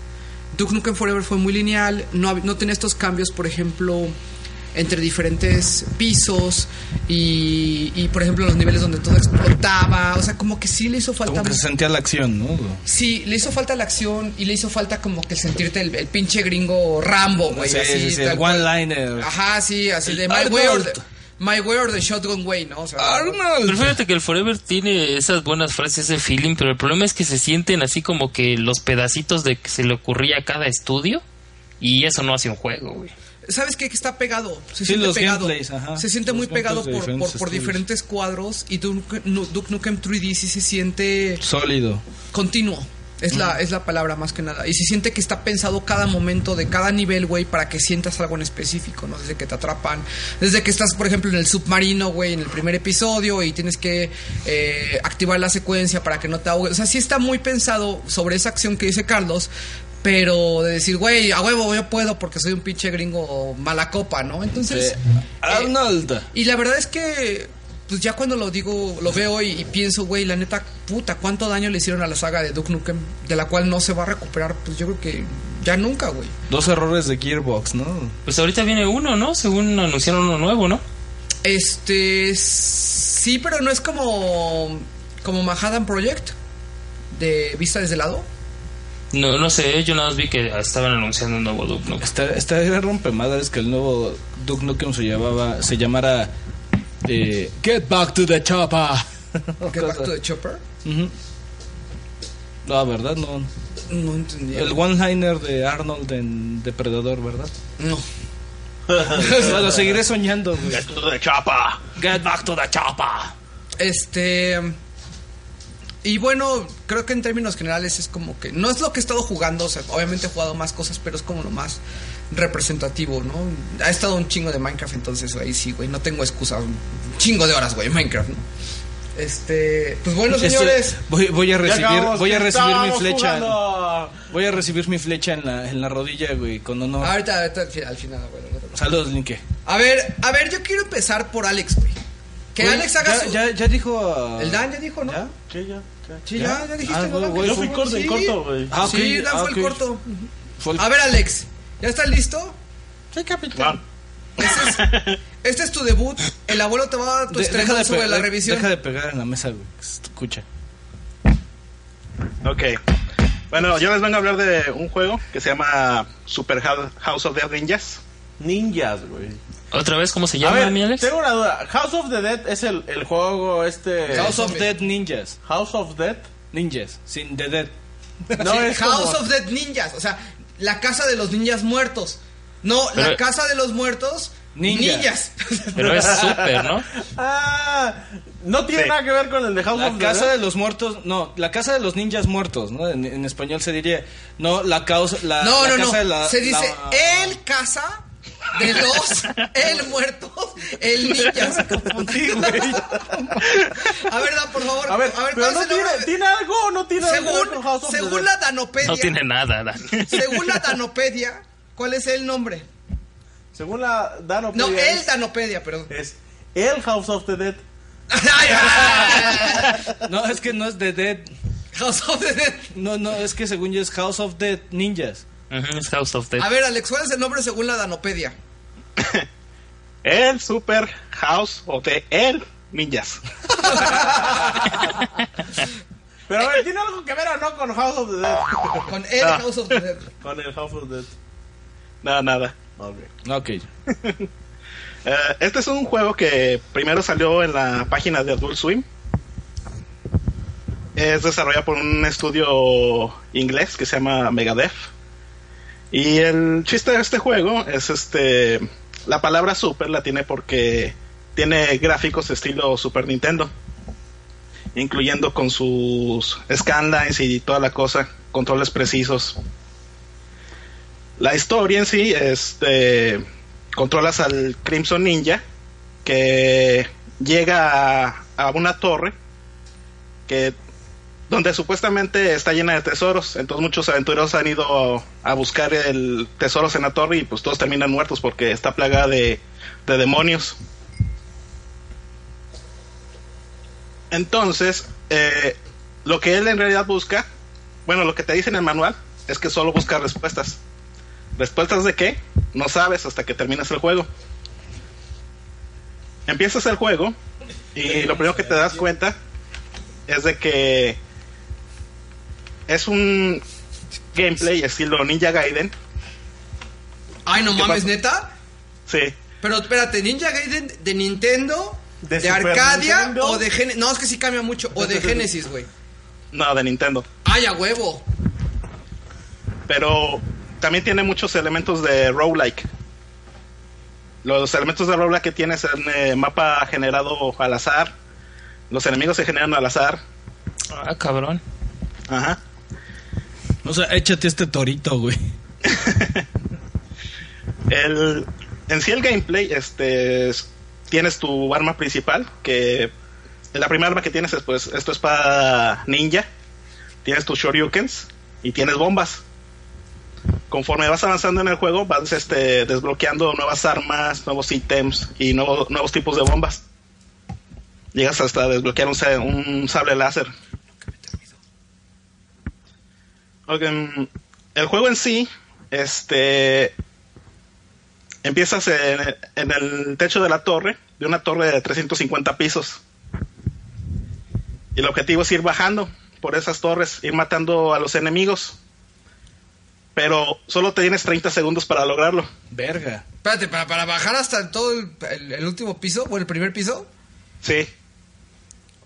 Speaker 2: Duke Nukem Forever fue muy lineal, no, hab- no tenía estos cambios, por ejemplo, entre diferentes pisos y, y, por ejemplo, los niveles donde todo explotaba. O sea, como que sí le hizo falta
Speaker 4: Como que se sentía la acción, ¿no?
Speaker 2: Sí, le hizo falta la acción y le hizo falta como que sentirte el, el pinche gringo Rambo, güey.
Speaker 4: Sí,
Speaker 2: así,
Speaker 4: sí, sí,
Speaker 2: tal
Speaker 4: el
Speaker 2: cual.
Speaker 4: one-liner.
Speaker 2: Ajá, sí, así de My
Speaker 4: Arnold.
Speaker 2: Way, or the, my way or the Shotgun Way, ¿no? O sea,
Speaker 4: Ah,
Speaker 7: Pero
Speaker 4: Arnold.
Speaker 7: fíjate que el Forever tiene esas buenas frases, ese feeling, pero el problema es que se sienten así como que los pedacitos de que se le ocurría a cada estudio y eso no hace un juego, güey.
Speaker 2: ¿Sabes qué? Que está pegado. Se
Speaker 4: Sí,
Speaker 2: siente
Speaker 4: los
Speaker 2: pegado.
Speaker 4: gameplays, ajá.
Speaker 2: Se siente
Speaker 4: Los
Speaker 2: muy
Speaker 4: gameplays
Speaker 2: pegado por,
Speaker 4: de
Speaker 2: por-
Speaker 4: diferentes
Speaker 2: por,
Speaker 4: estudios.
Speaker 2: diferentes cuadros y Duke, Nu- Duke Nukem 3D sí se siente
Speaker 4: Sólido.
Speaker 2: continuo. Es la, es la palabra más que nada. Y se siente que está pensado cada momento de cada nivel, güey, para que sientas algo en específico, ¿no? Desde que te atrapan, desde que estás, por ejemplo, en el submarino, güey, en el primer episodio y tienes que eh, activar la secuencia para que no te ahogues. O sea, sí está muy pensado sobre esa acción que dice Carlos, pero de decir, güey, a huevo, yo puedo porque soy un pinche gringo mala copa, ¿no? Entonces.
Speaker 4: Sí.
Speaker 2: eh,
Speaker 4: Arnold.
Speaker 2: y la verdad es que pues, pues ya cuando lo digo, lo veo y, y pienso, güey, la neta, puta, cuánto daño le hicieron a la saga de Duke Nukem, de la cual no se va a recuperar, pues yo creo que ya nunca, güey.
Speaker 4: Dos errores de Gearbox, ¿no?
Speaker 7: Pues ahorita viene uno, ¿no? Según anunciaron uno nuevo, ¿no?
Speaker 2: Este sí, pero no es como como Manhattan Project de vista desde el lado.
Speaker 7: No, no sé, yo nada más vi que estaban anunciando un nuevo Duke Nukem.
Speaker 4: Está, está Este, era rompemadres que el nuevo Duke Nukem se llamaba, se llamara eh, Get Back to the Chopper.
Speaker 2: Que Back to the Chopper.
Speaker 4: Ujú. La verdad no.
Speaker 2: No entendí.
Speaker 4: El one-liner de Arnold en Depredador, ¿verdad?
Speaker 2: No.
Speaker 4: Lo seguiré soñando, güey.
Speaker 10: de chapa.
Speaker 4: Get back to the chopper.
Speaker 2: Este y bueno, creo que en términos generales es como que no es lo que he estado jugando, o sea, obviamente he jugado más cosas, pero es como lo más representativo, ¿no? Ha estado un chingo de Minecraft, entonces ahí sí, güey, no tengo excusa, un chingo de horas, güey, Minecraft, ¿no? Este, pues bueno,
Speaker 4: Este,
Speaker 2: señores,
Speaker 4: voy, voy a recibir,
Speaker 3: acabamos,
Speaker 4: voy a
Speaker 3: que
Speaker 4: recibir mi
Speaker 3: estábamos
Speaker 4: flecha.
Speaker 3: jugando.
Speaker 4: Voy a recibir mi flecha en la, en la rodilla, güey, con honor.
Speaker 2: ahorita, ahorita al final, al final, güey. ahorita.
Speaker 4: Saludos, Linke.
Speaker 2: A ver, a ver, yo quiero empezar por Alex, güey. Que
Speaker 4: Güey,
Speaker 2: Alex haga
Speaker 4: ya,
Speaker 2: su...
Speaker 4: ya, ya dijo. ah,
Speaker 2: El Dan ya dijo, ¿no?
Speaker 4: ¿Ya?
Speaker 3: ¿Qué, ya? ¿Qué?
Speaker 2: Sí, ya, ya, dijiste.
Speaker 4: Ah,
Speaker 2: ¿no, Dan?
Speaker 4: güey,
Speaker 3: Yo fui corto, en
Speaker 2: Sí.
Speaker 3: corto, güey.
Speaker 4: Ah, ok,
Speaker 2: Sí, Dan
Speaker 4: ah,
Speaker 2: fue el
Speaker 4: ok.
Speaker 2: corto.
Speaker 4: Fue el-
Speaker 2: A ver, Alex, ¿ya estás listo?
Speaker 10: Ah,
Speaker 2: Este es, este es tu debut. El abuelo te va a dar tu
Speaker 4: de-
Speaker 2: estreno
Speaker 4: pe-
Speaker 2: sobre la
Speaker 4: de-
Speaker 2: revisión.
Speaker 4: deja de pegar en la mesa, güey. que se te Escucha.
Speaker 10: ok. Bueno, yo les vengo a hablar de un juego que se llama Super Hou- House of the Ninjas.
Speaker 3: Ninjas, güey.
Speaker 7: ¿Otra vez cómo se
Speaker 3: A
Speaker 7: llama,
Speaker 3: ver,
Speaker 7: mi Alex?
Speaker 3: tengo una duda. House of the Dead es el, el juego este...
Speaker 4: House of
Speaker 2: zombie.
Speaker 4: Dead Ninjas.
Speaker 3: House of Dead.
Speaker 4: Ninjas. Sin The Dead.
Speaker 3: No,
Speaker 2: Sí,
Speaker 3: es
Speaker 2: House
Speaker 3: como-
Speaker 2: of Dead Ninjas, o sea, la casa de los ninjas muertos. No, la
Speaker 7: Pero-
Speaker 2: casa de los muertos
Speaker 4: Ninjas.
Speaker 2: ninjas.
Speaker 7: Pero es súper, ¿no?
Speaker 3: Ah, no tiene
Speaker 10: Sí.
Speaker 3: nada que ver con el de House
Speaker 4: La
Speaker 3: of
Speaker 4: casa
Speaker 3: the
Speaker 4: de los muertos, no, la casa de los ninjas muertos, ¿no? En, en español se diría, no, la causa, la,
Speaker 2: No,
Speaker 4: la
Speaker 2: no, no.
Speaker 4: casa de la-
Speaker 2: Se dice E.
Speaker 4: la-
Speaker 2: el casa de los el muertos, el ninjas. A ver, Dan, por favor.
Speaker 3: A ver, pero
Speaker 2: ¿cuál es
Speaker 3: no
Speaker 2: el nombre
Speaker 3: tiene,
Speaker 2: de-
Speaker 3: ¿tiene algo o no tiene algo que ver con House
Speaker 2: Según,
Speaker 3: of the
Speaker 2: según
Speaker 3: Dead?
Speaker 2: la Danopedia,
Speaker 7: No tiene nada, Dan.
Speaker 2: según la Danopedia, ¿cuál es el nombre?
Speaker 3: Según la Dano
Speaker 2: No,
Speaker 3: Pedia,
Speaker 2: el Danopedia, perdón.
Speaker 3: Es, es el House of the Dead.
Speaker 2: Ay, ay, ay.
Speaker 4: No, es que no es The Dead,
Speaker 2: House of the Dead.
Speaker 4: no, no, es que según yo es House of Dead Ninjas.
Speaker 7: Ujú, es House of Dead.
Speaker 2: A ver, Alex, ¿cuál es el nombre según la Danopedia?
Speaker 10: El Super House of the El Ninjas.
Speaker 3: Pero a ver, ¿tiene algo que ver o no con House of the Dead?
Speaker 2: Con el
Speaker 10: Ah.
Speaker 2: House of the Dead.
Speaker 3: con el House of the Dead.
Speaker 10: Nada, nada.
Speaker 3: Ok.
Speaker 4: Ok.
Speaker 10: Eh, este es un juego que primero salió en la página de Adult Swim. Es desarrollado por un estudio inglés que se llama Megadev. Y el chiste de este juego es este. La palabra super la tiene porque tiene gráficos estilo Super Nintendo. Incluyendo con sus scanlines y toda la cosa, controles precisos. La historia en sí, este controlas al Crimson Ninja que llega a, a una torre que donde supuestamente está llena de tesoros. Entonces muchos aventureros han ido a buscar el tesoros en la torre y pues todos terminan muertos porque está plagada de, de demonios. Entonces, eh, lo que él en realidad busca, bueno, lo que te dice en el manual es que solo busca respuestas. ¿Respuestas de qué? No sabes hasta que terminas el juego. Empiezas el juego y lo primero que te das cuenta es de que es un gameplay estilo Ninja Gaiden.
Speaker 2: Ay, no
Speaker 10: ¿Qué
Speaker 2: mames,
Speaker 10: pasó?
Speaker 2: neta.
Speaker 10: Sí,
Speaker 2: Pero espérate, Ninja Gaiden de Nintendo,
Speaker 3: De
Speaker 2: de,
Speaker 3: Super
Speaker 2: Arcadia
Speaker 3: Nintendo.
Speaker 2: o de Genesis. No, es que sí cambia mucho. O de Genesis, güey.
Speaker 10: no, de Nintendo.
Speaker 2: Ay, a huevo.
Speaker 10: Pero también tiene muchos elementos de roguelike. Los elementos de roguelike que tienes en eh, mapa generado al azar. Los enemigos se generan al azar.
Speaker 7: Ah, cabrón.
Speaker 10: Ajá.
Speaker 13: O sea, échate este torito, güey.
Speaker 10: El, en sí el gameplay, este, es- tienes tu arma principal, que la primera arma que tienes es pues, esto es para ninja, tienes tus shoryukens y tienes bombas. Conforme vas avanzando en el juego, vas este, desbloqueando nuevas armas, nuevos ítems y nuevo- nuevos tipos de bombas. Llegas hasta desbloquear un, sa- un sable láser. Ok, mm, el juego en sí, este. Empiezas en, en el techo de la torre, de una torre de 350 pisos. Y el objetivo es ir bajando por esas torres, ir matando a los enemigos. Pero solo tienes 30 segundos para lograrlo.
Speaker 4: Verga.
Speaker 2: Espérate, ¿para, para bajar hasta todo el, el- el último piso o el primer piso?
Speaker 10: Sí.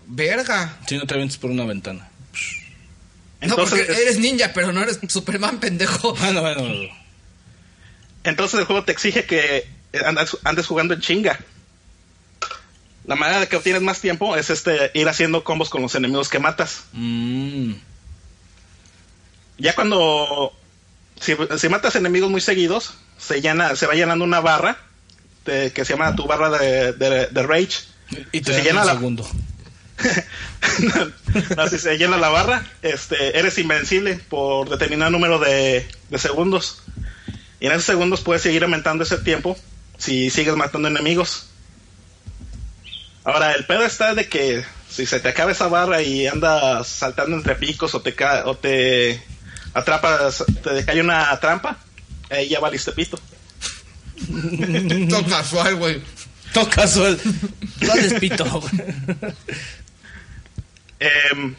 Speaker 2: Verga.
Speaker 4: Si no te avientes por una ventana.
Speaker 2: no,
Speaker 10: Entonces,
Speaker 2: porque eres ninja, pero no eres Superman, pendejo.
Speaker 4: Bueno, bueno, bueno.
Speaker 10: entonces el juego te exige que andas- andes jugando en chinga. La manera de que obtienes más tiempo es este ir haciendo combos con los enemigos que matas.
Speaker 4: Mm.
Speaker 10: Ya cuando si, si matas enemigos muy seguidos, se llena, se va llenando una barra de- que se llama tu barra de, de- de rage.
Speaker 4: Y te
Speaker 10: Si
Speaker 4: dan
Speaker 10: llena
Speaker 4: un
Speaker 10: la-
Speaker 4: segundo.
Speaker 10: No, si se llena la barra, este, eres invencible por determinado número de, de segundos. Y en esos segundos puedes seguir aumentando ese tiempo si sigues matando enemigos. Ahora, el pedo está de que si se te acaba esa barra y andas saltando entre picos o te, ca- o te atrapas, te cae una trampa, ahí ya valiste pito.
Speaker 2: Todo casual, güey.
Speaker 4: Todo casual.
Speaker 12: Lo despito, güey.
Speaker 10: Em,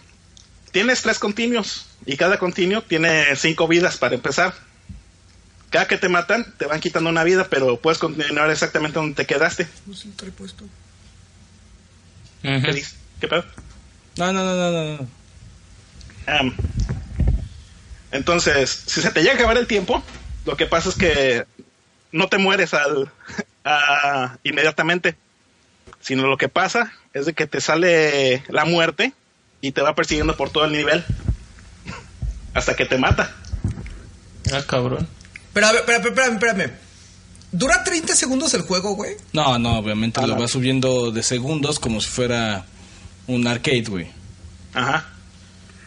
Speaker 10: tienes tres continuos y cada continuo tiene cinco vidas para empezar. Cada que te matan te van quitando una vida, pero puedes continuar exactamente donde te quedaste. ¿Qué,
Speaker 12: Ujú.
Speaker 10: dices? ¿Qué pedo?
Speaker 4: No, no, no, no, no, no.
Speaker 10: Em, entonces, si se te llega a acabar el tiempo, lo que pasa es que no te mueres al a- inmediatamente, sino lo que pasa es de que te sale la muerte y te va persiguiendo por todo el nivel hasta que te mata.
Speaker 12: Ah, cabrón.
Speaker 2: Pero a ver, espérame, espérame, espérame. ¿Dura 30 segundos el juego, güey?
Speaker 4: No, no, obviamente lo va subiendo de segundos como si fuera un arcade, güey.
Speaker 10: Ajá.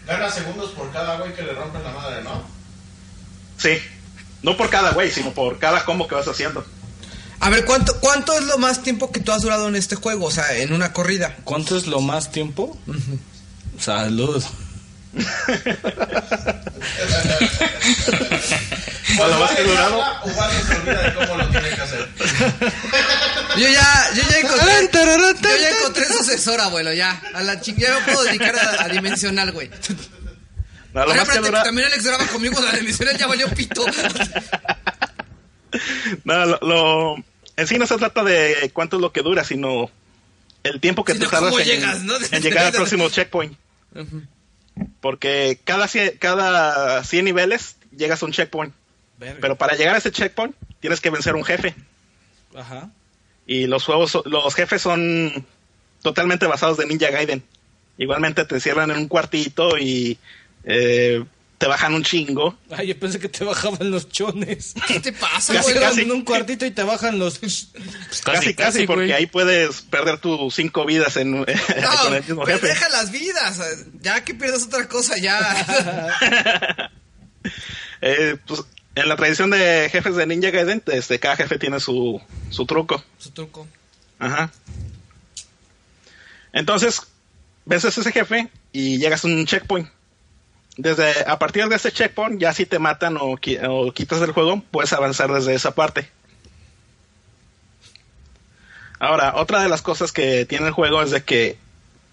Speaker 14: Gana segundos por cada güey que le rompen la madre, ¿no?
Speaker 10: Sí. No por cada güey, sino por cada combo que vas haciendo.
Speaker 2: A ver, ¿cuánto, ¿cuánto es lo más tiempo que tú has durado en este juego? O sea, en una corrida.
Speaker 4: ¿Cuánto es lo más tiempo? Salud.
Speaker 10: O lo más que he durado.
Speaker 14: O Waldo se olvida de cómo lo tiene que hacer.
Speaker 2: Yo ya, yo ya encontré, yo ya encontré sucesora, abuelo, ya. A la chica, ya me puedo dedicar a, a Dimensional, güey.
Speaker 10: No, lo,
Speaker 2: Ahora,
Speaker 10: más que
Speaker 2: espérate,
Speaker 10: he
Speaker 2: que
Speaker 10: durado-
Speaker 2: también Alex graba conmigo la Dimensional, ya valió pito.
Speaker 10: no, lo- lo- En sí no se trata de cuánto es lo que dura, sino el tiempo que
Speaker 2: Sino
Speaker 10: te tardas
Speaker 2: cómo
Speaker 10: en,
Speaker 2: llegas, ¿no?
Speaker 10: en llegar al próximo checkpoint. Porque cada 100, cada 100 niveles llegas a un checkpoint. Pero para llegar a ese checkpoint tienes que vencer a un jefe.
Speaker 4: Ajá.
Speaker 10: Y los juegos, los jefes son totalmente basados de Ninja Gaiden. Igualmente te cierran en un cuartito y eh, te bajan un chingo.
Speaker 4: Ay, yo pensé que te bajaban los chones.
Speaker 2: ¿Qué te pasa,
Speaker 10: Casi,
Speaker 4: Te
Speaker 2: abuelo?
Speaker 4: dan
Speaker 10: casi.
Speaker 4: en un cuartito y te bajan los...
Speaker 12: Pues
Speaker 10: Casi, casi, porque
Speaker 12: güey.
Speaker 10: ahí puedes perder tus cinco vidas en,
Speaker 2: No,
Speaker 10: con el mismo
Speaker 2: pues
Speaker 10: jefe.
Speaker 2: deja las vidas. Ya que pierdas otra cosa, ya.
Speaker 10: Eh, pues, en la tradición de jefes de Ninja Gaiden, este, cada jefe tiene su, su truco.
Speaker 2: Su truco.
Speaker 10: Ajá. Entonces, vences a ese jefe y llegas a un checkpoint. Desde, a partir de ese checkpoint, ya si te matan o, qui- o quitas del juego, puedes avanzar desde esa parte. Ahora, otra de las cosas que tiene el juego es de que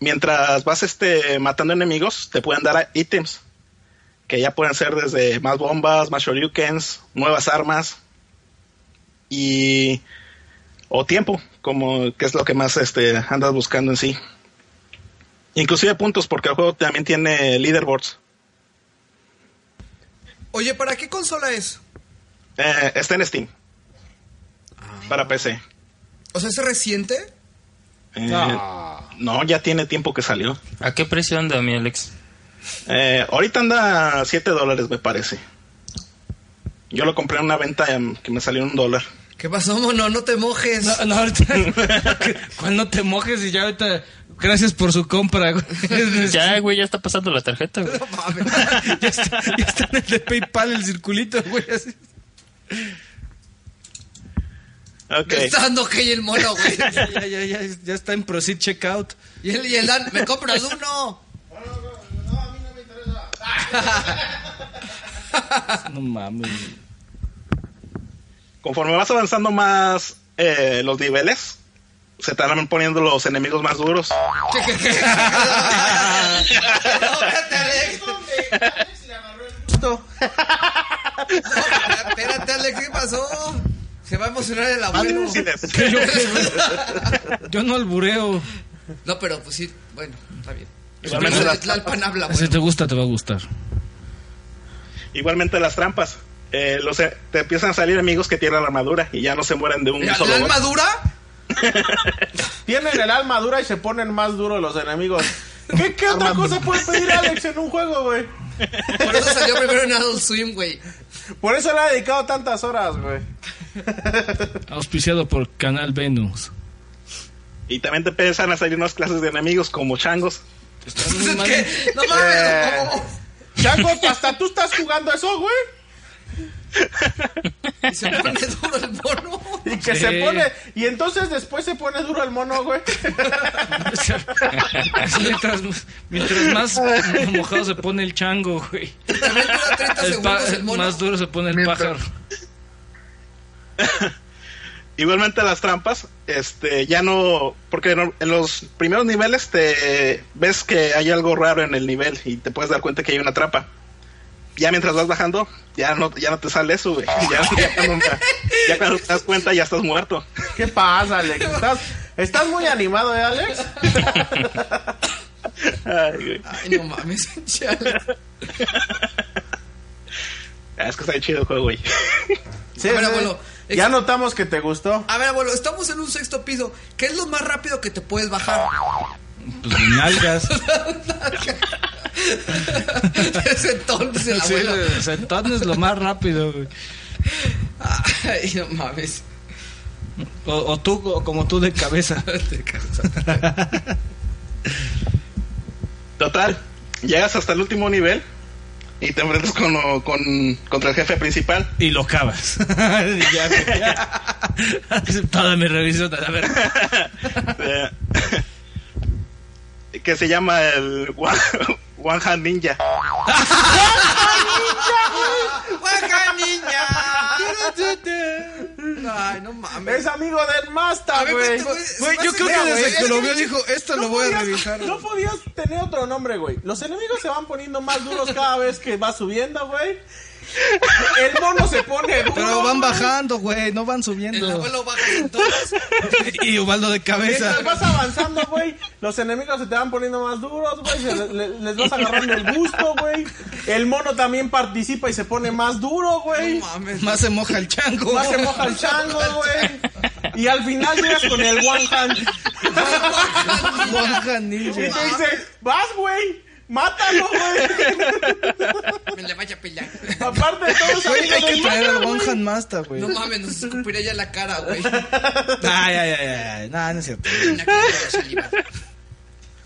Speaker 10: mientras vas este, matando enemigos, te pueden dar ítems. Que ya pueden ser desde más bombas, más shoryukens, nuevas armas. Y o tiempo, como que es lo que más este andas buscando en sí. Inclusive puntos, porque el juego también tiene leaderboards.
Speaker 2: Oye, ¿para qué consola es?
Speaker 10: Eh, está en Steam. Para PC. Eh,
Speaker 2: O sea, ¿es reciente?
Speaker 10: No, ya tiene tiempo que salió.
Speaker 12: ¿A qué precio anda, mi Alex?
Speaker 10: Eh, ahorita anda a 7 dólares, me parece. Yo lo compré en una venta em, que me salió en un dólar.
Speaker 2: ¿Qué pasó, mono? No te mojes.
Speaker 4: No, no, ahorita... Cuando te mojes y ya ahorita... Gracias por su compra, güey.
Speaker 12: Ya, güey, ya está pasando la tarjeta, güey.
Speaker 2: No mames.
Speaker 4: ya, está, ya está en el de PayPal el circulito, güey. así.
Speaker 10: Ok.
Speaker 2: Me está dando que el mono, güey.
Speaker 4: ya, ya, ya, ya está en Proceed Checkout.
Speaker 2: Y el, y el Dan, me compras uno.
Speaker 14: No, no, no, no, a mí no me interesa.
Speaker 4: No mames.
Speaker 10: Conforme vas avanzando más eh, los niveles, se te van poniendo los enemigos más duros.
Speaker 2: No, espérate, Alex.
Speaker 5: Justo.
Speaker 2: No, espérate, Alex, ¿qué pasó? Se va a emocionar el abuelo.
Speaker 10: Imbéciles.
Speaker 4: Yo, yo no albureo.
Speaker 2: No, pero pues sí, bueno, está bien.
Speaker 10: Igualmente
Speaker 2: Pero
Speaker 10: las
Speaker 2: de Tlalpan habla, güey.
Speaker 4: Si te gusta, te va a gustar.
Speaker 10: Igualmente las trampas. Eh, los, eh, te empiezan a salir amigos que tienen armadura y ya no se mueren de un
Speaker 2: Mira,
Speaker 10: solo
Speaker 2: ¿La
Speaker 10: golpe.
Speaker 2: armadura?
Speaker 3: Tienen el alma dura y se ponen más duros los enemigos. ¿Qué, qué otra cosa puede pedir Alex en un juego, güey?
Speaker 2: Por eso salió primero en Adult Swim, güey.
Speaker 3: Por eso le ha dedicado tantas horas, güey.
Speaker 4: Auspiciado por Canal Venus.
Speaker 10: Y también te empiezan a salir unas clases de enemigos como changos.
Speaker 2: Es que, no mames, ¿cómo?
Speaker 3: Chango, hasta tú estás jugando eso, güey.
Speaker 2: Y se pone duro el mono.
Speaker 3: Y que
Speaker 4: Sí.
Speaker 3: se pone. Y entonces después se pone duro el mono, güey.
Speaker 4: mientras, mientras más mojado se pone el chango, güey.
Speaker 2: También dura 30
Speaker 4: El pa-
Speaker 2: segundos el mono.
Speaker 4: más duro se pone el
Speaker 5: Mientras-
Speaker 4: pájaro.
Speaker 10: Igualmente las trampas, este, ya no, porque no- en los primeros niveles te ves que hay algo raro en el nivel y te puedes dar cuenta que hay una trampa. Ya mientras vas bajando, ya no, ya no te sale eso, güey. Ya, ya cuando, ya cuando te das cuenta ya estás muerto.
Speaker 3: ¿Qué pasa, Alex? ¿Estás, estás muy animado, ¿eh, Alex?
Speaker 10: Ay, güey.
Speaker 2: Ay, no mames, chale.
Speaker 10: Ah, Es que está chido el juego, güey.
Speaker 3: Sí,
Speaker 2: A ver,
Speaker 3: sí.
Speaker 2: abuelo,
Speaker 3: Ya
Speaker 2: ex-
Speaker 3: notamos que te gustó.
Speaker 2: A ver, abuelo, estamos en un sexto piso. ¿Qué es lo más rápido que te puedes bajar?
Speaker 4: Pues de nalgas.
Speaker 2: Desde entonces el
Speaker 4: Sí,
Speaker 2: abuelo.
Speaker 4: de sentones lo más rápido, güey.
Speaker 2: Ay, no mames.
Speaker 4: O, o tú, o como tú de cabeza.
Speaker 2: Te cansas.
Speaker 10: Total, llegas hasta el último nivel y te enfrentas con, lo- con- contra el jefe principal.
Speaker 4: Y lo cavas. Y ya, güey. Aceptada mi revisión. A ver,
Speaker 10: Eh, que se llama el One, One Hand Ninja.
Speaker 2: ¡Baja, niña! Ay, no mames.
Speaker 3: Es amigo del Masta,
Speaker 2: A ver,
Speaker 3: güey.
Speaker 2: este güey-
Speaker 4: Güey, yo creo
Speaker 3: Mira,
Speaker 4: que
Speaker 3: güey,
Speaker 4: desde
Speaker 3: es
Speaker 4: que lo
Speaker 3: que
Speaker 4: vio dijo, esto lo voy a
Speaker 3: podías-
Speaker 4: revisar.
Speaker 3: No podías tener otro nombre, güey. Los enemigos se van poniendo más duros cada vez que va subiendo, güey. El mono se pone duro.
Speaker 4: Pero van
Speaker 3: güey.
Speaker 4: bajando, güey, no van
Speaker 2: El
Speaker 4: subiendo.
Speaker 2: abuelo baja entonces.
Speaker 4: Y Ubaldo de cabeza.
Speaker 3: Mientras vas avanzando, güey, los enemigos se te van poniendo más duros, güey, se le- le- les vas agarrando el gusto, güey. El mono también participa y se pone más duro, güey.
Speaker 2: No mames.
Speaker 4: Más se moja el chango.
Speaker 3: Más se moja el chango, güey. Y al final llegas con el one hand.
Speaker 4: Moja,
Speaker 3: Y
Speaker 4: ninja.
Speaker 3: te dice, vas, güey, mátalo, güey.
Speaker 2: Me le vaya a pillar.
Speaker 3: Aparte, todos
Speaker 4: Güey, hay
Speaker 3: amigos
Speaker 4: que
Speaker 3: del
Speaker 4: traer al
Speaker 3: mono, güey.
Speaker 4: Bonhan Master, güey.
Speaker 2: No mames, nos escupiré ya la cara, güey.
Speaker 4: Ay, ay, ay, ay. No, no es cierto.
Speaker 2: Una que lleva la saliva.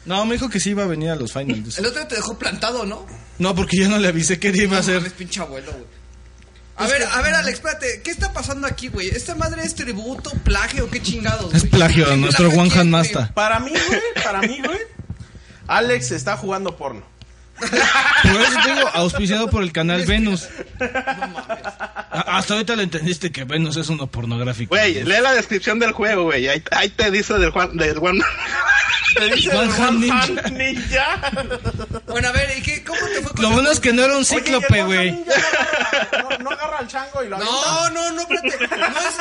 Speaker 4: No, me dijo que sí iba a venir a los finals.
Speaker 2: El otro te dejó plantado, ¿no?
Speaker 4: No, porque yo no le avisé que iba a
Speaker 2: No
Speaker 4: hacer.
Speaker 2: mames, pinche abuelo, güey. A ver, a ver, Alex, espérate, ¿qué está pasando aquí, güey? ¿Esta madre es tributo, plagio, qué chingados?
Speaker 4: Es
Speaker 2: güey?
Speaker 4: plagio,
Speaker 2: ¿Qué
Speaker 4: nuestro
Speaker 2: plagio
Speaker 4: One
Speaker 2: quién,
Speaker 4: Hand
Speaker 2: güey?
Speaker 4: Masta.
Speaker 3: Para mí, güey, para mí, güey, Alex está jugando porno.
Speaker 4: Por eso te digo, auspiciado por el canal Venus. A- Hasta ahorita le entendiste que Venus es uno pornográfico.
Speaker 10: Güey, lee la descripción del juego, güey. Ahí, ahí te dice del Juan. Del Juan.
Speaker 3: Te dice
Speaker 4: One
Speaker 3: el
Speaker 4: hand
Speaker 3: one
Speaker 4: ninja.
Speaker 3: hand ninja.
Speaker 2: Bueno, a ver, ¿y qué, cómo te fue con
Speaker 4: Lo
Speaker 2: el-
Speaker 4: bueno es que no era un
Speaker 3: Oye, y el one
Speaker 4: cíclope,
Speaker 3: hand
Speaker 4: güey.
Speaker 3: ninja No, agarra- no- no agarra al chango y lo avienta.
Speaker 2: No, no, no, espérate. No es,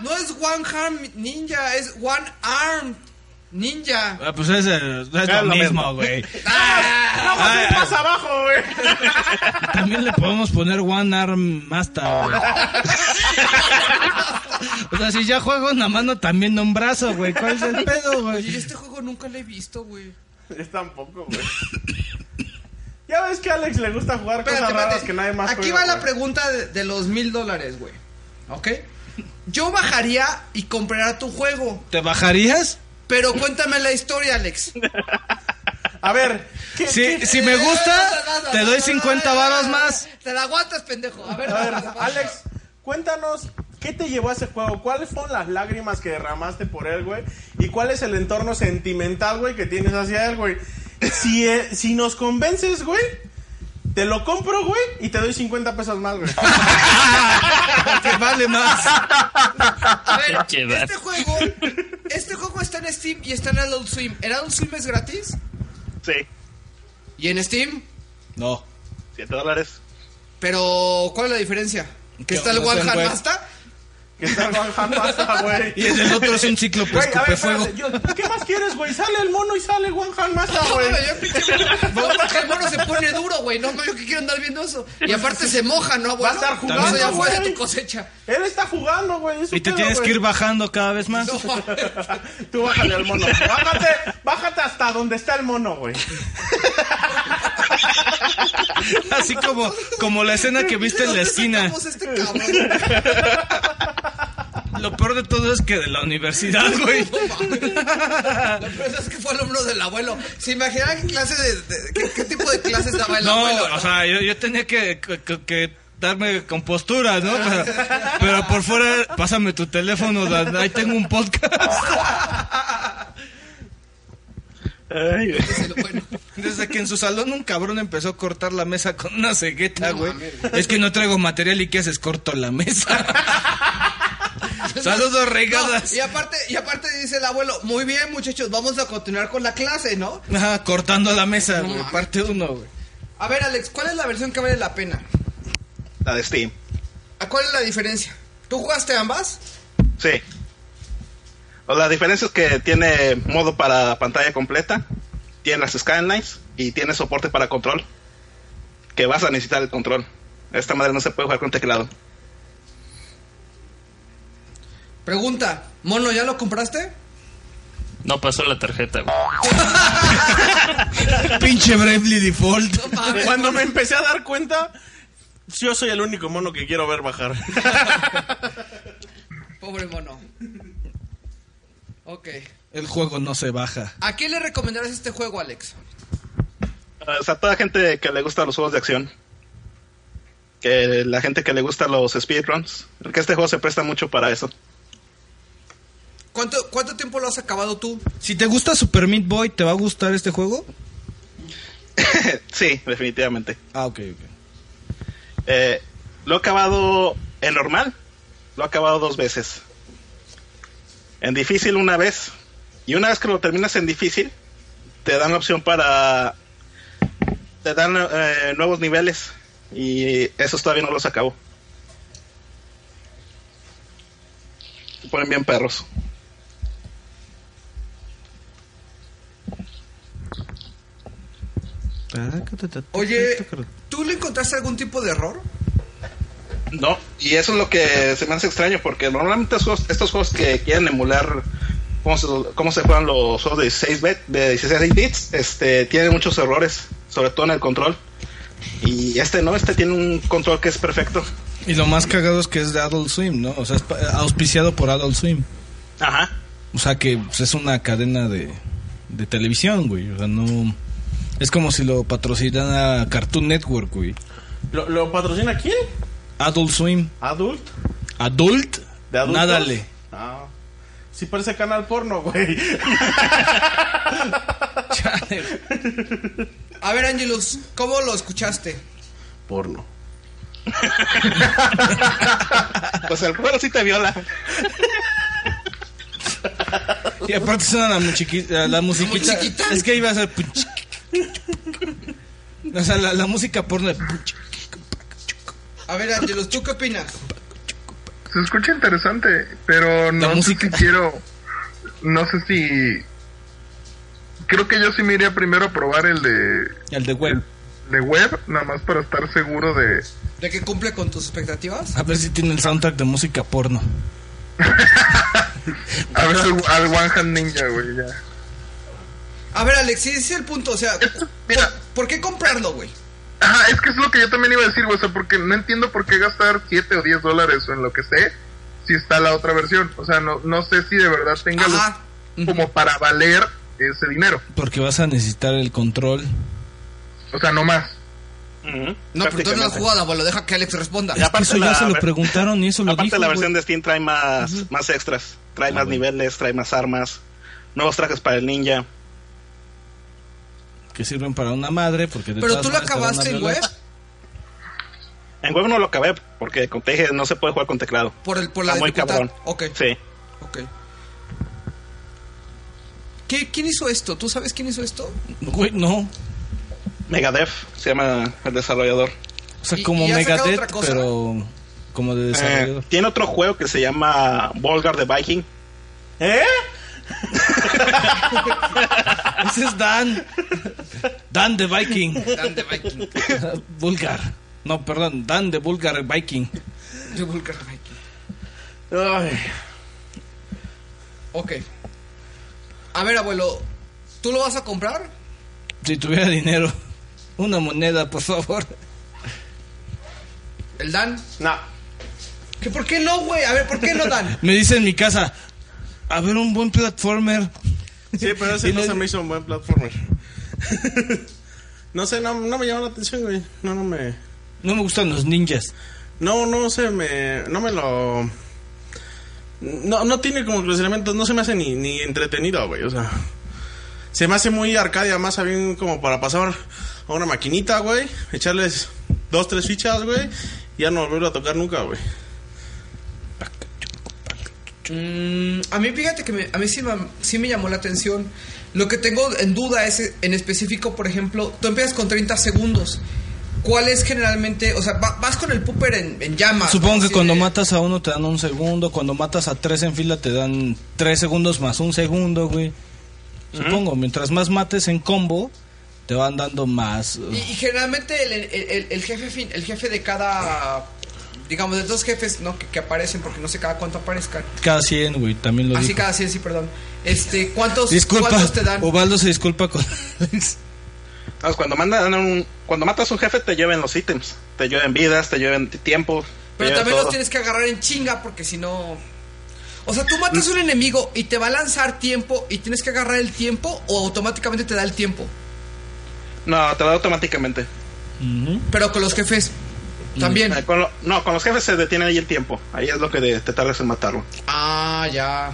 Speaker 2: no es One Hand Ninja, es One Arm Ninja.
Speaker 4: Ah, pues es, el- es lo
Speaker 10: lo
Speaker 4: mismo,
Speaker 10: mismo.
Speaker 4: güey.
Speaker 2: Ah,
Speaker 3: No, más bien más abajo, güey.
Speaker 4: También le podemos poner One Arm Master, güey. O sea, si ya juego una mano, también un brazo, güey. ¿Cuál es el pedo,
Speaker 2: Oye,
Speaker 4: güey?
Speaker 2: este juego nunca lo he visto, güey.
Speaker 3: Yo tampoco, güey. Ya ves que a Alex le gusta jugar cosas
Speaker 2: Espérate,
Speaker 3: raras
Speaker 2: espérate.
Speaker 3: que nadie más
Speaker 2: Aquí
Speaker 3: juega,
Speaker 2: va la
Speaker 3: güey.
Speaker 2: pregunta de, de los mil dólares, güey. ¿Ok? Yo bajaría y compraría tu juego.
Speaker 4: ¿Te bajarías?
Speaker 2: Pero cuéntame la historia, Alex.
Speaker 3: A ver, ¿qué,
Speaker 4: Si,
Speaker 3: qué-
Speaker 4: si me gusta, te doy 50 varos más.
Speaker 2: Te la aguantas, pendejo. A ver,
Speaker 3: A ver,
Speaker 2: vas, vas, vas.
Speaker 3: Alex, cuéntanos ¿Qué te llevó a ese juego? ¿Cuáles fueron las lágrimas que derramaste por él, güey? ¿Y cuál es el entorno sentimental, güey, que tienes hacia él, güey? Si, eh, si nos convences, güey, te lo compro, güey, y te doy 50 pesos más, güey.
Speaker 11: que vale más.
Speaker 2: A ver,
Speaker 7: Qué va-
Speaker 2: este juego, este juego está en Steam y está en Adult Swim. ¿En Adult Swim es gratis?
Speaker 10: Sí,
Speaker 2: ¿Y en Steam?
Speaker 11: No.
Speaker 10: 7 dólares.
Speaker 2: Pero, ¿cuál es la diferencia? ¿Que
Speaker 11: Yo
Speaker 2: está el
Speaker 11: no sé,
Speaker 2: One
Speaker 11: güey.
Speaker 2: Hasta?
Speaker 3: Que está bajando hasta, güey.
Speaker 11: Y en el otro es un ciclo
Speaker 3: Güey,
Speaker 11: pues
Speaker 3: a ver,
Speaker 11: escupe fuego.
Speaker 3: espérate, yo- ¿qué más quieres, güey? Sale el mono y sale Juan Han Massa, Ah, güey.
Speaker 2: Porque el mono se pone duro, güey. No, no, yo que quiero andar viendo eso. Y aparte se moja, ¿no, abuelo?
Speaker 3: estar jugando,
Speaker 2: Eso ya fue de
Speaker 3: güey.
Speaker 2: tu cosecha.
Speaker 3: Él está jugando, güey. es su
Speaker 4: Y te
Speaker 3: pedo,
Speaker 4: tienes que
Speaker 3: güey.
Speaker 4: ir bajando cada vez más.
Speaker 3: Tú bájale al mono. Bájate, bájate hasta donde está el mono, güey.
Speaker 4: Así como, como la escena que viste en la esquina.
Speaker 2: Sacamos este cabrón?
Speaker 4: Lo peor de todo es que de la universidad, güey.
Speaker 2: La verdad es que fue alumno del abuelo. ¿Se imaginan qué clase de, de- qué, qué tipo de clases daba el
Speaker 4: No,
Speaker 2: abuelo?
Speaker 4: o sea, yo, yo tenía que, que- que darme compostura, ¿no? Pero, pero por fuera, pásame tu teléfono, Dan, ahí tengo un podcast.
Speaker 10: Ay, güey.
Speaker 2: Dice lo bueno.
Speaker 4: Desde que en su salón un cabrón empezó a cortar la mesa con una cegueta, güey. Es que no traigo material y ¿qué haces? Corto la mesa. Saludos, regadas.
Speaker 2: No, y aparte, y aparte dice el abuelo, muy bien muchachos, vamos a continuar con la clase, ¿no?
Speaker 4: Ah, cortando la mesa, güey. Parte uno, güey.
Speaker 2: A ver, Alex, ¿cuál es la versión que vale la pena?
Speaker 10: La de Steam.
Speaker 2: ¿A cuál es la diferencia? ¿Tú jugaste ambas?
Speaker 10: Sí. O La diferencia es que tiene modo para pantalla completa, tiene las scanlines y tiene soporte para control. Que vas a necesitar el control. Esta madre no se puede jugar con teclado.
Speaker 2: Pregunta, mono, ¿ya lo compraste?
Speaker 12: No pasó la tarjeta, güey.
Speaker 4: Pinche Bravely Default.
Speaker 2: Ah,
Speaker 3: Cuando me empecé a dar cuenta, yo soy el único mono que quiero ver bajar.
Speaker 2: Pobre mono. Ok.
Speaker 4: El juego no se baja.
Speaker 2: ¿A quién le recomendarás este juego, Alex?
Speaker 10: O sea, toda gente que le gusta los juegos de acción. Que la gente que le gusta los speedruns. Que este juego se presta mucho para eso.
Speaker 2: ¿Cuánto, cuánto tiempo lo has acabado tú?
Speaker 4: Si te gusta Super Meat Boy, ¿te va a gustar este juego?
Speaker 10: sí, definitivamente.
Speaker 4: Ah, ok, ok.
Speaker 10: Eh, lo he acabado en normal. Lo he acabado dos veces. En difícil una vez. Y una vez que lo terminas en difícil, te dan la opción para... Te dan eh, nuevos niveles. Y esos todavía no los acabo. Se ponen bien perros.
Speaker 2: Oye, ¿tú le encontraste algún tipo de error?
Speaker 10: No, y eso es lo que se me hace extraño, porque normalmente estos juegos, estos juegos que quieren emular cómo se, cómo se juegan los juegos de 16, bit, de 16 bits, este, tienen muchos errores, sobre todo en el control. Y este no, este tiene un control que es perfecto.
Speaker 4: Y lo más cagado es que es de Adult Swim, ¿no? O sea, es pa- auspiciado por Adult Swim.
Speaker 10: Ajá.
Speaker 4: O sea, que pues, es una cadena de, de televisión, güey. O sea, no... Es como si lo patrocinara Cartoon Network, güey.
Speaker 3: ¿Lo, lo patrocina quién?
Speaker 4: Adult Swim.
Speaker 3: ¿Adult?
Speaker 4: Adult.
Speaker 3: ¿De adultos?
Speaker 4: Nádale.
Speaker 3: Ah. Sí parece canal porno, güey.
Speaker 4: Chale.
Speaker 2: A ver, Angelus, ¿cómo lo escuchaste?
Speaker 3: Porno.
Speaker 10: Pues el juego sí te viola.
Speaker 4: y aparte suena la, muchiqui- la- la musiquita.
Speaker 2: Musiquita.
Speaker 4: Es que iba a ser... punch. O sea, la, la música porno de... punch.
Speaker 2: A ver, Angelus, ¿tú qué opinas?
Speaker 5: Se escucha interesante, pero no sé
Speaker 4: música.
Speaker 5: si quiero. No sé si. Creo que yo sí me iría primero a probar el de,
Speaker 4: El de web.
Speaker 5: de web, nada más para estar seguro de.
Speaker 2: ¿De que cumple con tus expectativas?
Speaker 4: A ver si tiene el soundtrack de música porno.
Speaker 5: A ver, al, al One Hand Ninja, güey, ya.
Speaker 2: A ver, Alex, sí, ese es el punto, o sea,
Speaker 5: Esto- mira.
Speaker 2: ¿por, por qué comprarlo, güey?
Speaker 5: Ajá, es que es lo que yo también iba a decir, güey, o sea, porque no entiendo por qué gastar 7 o 10 dólares o en lo que sé si está la otra versión. O sea, no, no sé si de verdad tenga lo-
Speaker 2: Ajá.
Speaker 5: como para valer ese dinero.
Speaker 4: Porque vas a necesitar el control.
Speaker 5: O sea, no más.
Speaker 2: No, pero tú no has
Speaker 10: Prácticamente.
Speaker 2: jugado, abuelo. Deja que Alex responda.
Speaker 10: Ya, aparte
Speaker 4: Eso ya
Speaker 10: la
Speaker 4: se lo
Speaker 10: ver-
Speaker 4: preguntaron y eso lo
Speaker 10: Aparte
Speaker 4: dijo.
Speaker 10: la
Speaker 4: güey.
Speaker 10: versión de Steam trae más, más extras, trae más niveles, trae más armas, nuevos trajes para el ninja.
Speaker 4: Que sirven para una madre porque... de
Speaker 2: Pero
Speaker 4: todas
Speaker 2: tú lo
Speaker 4: maneras te van a
Speaker 2: acabaste en
Speaker 4: violar.
Speaker 2: web
Speaker 10: En web no lo acabé porque como te dije no se puede jugar con teclado.
Speaker 2: por, el, por la
Speaker 10: Está muy
Speaker 2: dificultad.
Speaker 10: cabrón.
Speaker 2: Ok,
Speaker 10: Sí.
Speaker 2: ok. ¿Qué- ¿Quién hizo esto? ¿Tú sabes quién hizo esto?
Speaker 4: Güey, no. O
Speaker 10: Megadev se llama el desarrollador.
Speaker 4: sea,
Speaker 2: ¿Y-
Speaker 4: como
Speaker 2: y ha sacado
Speaker 4: Megadeth,
Speaker 2: otra cosa?
Speaker 4: pero... Como de desarrollador.
Speaker 10: Eh, tiene otro juego que se llama Volgar the Viking.
Speaker 3: ¿Eh?
Speaker 4: Ah, Ese es Dan. Dan de Viking.
Speaker 2: Dan de Viking.
Speaker 4: Vulgar. No, perdón. Dan de Vulgar Viking.
Speaker 2: De Vulcan Viking.
Speaker 3: Ay.
Speaker 2: Ok. A ver, abuelo. ¿Tú lo vas a comprar?
Speaker 4: Si tuviera dinero. Una moneda, por favor.
Speaker 2: ¿El Dan?
Speaker 3: No.
Speaker 2: ¿Que ¿Por qué no, güey? A ver, ¿por qué no Dan?
Speaker 4: Me dice en mi casa. A ver, un buen platformer.
Speaker 3: Sí, pero ese
Speaker 4: Y
Speaker 3: no
Speaker 4: le-
Speaker 3: se me hizo un buen platformer. no sé, no, no me llamó la atención, güey. No, no me.
Speaker 4: No me gustan los ninjas.
Speaker 3: No, no se me. No me lo. No, no tiene como que los elementos. No se me hace ni, ni entretenido, güey. O sea. Se me hace muy arcadia, más bien como para pasar a una maquinita, güey. Echarles dos, tres fichas, güey. Y ya no volverlo a tocar nunca, güey.
Speaker 2: Mm, a mí, fíjate que me- a mí sí, me- sí me llamó la atención. Lo que tengo en duda es, en específico, por ejemplo, tú empiezas con 30 segundos. ¿Cuál es generalmente? O sea, va- vas con el pooper en, en llamas.
Speaker 4: Supongo
Speaker 2: ¿no?
Speaker 4: que
Speaker 2: Así
Speaker 4: cuando
Speaker 2: de-
Speaker 4: matas a uno te dan un segundo. Cuando matas a tres en fila te dan tres segundos más un segundo, güey. Supongo. Mientras más mates en combo, te van dando más. uh,
Speaker 2: Y, y generalmente el, el- el- el jefe fin- el jefe de cada digamos de dos jefes no que, que aparecen porque no sé cada cuánto aparezcan
Speaker 4: Cada 100, güey. También lo
Speaker 2: así
Speaker 4: dijo.
Speaker 2: cada 100 sí perdón este cuántos
Speaker 4: Disculpa,
Speaker 2: cuántos te dan
Speaker 4: Ubaldo se disculpa con Alex.
Speaker 10: Entonces, cuando, mandan un- cuando matas a un jefe te lleven los ítems, te lleven vidas, te lleven t- tiempo. te
Speaker 2: pero
Speaker 10: lleven
Speaker 2: también
Speaker 10: todo.
Speaker 2: los tienes que agarrar en chinga porque si no o sea tú matas a un enemigo y te va a lanzar tiempo y tienes que agarrar el tiempo o automáticamente te da el tiempo
Speaker 10: No, te lo da automáticamente.
Speaker 2: pero con los jefes también
Speaker 10: Eh, con lo- no, con los jefes se detiene ahí el tiempo. Ahí es lo que de- te tardas en matarlo.
Speaker 2: ah ya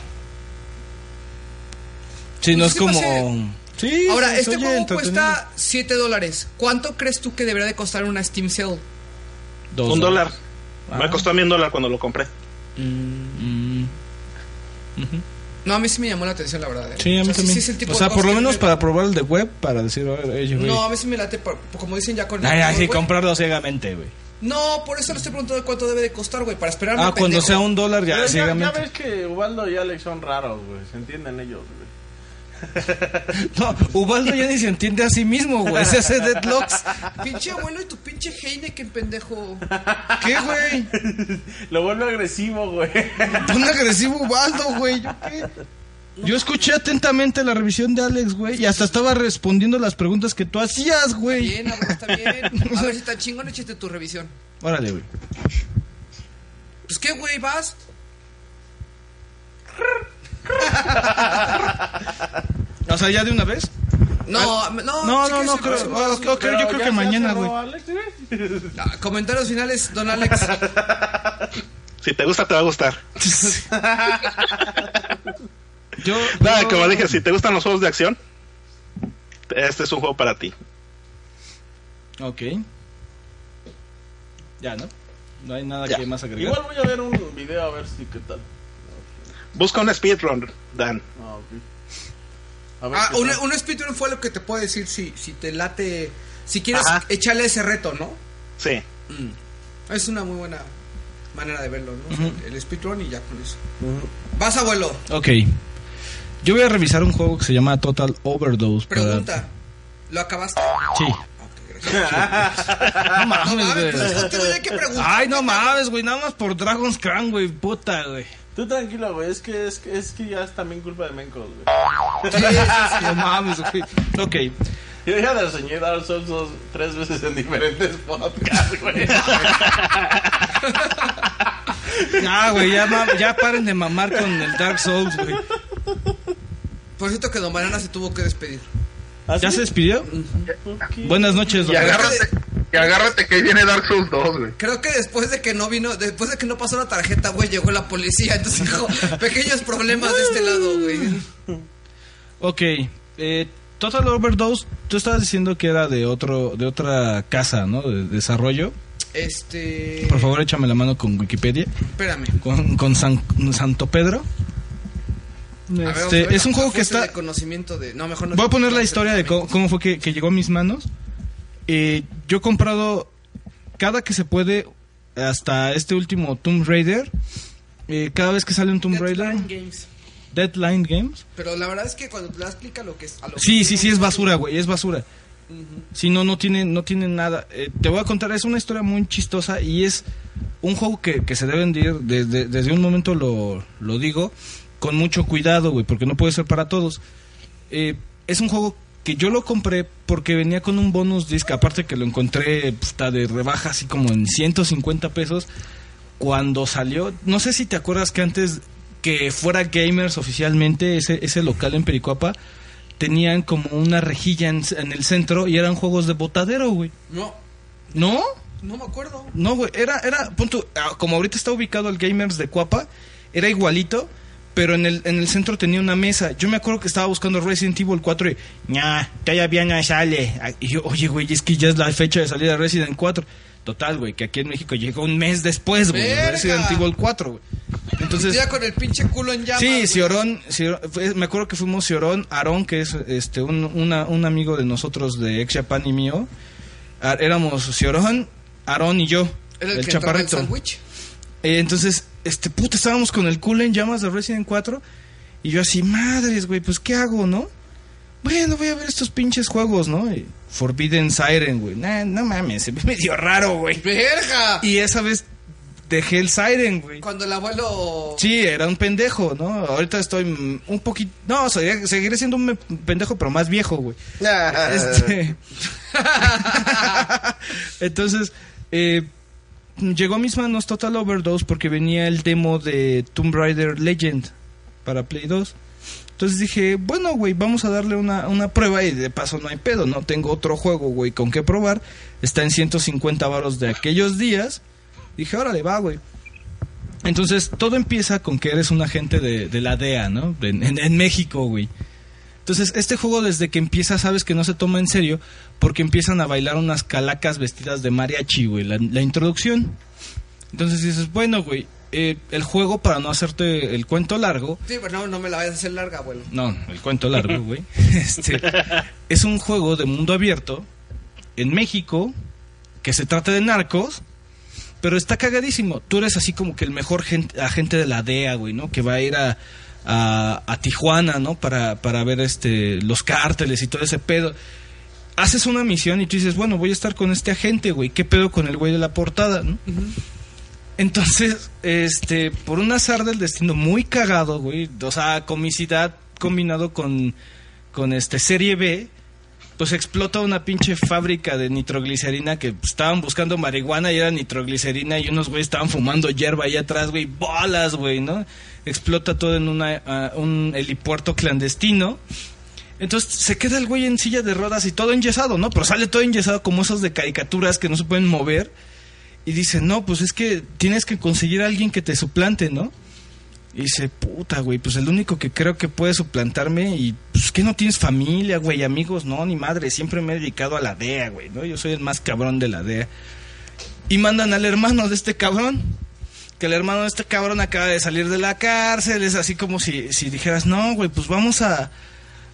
Speaker 4: Sí, no
Speaker 2: Pues
Speaker 4: es
Speaker 2: sí
Speaker 4: como.
Speaker 2: pasé.
Speaker 4: Sí,
Speaker 2: ahora
Speaker 4: sí,
Speaker 2: este
Speaker 4: oye,
Speaker 2: juego
Speaker 4: entretenido.
Speaker 2: cuesta 7 dólares cuánto crees tú que debería de costar una Steam Sale
Speaker 4: Dos
Speaker 10: un dólar.
Speaker 4: Ah.
Speaker 10: Me costó a mí un dólar cuando lo compré.
Speaker 4: Mm,
Speaker 2: No, a mí sí me llamó la atención, la verdad. ¿eh?
Speaker 4: Sí,
Speaker 2: O
Speaker 4: a mí
Speaker 2: sea,
Speaker 4: también.
Speaker 2: sí es el tipo
Speaker 4: o
Speaker 2: de
Speaker 4: sea,
Speaker 2: cosas
Speaker 4: por lo
Speaker 2: que
Speaker 4: menos
Speaker 2: me-
Speaker 4: para probar el de web, para decir, a ver, oye, güey.
Speaker 2: No, a mí sí me late, por- por- como dicen ya con... el
Speaker 4: Ay, ay,
Speaker 2: juego,
Speaker 4: Ah, sí,
Speaker 2: güey.
Speaker 4: comprarlo ciegamente, güey.
Speaker 2: No, por eso le estoy preguntando cuánto debe de costar, güey, para esperarme.
Speaker 4: Ah, cuando
Speaker 2: pendejo.
Speaker 4: sea un dólar, ya,
Speaker 3: Pero ya, ya
Speaker 4: ciegamente.
Speaker 3: ves que Ubaldo y Alex son raros, güey. Se entienden ellos, güey.
Speaker 4: No, Ubaldo ya ni se entiende a sí mismo, güey. Se hace deadlocks.
Speaker 2: Pinche abuelo y tu pinche Heineken, pendejo.
Speaker 4: ¿Qué, güey?
Speaker 3: Lo vuelve agresivo, güey.
Speaker 4: Un agresivo Ubaldo, güey. ¿Yo qué? Yo escuché atentamente la revisión de Alex, güey, y hasta estaba respondiendo las preguntas que tú hacías, güey.
Speaker 2: Bien, abuelo, está bien. A ver si está chingón, échate tu revisión.
Speaker 4: Órale, güey.
Speaker 2: Pues qué, güey, vas.
Speaker 4: O sea, ya de una vez.
Speaker 2: No, no,
Speaker 4: No, no,
Speaker 2: chéquense
Speaker 4: no,
Speaker 2: el
Speaker 4: creo,
Speaker 2: próximo.
Speaker 4: ah, ok, ok, yo creo que mañana, güey.
Speaker 2: Ah, comentarios finales, don Alex.
Speaker 10: Si te gusta, te va a gustar.
Speaker 4: Yo,
Speaker 10: Nada,
Speaker 4: yo-
Speaker 10: Ah, como dije, si te gustan los juegos de acción, este es un juego para ti.
Speaker 4: Ok. Ya, ¿no? No hay nada
Speaker 10: Ya.
Speaker 4: que más agregar.
Speaker 3: Igual voy a ver un video a ver si qué tal.
Speaker 10: Busca un speedrun, Dan.
Speaker 3: Ah, ok. A ver
Speaker 2: Ah,
Speaker 3: qué
Speaker 2: un,
Speaker 3: tal.
Speaker 2: un speedrun fue lo que te puedo decir si, si te late... Si quieres
Speaker 10: Ajá.
Speaker 2: echarle ese reto, ¿no?
Speaker 10: Sí.
Speaker 2: Es una muy buena manera de verlo, ¿no? O sea, El speedrun y ya con eso. Vas, abuelo.
Speaker 4: Ok. Yo voy a revisar un juego que se llama Total Overdose. para-
Speaker 2: Pregunta. ¿Lo acabaste? Ah,
Speaker 4: Sí. Ah, no
Speaker 2: No
Speaker 4: mames,
Speaker 2: mames, pues
Speaker 4: güey.
Speaker 2: es que te voy a que preguntar.
Speaker 4: Ay, no mames, güey. Nada más por Dragon's Crown, güey. Puta, güey.
Speaker 3: Tú tranquilo, güey. Es que, es, que, es que ya es también culpa de Mencos, güey.
Speaker 4: No mames, güey. Ok.
Speaker 3: Yo ya reseñé Dark Souls dos, tres veces en diferentes podcasts, güey.
Speaker 4: Ah, güey. Ya, ma- ya paren de mamar con el Dark Souls, güey.
Speaker 2: Por cierto que Don Banana se tuvo que despedir.
Speaker 4: ¿Ya se despidió? Buenas noches,
Speaker 10: Y
Speaker 4: doctor.
Speaker 10: agárrate,
Speaker 5: Y agárrate que ahí viene Dark Souls 2, güey.
Speaker 2: Creo que después de que no vino, después de que no pasó la tarjeta, güey, llegó la policía. Entonces dijo, pequeños problemas de este lado, güey.
Speaker 4: Ok, eh, Total Overdose, tú estabas diciendo que era de otro de otra casa, ¿no? De desarrollo.
Speaker 2: Este.
Speaker 4: Por favor, échame la mano con Wikipedia,
Speaker 2: Espérame.
Speaker 4: con, con San- Santo Pedro.
Speaker 2: A ver, vamos a
Speaker 4: Este,
Speaker 2: ver
Speaker 4: es un
Speaker 2: la
Speaker 4: juego que
Speaker 2: fuente
Speaker 4: está...
Speaker 2: de conocimiento de. No, mejor no.
Speaker 4: Voy a poner la historia de cómo,
Speaker 2: Exactamente.
Speaker 4: cómo fue que, que llegó a mis manos. Eh, yo he comprado cada que se puede hasta este último Tomb Raider. Eh, cada vez que sale un Tomb Raider,
Speaker 2: Deadline Games.
Speaker 4: Deadline Games.
Speaker 2: Pero la verdad es que cuando te la explica lo que es. a lo
Speaker 4: Sí,
Speaker 2: que-
Speaker 4: sí, sí, es basura, güey, es basura. Si no, no tiene, no tiene nada. Eh, te voy a contar, es una historia muy chistosa y es un juego que, que se debe vender, desde, desde un momento lo, lo digo, con mucho cuidado, güey, porque no puede ser para todos. Eh, es un juego que yo lo compré porque venía con un bonus disc, aparte que lo encontré puta, de rebaja así como en 150 pesos cuando salió, no sé si te acuerdas que antes que fuera Gamers oficialmente, ese, ese local en Pericuapa, tenían como una rejilla en, en el centro y eran juegos de botadero, güey.
Speaker 2: No,
Speaker 4: ¿No?
Speaker 2: no me acuerdo.
Speaker 4: No, güey, era, era, punto, ah, como ahorita está ubicado el Gamers de Cuapa, era igualito, pero en el, en el centro tenía una mesa. Yo me acuerdo que estaba buscando Resident Evil 4 y, nah, todavía no sale. Ah, Y yo, oye, güey, es que ya es la fecha de salida de Resident 4. Total, güey, que aquí en México llegó un mes después, güey,
Speaker 2: Verga.
Speaker 4: Resident Evil 4, güey. Entonces,
Speaker 2: Ya con el pinche culo en llamas.
Speaker 4: Sí,
Speaker 2: güey.
Speaker 4: Ciorón, Ciorón- fue- me acuerdo que fuimos Ciorón, Aarón, que es este un, una- un amigo de nosotros de ex Japan y mío. a- éramos Ciorón, Aarón y yo,
Speaker 2: Era
Speaker 4: el,
Speaker 2: el, que entraba el
Speaker 4: chaparrito.
Speaker 2: sándwich.
Speaker 4: Eh, entonces, este puta, estábamos con el culo en llamas de Resident 4 y yo así, madres, güey, pues ¿qué hago, no? Bueno, voy a ver estos pinches juegos, ¿no? Y Forbidden Siren, güey. Nah, no mames, se ve medio raro, güey.
Speaker 2: ¡Verga!
Speaker 4: Y esa vez dejé el Siren, güey.
Speaker 2: Cuando el abuelo.
Speaker 4: Sí, era un pendejo, ¿no? Ahorita estoy mm, un poquito... No, seguiré, seguiré siendo un me- pendejo, pero más viejo, güey.
Speaker 2: Ah,
Speaker 4: Este... Entonces, eh, llegó a mis manos Total Overdose porque venía el demo de Tomb Raider Legend para Play 2. Entonces dije, bueno, güey, vamos a darle una, una prueba y de paso no hay pedo, no tengo otro juego, güey, con qué probar. Está en 150 varos de aquellos días. Dije, órale, va, güey. Entonces, todo empieza con que eres un agente de, de la DEA, ¿no? De- en, en México, güey. Entonces, este juego desde que empieza sabes que no se toma en serio porque empiezan a bailar unas calacas vestidas de mariachi, güey, la, la introducción. Entonces dices, bueno, güey, eh, el juego, para no hacerte el cuento largo,
Speaker 2: Sí, pero no, no me la vayas a hacer larga, abuelo.
Speaker 4: no, el cuento largo, güey. Este, es un juego de mundo abierto en México que se trata de narcos, pero está cagadísimo. Tú eres así como que el mejor gen- agente de la DEA, güey, ¿no? Que va a ir a, a- a Tijuana, ¿no? Para, para ver este, los cárteles y todo ese pedo. Haces una misión y tú dices, bueno, voy a estar con este agente, güey. ¿Qué pedo con el güey de la portada, no? Entonces, este, por un azar del destino muy cagado, güey, o sea, comicidad combinado con, con este serie B, pues explota una pinche fábrica de nitroglicerina que pues, estaban buscando marihuana y era nitroglicerina y unos güeyes estaban fumando hierba ahí atrás, güey, bolas, güey, ¿no? Explota todo en una, ah, un helipuerto clandestino. Entonces se queda el güey en silla de ruedas y todo enyesado, ¿no? Pero sale todo enyesado como esos de caricaturas que no se pueden mover. Y dice, no, pues es que tienes que conseguir a alguien que te suplante, ¿no? Y dice, puta, güey, pues el único que creo que puede suplantarme y pues que no tienes familia, güey, amigos, no, ni madre, siempre me he dedicado a la DEA, güey, ¿no? Yo soy el más cabrón de la DEA. Y mandan al hermano de este cabrón, que el hermano de este cabrón acaba de salir de la cárcel, es así como si, si dijeras, no, güey, pues vamos a...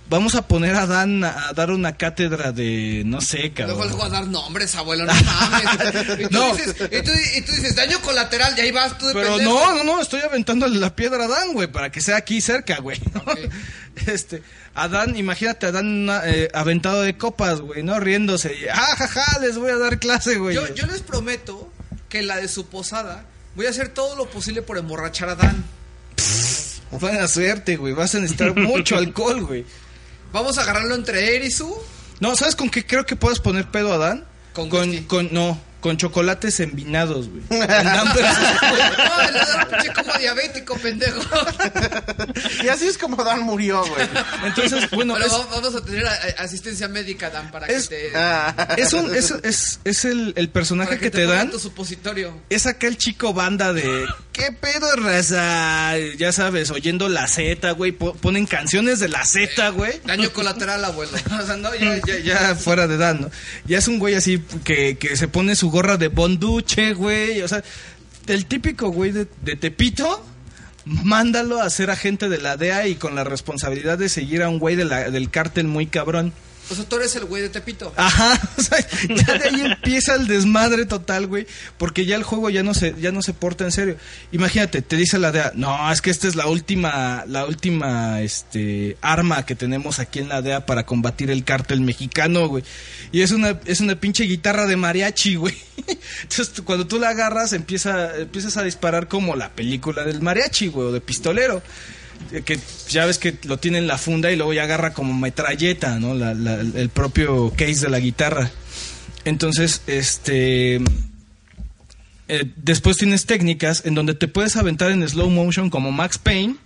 Speaker 4: Vamos a poner a Dan a, a dar una cátedra de, no sé, cabrón.
Speaker 2: Luego les voy a dar nombres, abuelo, no mames. Y tú,
Speaker 4: No.
Speaker 2: Dices, y, tú, y tú dices, daño colateral, y ahí vas tú de
Speaker 4: Pero
Speaker 2: pendejo.
Speaker 4: no, no, no, estoy aventándole la piedra a Adán, güey, para que sea aquí cerca, güey. ¿no? Este, Adán, imagínate, Adán na- eh, aventado de copas, güey, ¿no? Riéndose. y, Ah, ja, ja, les voy a dar clase, güey.
Speaker 2: Yo, yo les prometo que la de su posada voy a hacer todo lo posible por emborrachar a Dan.
Speaker 4: Buena suerte, güey. Vas a necesitar mucho alcohol, güey.
Speaker 2: Vamos a agarrarlo entre él y su.
Speaker 4: No, ¿sabes con qué creo que puedes poner pedo a Adán?
Speaker 2: Con
Speaker 4: con,
Speaker 2: whisky.
Speaker 4: con- no, con chocolates envinados, güey. Con Dampers.
Speaker 2: No, le da un pinche como diabético, pendejo.
Speaker 15: Y así es como Dan murió, güey.
Speaker 4: Entonces, bueno,
Speaker 2: Pero
Speaker 4: es,
Speaker 2: va- vamos a tener a- a- asistencia médica, Dan, para
Speaker 4: Es-
Speaker 2: que te.
Speaker 15: Ah.
Speaker 4: es, un- es, es- es el, el
Speaker 2: para
Speaker 4: personaje que, te,
Speaker 2: pongan
Speaker 4: dan.
Speaker 2: tu supositorio.
Speaker 4: Es aquel chico banda de. ¿Qué pedo, raza? Ya sabes, oyendo la Z, güey. po- ponen canciones de la Z, güey.
Speaker 2: Daño colateral, abuelo.
Speaker 4: O sea, no, ya, ya- ya fuera de edad, ¿no? Ya es un güey así que, que se pone su gorra de bonduche, güey. O sea, el típico güey de, de Tepito, mándalo a ser agente de la DEA y con la responsabilidad de seguir a un güey de la- del cártel muy cabrón.
Speaker 2: O sea, tú eres el güey de Tepito.
Speaker 4: Ajá, o sea, ya de ahí empieza el desmadre total, güey, porque ya el juego ya no se ya no se porta en serio. Imagínate, te dice la DEA, "No, es que esta es la última la última este arma que tenemos aquí en la DEA para combatir el cártel mexicano, güey." Y es una es una pinche guitarra de mariachi, güey. Entonces, tú- cuando tú la agarras, empieza empiezas a disparar como la película del mariachi, güey, o de pistolero eh, que ya ves que lo tiene en la funda y luego ya agarra como metralleta, ¿no? La- la- el propio case de la guitarra. Entonces, este... eh, después tienes técnicas en donde te puedes aventar en slow motion como Max Payne,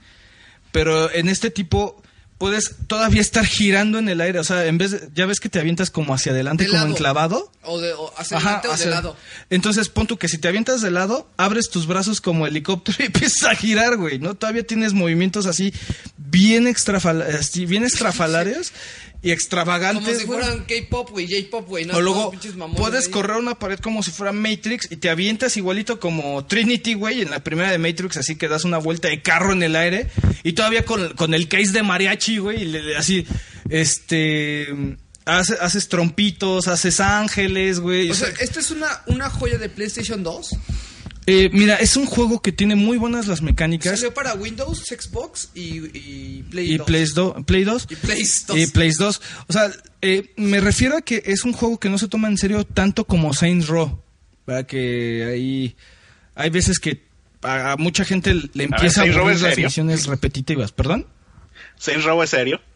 Speaker 4: pero en este tipo puedes todavía estar girando en el aire. O sea, en vez de- ya ves que te avientas como hacia adelante,
Speaker 2: De
Speaker 4: como
Speaker 2: lado.
Speaker 4: enclavado.
Speaker 2: O de o hacia
Speaker 4: Ajá,
Speaker 2: adelante o
Speaker 4: hacia-
Speaker 2: de lado.
Speaker 4: Entonces, pon tú que si te avientas de lado, abres tus brazos como helicóptero y empiezas a girar, güey, ¿no? Todavía tienes movimientos así bien, extrafala- así, bien estrafalarios y extravagantes.
Speaker 2: Como si
Speaker 4: güey.
Speaker 2: fueran K-pop, güey, J-pop, güey. No,
Speaker 4: o
Speaker 2: Todos
Speaker 4: luego
Speaker 2: pinches mamones
Speaker 4: puedes
Speaker 2: ahí.
Speaker 4: correr una pared como si fuera Matrix y te avientas igualito como Trinity, güey, en la primera de Matrix, así que das una vuelta de carro en el aire y todavía con, con el case de mariachi, güey, y le- le- así, este, hace- haces trompitos, haces ángeles, güey.
Speaker 2: O
Speaker 4: o
Speaker 2: sea,
Speaker 4: sea,
Speaker 2: esta es una, una joya de PlayStation 2.
Speaker 4: Eh, mira, es un juego que tiene muy buenas las mecánicas
Speaker 2: Salió para Windows, Xbox y, y Play
Speaker 4: y
Speaker 2: 2.
Speaker 4: Play 2. Play 2
Speaker 2: Y Play 2.
Speaker 4: y Play 2. O sea, eh, me refiero a que es un juego que no se toma en serio tanto como Saints Row. ¿verdad? Que hay, hay veces que a, a mucha gente le empieza a,
Speaker 10: Saints Row
Speaker 4: aburrir
Speaker 10: en
Speaker 4: las
Speaker 10: serio.
Speaker 4: misiones repetitivas. ¿Perdón?
Speaker 10: Saints Row es serio.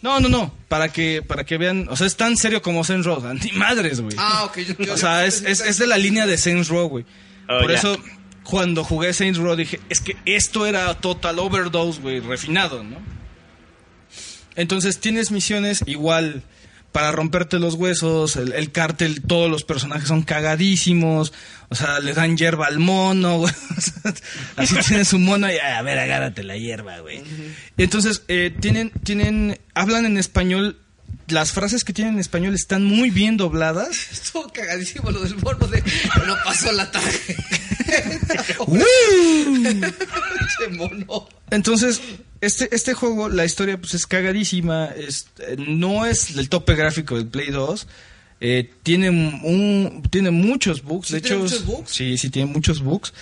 Speaker 4: No, no, no. Para que, para que vean. O sea, es tan serio como Saints Row. Ni madres, güey.
Speaker 2: Ah, ok. Yo, yo-
Speaker 4: O sea, es, es- es de la línea de Saints Row, güey.
Speaker 10: Oh,
Speaker 4: Por
Speaker 10: ya.
Speaker 4: eso, cuando jugué Saints Row, dije, es que esto era total overdose, güey, refinado, ¿no? Entonces, tienes misiones igual para romperte los huesos, el, el cártel, todos los personajes son cagadísimos, o sea, le dan hierba al mono, güey. o sea, así tienes un mono y, "Ah, a ver, agárrate la hierba, güey. Entonces, eh, tienen, tienen, hablan en español, las frases que tienen en español están muy bien dobladas.
Speaker 2: Estuvo cagadísimo lo del bono de. No pasó la tarjeta. Pinche mono.
Speaker 4: Entonces, este, este juego, la historia pues es cagadísima, es, eh, no es el tope gráfico del Play 2. eh, tiene un tiene muchos bugs,
Speaker 2: ¿Sí
Speaker 4: de
Speaker 2: tiene
Speaker 4: hecho
Speaker 2: muchos bugs?
Speaker 4: sí, sí tiene muchos bugs.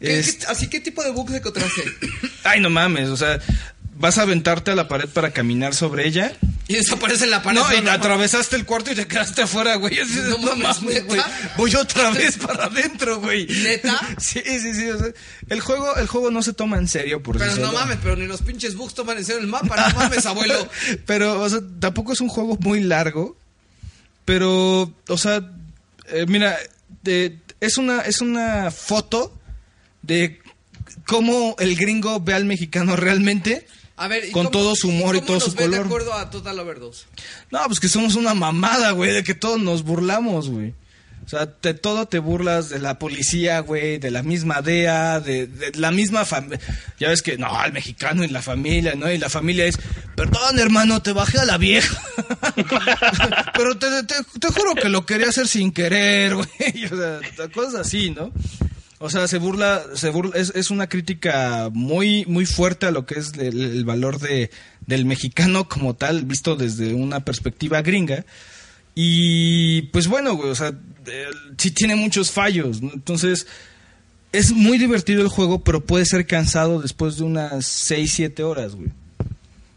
Speaker 2: ¿Qué-
Speaker 4: Es-
Speaker 2: qué- así, ¿qué tipo de bugs encontraste?
Speaker 4: ay, no mames, o sea, vas a aventarte a la pared para caminar sobre ella.
Speaker 2: Y desaparece la pared.
Speaker 4: No, y atravesaste el cuarto y te quedaste afuera, güey. Así de,
Speaker 2: No
Speaker 4: "No
Speaker 2: mames,
Speaker 4: mames,
Speaker 2: ¿neta?
Speaker 4: güey. Voy otra vez para adentro, güey.
Speaker 2: ¿Neta?
Speaker 4: Sí, sí, sí. o sea, el juego, el juego no se toma en serio, por
Speaker 2: Pero
Speaker 4: sí
Speaker 2: no
Speaker 4: solo.
Speaker 2: mames, pero ni los pinches bugs toman en serio el mapa. No mames, abuelo.
Speaker 4: Pero, o sea, tampoco es un juego muy largo. Pero, o sea, eh, mira, de- es, una, es una foto de cómo el gringo ve al mexicano realmente.
Speaker 2: A ver, ¿y
Speaker 4: Con
Speaker 2: cómo-
Speaker 4: todo su humor y
Speaker 2: cómo
Speaker 4: todo
Speaker 2: nos
Speaker 4: su
Speaker 2: ves
Speaker 4: color.
Speaker 2: de acuerdo a Total Overdose?
Speaker 4: No, pues que somos una mamada, güey, de que todos nos burlamos, güey. O sea, de todo te burlas de la policía, güey, de la misma DEA, de, de la misma familia. Ya ves que, no, el mexicano y la familia, ¿no? Y la familia es, perdón, hermano, te bajé a la vieja. Pero te, te, te juro que lo quería hacer sin querer, güey. O sea, cosas así, ¿no? O sea, se burla, se burla es, es una crítica muy, muy fuerte a lo que es el, el valor de, del mexicano como tal, visto desde una perspectiva gringa. Y pues bueno, güey, o sea, eh, sí tiene muchos fallos, ¿no? Entonces, es muy divertido el juego, pero puede ser cansado después de unas 6, 7 horas, güey.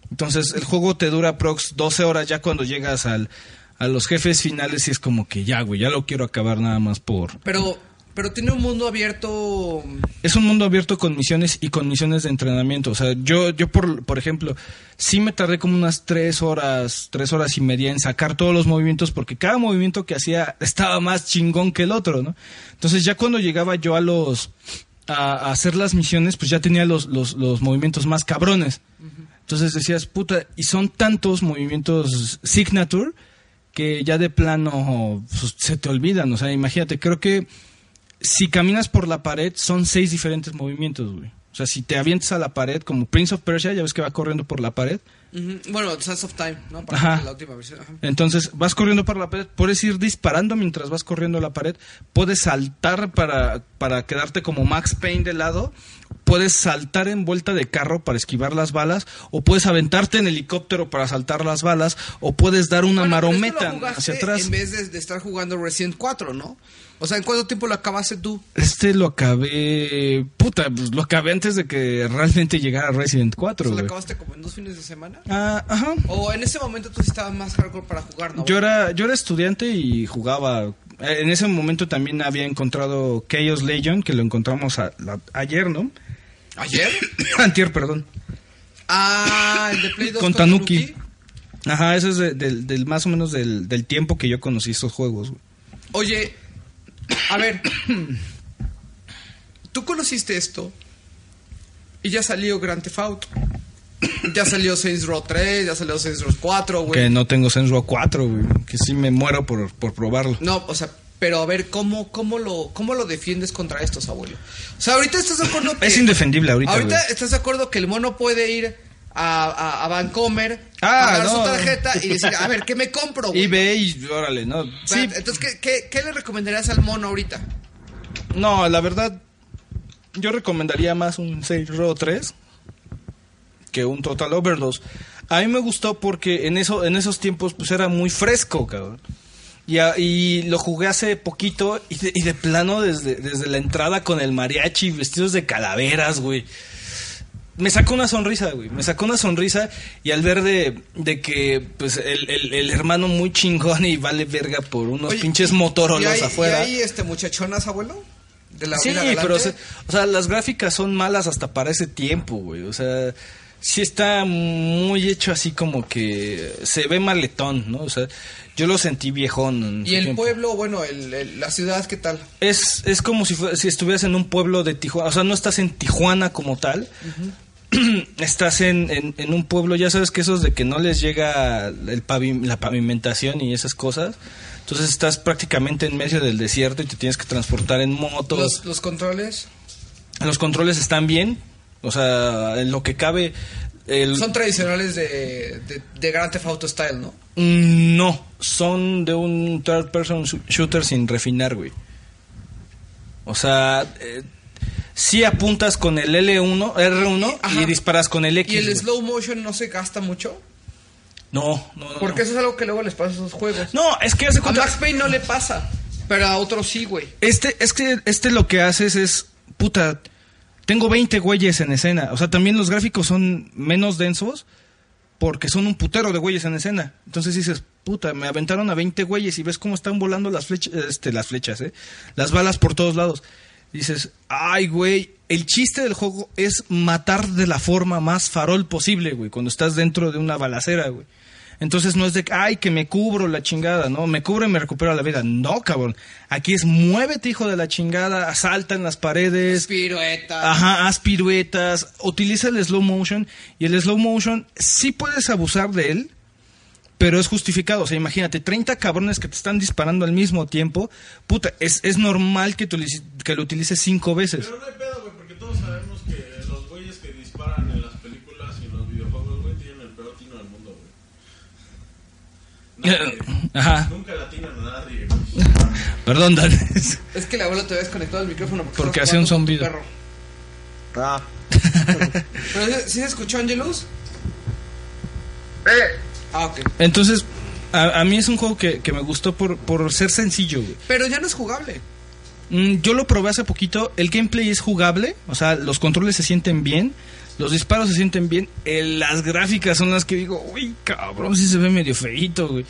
Speaker 4: Entonces, el juego te dura prox 12 horas ya cuando llegas al, a los jefes finales y es como que ya, güey, ya lo quiero acabar nada más por...
Speaker 2: Pero, Pero tiene un mundo abierto.
Speaker 4: Es un mundo abierto con misiones y con misiones de entrenamiento. O sea, yo, yo por, por ejemplo, sí me tardé como unas tres horas, tres horas y media en sacar todos los movimientos porque cada movimiento que hacía estaba más chingón que el otro, ¿no? Entonces ya cuando llegaba yo a los, a, a hacer las misiones, pues ya tenía los, los, los movimientos más cabrones. Entonces decías, puta, y son tantos movimientos signature que ya de plano pues, se te olvidan. O sea, imagínate, creo que si caminas por la pared, son seis diferentes movimientos, güey. O sea, si te avientas a la pared, como Prince of Persia, ya ves que va corriendo por la pared.
Speaker 2: Ujú. Bueno, Sands of Time, ¿no? Para
Speaker 4: Ajá.
Speaker 2: la última versión. Ajá.
Speaker 4: Entonces, vas corriendo por la pared, puedes ir disparando mientras vas corriendo la pared, puedes saltar para, para quedarte como Max Payne de lado, puedes saltar en vuelta de carro para esquivar las balas, o puedes aventarte en helicóptero para saltar las balas, o puedes dar una
Speaker 2: Bueno, pero esto lo
Speaker 4: marometa
Speaker 2: jugaste
Speaker 4: hacia atrás.
Speaker 2: En vez de, de estar jugando Resident 4, ¿no? O sea, ¿en cuánto tiempo lo acabaste tú?
Speaker 4: Este lo acabé. Puta, pues, lo acabé antes de que realmente llegara Resident
Speaker 2: O
Speaker 4: 4.
Speaker 2: sea, ¿Lo
Speaker 4: güey.
Speaker 2: acabaste como en dos fines de semana?
Speaker 4: Ah, ajá.
Speaker 2: O en ese momento tú sí estabas más hardcore para jugar, ¿no?
Speaker 4: Yo era, yo era estudiante y jugaba. Eh, En ese momento también había encontrado Chaos Legion, que lo encontramos a- la- ayer, ¿no?
Speaker 2: ¿Ayer?
Speaker 4: Antier, perdón.
Speaker 2: Ah, el de Play 2
Speaker 4: Con Tanuki. Ajá, eso es de- del, del- más o menos del, del tiempo que yo conocí estos juegos. güey.
Speaker 2: Oye, a ver. Tú conociste esto y ya salió Grand Theft Auto. Ya salió Saints Row 3, ya salió Saints Row 4, güey.
Speaker 4: Que no tengo Saints Row 4, güey, que sí me muero por, por probarlo.
Speaker 2: No, o sea, pero a ver, ¿cómo, cómo, lo, ¿cómo lo defiendes contra estos, abuelo? O sea, ahorita estás de acuerdo que...
Speaker 4: Es indefendible ahorita,
Speaker 2: Ahorita
Speaker 4: güey.
Speaker 2: estás de acuerdo que el mono puede ir a, a, a Vancomer,
Speaker 4: Ah,
Speaker 2: pagar
Speaker 4: no.
Speaker 2: su tarjeta y decir, a ver, ¿qué me compro, güey?
Speaker 4: Y ve y órale, ¿no? Sí,
Speaker 2: Espérate, Entonces, ¿qué, qué, qué le recomendarías al mono ahorita?
Speaker 4: no, la verdad, yo recomendaría más un Saints Row 3 que un Total Overdose. A mí me gustó porque en, eso, en esos tiempos pues era muy fresco, cabrón. Y, a- y lo jugué hace poquito y de, y de plano desde, desde la entrada con el mariachi, vestidos de calaveras, güey. Me sacó una sonrisa, güey. Me sacó una sonrisa y al ver de, de que pues el, el- el hermano muy chingón y vale verga por unos
Speaker 2: Oye,
Speaker 4: pinches
Speaker 2: ¿Y
Speaker 4: motorolos
Speaker 2: hay,
Speaker 4: afuera.
Speaker 2: ¿Y hay este, muchachonas, abuelo? De la
Speaker 4: Sí,
Speaker 2: vida galante.
Speaker 4: pero se- o sea, las gráficas son malas hasta para ese tiempo, güey. O sea, sí está muy hecho así como que se ve maletón, ¿no? O sea, yo lo sentí viejón. en
Speaker 2: ¿Y
Speaker 4: su
Speaker 2: el
Speaker 4: tiempo.
Speaker 2: pueblo, bueno, el, el- la ciudad, qué tal?
Speaker 4: Es, es como si, fue- si estuvieras en un pueblo de Tijuana. O sea, no estás en Tijuana como tal. estás en, en- en un pueblo, ya sabes que esos de que no les llega el pavim- la pavimentación y esas cosas. Entonces estás prácticamente en medio del desierto y te tienes que transportar en motos.
Speaker 2: Los, los controles
Speaker 4: Los controles están bien. O sea, en lo que cabe. El,
Speaker 2: son tradicionales de, de, de Grand Theft Auto Style, ¿no?
Speaker 4: Mm, no, son de un third person shoo- shooter sin refinar, güey. O sea, eh, sí apuntas con el L1, R1
Speaker 2: Ajá.
Speaker 4: y disparas con el X.
Speaker 2: ¿Y el
Speaker 4: güey.
Speaker 2: slow motion no se gasta mucho?
Speaker 4: No, no, no.
Speaker 2: Porque eso es algo que luego les pasa a esos juegos.
Speaker 4: No, No, es que hace
Speaker 2: a
Speaker 4: cuenta.
Speaker 2: Max Payne no le pasa, pero a otros sí, güey.
Speaker 4: Este, es que este lo que haces es. Puta, tengo 20 güeyes en escena. O sea, también los gráficos son menos densos porque son un putero de güeyes en escena. Entonces dices, puta, me aventaron a 20 güeyes y ves cómo están volando las flechas, este, las flechas, ¿eh? Las balas por todos lados. Dices, ay, güey, el chiste del juego es matar de la forma más farol posible, güey, cuando estás dentro de una balacera, güey. Entonces no es de, ay, que me cubro la chingada, ¿no? Me cubro y me recupero la vida. No, cabrón. Aquí es, muévete, hijo de la chingada, asalta en las paredes.
Speaker 2: Pirueta.
Speaker 4: Ajá, haz piruetas, utiliza el slow motion y el slow motion sí puedes abusar de él, pero es justificado. O sea, imagínate, 30 cabrones que te están disparando al mismo tiempo, puta, es, es normal que, tú lo hici- que lo utilices cinco veces.
Speaker 14: Pero no hay pedo, güey, porque todos sabemos que los güeyes que disparan en las películas y en los videojuegos, güey, tienen el peor tino del mundo, güey. Nadie.
Speaker 4: Ajá.
Speaker 14: Nunca la tiran a nadie, güey.
Speaker 4: Perdón, Dan.
Speaker 2: Es que el abuelo te había desconectado el micrófono porque,
Speaker 4: Porque
Speaker 2: estabas
Speaker 4: hacía un Ah.
Speaker 2: jugando con tu
Speaker 4: zumbido.
Speaker 2: perro. ¿Pero sí- sí se escuchó, Angelus?
Speaker 5: Eh,
Speaker 2: Ah, ok.
Speaker 4: Entonces, a, a mí es un juego que, que me gustó por, por ser sencillo, güey.
Speaker 2: Pero ya no es jugable.
Speaker 4: Mm, Yo lo probé hace poquito. El gameplay es jugable. O sea, los controles se sienten bien. Los disparos se sienten bien. eh, las gráficas son las que digo, uy, cabrón, sí se ve medio feito, güey.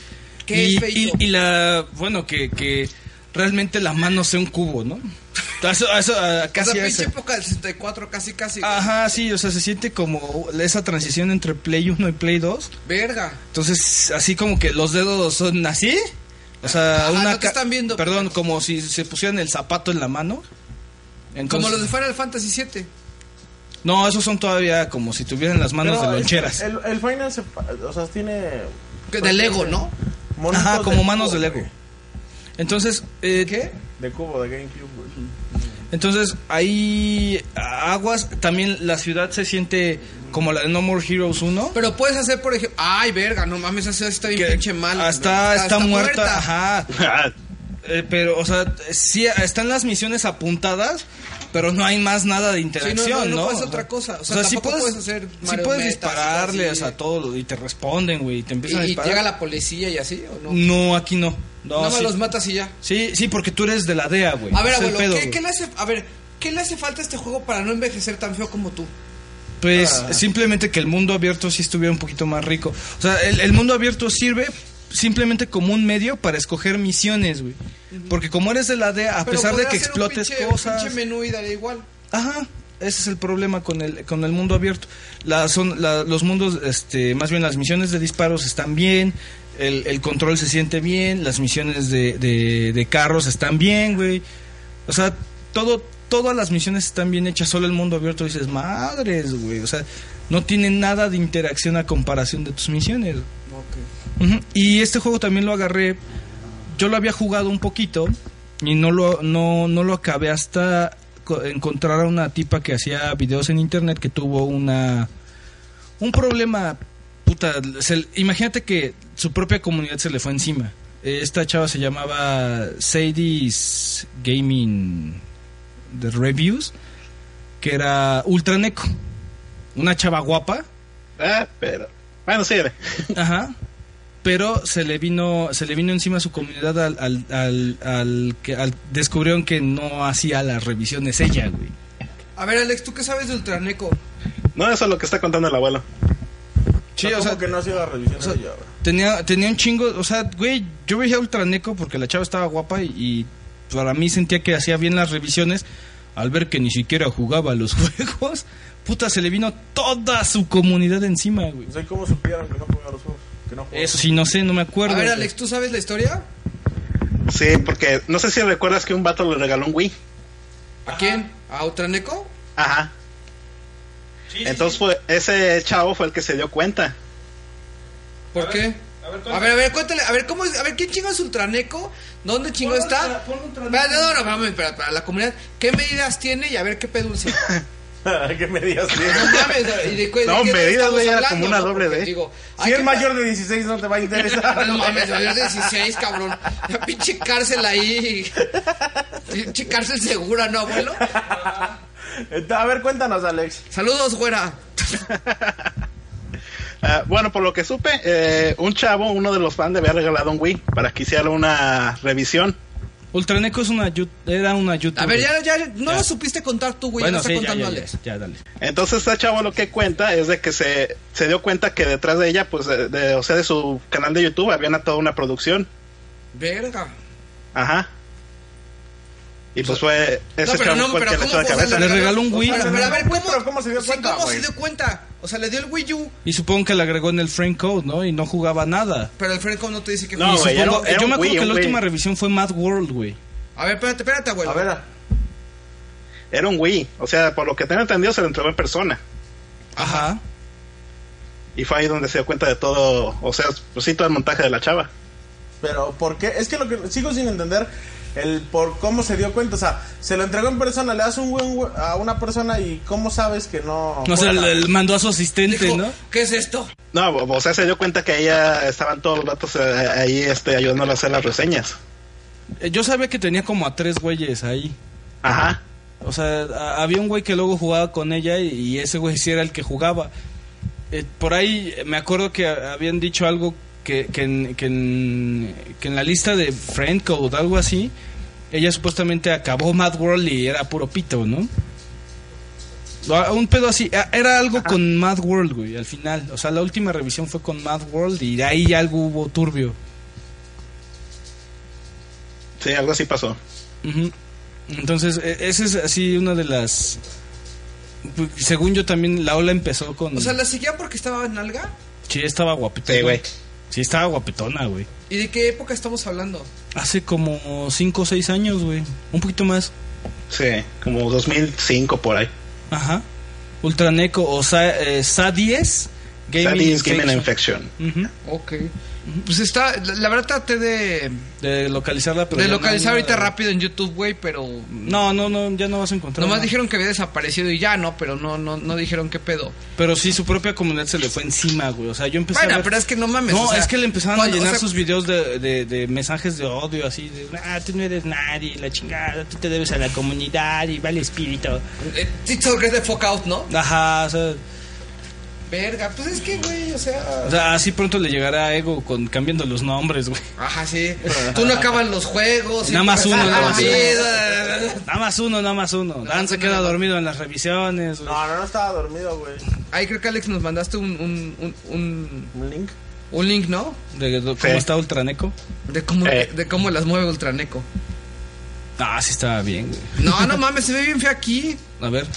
Speaker 2: ¿Qué
Speaker 4: y,
Speaker 2: es feíto?
Speaker 4: y- y la. Bueno, que, que realmente la mano sea un cubo, ¿no? A Eso, a eso, a-
Speaker 2: Esa
Speaker 4: casi a
Speaker 2: pinche
Speaker 4: ese. Ah.
Speaker 2: época del 64, casi, casi.
Speaker 4: Ajá, sí, o sea, se siente como esa transición entre Play 1 y Play 2.
Speaker 2: Verga.
Speaker 4: Entonces, así como que los dedos son así. O sea,
Speaker 2: Ajá,
Speaker 4: una.
Speaker 2: no te
Speaker 4: ca-
Speaker 2: están viendo.
Speaker 4: Perdón, como si se pusieran el zapato en la mano.
Speaker 2: Como
Speaker 4: Entonces-
Speaker 2: los de Final Fantasy VII.
Speaker 4: No, esos son todavía como si tuvieran las manos
Speaker 3: Pero
Speaker 4: de
Speaker 3: es-
Speaker 4: loncheras.
Speaker 3: El, el Final se pa- o sea, tiene.
Speaker 2: Que de Lego, ¿no?
Speaker 3: monitos
Speaker 4: Ajá, como manos de
Speaker 3: cubo,
Speaker 4: Lego.
Speaker 3: güey.
Speaker 4: Entonces, eh, ¿qué?
Speaker 3: De cubo, de GameCube, güey.
Speaker 4: Entonces, ahí aguas, también la ciudad se siente como la de No More Heroes 1.
Speaker 2: Pero puedes hacer, por ejemplo. Ay, verga, no mames, esa ciudad está bien
Speaker 4: Que
Speaker 2: pinche mal.
Speaker 4: hasta está, muerta, ajá.
Speaker 10: Ah,
Speaker 4: Eh, pero, o sea, sí, están las misiones apuntadas, pero no hay más nada de
Speaker 2: Sí,
Speaker 4: interacción,
Speaker 2: no, no,
Speaker 4: ¿no?
Speaker 2: no puedes otra cosa. O sea,
Speaker 4: sí
Speaker 2: tampoco puedes, hacer.
Speaker 4: sí
Speaker 2: marionetas,
Speaker 4: puedes dispararles
Speaker 2: así.
Speaker 4: a todo y te responden, güey, y
Speaker 2: Y,
Speaker 4: te empiezan a
Speaker 2: y
Speaker 4: disparar.
Speaker 2: llega la policía y así, ¿o no?
Speaker 4: No, aquí no. No,
Speaker 2: Nada más
Speaker 4: sí.
Speaker 2: los matas y ya.
Speaker 4: sí, sí, porque tú eres de la DEA, güey.
Speaker 2: A ver,
Speaker 4: Es el
Speaker 2: abuelo,
Speaker 4: pedo,
Speaker 2: ¿qué,
Speaker 4: güey.
Speaker 2: qué le hace, a ver, ¿qué le hace falta a este juego para no envejecer tan feo como tú?
Speaker 4: Pues
Speaker 2: Ah.
Speaker 4: simplemente que el mundo abierto sí estuviera un poquito más rico. O sea, el, el mundo abierto sirve simplemente como un medio para escoger misiones, güey. Porque como eres de la DEA, a
Speaker 2: Pero
Speaker 4: pesar de
Speaker 2: podría
Speaker 4: que
Speaker 2: ser un
Speaker 4: explotes
Speaker 2: pinche-
Speaker 4: cosas...
Speaker 2: pinche menú y daría igual.
Speaker 4: Ajá, ese es el problema con el, con el mundo abierto. La, son, la- los mundos, este, más bien las misiones de disparos están bien, el, el control se siente bien, las misiones de, de, de carros están bien, güey. O sea, todo, todas las misiones están bien hechas, solo el mundo abierto dices, madres, güey. O sea, no tiene nada de interacción a comparación de tus misiones. Ujú, Y este juego también lo agarré. Yo lo había jugado un poquito y no lo, no, no lo acabé hasta co- encontrar a una tipa que hacía videos en internet que tuvo una un problema puta se- imagínate que su propia comunidad se le fue encima Eh, esta chava se llamaba Sadie's Gaming de Reviews que era ultraneco una chava guapa
Speaker 10: ah, pero. Bueno, síguele.
Speaker 4: Ajá. Pero se le vino, se le vino encima a su comunidad al, al, al, al que al- descubrieron que no hacía las revisiones ella, güey.
Speaker 2: A ver, Alex, ¿tú qué sabes de Ultraneco?
Speaker 10: No, eso es lo que está contando el abuelo.
Speaker 4: Sí,
Speaker 3: No,
Speaker 4: o sea,
Speaker 3: como que no ha sido la revisión
Speaker 4: o sea,
Speaker 3: de ella, güey.
Speaker 4: tenía, tenía un chingo, o sea, güey, yo veía a Ultraneco porque la chava estaba guapa y, y para mí sentía que hacía bien las revisiones al ver que ni siquiera jugaba a los juegos. Puta, se le vino toda su comunidad encima, güey.
Speaker 3: O sea, ¿cómo supieron que no jugaba los juegos? Que no jugaba.
Speaker 4: Eso sí, no sé, no me acuerdo.
Speaker 2: A ver,
Speaker 4: güey.
Speaker 2: Alex, ¿tú sabes la historia?
Speaker 10: Sí, porque no sé si recuerdas que un vato le regaló un Wii.
Speaker 2: ¿A quién? ¿A Ultraneco?
Speaker 10: Ajá. Entonces fue ese chavo fue el que se dio cuenta.
Speaker 2: ¿Por qué? A ver, a ver, cuéntale, a ver, ¿cómo es? A ver, ¿quién chingó es Ultraneco? ¿Dónde chingó está? Espera, no, no, mames, para, para la comunidad, ¿qué medidas tiene y a ver qué pedulce?
Speaker 3: ¿Qué medidas tiene?
Speaker 2: No mames, y de, cu- de
Speaker 10: No,
Speaker 2: qué
Speaker 10: medidas,
Speaker 2: estamos
Speaker 10: güey, era
Speaker 2: hablando,
Speaker 10: como una
Speaker 2: ¿no?
Speaker 10: doble
Speaker 2: Porque
Speaker 10: D.
Speaker 2: Digo,
Speaker 3: Si
Speaker 2: hay
Speaker 3: es
Speaker 2: que-
Speaker 3: mayor de 16 no te va a interesar.
Speaker 2: No mames, mayor de 16, cabrón. La pinche cárcel ahí. Pinche cárcel segura, ¿no, abuelo?
Speaker 3: A ver, cuéntanos, Alex.
Speaker 2: Saludos, güera.
Speaker 10: Ah, bueno, por lo que supe, eh, un chavo, uno de los fans, le había regalado un Wii para que hiciera una revisión.
Speaker 4: Ultraneco es una, yu- era una youtuber.
Speaker 2: A ver, ya, ya, no
Speaker 4: Ya.
Speaker 2: lo supiste contar tú, güey.
Speaker 4: bueno,
Speaker 2: ya lo
Speaker 4: sí,
Speaker 2: está
Speaker 4: ya,
Speaker 2: contando
Speaker 4: ya,
Speaker 2: Alex.
Speaker 4: ya, ya, dale.
Speaker 10: Entonces este chavo lo que cuenta es de que se, se dio cuenta que detrás de ella, pues, de- de- o sea, de su canal de YouTube, había una- toda una producción.
Speaker 2: Verga.
Speaker 10: Ajá. Y pues fue ese
Speaker 2: No, pero
Speaker 10: chavo
Speaker 2: no,
Speaker 10: fue el
Speaker 2: pero
Speaker 10: que le
Speaker 2: ¿cómo
Speaker 10: echó de
Speaker 2: fue?
Speaker 10: cabeza.
Speaker 4: Le regaló un Wii.
Speaker 2: Pero, pero a ver, ¿cómo,
Speaker 3: Pero, ¿cómo se dio
Speaker 2: sí,
Speaker 3: cuenta,
Speaker 2: ¿Cómo se
Speaker 3: güey?
Speaker 2: dio cuenta? O sea, le dio el Wii U,
Speaker 4: Y supongo que le agregó en el frame code, ¿no? Y no jugaba nada.
Speaker 2: pero el Frenco no te dice que
Speaker 10: No, eh.
Speaker 4: Y
Speaker 2: fue.
Speaker 10: güey, era
Speaker 4: supongo-
Speaker 10: un- era
Speaker 4: yo me
Speaker 10: un
Speaker 4: acuerdo
Speaker 10: Wii,
Speaker 4: que la
Speaker 10: un Wii.
Speaker 4: última revisión fue Mad World, güey.
Speaker 2: A ver, espérate, espérate, abuelo.
Speaker 3: A ver, a-
Speaker 10: Era un Wii. O sea, por lo que tengo entendido, se lo entregó en persona.
Speaker 4: Ajá.
Speaker 10: Y fue ahí donde se dio cuenta de todo, o sea, pues sí, todo el montaje de la chava.
Speaker 3: Pero, ¿por qué? Es que lo que sigo sin entender el por cómo se dio cuenta. O sea, se lo entregó en persona, le das un buen hue- a una persona y cómo sabes que no.
Speaker 4: No sé,
Speaker 3: juega?
Speaker 4: le- le mandó a su asistente,
Speaker 2: Dijo,
Speaker 4: ¿no?
Speaker 2: ¿Qué es esto?
Speaker 10: No, o sea, se dio cuenta que ella estaban todos los datos eh, ahí este, ayudándole a hacer las reseñas.
Speaker 4: Eh, Yo sabía que tenía como a tres güeyes ahí.
Speaker 10: Ajá.
Speaker 4: O sea, a- había un güey que luego jugaba con ella y, y ese güey sí era el que jugaba. Eh, por ahí eh, me acuerdo que a- habían dicho algo que, que, en, que, en, que en la lista de Friend Code, algo así, ella supuestamente acabó Mad World y era puro pito, ¿no? Ah, Un pedo así, Ah, era algo con Mad World, güey, al final. O sea, la última revisión fue con Mad World y de ahí algo hubo turbio.
Speaker 10: Sí, algo así pasó.
Speaker 4: Ujú. Entonces, e- esa es así una de las. pues, Según yo también, la ola empezó con.
Speaker 2: O sea, la seguía porque estaba en alga.
Speaker 4: Sí, estaba guapetona.
Speaker 10: Sí, güey.
Speaker 4: Sí, estaba guapetona, güey.
Speaker 2: ¿Y de qué época estamos hablando?
Speaker 4: Hace como 5 o 6 años, güey. Un poquito más.
Speaker 10: Sí, como 2005 por ahí.
Speaker 4: Ajá. Ultraneco o Sa, eh, Sa 10 Gaming
Speaker 10: Sadie's Gaming
Speaker 4: Infection.
Speaker 10: Infection.
Speaker 4: Ujú.
Speaker 2: Ok. Pues está, la, la verdad traté de,
Speaker 4: De localizarla, pero.
Speaker 2: de
Speaker 4: ya no
Speaker 2: localizar
Speaker 4: hay
Speaker 2: ahorita
Speaker 4: nada.
Speaker 2: rápido en YouTube, güey, pero...
Speaker 4: No, no, no, ya no vas a encontrar.
Speaker 2: Nomás
Speaker 4: nada.
Speaker 2: dijeron que había desaparecido y ya, ¿no? Pero no, no, no dijeron qué pedo.
Speaker 4: Pero sí, su propia comunidad se le fue encima, güey. O sea, yo empecé Pues, a
Speaker 2: Bueno,
Speaker 4: ver-
Speaker 2: pero es que no mames.
Speaker 4: No,
Speaker 2: o sea,
Speaker 4: es que le empezaron
Speaker 2: cuando-
Speaker 4: a
Speaker 2: o
Speaker 4: llenar
Speaker 2: sea,
Speaker 4: sus videos de, de- de mensajes de odio, así de, ah, tú no eres nadie, la chingada, tú te debes a la comunidad y vale espíritu.
Speaker 2: eh, It's all get the fuck out, ¿no?
Speaker 4: Ajá, o sea,
Speaker 2: Verga, pues es que, güey, o
Speaker 4: o
Speaker 2: sea...
Speaker 4: sea, así pronto le llegará a Ego con cambiando los nombres, güey.
Speaker 2: Ajá, sí. Tú no acabas los juegos.
Speaker 4: Nada más uno, nada más
Speaker 2: más
Speaker 4: Nada más uno, nada más uno. Dan se queda dormido en las revisiones. güey.
Speaker 15: No, no, no estaba dormido, güey.
Speaker 2: Ahí creo que Alex nos mandaste un, un, un, un,
Speaker 15: ¿Un link?
Speaker 2: un link, ¿no?
Speaker 4: De, de- ¿Cómo
Speaker 10: Sí.
Speaker 4: está Ultraneco?
Speaker 2: De cómo,
Speaker 10: Eh.
Speaker 2: de cómo las mueve Ultraneco.
Speaker 4: Ah, sí estaba bien, güey.
Speaker 2: No, no mames, se ve bien fea aquí.
Speaker 4: A ver.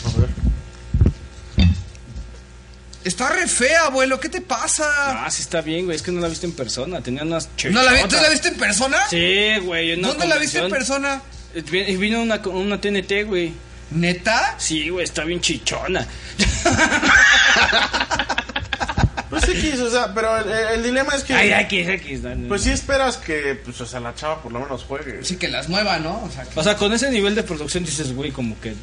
Speaker 2: Está re fea, abuelo, ¿qué te pasa?
Speaker 4: Ah, sí está bien, güey. Es que no la viste en persona. Tenía unas
Speaker 2: ¿No la vi- ¿Tú
Speaker 4: chichotas.
Speaker 2: la viste en persona?
Speaker 4: Sí, güey. en una
Speaker 2: ¿Dónde la viste en
Speaker 4: convención.
Speaker 2: persona?
Speaker 4: Eh, vi- Vino una, una TNT, güey.
Speaker 2: ¿Neta?
Speaker 4: Sí, güey, está bien chichona.
Speaker 15: Pues X, o sea, pero el, el- el dilema es que.
Speaker 4: Ay, X, X. no, no.
Speaker 3: Pues sí esperas que, pues, o sea, la chava por lo menos juegue.
Speaker 2: Sí, que las mueva, ¿no? O sea,
Speaker 4: O sea, con ese nivel de producción dices, güey, como que.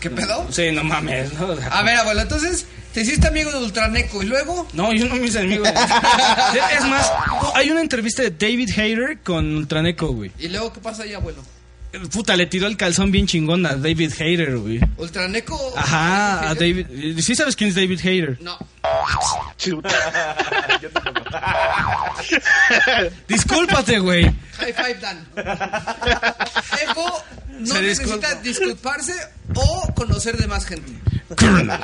Speaker 2: ¿qué pedo?
Speaker 4: Sí, no mames, ¿no? O sea,
Speaker 2: A ver, abuelo, entonces te hiciste amigo de Ultraneco y luego.
Speaker 4: No, yo no mis amigos. es más, hay una entrevista de David Hayter con Ultraneco, güey.
Speaker 2: ¿Y luego qué pasa ahí, abuelo?
Speaker 4: Puta, le tiró el calzón bien chingón a David Hayter, güey.
Speaker 2: ¿Ultraneco?
Speaker 4: Ajá, a David. ¿Sí sabes quién es David Hayter?
Speaker 2: No.
Speaker 4: Discúlpate, güey.
Speaker 2: High five, Dan. Ego no
Speaker 4: Se
Speaker 2: necesita disculparse o conocer de más gente.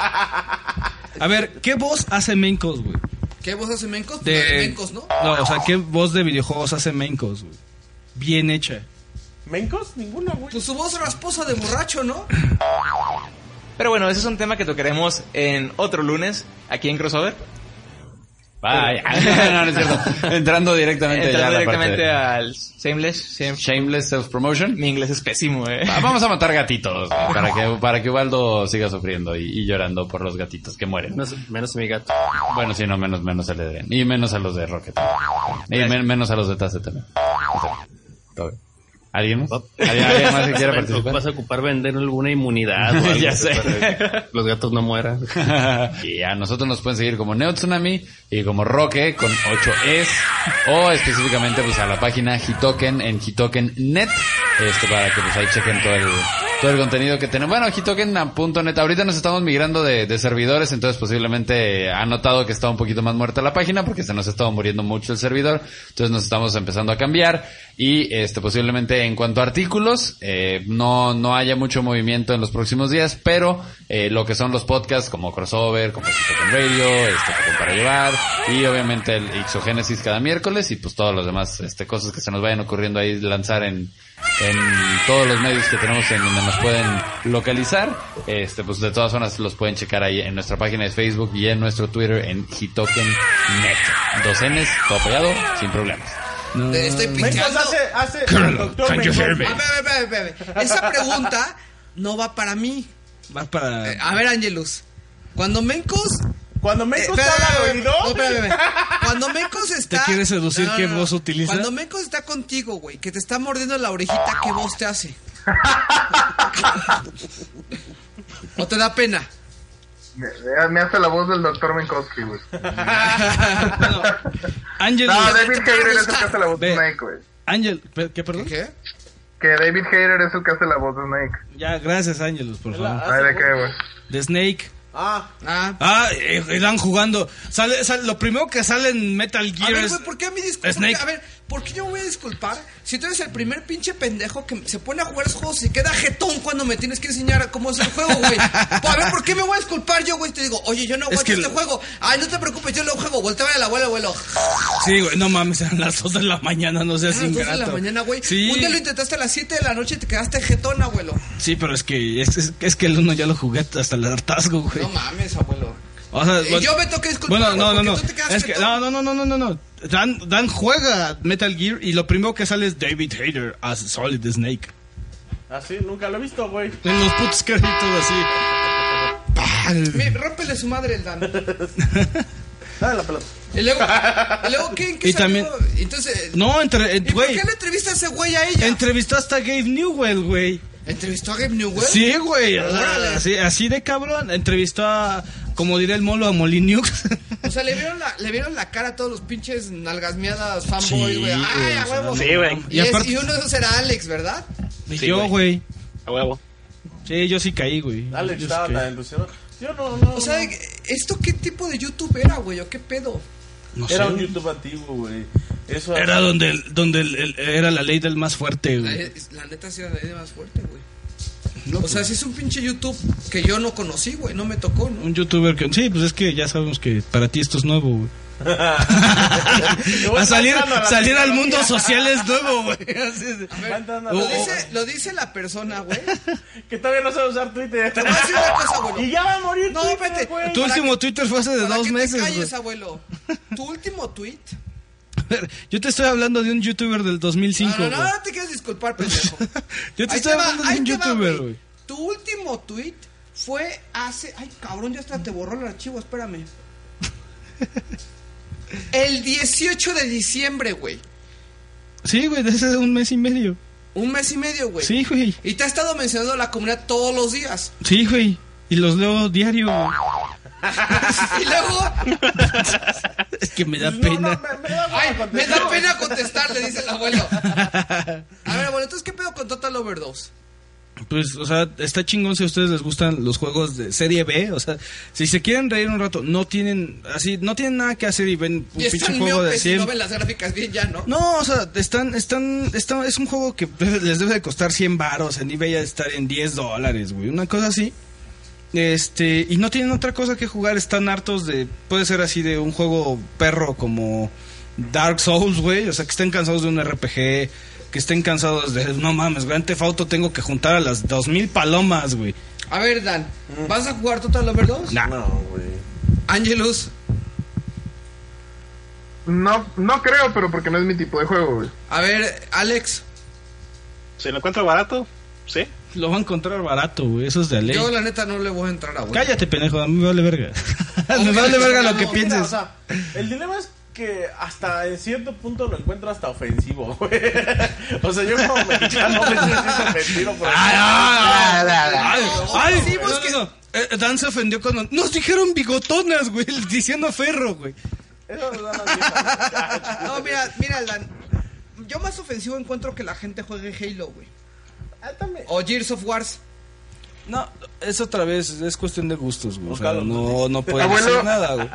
Speaker 4: A ver, ¿qué voz hace Mencos, güey?
Speaker 2: ¿Qué vos hace Mencos?
Speaker 4: De-
Speaker 2: De... de Mencos, ¿no?
Speaker 4: No, o sea, ¿qué voz de videojuegos hace Mencos, güey? Bien hecha.
Speaker 3: ¿Mencos? Ninguna, güey.
Speaker 2: Pues su voz rasposa de borracho, ¿no?
Speaker 16: Pero bueno, ese es un tema que tocaremos en otro lunes, aquí en Crossover.
Speaker 6: Vaya. no, no es cierto. Entrando directamente ya a
Speaker 16: Entrando
Speaker 6: la
Speaker 16: directamente
Speaker 6: parte
Speaker 16: al Shameless. Shame-
Speaker 6: de- Shameless Self-Promotion.
Speaker 16: Mi inglés es pésimo, eh.
Speaker 6: Ah, Vamos a matar gatitos para que, para que Ubaldo siga sufriendo y, y llorando por los gatitos que mueren.
Speaker 16: menos mi gato.
Speaker 6: Bueno, sí, no, menos, menos el Edren. Y menos a los de Rocket. Y men- menos a los de Tase también. Todo bien. ¿Alguien más? ¿Alguien, alguien más que quiera participar?
Speaker 12: Vas a ocupar vender alguna inmunidad. o algo
Speaker 6: Ya sé.
Speaker 12: para que Los gatos no mueran.
Speaker 6: y a nosotros nos pueden seguir como Neotsunami y como Roque con 8es o específicamente pues a la página Hitoken en Hitoken.net esto para que pues ahí chequen todo el todo el contenido que tenemos bueno Hitoken.net ahorita nos estamos migrando de, de servidores entonces posiblemente ha notado que está un poquito más muerta la página porque se nos estaba muriendo mucho el servidor entonces nos estamos empezando a cambiar y este posiblemente en cuanto a artículos eh, no no haya mucho movimiento en los próximos días pero eh, lo que son los podcasts como crossover como Hitoken Radio este Hitoken para llevar y obviamente el Ixogénesis cada miércoles y pues todos los demás este cosas que se nos vayan ocurriendo ahí lanzar en en todos los medios que tenemos en donde nos pueden localizar. Este, pues de todas formas los pueden checar ahí en nuestra página de Facebook y en nuestro Twitter en Hitoken.net. Dos N's, todo pegado, sin problemas.
Speaker 2: Te estoy
Speaker 15: Mencos
Speaker 2: pinchando.
Speaker 15: hace. hace el doctor Mencos.
Speaker 2: A ver, a ver, a ver, a ver. Esa pregunta no va para mí.
Speaker 4: Va para...
Speaker 2: Eh, A ver, Angelus. Cuando Mencos.
Speaker 15: Cuando Mencos te
Speaker 2: Eh,
Speaker 15: habla al
Speaker 2: espérame,
Speaker 15: oído.
Speaker 2: no, espérame, espérame. Cuando Mencos está.
Speaker 4: quieres seducir qué voz utiliza?
Speaker 2: Cuando Mencos está contigo, güey, que te está mordiendo la orejita, ¿qué voz te hace? ¿O te da pena?
Speaker 5: Me, me hace la voz del doctor Minkowski, güey.
Speaker 4: Ángel...
Speaker 5: No, David Hayter es el
Speaker 2: gusta.
Speaker 5: que hace la voz de
Speaker 4: Ve.
Speaker 5: Snake, güey.
Speaker 4: Ángel... pe- ¿Qué, perdón?
Speaker 2: ¿Qué?
Speaker 5: Que David Hayter es el que hace la voz de Snake.
Speaker 4: Ya, gracias, Ángelus, por favor.
Speaker 5: Ay, ¿de qué, güey?
Speaker 4: The Snake.
Speaker 15: Ah,
Speaker 2: Ah.
Speaker 4: Ah, eh, están jugando. Sale, sale- lo primero que sale en Metal
Speaker 2: A
Speaker 4: Gear
Speaker 2: ver,
Speaker 4: es...
Speaker 2: güey, ¿por qué a mí disculpa?
Speaker 4: Snake.
Speaker 2: A ver, ¿Por qué yo me voy a disculpar si tú eres el primer pinche pendejo que se pone a jugar esos juegos y queda jetón cuando me tienes que enseñar cómo es el juego, güey? Pues, a ver, ¿por qué me voy a disculpar yo, güey? Te digo, oye, yo no aguanto
Speaker 4: que
Speaker 2: este
Speaker 4: lo-
Speaker 2: juego. Ay, no te preocupes, yo lo juego. Volteaba al abuelo, abuelo.
Speaker 4: Sí, güey, no mames, eran las 2 de la mañana, no
Speaker 2: A
Speaker 4: seas
Speaker 2: las 2 de
Speaker 4: ingrato.
Speaker 2: la mañana, güey.
Speaker 4: Sí.
Speaker 2: Un día lo intentaste a las 7 de la noche y te quedaste jetón, abuelo.
Speaker 4: Sí, pero es que es, es- es que el uno ya lo jugué hasta el hartazgo, güey.
Speaker 2: No mames, abuelo.
Speaker 4: O sea,
Speaker 2: Eh,
Speaker 4: bueno-
Speaker 2: yo me tengo que disculpar.
Speaker 4: Bueno, no, no,
Speaker 2: güey,
Speaker 4: no.
Speaker 2: porque tú te quedas
Speaker 4: Es que,
Speaker 2: jetón.
Speaker 4: no, no, no, no, no, no, no. Dan, Dan juega Metal Gear y lo primero que sale es David Hayter as Solid Snake.
Speaker 3: Así, Ah, nunca lo he visto, güey.
Speaker 4: En los putos créditos así. Pal.
Speaker 2: Me- rómpele su madre el Dan.
Speaker 3: Dale la pelota.
Speaker 2: Y luego, y luego ¿qué, en qué
Speaker 4: Y
Speaker 2: salió?
Speaker 4: también-
Speaker 2: Entonces,
Speaker 4: No, entre, eh,
Speaker 2: ¿y por
Speaker 4: güey.
Speaker 2: qué le entrevista a ese güey a ella?
Speaker 4: Entrevistaste a Gabe Newell, güey.
Speaker 2: ¿Entrevistó a Gabe Newell?
Speaker 4: Sí, güey. o sea,
Speaker 2: Órale.
Speaker 4: así, así de cabrón. Entrevistó a, como diría el molo, a Molineux.
Speaker 2: O sea, le vieron la, le vieron la cara a todos los pinches nalgasmeadas fanboys,
Speaker 4: Sí,
Speaker 2: güey. Ay,
Speaker 4: güey,
Speaker 2: a huevo.
Speaker 4: sí, güey.
Speaker 2: Y,
Speaker 4: Y
Speaker 2: es-
Speaker 4: aparte-
Speaker 2: y uno de esos era Alex, ¿verdad?
Speaker 4: Y
Speaker 10: Sí,
Speaker 4: yo,
Speaker 10: güey.
Speaker 4: güey.
Speaker 10: A huevo.
Speaker 4: Sí, yo sí caí, güey.
Speaker 3: Dale,
Speaker 4: Yo sí
Speaker 3: estaba
Speaker 4: caí.
Speaker 3: tan entusiasmado. Yo no, no.
Speaker 2: O sea, ¿esto qué tipo de YouTube era, güey? ¿O qué pedo?
Speaker 4: No
Speaker 3: era
Speaker 4: sé.
Speaker 3: un YouTube antiguo, güey. Eso
Speaker 4: Era donde, el- donde el- el- era la ley del más fuerte,
Speaker 2: La,
Speaker 4: güey.
Speaker 2: Eh, es- la neta sí era la idea más fuerte, güey. o
Speaker 4: pues.
Speaker 2: sea, si es un pinche YouTube que yo no conocí, güey. No me tocó, ¿no?
Speaker 4: Un youtuber que. Sí, pues es que ya sabemos que para ti esto es nuevo, güey.
Speaker 2: Va
Speaker 4: A salir,
Speaker 2: entrando a la
Speaker 4: salir al
Speaker 2: tecnología.
Speaker 4: mundo social es nuevo, güey. Así es.
Speaker 2: Lo
Speaker 4: Uh.
Speaker 2: dice, lo dice la persona, güey.
Speaker 3: Que todavía no sabe usar Twitter.
Speaker 2: Te voy a decir una cosa, abuelo.
Speaker 3: Y ya va a morir.
Speaker 2: No,
Speaker 3: Twitter,
Speaker 2: vete.
Speaker 3: güey.
Speaker 4: Tu
Speaker 2: ¿Para
Speaker 4: último
Speaker 2: qué-
Speaker 4: Twitter fue hace de
Speaker 2: ¿Para
Speaker 4: dos
Speaker 2: qué
Speaker 4: meses,
Speaker 2: te
Speaker 4: güey.
Speaker 2: calles, abuelo? ¿Tu último tweet?
Speaker 4: Yo te estoy hablando de un youtuber del 2005,
Speaker 2: no, no, no,
Speaker 4: güey.
Speaker 2: no te quieres disculpar, pendejo.
Speaker 4: Yo te
Speaker 2: Ahí
Speaker 4: estoy
Speaker 2: te va,
Speaker 4: hablando
Speaker 2: ahí
Speaker 4: de un
Speaker 2: te va,
Speaker 4: youtuber,
Speaker 2: güey.
Speaker 4: güey.
Speaker 2: Tu último tweet fue hace. Ay, cabrón, ya hasta te borró el archivo, espérame. El 18 de diciembre, güey.
Speaker 4: Sí, güey, de hace un mes y medio.
Speaker 2: Un mes y medio, güey.
Speaker 4: Sí, güey.
Speaker 2: Y te ha estado mencionando la comunidad todos los días.
Speaker 4: Sí, güey. Y los leo diario, güey.
Speaker 2: y luego,
Speaker 4: Es que me da pena.
Speaker 2: ay, me da pena contestarte, dice el abuelo. A ver, abuelo, entonces, ¿qué pedo con Total Overdose?
Speaker 4: Pues, o sea, está chingón si a ustedes les gustan los juegos de serie B. O sea, si se quieren reír un rato, no tienen así, no tienen nada que hacer y ven un
Speaker 2: Y
Speaker 4: pinche
Speaker 2: están
Speaker 4: juego de
Speaker 2: miopes y
Speaker 4: 100.
Speaker 2: no ven las gráficas bien ya, ¿no?
Speaker 4: No, o sea, están, están, están, es un juego que debe- les debe de costar 100 varos, en eBay ha de estar en 10 dólares, güey, una cosa así. Este, y no tienen otra cosa que jugar, están hartos de, puede ser así de un juego perro como Dark Souls, güey, o sea, que estén cansados de un RPG, que estén cansados de, no mames, Grand Theft Auto tengo que juntar a las 2000 palomas, güey.
Speaker 2: A ver, Dan, ¿vas a jugar Total Overdose?
Speaker 4: Nah.
Speaker 3: No, güey.
Speaker 2: Angelus.
Speaker 5: No, no creo, pero porque no es mi tipo de juego, güey.
Speaker 2: A ver, Alex.
Speaker 10: Si lo encuentro barato, sí.
Speaker 4: Lo va a encontrar barato, güey, eso es de ley.
Speaker 2: Yo la neta no le voy a entrar a güey.
Speaker 4: Cállate, pendejo, a mí me vale verga. me
Speaker 2: Hombre,
Speaker 4: vale verga lo
Speaker 2: no,
Speaker 4: que
Speaker 2: mira,
Speaker 4: pienses.
Speaker 3: Mira, o sea, el dilema es que hasta en cierto punto lo encuentro hasta ofensivo, güey. O sea, yo como mexicano me siento ofendido por
Speaker 4: ah. Ay, ay,
Speaker 2: sí, pues
Speaker 4: no,
Speaker 2: que-
Speaker 4: no, no. Eh, Dan se ofendió cuando nos dijeron bigotonas, güey, diciendo ferro, güey.
Speaker 3: Eso lo dan las viejas.
Speaker 2: No, mira, mira, Dan. Yo más ofensivo encuentro que la gente juegue Halo, güey.
Speaker 3: Ah, también.
Speaker 2: O Gears of Wars.
Speaker 4: No, es otra vez, es cuestión de gustos, güey. O sea,
Speaker 3: Ojalá.
Speaker 4: no, no puedes
Speaker 5: Abuelo.
Speaker 4: decir nada, güey.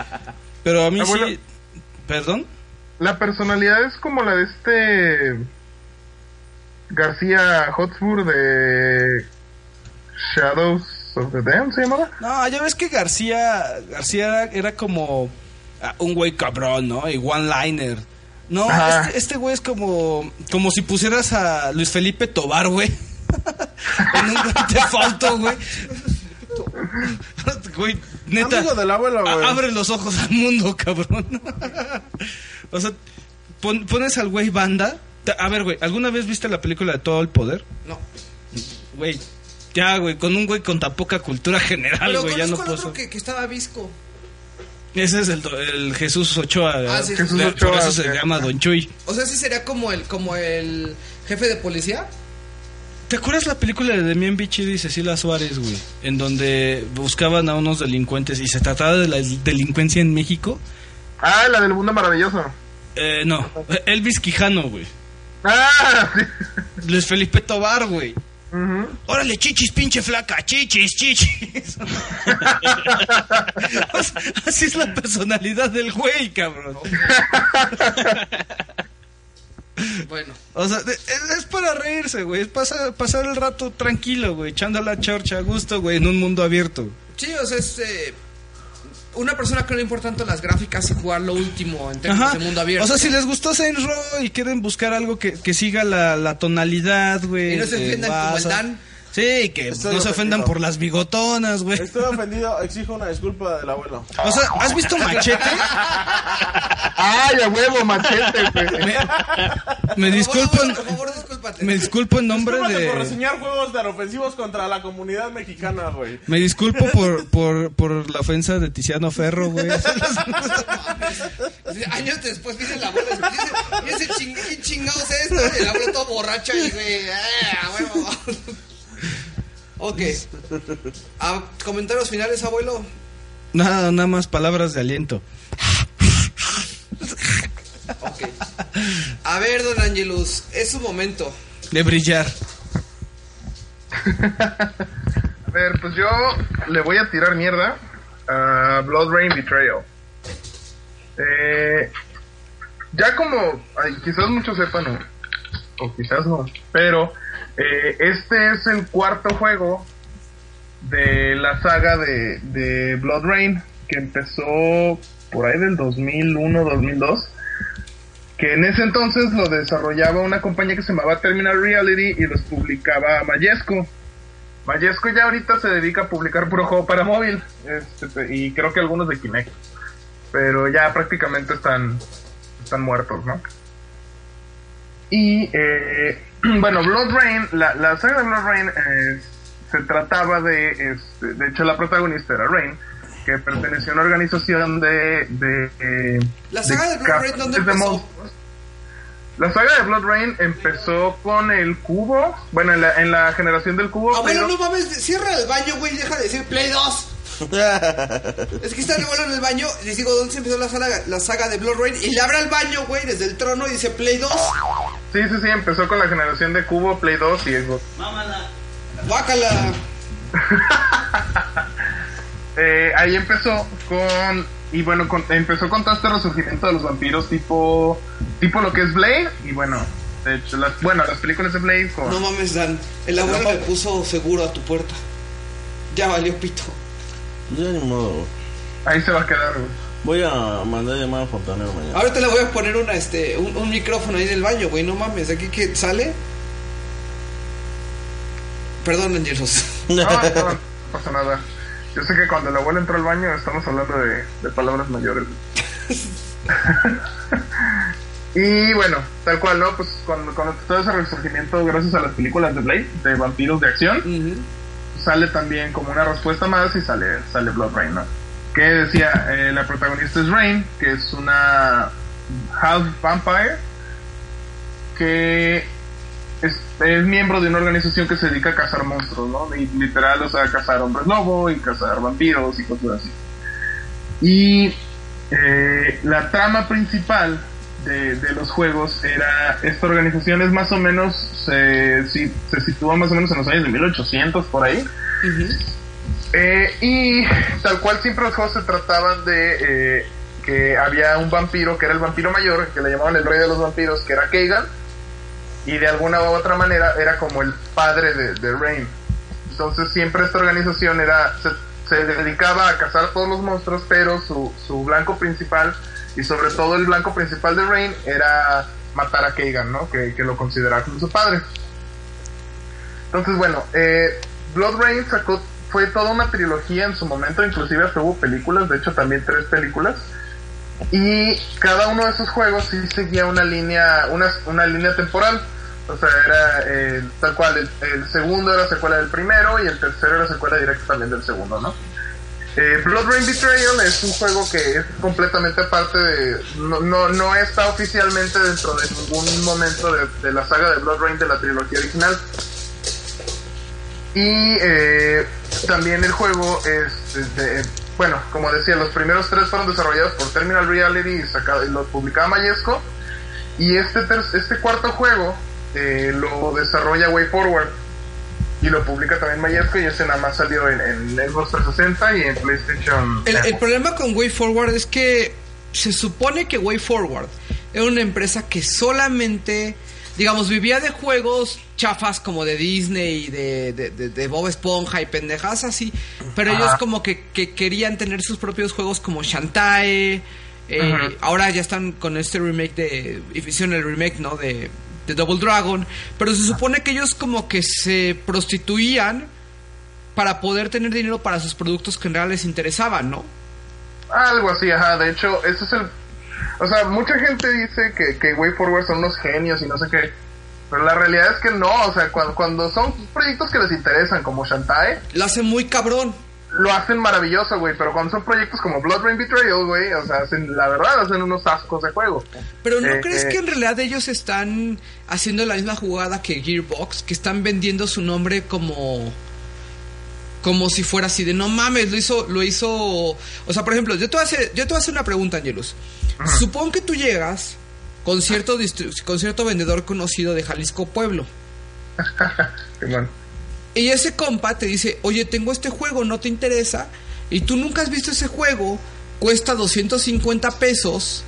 Speaker 4: Pero a mí
Speaker 5: Abuelo.
Speaker 4: sí. ¿Perdón?
Speaker 5: La personalidad es como la de este García Hotspur de Shadows of the Damned, ¿se llamaba?
Speaker 4: No, ya ves que García, García era, era como ah, un güey cabrón, ¿no? Y one-liner. No,
Speaker 5: Ajá.
Speaker 4: este, este güey es como, como si pusieras a Luis Felipe Tobar, güey. en un Grand Theft Auto, güey. güey, neta.
Speaker 15: Amigo del abuelo,
Speaker 4: a-
Speaker 15: güey.
Speaker 4: Abre los ojos al mundo, cabrón. o sea, pon- pones al güey banda. Ta- A ver, güey, ¿alguna vez viste la película de Todo el Poder?
Speaker 2: No.
Speaker 4: Güey, ya, güey, con un güey con tan poca cultura general,
Speaker 2: Pero
Speaker 4: güey, ya no
Speaker 2: conozco al
Speaker 4: puedo.
Speaker 2: otro que, que estaba visco.
Speaker 4: Ese es el, do- el Jesús Ochoa.
Speaker 2: Ah, sí, sí.
Speaker 5: Jesús
Speaker 4: Le-
Speaker 5: Ochoa,
Speaker 4: Por eso se
Speaker 5: ok.
Speaker 4: llama Don Chuy.
Speaker 2: O sea, sí sería como el, como el jefe de policía.
Speaker 4: ¿Te acuerdas la película de Demian Bichir y Cecilia Suárez, güey? En donde buscaban a unos delincuentes y se trataba de la delincuencia en México.
Speaker 5: Ah, la del mundo maravilloso.
Speaker 4: Eh, no, Elvis Quijano, güey.
Speaker 5: Ah, sí.
Speaker 4: Luis Felipe Tobar, güey.
Speaker 5: Ujú.
Speaker 4: Órale, chichis, pinche flaca, chichis, chichis. O sea, Así es la personalidad del güey, cabrón.
Speaker 2: Bueno.
Speaker 4: O sea, de- es, es para reírse, güey. Es pasar, pasar el rato tranquilo, güey. Echando la chorcha a gusto, güey, en un mundo abierto.
Speaker 2: Sí, o sea, es eh, una persona que no le importan tanto las gráficas y jugar lo último en términos
Speaker 4: Ajá.
Speaker 2: de mundo abierto.
Speaker 4: O sea, si les gustó Saints Row y quieren buscar algo que, que siga la, la tonalidad, güey.
Speaker 2: Y no se
Speaker 4: de
Speaker 2: ofendan como el
Speaker 4: WhatsApp.
Speaker 2: Dan.
Speaker 4: Sí, que
Speaker 15: Estoy
Speaker 4: no se ofendan
Speaker 15: ofendido.
Speaker 4: por las bigotonas, güey.
Speaker 15: Estoy ofendido, exijo una disculpa del abuelo.
Speaker 4: O sea, ¿has visto Machete?
Speaker 5: ¡Ay, a huevo, machete, güey!
Speaker 4: Me disculpo, en- me disculpo en nombre
Speaker 15: Discúlpate por
Speaker 4: de...
Speaker 15: reseñar juegos tan ofensivos contra la comunidad mexicana, güey.
Speaker 4: Me disculpo por, por, por la ofensa de Tiziano Ferro, güey.
Speaker 2: Años después dice la abuela, dice, dice ching, ¿qué chingados es esto? Y la abuela toda borracha y güey, ah, huevo. Ok. Ah, comentarios finales, abuelo.
Speaker 4: Nada, nada más palabras de aliento.
Speaker 2: A ver, don Angelus, es su momento.
Speaker 4: De brillar.
Speaker 5: A ver, pues yo le voy a tirar mierda a Blood Rain Betrayal. Eh, ya como ay, quizás muchos sepan, o, o quizás no, pero eh, este es el cuarto juego de la saga de, de Blood Rain que empezó por ahí del 2001-2002. Que en ese entonces lo desarrollaba una compañía que se llamaba Terminal Reality y los publicaba Mayesco. Mayesco ya ahorita se dedica a publicar puro juego para móvil este, y creo que algunos de Kinect. Pero ya prácticamente están, están muertos, ¿no? Y eh, bueno, Blood Rain, la, la saga de Blood Rain eh, se trataba de, este, de hecho la protagonista era Rain, que perteneció a una organización de... de, eh,
Speaker 2: La saga de Blood
Speaker 5: cazadores
Speaker 2: Rain, ¿dónde
Speaker 5: de
Speaker 2: empezó?
Speaker 5: monstruos. La saga de Blood Rain empezó con el cubo, bueno, en la, en la generación del cubo.
Speaker 2: Abuelo,
Speaker 5: pero-
Speaker 2: no mames, cierra el baño, güey, deja de decir Play 2. Es que está el abuelo en el baño, les digo, ¿dónde se empezó la saga, la saga de Blood Rain? Y le abre el baño, güey, desde el trono y dice Play 2.
Speaker 5: Sí, sí, sí, empezó con la generación de Cubo, Play 2 y Xbox.
Speaker 2: Guácala.
Speaker 5: Eh, ahí empezó con. Y bueno, con- empezó con todo este resurgimiento de los vampiros, tipo tipo lo que es Blade. Y bueno, de hecho, las, bueno, las películas de Blade con.
Speaker 2: No mames, Dan. El abuelo le puso seguro a tu puerta. Ya valió pito.
Speaker 15: Ya ni modo, güey.
Speaker 5: Ahí se va a quedar, güey.
Speaker 15: Voy a mandar llamar a Fontanero mañana.
Speaker 2: Ahorita le voy a poner una, este, un, un micrófono ahí en el baño, güey. No mames, aquí que sale. Perdón, Angelos.
Speaker 15: Ah,
Speaker 5: No, no, no pasa nada. Yo sé que cuando el abuelo entró al baño estamos hablando de, de palabras mayores. y bueno, tal cual, ¿no? Pues cuando, cuando todo ese resurgimiento gracias a las películas de Blade, de vampiros de acción, sale también como una respuesta más y sale, sale Blood Rain, ¿no? Que decía, eh, la protagonista es Rain, que es una half vampire, que es, es miembro de una organización que se dedica a cazar monstruos, ¿no? Y literal, o sea, cazar hombres lobo y cazar vampiros y cosas así. Y eh, la trama principal de, de los juegos era, esta organización es más o menos, se, si- se sitúa más o menos en los años de 1800 por ahí. Eh, y tal cual siempre los juegos se trataban de eh, que había un vampiro que era el vampiro mayor, que le llamaban el rey de los vampiros, que era Kagan, y de alguna u otra manera era como el padre de, de Rain. Entonces siempre esta organización era se, se dedicaba a cazar a todos los monstruos, pero su, su blanco principal, y sobre todo el blanco principal de Rain, era matar a Kagan, ¿no? Que, que lo consideraba como su padre. Entonces, bueno, eh, Blood Rain sacó, fue toda una trilogía en su momento, inclusive hasta hubo películas, de hecho también tres películas. Y cada uno de esos juegos sí seguía una línea, una, una línea temporal. O sea, era eh, tal cual, el, el segundo era secuela del primero y el tercero era secuela directa también del segundo, ¿no? Eh, Blood Rain Betrayal es un juego que es completamente aparte de... No, no, no está oficialmente dentro de ningún momento de, de la saga de Blood Rain de la trilogía original. Y eh, también el juego es, este, eh, bueno, como decía, los primeros tres fueron desarrollados por Terminal Reality y, sacado, y los publicaba Mayesco. Y este, ter- este cuarto juego eh, lo desarrolla Way Forward y lo publica también Mayesco y ese nada más salió en, en Xbox 360 y en PlayStation.
Speaker 2: El, el problema con Way Forward es que se supone que Way Forward Era una empresa que solamente, digamos, vivía de juegos chafas como de Disney y de, de- de- de Bob Esponja y pendejas así. Pero ellos
Speaker 17: Ajá.
Speaker 2: como que, que querían tener sus propios juegos como Shantae. eh,
Speaker 17: Ajá.
Speaker 2: Ahora ya están con este remake de... Hicieron el remake, ¿no? De, de Double Dragon. Pero se supone que ellos como que se prostituían para poder tener dinero para sus productos que en realidad les interesaban, ¿no?
Speaker 5: Algo así, ajá. De hecho, ese es el. O sea, mucha gente dice que, que Way Forward son unos genios y no sé qué. Pero la realidad es que no. O sea, cuando, cuando son proyectos que les interesan, como Shantae.
Speaker 2: Lo hacen muy cabrón.
Speaker 5: Lo hacen maravilloso, güey. Pero cuando son proyectos como Blood Rain Betrayal, güey. O sea, hacen, la verdad, hacen unos ascos de juego.
Speaker 2: Pero ¿no
Speaker 5: Eh,
Speaker 2: crees
Speaker 5: eh,
Speaker 2: que en realidad ellos están haciendo la misma jugada que Gearbox? Que están vendiendo su nombre como... Como si fuera así de no mames, lo hizo, lo hizo. O sea, por ejemplo, yo te voy a hacer, yo te voy a hacer una pregunta, Angelus. Supón que tú llegas con cierto, distri- con cierto vendedor conocido de Jalisco Pueblo.
Speaker 5: Simón.
Speaker 2: Y ese compa te dice, oye, tengo este juego, ¿no te interesa? Y tú nunca has visto ese juego, cuesta 250 pesos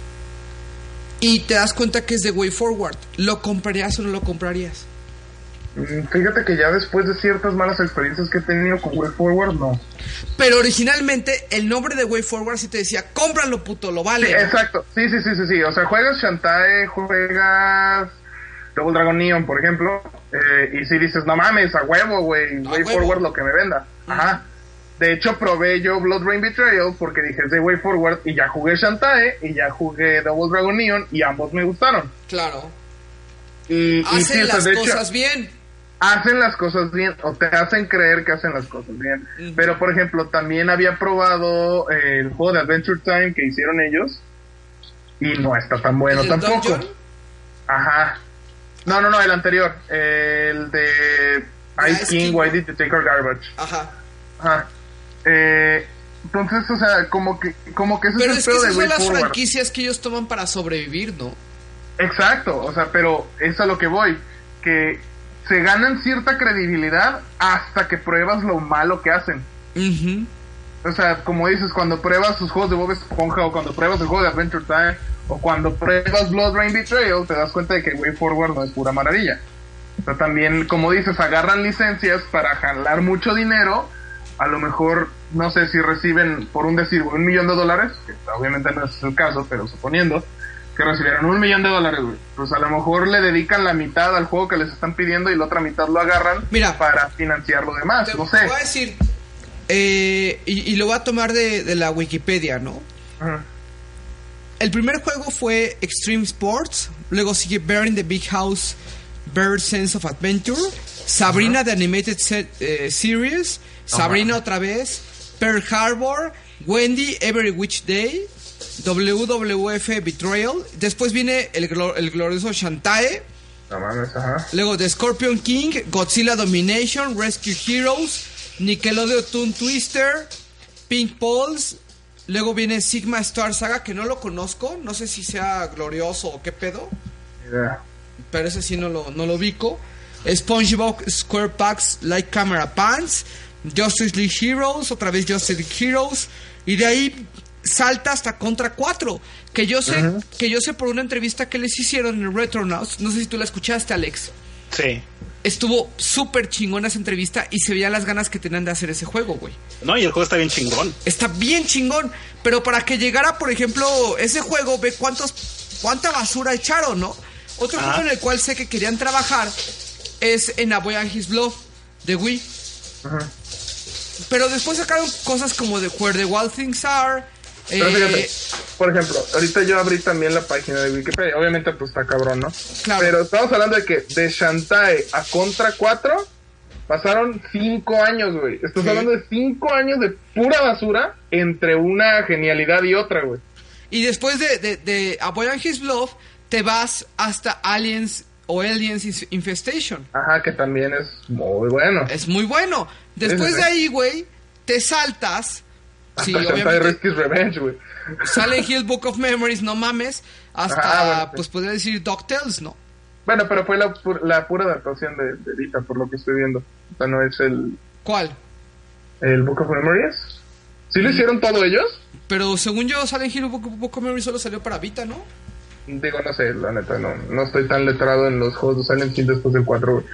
Speaker 2: y te das cuenta que es de Way Forward. ¿Lo comprarías o no lo comprarías?
Speaker 5: Mm, Fíjate que ya después de ciertas malas experiencias que he tenido con Way Forward, no.
Speaker 2: Pero originalmente el nombre de Way Forward sí te decía, cómpralo puto, lo vale.
Speaker 5: Sí, exacto. Sí, sí, sí, sí, sí. O sea, juegas Shantae, juegas Double Dragon Neon, por ejemplo, eh, y si dices, no mames, a huevo, güey, Way Forward lo que me venda.
Speaker 2: Mm.
Speaker 5: Ajá. De hecho, probé yo Blood Rain Betrayal porque dije, es de Way Forward, y ya jugué Shantae, y ya jugué Double Dragon Neon, y ambos me gustaron.
Speaker 2: Claro.
Speaker 5: Y, y sí,
Speaker 2: Hacen
Speaker 5: o sea,
Speaker 2: las
Speaker 5: de hecho-
Speaker 2: cosas bien.
Speaker 5: hacen las cosas bien o te hacen creer que hacen las cosas bien. Pero, por ejemplo, también había probado eh, el juego de Adventure Time que hicieron ellos y no está tan bueno
Speaker 17: ¿El
Speaker 5: tampoco.
Speaker 17: Dungeon?
Speaker 5: Ajá. No, no, no, el anterior. El de Ice King, Why Did You Take Our Garbage.
Speaker 2: Ajá.
Speaker 5: Ajá. Eh, entonces, o sea, como que, como que ese
Speaker 2: Pero
Speaker 5: el
Speaker 2: es que
Speaker 5: pedo de
Speaker 2: esas son
Speaker 5: Way
Speaker 2: las
Speaker 5: Forward.
Speaker 2: franquicias que ellos toman para sobrevivir, ¿no?
Speaker 5: Exacto, o sea, pero es a lo que voy, que se ganan cierta credibilidad hasta que pruebas lo malo que hacen. O sea, como dices, cuando pruebas sus juegos de Bob Esponja o cuando pruebas el juego de Adventure Time o cuando pruebas Blood Rain Betrayal, te das cuenta de que Way Forward no es pura maravilla. O sea, también, como dices, agarran licencias para jalar mucho dinero. A lo mejor, no sé si reciben, por un decir, un millón de dólares, que obviamente no es el caso, pero suponiendo que recibieron un millón de dólares, güey. Pues a lo mejor le dedican la mitad al juego que les están pidiendo y la otra mitad lo agarran para financiar lo demás. no sé.
Speaker 2: Voy a decir, eh, y, y lo voy a tomar de, de la Wikipedia, ¿no? El primer juego fue Extreme Sports, luego sigue Bear in the Big House, Bear Sense of Adventure, Sabrina the Animated Se- eh, Series, Sabrina otra vez, Pearl Harbor, Wendy Every Witch Day, WWF Betrayal, después viene el, glo- el glorioso Shantae,
Speaker 5: No mames, ajá.
Speaker 2: Luego The Scorpion King, Godzilla Domination, Rescue Heroes, Nickelodeon Toon Twister, Pink Pulse. Luego viene Sigma Star Saga, que no lo conozco. No sé si sea glorioso o qué pedo. Pero ese sí no lo, no lo ubico. SpongeBob SquarePants, Like Camera Pants, Justice League Heroes, otra vez Justice League Heroes. Y de ahí salta hasta Contra 4. Que yo sé,
Speaker 10: Ujú.
Speaker 2: que yo sé por una entrevista que les hicieron en Retronauts. No sé si tú la escuchaste, Alex.
Speaker 10: Sí.
Speaker 2: Estuvo súper chingona esa entrevista y se veían las ganas que tenían de hacer ese juego, güey.
Speaker 10: No, y el juego está bien chingón.
Speaker 2: Está bien chingón. Pero para que llegara, por ejemplo, ese juego, ve cuántos, cuánta basura echaron, ¿no? Otro
Speaker 10: Ajá.
Speaker 2: juego en el cual sé que querían trabajar es en A Boy and His Love de Wii. Pero después sacaron cosas como de Where the Wild Things Are.
Speaker 5: Pero
Speaker 2: eh,
Speaker 5: fíjate, por ejemplo, ahorita yo abrí también la página de Wikipedia. Obviamente, pues está cabrón, ¿no? Pero estamos hablando de que de Shantae a Contra 4 pasaron 5 años, güey. Estás hablando de 5 años de pura basura entre una genialidad y otra, güey.
Speaker 2: Y después de, de, de A Boy and His Love, te vas hasta Aliens o Aliens Inf- Infestation.
Speaker 5: Ajá, que también es muy bueno.
Speaker 2: Es muy bueno. Después de ahí, güey, te saltas.
Speaker 5: Hasta
Speaker 2: Sí,
Speaker 5: Shantae
Speaker 2: obviamente.
Speaker 5: Rescue's Revenge, güey.
Speaker 2: Sale Hill Book of Memories, no mames. Hasta,
Speaker 5: Ah, bueno, sí.
Speaker 2: pues podría decir DuckTales, ¿no?
Speaker 5: Bueno, pero fue la, pu- la pura adaptación de, de Vita, por lo que estoy viendo. O sea, no es el,
Speaker 2: ¿Cuál?
Speaker 5: el Book of Memories. ¿Sí lo hicieron todo ellos?
Speaker 2: Pero según yo, Sale Hill Book, Book of Memories solo salió para Vita, ¿no?
Speaker 5: Digo, no sé, la neta, no, no estoy tan letrado en los juegos de Silent Hill después del 4. güey.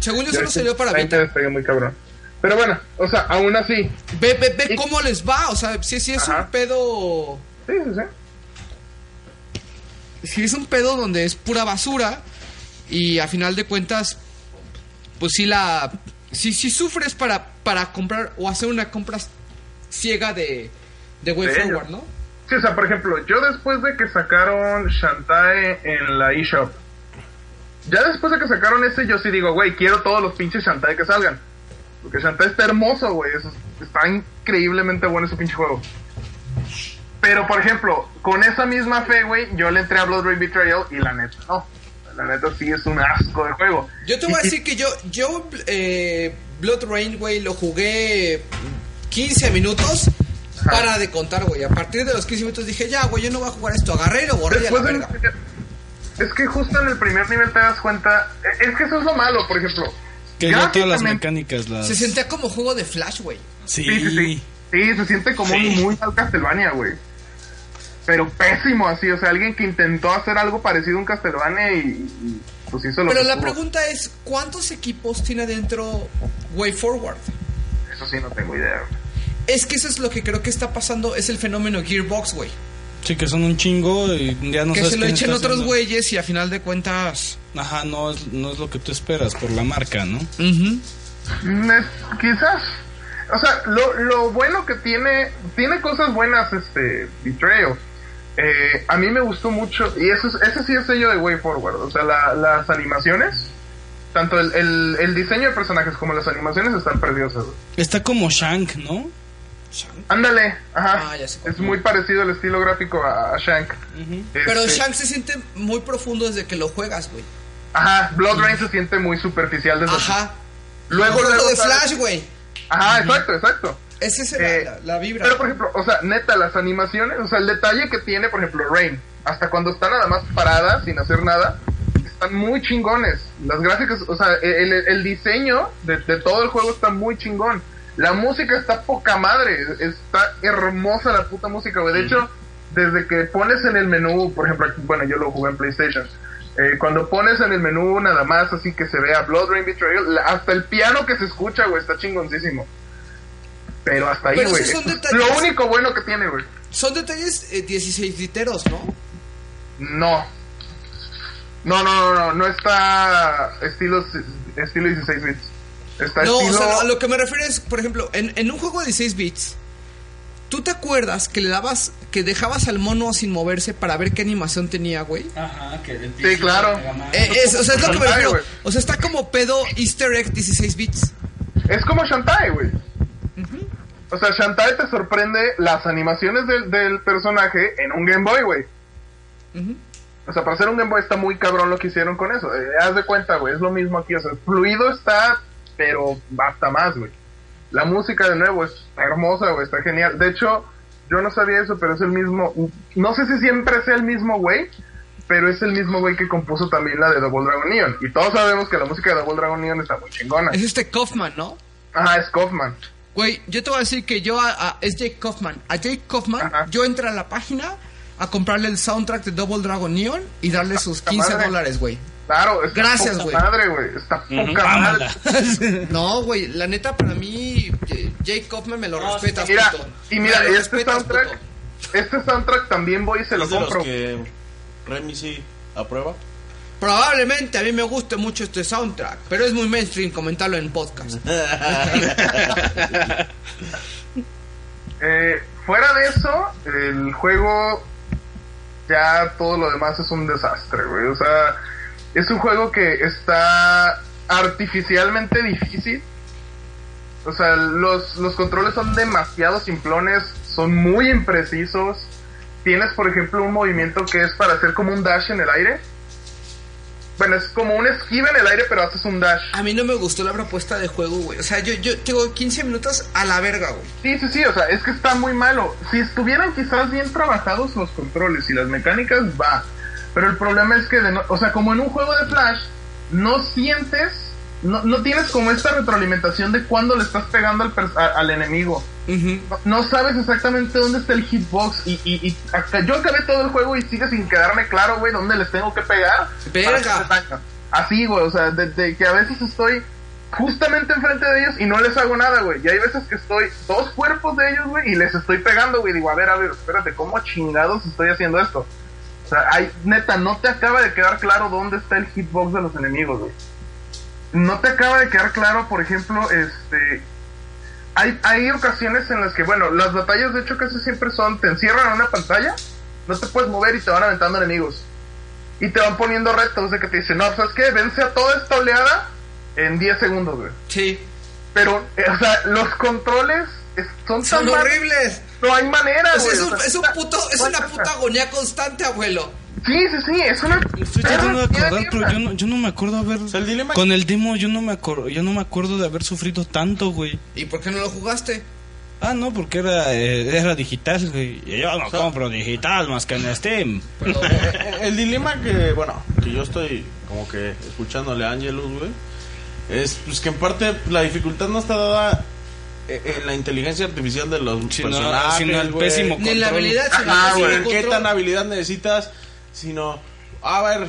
Speaker 2: Según yo, solo
Speaker 5: sí,
Speaker 2: salió para
Speaker 5: ahí
Speaker 2: Vita.
Speaker 5: me despegué muy cabrón. Pero bueno, o sea, aún así.
Speaker 2: Ve, ve, ve cómo les va. O sea, si, si es un pedo.
Speaker 5: Sí, sí,
Speaker 2: sí. Si es un pedo donde es pura basura. Y a final de cuentas, pues si la. Si, si sufres para, para comprar o hacer una compra ciega de, de Way
Speaker 5: De ello.
Speaker 2: Forward, ¿no?
Speaker 5: Sí, o sea, por ejemplo, yo después de que sacaron Shantae en la eShop, ya después de que sacaron ese, yo sí digo, güey, quiero todos los pinches Shantae que salgan. Porque Shantae está hermoso, güey. eso es- Está increíblemente bueno ese pinche juego. Pero, por ejemplo, con esa misma fe, güey, yo le entré a Blood Rain Betrayal y la neta, no. La neta sí es un asco de juego.
Speaker 2: Yo te voy a decir que yo, yo eh, Blood Rain, güey, lo jugué 15 minutos para de contar, güey. A partir de los 15 minutos dije, ya, güey, yo no voy a jugar esto. Agarré y lo borré y a la
Speaker 5: Después de-
Speaker 2: verga.
Speaker 5: Es que justo en el primer nivel te das cuenta. e, Es que eso es lo malo, por ejemplo.
Speaker 4: Que ya todas las
Speaker 5: Gráficamente-
Speaker 4: mecánicas las...
Speaker 2: Se sentía como juego de Flash, güey.
Speaker 4: Sí.
Speaker 5: Sí, sí, sí. Sí, se siente como un muy mal Castlevania, güey. Pero pésimo así, o sea, alguien que intentó hacer algo parecido a un Castlevania y, y, pues hizo lo
Speaker 2: Pero
Speaker 5: que
Speaker 2: la
Speaker 5: pudo.
Speaker 2: pregunta es, ¿cuántos equipos tiene adentro Way Forward?
Speaker 5: Eso sí, no tengo idea.
Speaker 2: Es que eso es lo que creo que está pasando, es el fenómeno Gearbox, güey.
Speaker 4: Sí, que son un chingo y ya no
Speaker 2: que
Speaker 4: sabes
Speaker 2: se lo
Speaker 4: quién
Speaker 2: echen
Speaker 4: está
Speaker 2: otros
Speaker 4: haciendo.
Speaker 2: güeyes y a final de cuentas...
Speaker 4: Ajá, no es, no es lo que tú esperas por la marca, ¿no?
Speaker 5: Mm, es- quizás. O sea, lo, lo bueno que tiene, tiene cosas buenas este Betrayal. Eh, a mí me gustó mucho, y eso es- ese sí es sello de Way Forward, o sea, la- las animaciones, tanto el, el, el diseño de personajes como las animaciones están preciosas.
Speaker 4: Está como Shank, ¿no?
Speaker 5: Ándale, ajá.
Speaker 2: Ah, ya sé cuál.
Speaker 5: es muy parecido el estilo gráfico a, a Shank.
Speaker 2: Pero
Speaker 5: Este,
Speaker 2: Shank se siente muy profundo desde que lo juegas, güey.
Speaker 5: Ajá, Blood Rain se siente muy superficial desde
Speaker 2: Ajá.
Speaker 5: Luego,
Speaker 2: Como
Speaker 5: luego
Speaker 2: de
Speaker 5: sale-
Speaker 2: Flash, güey.
Speaker 5: Ajá, exacto, exacto.
Speaker 2: Esa es
Speaker 5: Eh,
Speaker 2: la, la- la vibra.
Speaker 5: Pero por ejemplo, o sea, neta, las animaciones, o sea, el detalle que tiene, por ejemplo, Rain, hasta cuando está nada más parada, sin hacer nada, están muy chingones. Las gráficas, o sea, e, el, el- el diseño de, de todo el juego está muy chingón. La música está poca madre, está hermosa la puta música, güey. De hecho, desde que pones en el menú, por ejemplo, aquí- bueno, yo lo jugué en PlayStation. eh, cuando pones en el menú nada más así que se vea Blood Rain Betrayal, la- hasta el piano que se escucha, güey, está chingoncísimo. Pero hasta ahí,
Speaker 2: Pero
Speaker 5: güey.
Speaker 2: esos son
Speaker 5: eso es
Speaker 2: detalles.
Speaker 5: Lo único bueno que tiene, güey.
Speaker 2: Son detalles eh, 16 literos, ¿no?
Speaker 5: No. No, no, no, no, no está estilo, estilo 16 bits. Está
Speaker 2: No, o
Speaker 5: estilo...
Speaker 2: sea, a lo que me refiero es, por ejemplo, en, en un juego de 16 bits, ¿tú te acuerdas que le dabas, que dejabas al mono sin moverse para ver qué animación tenía, güey?
Speaker 4: Ajá, que
Speaker 5: Sí, claro.
Speaker 2: Eh, es, o sea, es lo que me
Speaker 5: Ay,
Speaker 2: refiero.
Speaker 5: güey.
Speaker 2: O sea, está como pedo Easter egg 16 bits.
Speaker 5: Es como Shantae, güey. O sea, Shantae te sorprende las animaciones del, del personaje en un Game Boy, güey. O sea, para hacer un Game Boy está muy cabrón lo que hicieron con eso. Eh, haz de cuenta, güey, es lo mismo aquí. O sea, fluido está, pero basta más, güey. La música, de nuevo, está hermosa, güey, está genial. De hecho, yo no sabía eso, pero es el mismo... No sé si siempre sea el mismo güey, pero es el mismo güey que compuso también la de Double Dragon Neon. Y todos sabemos que la música de Double Dragon Neon está muy chingona.
Speaker 2: Es este Kaufman, ¿no?
Speaker 5: Ajá, es Kaufman.
Speaker 2: Güey, yo te voy a decir que yo a, a- es Jake Kaufman. A Jake Kaufman, yo entré a la página a comprarle el soundtrack de Double Dragon Neon y darle sus 15
Speaker 5: Ah, madre.
Speaker 2: dólares, güey.
Speaker 5: Claro, está
Speaker 2: Gracias,
Speaker 5: poca
Speaker 2: güey.
Speaker 5: madre, güey. Está poca
Speaker 15: Ah,
Speaker 5: madre.
Speaker 2: no, güey, la neta para mí, J- Jake Kaufman me lo respeta.
Speaker 5: Mira,
Speaker 2: puto.
Speaker 5: y mira,
Speaker 2: Me lo
Speaker 5: este
Speaker 2: respetas,
Speaker 5: soundtrack, este soundtrack también voy y se lo
Speaker 15: Es de los
Speaker 5: compro.
Speaker 15: que Remy sí aprueba.
Speaker 2: Probablemente a mí me guste mucho este soundtrack, pero es muy mainstream comentarlo en podcast.
Speaker 5: Eh, fuera de eso, el juego ya todo lo demás es un desastre, güey. O sea, es un juego que está artificialmente difícil. O sea, los, los controles son demasiado simplones, son muy imprecisos. Tienes, por ejemplo, un movimiento que es para hacer como un dash en el aire. Bueno, es como un esquive en el aire, pero haces un dash.
Speaker 2: A mí no me gustó la propuesta de juego, güey. O sea, yo, yo tengo 15 minutos a la verga, güey.
Speaker 5: Sí, sí, sí, o sea, es que está muy malo. Si estuvieran quizás bien trabajados los controles y las mecánicas, va. Pero el problema es que, de no- o sea, como en un juego de Flash, no sientes no, no tienes como esta retroalimentación de cuándo le estás pegando al, pers- a- al enemigo. no, no sabes exactamente dónde está el hitbox. Y, y, y hasta yo acabé todo el juego y sigue sin quedarme claro, güey, dónde les tengo que pegar. para que
Speaker 2: Verga.
Speaker 5: se salga. Así, güey, o sea, de, de que a veces estoy justamente enfrente de ellos y no les hago nada, güey. Y hay veces que estoy dos cuerpos de ellos, güey, y les estoy pegando, güey. Digo, a ver, a ver, espérate, ¿cómo chingados estoy haciendo esto? O sea, hay, neta, no te acaba de quedar claro dónde está el hitbox de los enemigos, güey. No te acaba de quedar claro, por ejemplo, este... Hay, hay ocasiones en las que, bueno, las batallas de hecho casi siempre son, te encierran en una pantalla, no te puedes mover y te van aventando enemigos. Y te van poniendo retos de que te dicen, no, ¿sabes qué? Vence a toda esta oleada en 10 segundos, güey.
Speaker 2: Sí.
Speaker 5: Pero, eh, o sea, los controles es- son,
Speaker 2: Son
Speaker 5: tan mal-
Speaker 2: horribles.
Speaker 5: No hay manera,
Speaker 2: Es,
Speaker 5: güey.
Speaker 2: Pues es
Speaker 5: o
Speaker 2: un,
Speaker 5: sea,
Speaker 2: es un puto, es una puta agonía constante, abuelo.
Speaker 5: Sí, sí, sí, es una.
Speaker 4: Estoy tratando de acordar, pero yo no, yo no me acuerdo haber. Con el demo yo no me acuerdo, yo no me acuerdo de haber sufrido tanto, güey.
Speaker 2: ¿Y por qué no lo jugaste?
Speaker 4: Ah, no, porque era, eh, era digital, güey. Y Yo no
Speaker 15: O sea-
Speaker 4: compro digital más que en Steam.
Speaker 15: Eh, El dilema que, bueno, que yo estoy como que escuchándole a Angelus, güey, es pues que en parte la dificultad no está dada e- en la inteligencia artificial de los
Speaker 4: Sino-
Speaker 15: personajes,
Speaker 4: sino el
Speaker 15: güey.
Speaker 4: pésimo Ni en la control. habilidad, sino
Speaker 15: Ajá,
Speaker 4: el pésimo
Speaker 15: güey. ¿Qué
Speaker 4: control.
Speaker 15: tan habilidad necesitas? Sino, a ver,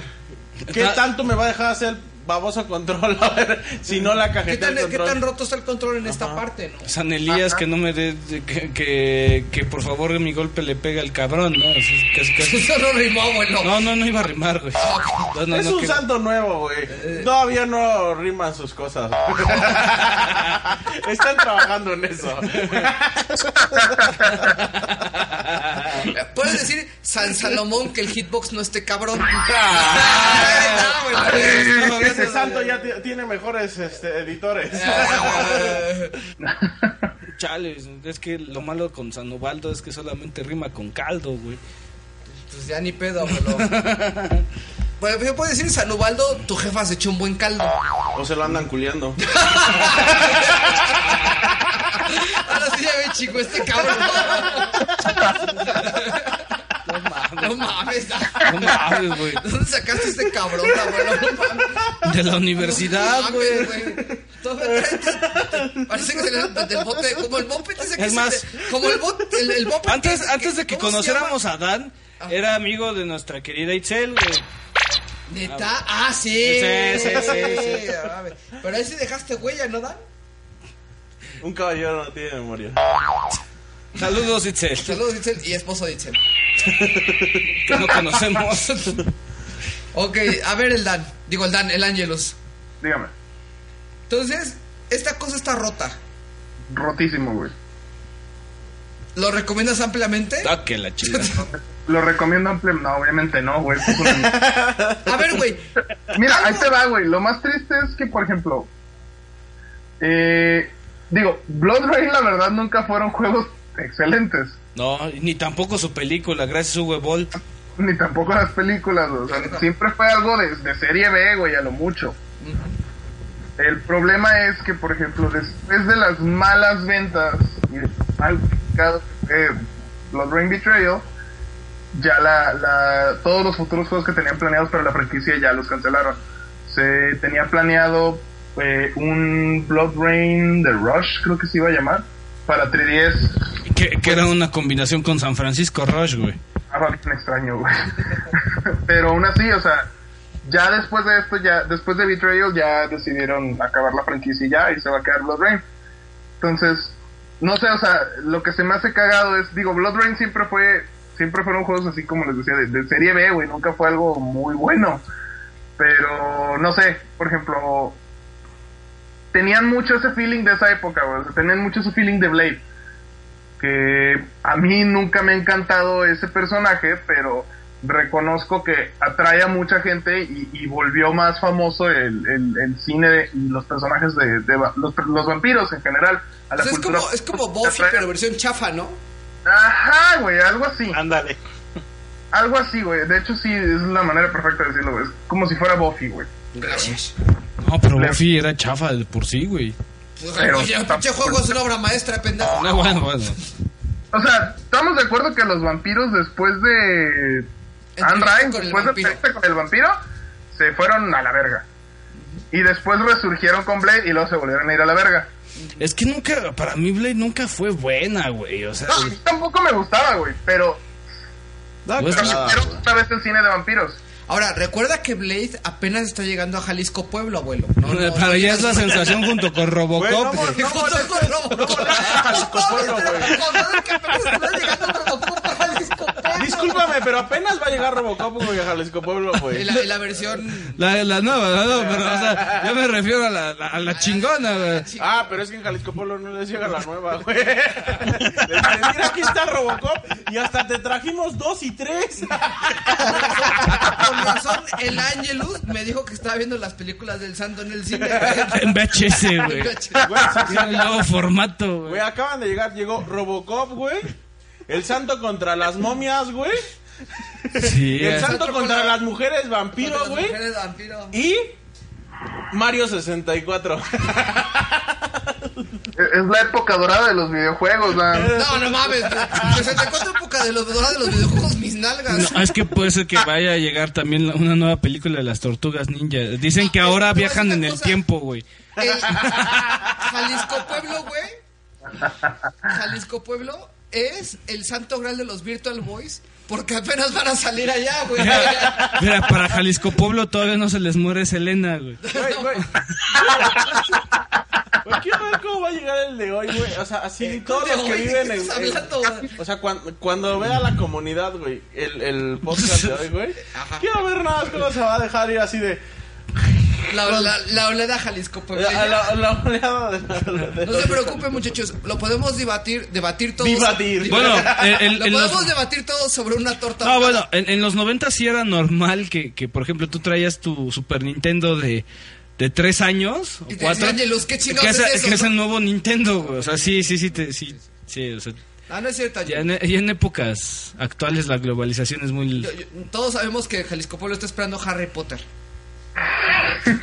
Speaker 15: ¿qué
Speaker 2: Ta-
Speaker 15: tanto me va a dejar hacer el baboso control? A ver, si no la
Speaker 2: ¿Qué
Speaker 15: cajeta
Speaker 2: tan,
Speaker 15: del
Speaker 2: ¿Qué
Speaker 15: control.
Speaker 2: tan roto está el control en esta parte, no?
Speaker 4: San Elías,
Speaker 2: Ajá.
Speaker 4: que no me dé. Que, que, que por favor mi golpe le pega al cabrón, ¿no? Así, casi, casi.
Speaker 2: Eso no rimó, bueno.
Speaker 4: No, no, no iba a rimar, güey. No, no,
Speaker 15: es
Speaker 4: no,
Speaker 15: un
Speaker 4: que- Eh,
Speaker 15: santo nuevo, güey. Todavía no riman sus cosas. Están trabajando en eso.
Speaker 2: Eh, Puedes decir San Salomón que el hitbox no esté cabrón.
Speaker 15: Ah, Ese santo ya ti- tiene mejores este, editores.
Speaker 4: Chale, es que lo malo con San Ubaldo es que solamente rima con caldo, güey.
Speaker 2: Pues ya ni pedo, abuelo. Bueno, yo puedo decir, San Ubaldo, tu jefa se echó un buen caldo.
Speaker 15: O se lo andan culiando.
Speaker 2: Ahora sí ya ve, chico, este cabrón. No mames.
Speaker 4: No mames, güey.
Speaker 2: ¿Dónde sacaste este cabrón, abuelo? No mames.
Speaker 4: De la universidad, Ah, güey.
Speaker 2: Todavía trae- Parece que se le del bote, como el moped ese que
Speaker 4: Es
Speaker 2: se
Speaker 4: más,
Speaker 2: te- como el bote, el, el moped
Speaker 4: antes,
Speaker 2: ese
Speaker 4: antes de que
Speaker 2: ¿cómo se
Speaker 4: conociéramos a Dan, era amigo de nuestra querida Itzel, güey.
Speaker 2: llama? Neta, ah, sí.
Speaker 4: Sí, sí, sí, sí.
Speaker 2: Ah, mames. Pero ahí sí dejaste huella, ¿no, Dan?
Speaker 15: Un caballero no tiene memoria.
Speaker 4: Saludos, Itzel.
Speaker 2: Saludos, Itzel, y esposo de Itzel.
Speaker 4: Que no conocemos.
Speaker 2: ok, a ver el Dan. Digo, el Dan, el Angelus.
Speaker 5: Dígame.
Speaker 2: Entonces, esta cosa está rota.
Speaker 5: Rotísimo, güey.
Speaker 2: ¿Lo recomiendas ampliamente?
Speaker 4: Ah, que la chida.
Speaker 5: Lo recomiendo ampliamente. No, obviamente no, güey.
Speaker 2: A ver, güey.
Speaker 5: Mira, ahí te va, güey. Lo más triste es que, por ejemplo, eh, digo, Blood Rain, la verdad, nunca fueron juegos excelentes.
Speaker 4: No, ni tampoco su película, gracias a Uwe Boll.
Speaker 5: Ni tampoco las películas, o sea, siempre fue algo de, de serie B, güey, a lo mucho. El problema es que, por ejemplo, después de las malas ventas y el mal publicado que fue Blood Rain Betrayal, ya la, la- todos los futuros juegos que tenían planeados para la franquicia ya los cancelaron. Se tenía planeado eh, un Blood Rain The Rush, creo que se iba a llamar, para 3DS.
Speaker 4: Que, que era una combinación con San Francisco Rush, güey.
Speaker 5: Ah, bien extraño, güey. Pero aún así, o sea, ya después de esto, ya después de Betrayal, ya decidieron acabar la franquicia y ya, y se va a quedar Blood Rain. Entonces, no sé, o sea, lo que se me hace cagado es, digo, Blood Rain siempre fue, siempre fueron juegos así como les decía, de, de serie B, güey, nunca fue algo muy bueno. Pero, no sé, por ejemplo, tenían mucho ese feeling de esa época, güey, o sea, tenían mucho ese feeling de Blade que a mí nunca me ha encantado ese personaje, pero reconozco que atrae a mucha gente y, y volvió más famoso el, el- el cine de- y los personajes de, de va- los, los vampiros en general. A la
Speaker 2: O sea, es,
Speaker 5: cultura.
Speaker 2: como, es como Buffy, pero versión chafa, ¿no?
Speaker 5: Ajá, güey, algo así.
Speaker 10: Ándale.
Speaker 5: Algo así, güey. De hecho, sí, es la manera perfecta de decirlo, güey. Es como si fuera Buffy, güey.
Speaker 2: Gracias.
Speaker 4: No, pero Buffy era chafa de por sí, güey.
Speaker 5: Pero-
Speaker 2: Oye, el pinche juego es una obra maestra, pendejo.
Speaker 4: No, bueno, bueno.
Speaker 5: O sea, estamos de acuerdo que los vampiros después de Anne Rice,
Speaker 2: con el
Speaker 5: después de
Speaker 2: vampiro.
Speaker 5: pelearse con el vampiro, se fueron a la verga. Y Y después resurgieron con Blade y luego se volvieron a ir a la verga.
Speaker 4: Es que nunca, para mí Blade nunca fue buena, güey. O sea,
Speaker 5: No, a mí tampoco me gustaba, güey, pero.
Speaker 4: Da
Speaker 3: Ah.
Speaker 5: pero
Speaker 4: cagada,
Speaker 15: Ah.
Speaker 5: quiero
Speaker 4: güey.
Speaker 5: otra vez el cine de vampiros.
Speaker 2: Ahora, recuerda que Blade apenas está llegando a Jalisco Pueblo, abuelo. No, no,
Speaker 4: para
Speaker 2: no
Speaker 4: ella es la
Speaker 2: llegas-
Speaker 4: sensación junto con Robocop.
Speaker 2: Junto con Robocop.
Speaker 3: Discúlpame, pero apenas va a llegar Robocop güey, a Jalisco Pueblo,
Speaker 2: Y
Speaker 3: güey.
Speaker 2: la, y la versión.
Speaker 4: La, la nueva, la nueva, pero o sea, yo me refiero a la, la- a la chingona, güey.
Speaker 3: Ah, pero es que en Jalisco Pueblo no les llega la nueva, güey. Les dicen, Mira, aquí está Robocop y hasta te trajimos dos y tres.
Speaker 2: Con razón, el Angelus me dijo que estaba viendo las películas del santo en el cine.
Speaker 4: En VHS, güey. Tiene el nuevo formato, güey.
Speaker 3: Güey, acaban de llegar, llegó Robocop, güey. El santo contra las momias, güey.
Speaker 4: Sí,
Speaker 3: el
Speaker 4: es-
Speaker 3: santo contra las mujeres vampiro,
Speaker 2: Las
Speaker 3: güey.
Speaker 2: mujeres vampiro.
Speaker 3: Y Mario 64.
Speaker 5: E-, Es es la época dorada de los videojuegos, man.
Speaker 2: No, no mames. 64 época de los dorados de los videojuegos, mis nalgas.
Speaker 4: No, es que puede ser que vaya a llegar también la- una nueva película de las tortugas ninja. Dicen que
Speaker 2: te
Speaker 4: ahora
Speaker 2: voy a
Speaker 4: viajan
Speaker 2: decir
Speaker 4: en
Speaker 2: Ah, una
Speaker 4: el
Speaker 2: cosa.
Speaker 4: tiempo, güey.
Speaker 2: El Jalisco Pueblo, güey. Jalisco Pueblo es el santo graal de los Virtual Boys. Porque apenas van a salir allá, güey.
Speaker 4: Mira, para Jalisco Pueblo todavía no se les muere Selena, güey.
Speaker 3: Güey, güey. Güey, ¿Quién sabe cómo va a llegar el de hoy, güey? O sea, así todos
Speaker 2: de
Speaker 3: los que
Speaker 2: hoy? ¿De
Speaker 3: viven
Speaker 2: qué
Speaker 3: en.
Speaker 2: estás
Speaker 3: en-
Speaker 2: hablando, güey?
Speaker 3: o sea, cuan- cuando vea la comunidad, güey, el, el podcast de hoy, güey, quiero ver nada más cómo se va a dejar ir así de.
Speaker 2: La, la, la oleada Jalisco Pueblo.
Speaker 3: La, la- la oleada de. de-
Speaker 2: Pues No se preocupen, muchachos. Lo podemos debatir, debatir todos.
Speaker 3: Debatir.
Speaker 4: Bueno, eh, el- el-
Speaker 2: lo
Speaker 4: el-
Speaker 2: podemos
Speaker 4: los-
Speaker 2: debatir todos sobre una torta.
Speaker 4: No,
Speaker 3: pues-
Speaker 4: bueno, en, en los 90 sí era normal que, que, por ejemplo, tú traías tu Super Nintendo de, de 3 años o
Speaker 2: Y te
Speaker 4: 4.
Speaker 2: decían, "Yelus, ¿qué chingados
Speaker 4: que
Speaker 2: es eso,
Speaker 4: que es
Speaker 2: no?"
Speaker 4: el nuevo Nintendo, güey. O sea, sí, sí, sí, te- sí, sí, o sea,
Speaker 2: Ah, no es cierto.
Speaker 4: ya en, ya en épocas actuales la globalización es muy...
Speaker 2: Yo- yo- todos sabemos que Jalisco Pueblo está esperando Harry Potter.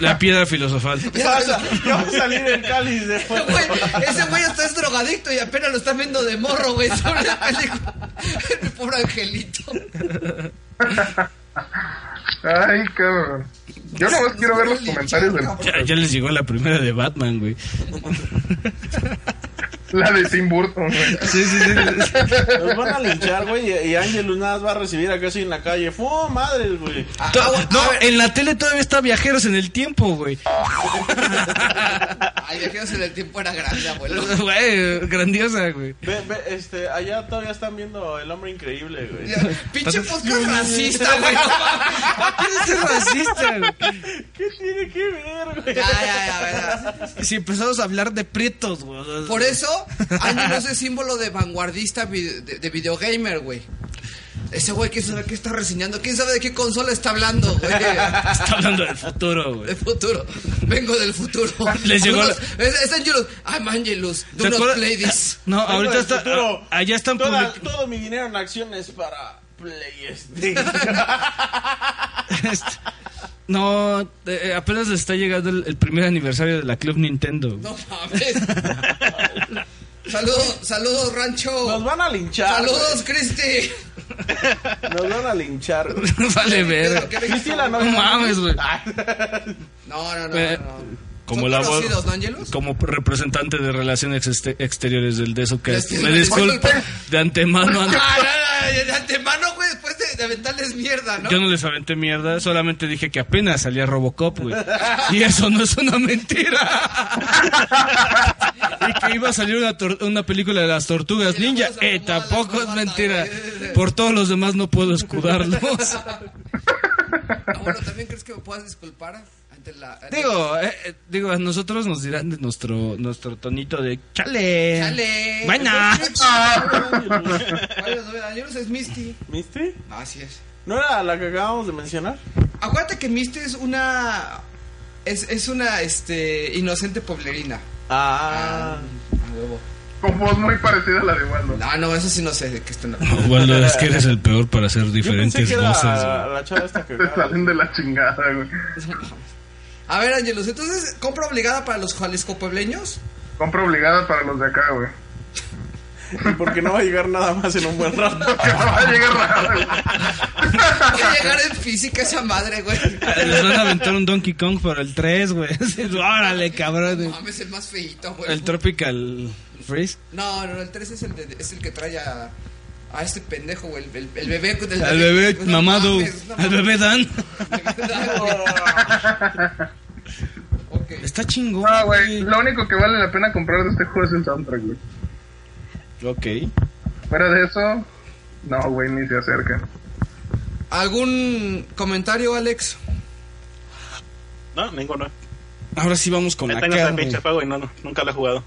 Speaker 4: La piedra filosofal.
Speaker 3: Ya vas a, ya vas a salir el cáliz de fuego.
Speaker 2: Güey, ese güey hasta es drogadicto y apenas lo están viendo de morro, güey. sobre la película. El pobre angelito.
Speaker 5: Ay, cabrón. Yo nomás quiero ver los comentarios del
Speaker 4: Ya, ya les llegó la primera de Batman, güey.
Speaker 5: La de Tim Burton, güey.
Speaker 4: Sí, sí, sí.
Speaker 3: Nos van a linchar, güey, y- y Ángel Lunas va a recibir acá así en la calle. ¡Fu, madre, güey!
Speaker 4: To- no,
Speaker 2: Ah,
Speaker 4: eh. en la tele todavía está Viajeros en el Tiempo, güey.
Speaker 2: ah, Ay, viajeros en el tiempo era grande, abuelo.
Speaker 4: Güey, grandiosa, güey.
Speaker 3: Ve, ve, este, allá todavía están viendo El Hombre Increíble, güey.
Speaker 2: Ya, Pinche podcast racista, güey. no mames.
Speaker 4: ¿Quieres ser racista, güey?
Speaker 3: ¿Qué tiene que ver, güey?
Speaker 2: Ya, ya, ya, ¿verdad?
Speaker 4: Si empezamos a hablar de prietos, güey. o sea,
Speaker 2: Por eso, Angelus es símbolo de vanguardista vi- de, de videogamer, güey. Ese güey, ¿quién sabe qué está reseñando? ¿Quién sabe de qué consola está hablando, güey?
Speaker 4: Está hablando del futuro, güey.
Speaker 2: Del futuro. Vengo del futuro.
Speaker 4: Les llegó
Speaker 2: Dunos-
Speaker 4: la-
Speaker 2: Es, es Angelus. I'm Angelus.
Speaker 4: ¿Se
Speaker 2: Do not
Speaker 4: acuerdan?
Speaker 2: play this.
Speaker 4: No,
Speaker 3: Vengo
Speaker 4: ahorita
Speaker 3: del
Speaker 4: está.
Speaker 3: futuro.
Speaker 4: a- allá están
Speaker 3: Toda-
Speaker 4: public-
Speaker 3: todo mi dinero en acciones para PlayStation.
Speaker 4: este- No, eh, apenas les está llegando el, el primer aniversario de la Club Nintendo. güey.
Speaker 2: No mames. Saludos, saludos, Rancho.
Speaker 3: Nos van a linchar.
Speaker 2: Saludos, Cristi.
Speaker 3: güey. Nos van a linchar. güey.
Speaker 4: vale, verga.
Speaker 2: ¿Qué- qué-
Speaker 3: Cristina, no
Speaker 4: No mames, güey.
Speaker 2: No, no, no.
Speaker 4: Eh,
Speaker 2: no, no.
Speaker 4: Como
Speaker 2: ¿Son
Speaker 4: la voz.
Speaker 2: conocidos, ¿no, Angelus?
Speaker 4: Como representante de relaciones exte- exteriores del DSOCAST.
Speaker 2: Este,
Speaker 4: Me disculpo de antemano. an-
Speaker 2: Ah, no, no, no, de antemano, güey, después de, de aventarles mierda, ¿no?
Speaker 4: Yo no les aventé mierda, solamente dije que apenas salía Robocop, güey. Y eso no es una mentira. Y que iba a salir una, tor- una película de las tortugas
Speaker 2: Y le
Speaker 4: ninja.
Speaker 2: vamos a
Speaker 4: Eh,
Speaker 2: robar la
Speaker 4: tampoco es
Speaker 2: corbata,
Speaker 4: mentira.
Speaker 2: güey.
Speaker 4: Por todos los demás no puedo escudarlos.
Speaker 2: Abuelo, ¿también crees que me puedas disculpar ante la... ante-
Speaker 4: Digo, eh, eh, digo, a nosotros nos dirán de nuestro, nuestro tonito de chale.
Speaker 2: ¡Chale!
Speaker 4: Bueno.
Speaker 2: Varios, no, Angelus es Misty.
Speaker 3: ¿Viste?
Speaker 2: Así es.
Speaker 3: ¿No era la que acabamos de mencionar?
Speaker 2: Acuérdate que Misty es una... Es, es una, este, inocente poblerina.
Speaker 3: Ah.
Speaker 5: Con voz muy parecida a la de Waldo.
Speaker 2: No, no, eso sí no sé de qué están hablando.
Speaker 4: Waldo, es que eres el peor para hacer
Speaker 3: Yo pensé
Speaker 4: diferentes
Speaker 3: que era
Speaker 4: voces.
Speaker 3: la, la chava esta que
Speaker 5: Se salen de la chingada, güey.
Speaker 2: A ver, Angelus, entonces, ¿compra obligada para los Jalisco puebleños?
Speaker 5: Compra obligada para los de acá, güey.
Speaker 3: Y porque no va a llegar nada más en un buen rato. va
Speaker 5: a llegar
Speaker 2: Va a llegar en física esa madre, güey.
Speaker 4: Les van a aventar un Donkey Kong para el 3, güey. Órale,
Speaker 2: No
Speaker 4: cabrón.
Speaker 2: mames, el más feíto, güey.
Speaker 4: El Tropical Freeze.
Speaker 2: No, no, no, el 3 es el, de- es el que trae a, a este pendejo, güey. El, el- el bebé. del-
Speaker 4: Al bebé
Speaker 2: No
Speaker 4: mamado.
Speaker 2: mames, no
Speaker 4: Al bebé Dan. Está chingón.
Speaker 5: Ah, güey. Lo único que vale la pena comprar de este juego es el soundtrack, güey.
Speaker 4: Ok.
Speaker 5: Fuera de eso, no, güey, ni se acerca.
Speaker 2: ¿Algún comentario, Alex?
Speaker 10: No, ninguno.
Speaker 4: Ahora sí vamos con
Speaker 10: Ya
Speaker 4: la
Speaker 10: tengo ese
Speaker 4: carne.
Speaker 10: pinche juego y no, no, nunca lo he jugado.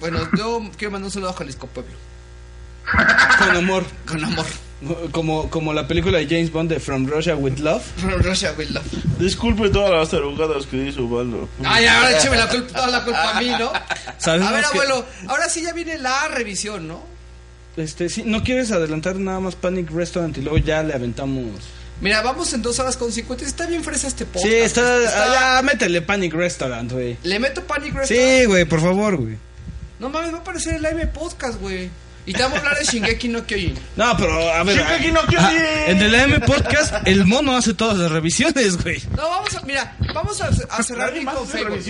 Speaker 2: Bueno, yo quiero mandar un saludo a Jalisco Pueblo.
Speaker 4: Con amor.
Speaker 2: Con amor.
Speaker 4: Como, como la película de James Bond de From Russia with Love.
Speaker 2: From Russia with Love.
Speaker 15: Disculpe todas las tarugadas que dice Ubaldo.
Speaker 2: Ay, ahora écheme la culpa, toda la culpa a mí, ¿no?
Speaker 4: ¿Sabes
Speaker 2: A ver,
Speaker 4: más que-
Speaker 2: abuelo, ahora sí ya viene la revisión, ¿no?
Speaker 4: Este, sí, no quieres adelantar nada más Panic Restaurant y luego ya le aventamos.
Speaker 2: Mira, vamos en dos horas con 50. Está bien fresa este podcast.
Speaker 4: Sí, está,
Speaker 2: Está-
Speaker 4: ah, ya, métele Panic Restaurant, güey.
Speaker 2: Le meto Panic Restaurant.
Speaker 4: Sí, güey, por favor, güey.
Speaker 2: No mames, va a aparecer el AM Podcast, güey. Y te vamos a hablar de Shingeki no Kyojin.
Speaker 4: No, pero a ver.
Speaker 2: Shingeki no
Speaker 4: ah,
Speaker 2: Kyojin.
Speaker 4: en el AM Podcast, el mono hace todas las revisiones, güey.
Speaker 2: No, vamos a, mira, vamos a, a cerrar bien con Facebook.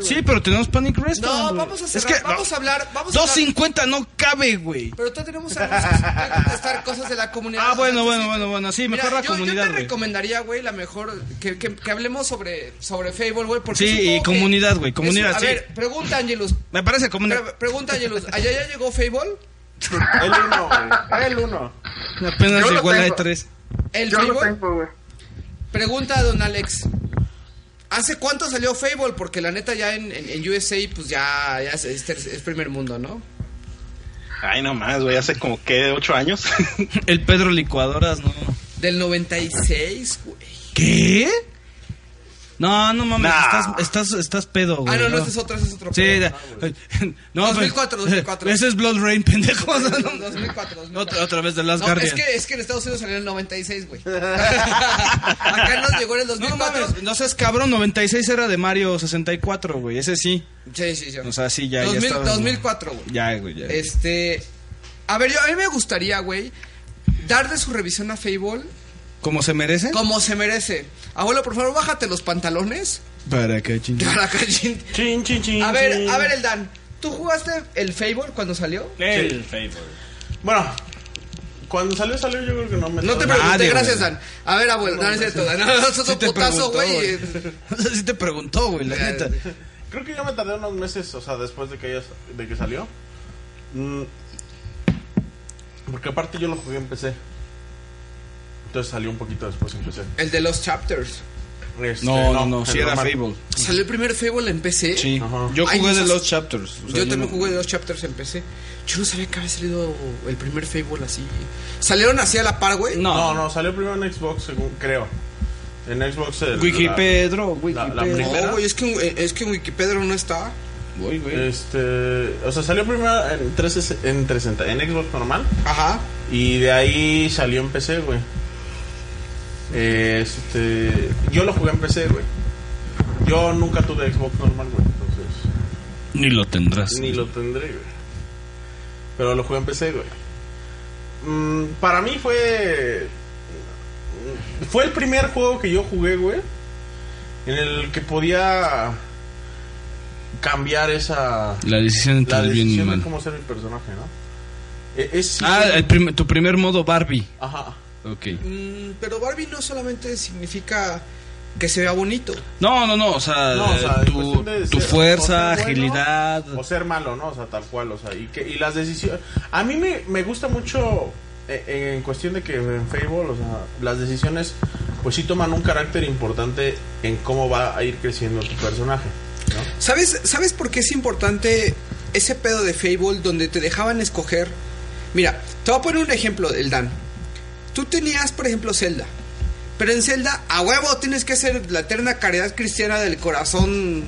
Speaker 4: Sí, pero tenemos Panic Restaurant.
Speaker 2: No,
Speaker 4: güey.
Speaker 2: vamos a
Speaker 4: Es
Speaker 2: cerrar,
Speaker 4: que,
Speaker 2: vamos
Speaker 4: no,
Speaker 2: a hablar, vamos a hablar.
Speaker 4: 250 no cabe, güey.
Speaker 2: Pero todavía tenemos algunas cosas- hay que contestar cosas de la comunidad.
Speaker 4: Ah, bueno,
Speaker 2: Entonces,
Speaker 4: bueno, bueno, bueno, sí,
Speaker 2: mira,
Speaker 4: mejor la
Speaker 2: yo-
Speaker 4: comunidad,
Speaker 2: Yo te
Speaker 4: güey.
Speaker 2: recomendaría, güey, la mejor que, que, que hablemos sobre sobre Fable, güey, porque
Speaker 4: Sí,
Speaker 2: es un juego
Speaker 4: y
Speaker 2: que-
Speaker 4: comunidad, güey,
Speaker 2: es un-
Speaker 4: comunidad,
Speaker 2: A
Speaker 4: sí.
Speaker 2: ver, pregunta Angelus.
Speaker 4: Me parece como una-
Speaker 2: Pre- pregunta Angelus, ¿allá ya llegó Fable?
Speaker 15: El uno, güey. El uno.
Speaker 4: eh, Apenas
Speaker 2: Yo lo
Speaker 4: llegó a la
Speaker 2: tengo.
Speaker 4: E3.
Speaker 2: ¿El
Speaker 5: Yo lo
Speaker 2: Fable? Pregunta a don Alex. ¿Hace cuánto salió Fable? Porque la neta ya en, en- en USA pues ya, ya es, es ter- es primer mundo, ¿no?
Speaker 10: Ay, nomás, güey, hace como que ocho años.
Speaker 4: el Pedro Licuadoras, no.
Speaker 2: Del 96, güey.
Speaker 4: ¿Qué? No, no mames,
Speaker 2: Nah.
Speaker 4: estás, estás, estás pedo, güey.
Speaker 2: Ah, no, no, ese es otro, ese es otro.
Speaker 4: Sí,
Speaker 2: pedo. Ah,
Speaker 4: da- no, pues,
Speaker 2: 2004, 2004.
Speaker 4: Ese es Blood Rain, pendejo. o sea, no-
Speaker 2: 2004, 2004.
Speaker 4: otra, otra vez de Last
Speaker 2: No, es
Speaker 4: Guardian.
Speaker 2: que, es que en Estados Unidos salió en el 96, güey. Acá nos llegó en el 2004.
Speaker 4: No seas cabrón, 96 era de Mario 64, güey. Ese sí.
Speaker 2: Sí, sí, sí.
Speaker 4: O sea, sí, ya,
Speaker 2: 2000,
Speaker 4: ya estaba.
Speaker 2: 2004, güey.
Speaker 4: Ya, güey, ya.
Speaker 2: Este. A ver, yo, a mí me gustaría, güey, darle su revisión a Fable
Speaker 4: ¿Cómo se merece?
Speaker 2: como se merece. Abuelo, por favor, bájate los pantalones.
Speaker 4: Para que chingada.
Speaker 2: Para que- A ver, a ver, el Dan. ¿Tú jugaste el Fable cuando salió?
Speaker 3: El Bueno, cuando salió, salió. Yo creo que no me.
Speaker 2: No te pregunté, gracias, Dan. A ver, abuelo, no, no es cierto, Dan. No, eso es
Speaker 3: Sí
Speaker 2: un
Speaker 3: te
Speaker 2: putazo,
Speaker 3: preguntó,
Speaker 2: güey.
Speaker 4: Sí te preguntó, güey, la neta.
Speaker 3: Creo que yo me tardé unos meses, o sea, después de que, haya- de que salió. Mm, Porque aparte yo lo jugué en PC. Entonces salió un poquito después en PC.
Speaker 2: El de los chapters.
Speaker 3: Este,
Speaker 4: No, no, no,
Speaker 3: el
Speaker 4: sí era
Speaker 3: normal.
Speaker 4: Fable.
Speaker 2: ¿Salió el primer Fable en PC?
Speaker 4: Sí. Yo
Speaker 2: Ay,
Speaker 4: jugué
Speaker 2: no
Speaker 4: de
Speaker 2: seas-
Speaker 4: Lost Chapters. o sea,
Speaker 2: yo también
Speaker 4: no-
Speaker 2: jugué de los chapters en PC. Yo no sabía que había salido el primer Fable así. ¿Salieron así a la par, güey?
Speaker 3: No, no, salió primero en Xbox, según, creo. En Xbox. el-
Speaker 4: Wikipedro,
Speaker 3: la-
Speaker 4: Wikipedro.
Speaker 3: la primera.
Speaker 2: No, güey, es que, en- eh, es que en Wikipedia no está.
Speaker 4: Voy,
Speaker 3: Este, o sea, salió primero en, 360 en, 360, en Xbox normal.
Speaker 2: Ajá.
Speaker 3: Y de ahí salió en PC, güey. Este, yo lo jugué en PC, güey. Yo nunca tuve Xbox normal, güey. Entonces,
Speaker 4: Ni lo tendrás.
Speaker 3: ni lo tendré, güey. Pero lo jugué en PC, güey. Mm, para mí fue. Fue el primer juego que yo jugué, güey. En el que podía cambiar esa.
Speaker 4: La decisión entre
Speaker 3: La
Speaker 4: el bien y el
Speaker 3: decisión de
Speaker 4: mal.
Speaker 3: cómo ser mi personaje, ¿no? E- Es,
Speaker 4: Ah, el prim- tu primer modo Barbie.
Speaker 3: Ajá.
Speaker 4: Ok.
Speaker 2: Mm, pero Barbie no solamente significa que se vea bonito.
Speaker 4: No, no, no, o sea,
Speaker 3: No, o sea, en
Speaker 4: tu,
Speaker 3: cuestión de
Speaker 4: tu
Speaker 3: ser-
Speaker 4: fuerza,
Speaker 3: o ser bueno
Speaker 4: agilidad.
Speaker 3: O ser malo, ¿no? O sea, tal cual, o sea, y, que, y las decisiones... A mí me, me gusta mucho eh, en cuestión de que en Fable, o sea, las decisiones pues sí toman un carácter importante en cómo va a ir creciendo tu personaje.
Speaker 2: ¿Sabes, ¿Sabes por qué es importante ese pedo de Fable donde te dejaban escoger? Mira, te voy a poner un ejemplo, el Dan. Tú tenías, por ejemplo, Zelda. Pero en Zelda, a huevo, tienes que ser la eterna caridad cristiana del corazón.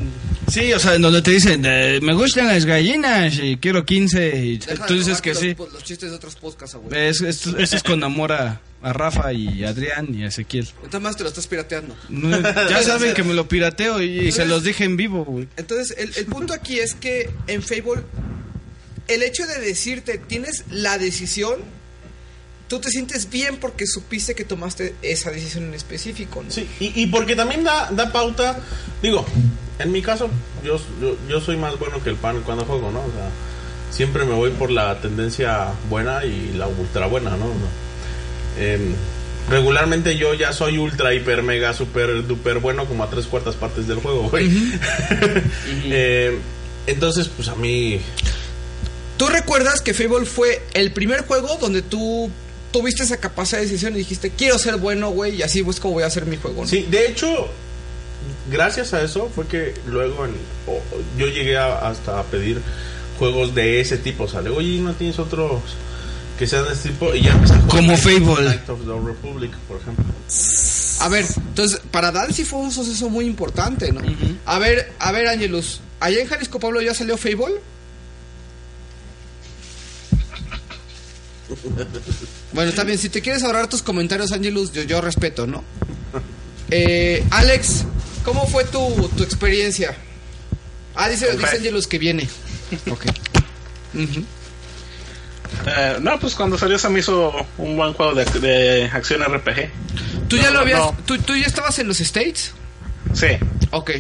Speaker 4: Sí, o sea, en donde te dicen, eh, me gustan las gallinas y quiero 15. Y
Speaker 2: Deja de
Speaker 4: tú dices
Speaker 2: robarte
Speaker 4: que
Speaker 2: los,
Speaker 4: sí.
Speaker 2: po- Los chistes de otros podcasts, abuelo.
Speaker 4: Es, es- eso es con amor a, a Rafa y a Adrián y a Ezequiel.
Speaker 2: Entonces más te lo estás pirateando.
Speaker 4: No, Ya saben que me lo pirateo y, y se los dije en vivo, güey.
Speaker 2: Entonces, el, el punto aquí es que en Fable el hecho de decirte, tienes la decisión, tú te sientes bien porque supiste que tomaste esa decisión en específico, ¿no?
Speaker 3: Sí, y, y porque también da, da pauta, digo, en mi caso, yo, yo, yo soy más bueno que el pan cuando juego, ¿no? O sea, siempre me voy por la tendencia buena y la ultra buena, ¿no? O sea, em, regularmente yo ya soy ultra, hiper, mega, super, duper bueno como a tres cuartas partes del juego, güey. Em, entonces, pues a mí...
Speaker 2: ¿Tú recuerdas que Fable fue el primer juego donde tú tuviste esa capacidad de decisión y dijiste, quiero ser bueno, güey, y así busco, voy a hacer mi juego, ¿no?
Speaker 3: Sí, de hecho, gracias a eso fue que luego en- o- o- yo llegué a- hasta a pedir juegos de ese tipo. O sea, de, oye, ¿no tienes otros que sean de ese tipo? Y ya empecé a jugar
Speaker 4: Como
Speaker 3: Knights-
Speaker 4: Fable.
Speaker 3: Knights of the Republic, por ejemplo.
Speaker 2: A ver, entonces, para Dan sí fue un suceso muy importante, ¿no? A ver, a ver, Angelus, ¿allá en Jalisco Pablo ya salió Fable? Bueno, está bien, si te quieres ahorrar tus comentarios, Angelus, yo, yo respeto, ¿no? Eh, Alex, ¿cómo fue tu, tu experiencia? Ah, dice, dice Angelus que viene. Ok. Ujú.
Speaker 10: Eh, no, pues cuando salió se me hizo un buen juego de, de acción RPG.
Speaker 2: ¿Tú ya
Speaker 10: No,
Speaker 2: lo habías,
Speaker 10: no.
Speaker 2: tú, tú ya estabas en los States?
Speaker 10: Sí.
Speaker 2: Ok.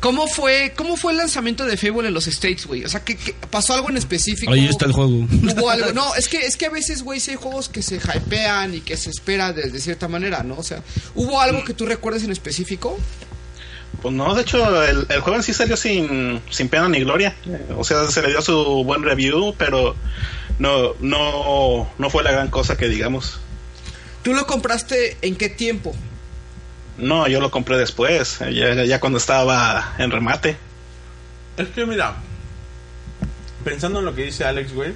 Speaker 2: ¿Cómo fue, ¿Cómo fue el lanzamiento de Fable en los States, güey? O sea, ¿qué, qué- pasó algo en específico?
Speaker 4: Ahí está el juego.
Speaker 2: Hubo algo. No, es que, es que a veces, güey, sí hay juegos que se hypean y que se espera de, de cierta manera, ¿no? O sea, ¿hubo algo que tú recuerdes en específico?
Speaker 10: Pues no, de hecho, el, el juego en sí salió sin, sin pena ni gloria. Eh, O sea, se le dio su buen review, pero no, no, no fue la gran cosa que digamos.
Speaker 2: ¿Tú lo compraste en qué tiempo?
Speaker 10: No, yo lo compré después, eh, ya, ya cuando estaba en remate.
Speaker 3: Es que mira, pensando en lo que dice Alex, güey,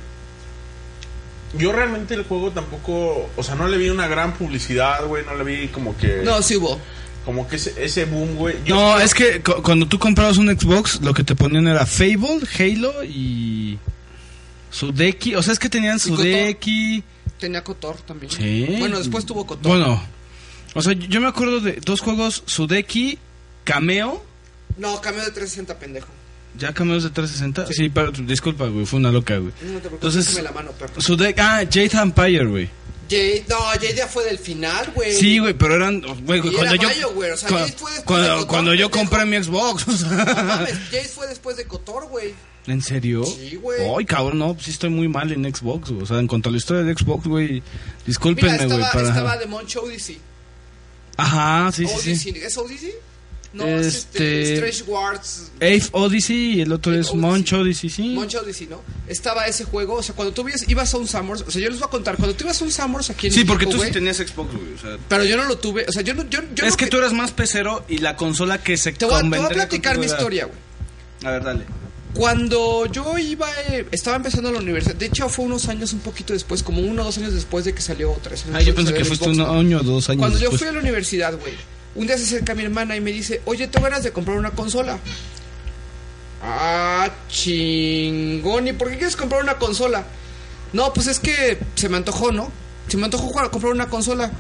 Speaker 3: yo realmente el juego tampoco, o sea, no le vi una gran publicidad, güey, no le vi como que...
Speaker 2: No, sí hubo.
Speaker 3: Como que ese, ese boom, güey. Yo-
Speaker 4: No, es que cu- cuando tú comprabas un Xbox, lo que te ponían era Fable, Halo y. Sudeki. O sea, es que tenían
Speaker 2: Cotor.
Speaker 4: Sudeki.
Speaker 2: Tenía Cotor también.
Speaker 4: Sí.
Speaker 2: Bueno, después tuvo Cotor.
Speaker 4: Bueno, o sea, yo me acuerdo de dos juegos: Sudeki, Cameo.
Speaker 2: No, cambio de 360, pendejo.
Speaker 4: ¿Ya cameos de 360? Sí, pero, disculpa, güey, fue una loca, güey.
Speaker 2: No te preocupes,
Speaker 4: Entonces,
Speaker 2: déjame la mano, perro.
Speaker 4: Sudeki. Ah, Jade Empire, güey.
Speaker 2: Jade, no, Jade ya fue del final, güey.
Speaker 4: Sí, güey, pero eran. güey,
Speaker 2: Y
Speaker 4: cuando
Speaker 2: era
Speaker 4: yo.
Speaker 2: BioWare, o sea,
Speaker 4: cua-
Speaker 2: Jade fue después de
Speaker 4: cuando,
Speaker 2: Cotor,
Speaker 4: cuando yo
Speaker 2: pendejo.
Speaker 4: compré mi Xbox, o sea.
Speaker 2: No mames, Jade fue después de Cotor, güey.
Speaker 4: ¿En serio?
Speaker 2: Sí, güey.
Speaker 4: Ay, cabrón, no, pues sí estoy muy mal en Xbox, güey. O sea, en cuanto a la historia de Xbox, güey.
Speaker 2: Mira,
Speaker 4: Discúlpenme, güey.
Speaker 2: estaba,
Speaker 4: para-
Speaker 2: estaba de Moncho Odyssey.
Speaker 4: Ajá, sí, sí,
Speaker 2: Odyssey.
Speaker 4: sí.
Speaker 2: ¿Es Odyssey? No, es
Speaker 4: Este-
Speaker 2: este, Strange Wars.
Speaker 4: Ave Odyssey y el otro es Monch Odyssey, sí.
Speaker 2: Moncho Odyssey, ¿no? Estaba ese juego, o sea, cuando tú ibas- ibas a un Summers, o sea, yo les voy a contar, cuando tú ibas a un Summers aquí en
Speaker 4: Sí, porque
Speaker 2: México,
Speaker 4: tú sí
Speaker 2: güey,
Speaker 4: tenías Xbox, güey. O sea,
Speaker 2: Pero yo no lo tuve, o sea, yo no, yo, yo
Speaker 4: es
Speaker 2: no
Speaker 4: que, tú eras más pecero y la consola que se
Speaker 2: te voy, a- te voy a
Speaker 4: convendría
Speaker 2: platicar
Speaker 4: contigo
Speaker 2: mi
Speaker 4: era-
Speaker 2: historia, güey.
Speaker 4: A ver, dale.
Speaker 2: Cuando yo iba, eh, estaba empezando la universidad, de hecho fue unos años un poquito después, como uno o dos años después de que salió otra.
Speaker 4: Ah, yo pensé que fuiste un año o dos años.
Speaker 2: Cuando yo
Speaker 4: después.
Speaker 2: fui a la universidad, güey, un día se acerca mi hermana y me dice, oye, ¿tú ganas de comprar una consola? Ah, chingón. ¿Y por qué quieres comprar una consola? No, pues es que se me antojó, ¿no? Se me antojó jugar- comprar una consola.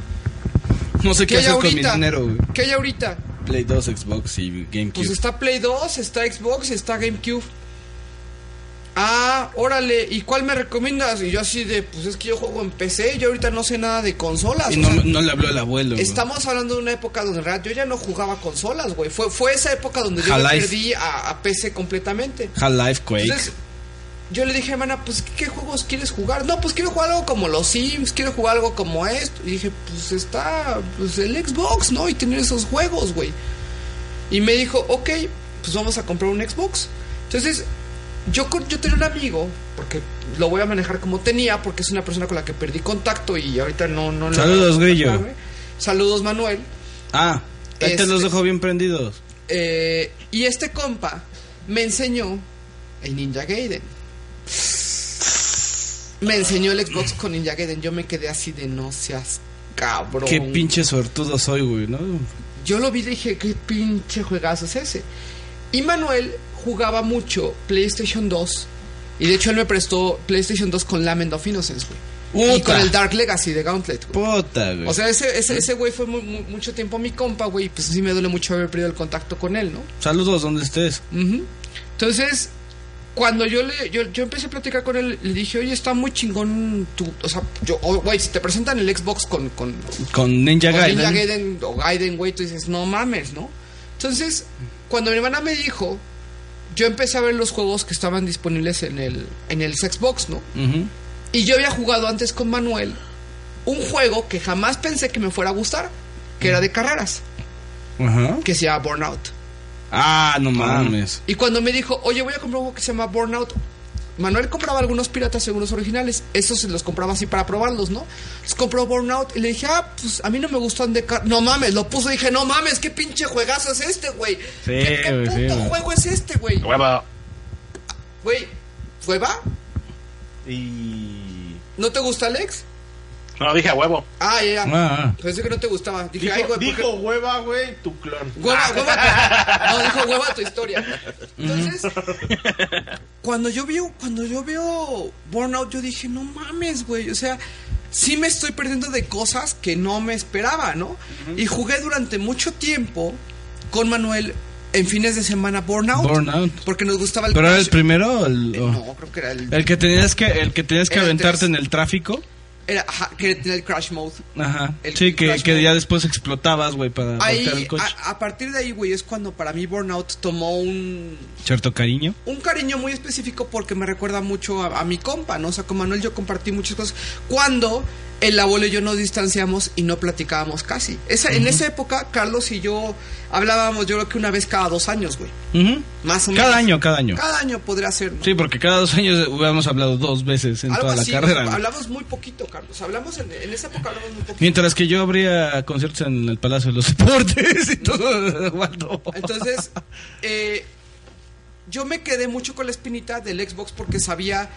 Speaker 4: No sé qué,
Speaker 2: hay
Speaker 4: hacer con mi
Speaker 2: ahorita?
Speaker 4: dinero, güey.
Speaker 2: ¿Qué hay ahorita?
Speaker 4: Play 2, Xbox y GameCube.
Speaker 2: Pues está Play 2, está Xbox, está GameCube. Ah, órale, ¿y cuál me recomiendas? Y yo así de, pues es que yo juego en PC, yo ahorita no sé nada de consolas.
Speaker 4: y
Speaker 2: o
Speaker 4: no,
Speaker 2: sea,
Speaker 4: no le habló el abuelo. güey.
Speaker 2: Estamos hablando de una época donde en realidad yo ya no jugaba consolas, güey. Fue, fue esa época donde yo me
Speaker 4: Half-Life.
Speaker 2: perdí a, a PC completamente.
Speaker 4: Half-Life Quake.
Speaker 2: Entonces, yo le dije, hermana, pues, ¿qué, qué juegos quieres jugar? No, pues quiero jugar algo como los Sims, quiero jugar algo como esto. Y dije, pues está pues, el Xbox, ¿no? Y tener esos juegos, güey. Y me dijo, ok, pues vamos a comprar un Xbox. Entonces, yo, con- yo tenía un amigo, porque lo voy a manejar como tenía, porque es una persona con la que perdí contacto y ahorita no... no
Speaker 4: Saludos, Grillo.
Speaker 2: Saludos, Manuel.
Speaker 4: Ah, ahí
Speaker 2: Este-
Speaker 4: te los dejo bien prendidos.
Speaker 2: Eh, y este compa me enseñó el Ninja Gaiden. Me enseñó el Xbox con Ninja Gaiden. Yo me quedé así de no seas cabrón.
Speaker 4: Qué pinche sortudo soy, güey, ¿no?
Speaker 2: Yo lo vi y dije, qué pinche juegazo es ese. Y Manuel jugaba mucho PlayStation 2. Y de hecho él me prestó PlayStation 2 con Lament of Innocence, güey. Y
Speaker 4: Puta.
Speaker 2: con el Dark Legacy de Gauntlet, güey.
Speaker 4: Puta, güey.
Speaker 2: O sea, ese, ese, ese güey fue mu- mu- mucho tiempo mi compa, güey. y Pues sí me duele mucho haber perdido el contacto con él, ¿no?
Speaker 4: Saludos donde estés.
Speaker 2: Ujú. Entonces, cuando yo le yo, yo empecé a platicar con él, le dije, oye, está muy chingón tu. O sea, yo, oh, güey, si te presentan el Xbox con. Con,
Speaker 4: Con Ninja
Speaker 2: con
Speaker 4: Gaiden.
Speaker 2: Ninja Gaiden o Gaiden, güey, tú dices, no mames, ¿no? Entonces, cuando mi hermana me dijo, yo empecé a ver los juegos que estaban disponibles en el, en el Xbox, ¿no?
Speaker 4: Ujú.
Speaker 2: Y yo había jugado antes con Manuel un juego que jamás pensé que me fuera a gustar, que era de carreras,
Speaker 4: Ajá.
Speaker 2: que se llama Burnout.
Speaker 4: Ah, no mames.
Speaker 2: Y cuando me dijo, oye, voy a comprar un juego que se llama Burnout. Manuel compraba algunos piratas según los originales. Esos se los compraba así para probarlos, ¿no? Les compró Burnout y le dije, ah, pues a mí no me gustan de car No mames, lo puso y dije, no mames, qué pinche juegazo es este, güey. ¿Qué, qué
Speaker 4: güey, sí,
Speaker 2: puto
Speaker 4: güey.
Speaker 2: juego es este, güey?
Speaker 10: Hueva.
Speaker 2: Güey, ¿hueva?
Speaker 15: Y.
Speaker 2: ¿No te gusta, Alex?
Speaker 10: No, dije a huevo.
Speaker 2: Ah, ya, ya.
Speaker 10: Ah.
Speaker 2: Pensé que no te gustaba. Dije,
Speaker 15: Dijo,
Speaker 2: ay, güey, ¿por qué-
Speaker 15: dijo hueva, güey, tu clon.
Speaker 2: Hueva, hueva. tu- No, dijo hueva tu historia. Entonces, cuando yo veo, cuando yo veo Burnout, yo dije, no mames, güey. O sea, sí me estoy perdiendo de cosas que no me esperaba, ¿no? Y jugué durante mucho tiempo con Manuel en fines de semana Burnout.
Speaker 4: Burnout.
Speaker 2: Porque nos gustaba el
Speaker 4: ¿Pero era
Speaker 2: Crash. Eh,
Speaker 4: el primero? o El, o-
Speaker 2: No, creo que era el.
Speaker 4: el que tenías que, el que, tenías que
Speaker 2: Era el
Speaker 4: aventarte
Speaker 2: tres.
Speaker 4: en el tráfico.
Speaker 2: Era, ajá, que tenía el Crash Mode.
Speaker 4: Ajá.
Speaker 2: El
Speaker 4: sí, que,
Speaker 2: Crash
Speaker 4: que
Speaker 2: Mode.
Speaker 4: ya después explotabas, güey, para
Speaker 2: Ahí,
Speaker 4: voltear el coche.
Speaker 2: a, a partir de ahí, güey, es cuando para mí Burnout tomó un,
Speaker 4: Cierto cariño.
Speaker 2: un cariño muy específico porque me recuerda mucho a, a mi compa, ¿no? O sea, con Manuel yo compartí muchas cosas. Cuando el abuelo y yo nos distanciamos y no platicábamos casi. Esa, En esa época, Carlos y yo hablábamos, yo creo que una vez cada dos años, güey.
Speaker 4: Ujú.
Speaker 2: Más o menos.
Speaker 4: Cada año, cada año.
Speaker 2: Cada año podría ser, ¿no?
Speaker 4: Sí, porque cada dos años hubiéramos hablado dos veces en
Speaker 2: Algo
Speaker 4: toda la
Speaker 2: así,
Speaker 4: carrera. güey.
Speaker 2: Hablamos muy poquito, Carlos. Hablamos en, en esa época hablamos muy poquito.
Speaker 4: Mientras que yo abría conciertos en el Palacio de los Deportes y todo. Waldo.
Speaker 2: Entonces, eh, yo me quedé mucho con la espinita del Xbox porque sabía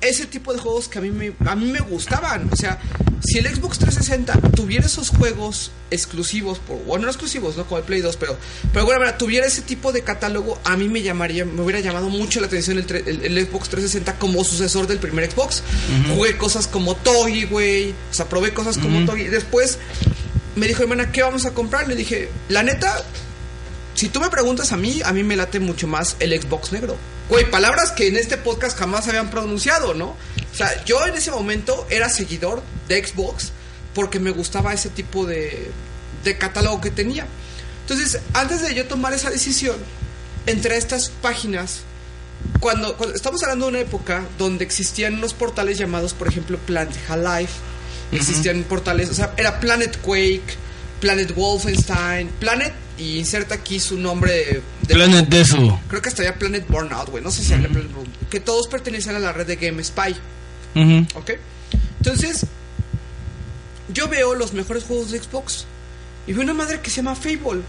Speaker 2: ese tipo de juegos que a mí me, a mí me gustaban. O sea, si el Xbox 360 tuviera esos juegos exclusivos, por, bueno, no exclusivos, ¿no? Como el Play 2, pero, pero bueno, mira, tuviera ese tipo de catálogo, a mí me llamaría, me hubiera llamado mucho la atención el, tre- el- el Xbox 360 como sucesor del primer Xbox.
Speaker 17: Ujú.
Speaker 2: Jugué cosas como Togi, güey. O sea, probé cosas como
Speaker 17: Ujú.
Speaker 2: Togi. Después me dijo, hermana, ¿qué vamos a comprar? Le dije, la neta, si tú me preguntas a mí, a mí me late mucho más el Xbox negro. Güey, palabras que en este podcast jamás habían pronunciado, ¿no? O sea, yo en ese momento era seguidor de Xbox porque me gustaba ese tipo de, de catálogo que tenía. Entonces, antes de yo tomar esa decisión, entre estas páginas, cuando, cuando- estamos hablando de una época donde existían unos portales llamados, por ejemplo, Planet Half-Life, existían portales, o sea, era Planet Quake, Planet Wolfenstein, Planet, y inserta aquí su nombre de-
Speaker 4: Planet Desu.
Speaker 2: Creo que hasta había Planet Burnout, güey. No sé si había Planet Burnout. Que todos pertenecen a la red de GameSpy.
Speaker 4: Ujú.
Speaker 2: ¿Ok? Entonces, yo veo los mejores juegos de Xbox. Y veo una madre que se llama Fable.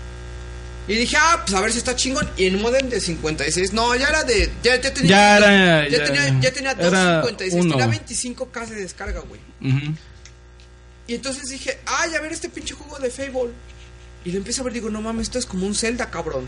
Speaker 2: Y dije, ah, pues a ver si está chingón. Y en modem de 56. No, ya era de. Ya, ya tenía.
Speaker 4: Ya era-
Speaker 2: ya
Speaker 4: ya-
Speaker 2: tenía, ya tenía
Speaker 4: era
Speaker 2: 256.
Speaker 4: uno.
Speaker 2: Tenía 25K de descarga, güey.
Speaker 4: Ujú.
Speaker 2: Y entonces dije, ay, a ver este pinche juego de Fable. Y lo empiezo a ver, digo, no mames, esto es como un Zelda, cabrón.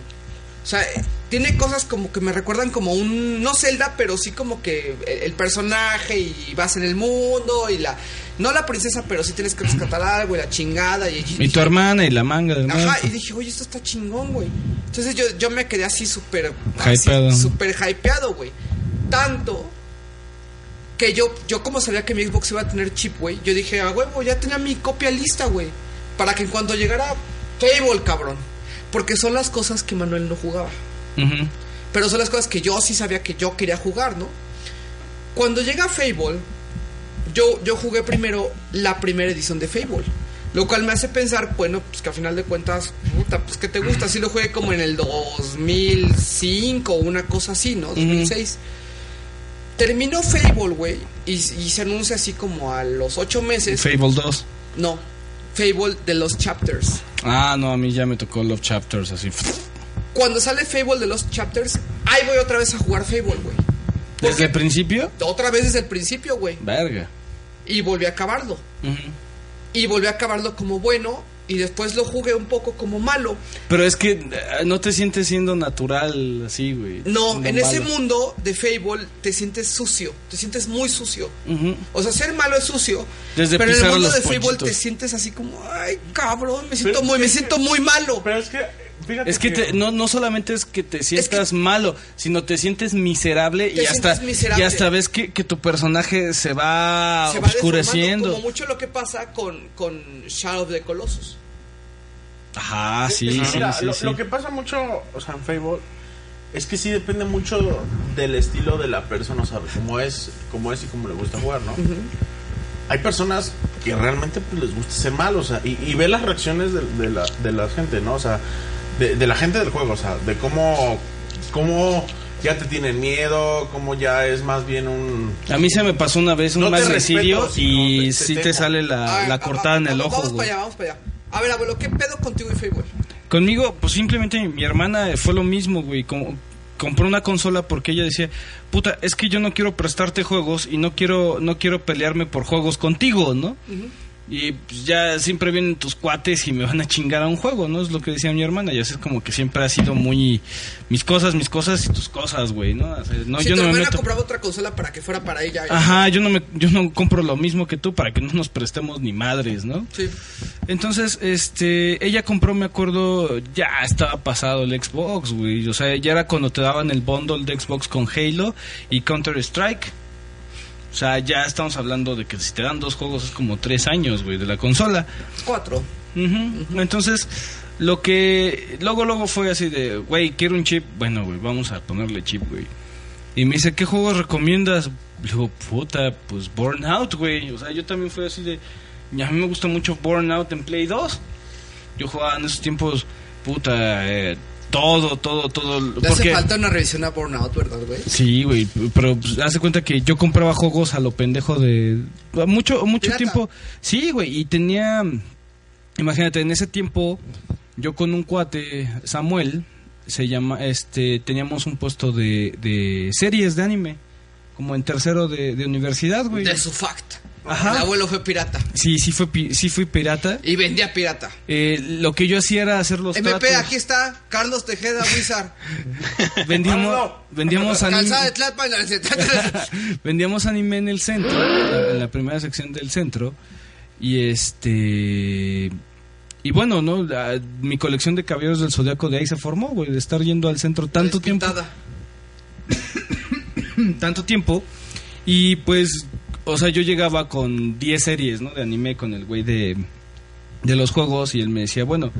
Speaker 2: O sea, eh, tiene cosas como que me recuerdan como un, no Zelda, pero sí como que el, el personaje y vas en el mundo y la, no la princesa, pero sí tienes que rescatar algo y la chingada. Y,
Speaker 4: Y tu hermana y la manga del
Speaker 2: Ajá,
Speaker 4: muerto.
Speaker 2: y dije, oye, esto está chingón, güey. Entonces yo, yo me quedé así súper...
Speaker 4: Hypeado.
Speaker 2: así, Súper hypeado, güey. Tanto que yo, yo como sabía que mi Xbox iba a tener chip, güey, yo dije, a huevo, ya tenía mi copia lista, güey. Para que en cuanto llegara Fable, cabrón. Porque son las cosas que Manuel no jugaba.
Speaker 4: Ujú.
Speaker 2: Pero son las cosas que yo sí sabía que yo quería jugar, ¿no? Cuando llega Fable, yo, yo jugué primero la primera edición de Fable. Lo cual me hace pensar, bueno, pues que a final de cuentas, puta, pues que te gusta. Sí lo jugué como en el 2005 o una cosa así, ¿no? 2006. Terminó Fable, güey, y, y se anuncia así como a los ocho meses.
Speaker 4: Fable 2.
Speaker 2: No, Fable de los Chapters.
Speaker 4: Ah, no, a mí ya me tocó Love Chapters así.
Speaker 2: Cuando sale Fable de los Chapters, ahí voy otra vez a jugar Fable, güey.
Speaker 4: ¿Desde el principio?
Speaker 2: Otra vez desde el principio, güey.
Speaker 4: Verga.
Speaker 2: Y volví a acabarlo.
Speaker 4: Ujú.
Speaker 2: Y volví a acabarlo como bueno. Y después lo jugué un poco como malo.
Speaker 4: Pero es que eh, no te sientes siendo natural así, güey.
Speaker 2: No,
Speaker 4: Siendo
Speaker 2: en ese
Speaker 4: malo.
Speaker 2: mundo de Fable te sientes sucio. Te sientes muy sucio.
Speaker 4: Ujú.
Speaker 2: O sea, ser malo es sucio.
Speaker 4: Desde
Speaker 2: pero en el
Speaker 4: pisar
Speaker 2: mundo
Speaker 4: los
Speaker 2: de Fable
Speaker 4: pollitos.
Speaker 2: te sientes así como, ay, cabrón, me siento muy, me siento muy malo.
Speaker 15: Pero es que
Speaker 3: fíjate
Speaker 4: es que,
Speaker 3: que-
Speaker 4: te- no, no solamente es que te sientas malo, sino te sientes miserable
Speaker 2: Te
Speaker 4: y hasta,
Speaker 2: sientes miserable.
Speaker 4: y hasta ves que, que tu personaje se va
Speaker 2: Se va
Speaker 4: Ah, oscureciendo.
Speaker 2: deformando, Como mucho lo que pasa con, con Shadow of the Colossus.
Speaker 4: Ajá, Ah, sí,
Speaker 3: Es que
Speaker 4: sí,
Speaker 3: mira,
Speaker 4: sí,
Speaker 3: lo,
Speaker 4: sí.
Speaker 3: lo que pasa mucho, o sea, en Fable, es que sí depende mucho del estilo de la persona, o sea, cómo es, cómo es y cómo le gusta jugar, ¿no? Hay personas que realmente pues, les gusta ser malos, o sea, y, y ve las reacciones de, de la, de la gente, ¿no? O sea, de, de la gente del juego, o sea, de cómo, cómo ya te tienen miedo, cómo ya es más bien un...
Speaker 4: A mí se me pasó una vez un
Speaker 3: No te
Speaker 4: más
Speaker 3: respeto,
Speaker 4: residio
Speaker 3: sino
Speaker 4: y sí te
Speaker 3: temo.
Speaker 4: sale Ah,
Speaker 2: Ah,
Speaker 4: la, la cortada en el
Speaker 2: Vamos,
Speaker 4: ojo,
Speaker 2: vamos para
Speaker 4: güey.
Speaker 2: allá, vamos para allá. A ver, abuelo, ¿qué pedo contigo y Fable?
Speaker 4: Conmigo, pues simplemente mi, mi hermana fue lo mismo, güey. Como, compró una consola porque ella decía, puta, es que yo no quiero prestarte juegos y no quiero, no quiero pelearme por juegos contigo, ¿no? Y pues, ya siempre vienen tus cuates y me van a chingar a un juego, ¿no? Es lo que decía mi hermana. Ya es como que siempre ha sido muy mis cosas, mis cosas y tus cosas, güey, ¿no? O sea, no,
Speaker 2: si tu
Speaker 4: yo no me
Speaker 2: hermana
Speaker 4: meto.
Speaker 2: compraba otra consola para que fuera para ella.
Speaker 4: Ajá, yo no me, yo no compro lo mismo que tú para que no nos prestemos ni madres, ¿no?
Speaker 2: Sí.
Speaker 4: Entonces, este, ella compró, me acuerdo, ya estaba pasado el Xbox, güey. O sea, ya era cuando te daban el bundle de Xbox con Halo y Counter Strike. O sea, ya estamos hablando de que si te dan dos juegos es como tres años, güey, de la consola.
Speaker 2: Cuatro.
Speaker 4: Entonces, lo que luego, luego fue así de, güey, quiero un chip. Bueno, güey, vamos a ponerle chip, güey. Y me dice, ¿qué juegos recomiendas? Le digo, puta, pues Burnout, güey. O sea, yo también fui así de, y a mí me gusta mucho Burnout en Play 2. Yo jugaba en esos tiempos, puta, eh, todo, todo, todo.
Speaker 2: Le hace
Speaker 4: porque-
Speaker 2: falta una revisión a Burnout, ¿verdad, güey?
Speaker 4: Sí, güey, pero pues, haz de cuenta que yo compraba juegos a lo pendejo de mucho mucho
Speaker 2: Pirata.
Speaker 4: tiempo. Sí, güey, y tenía imagínate, en ese tiempo yo con un cuate Samuel se llama este teníamos un puesto de, de series de anime como en tercero de, de universidad, güey.
Speaker 2: De su fact.
Speaker 4: Ajá.
Speaker 2: El abuelo fue pirata.
Speaker 4: Sí, sí fue pi- sí fui pirata.
Speaker 2: Y vendía pirata.
Speaker 4: Eh, lo que yo hacía era hacer los
Speaker 2: MP,
Speaker 4: tratos.
Speaker 2: aquí está Carlos Tejeda Wizard.
Speaker 4: Vendíamos vendíamos anime.
Speaker 2: Calzada de Tlalpan.
Speaker 4: vendíamos anime en el centro, en la- en la primera sección del centro. Y este. Y bueno, ¿no? La- mi colección de caballeros del zodiaco de ahí se formó, güey, de estar yendo al centro tanto tiempo. tanto tiempo. Y pues, o sea, yo llegaba con 10 series, ¿no? De anime con el güey de, de los juegos y él me decía, bueno,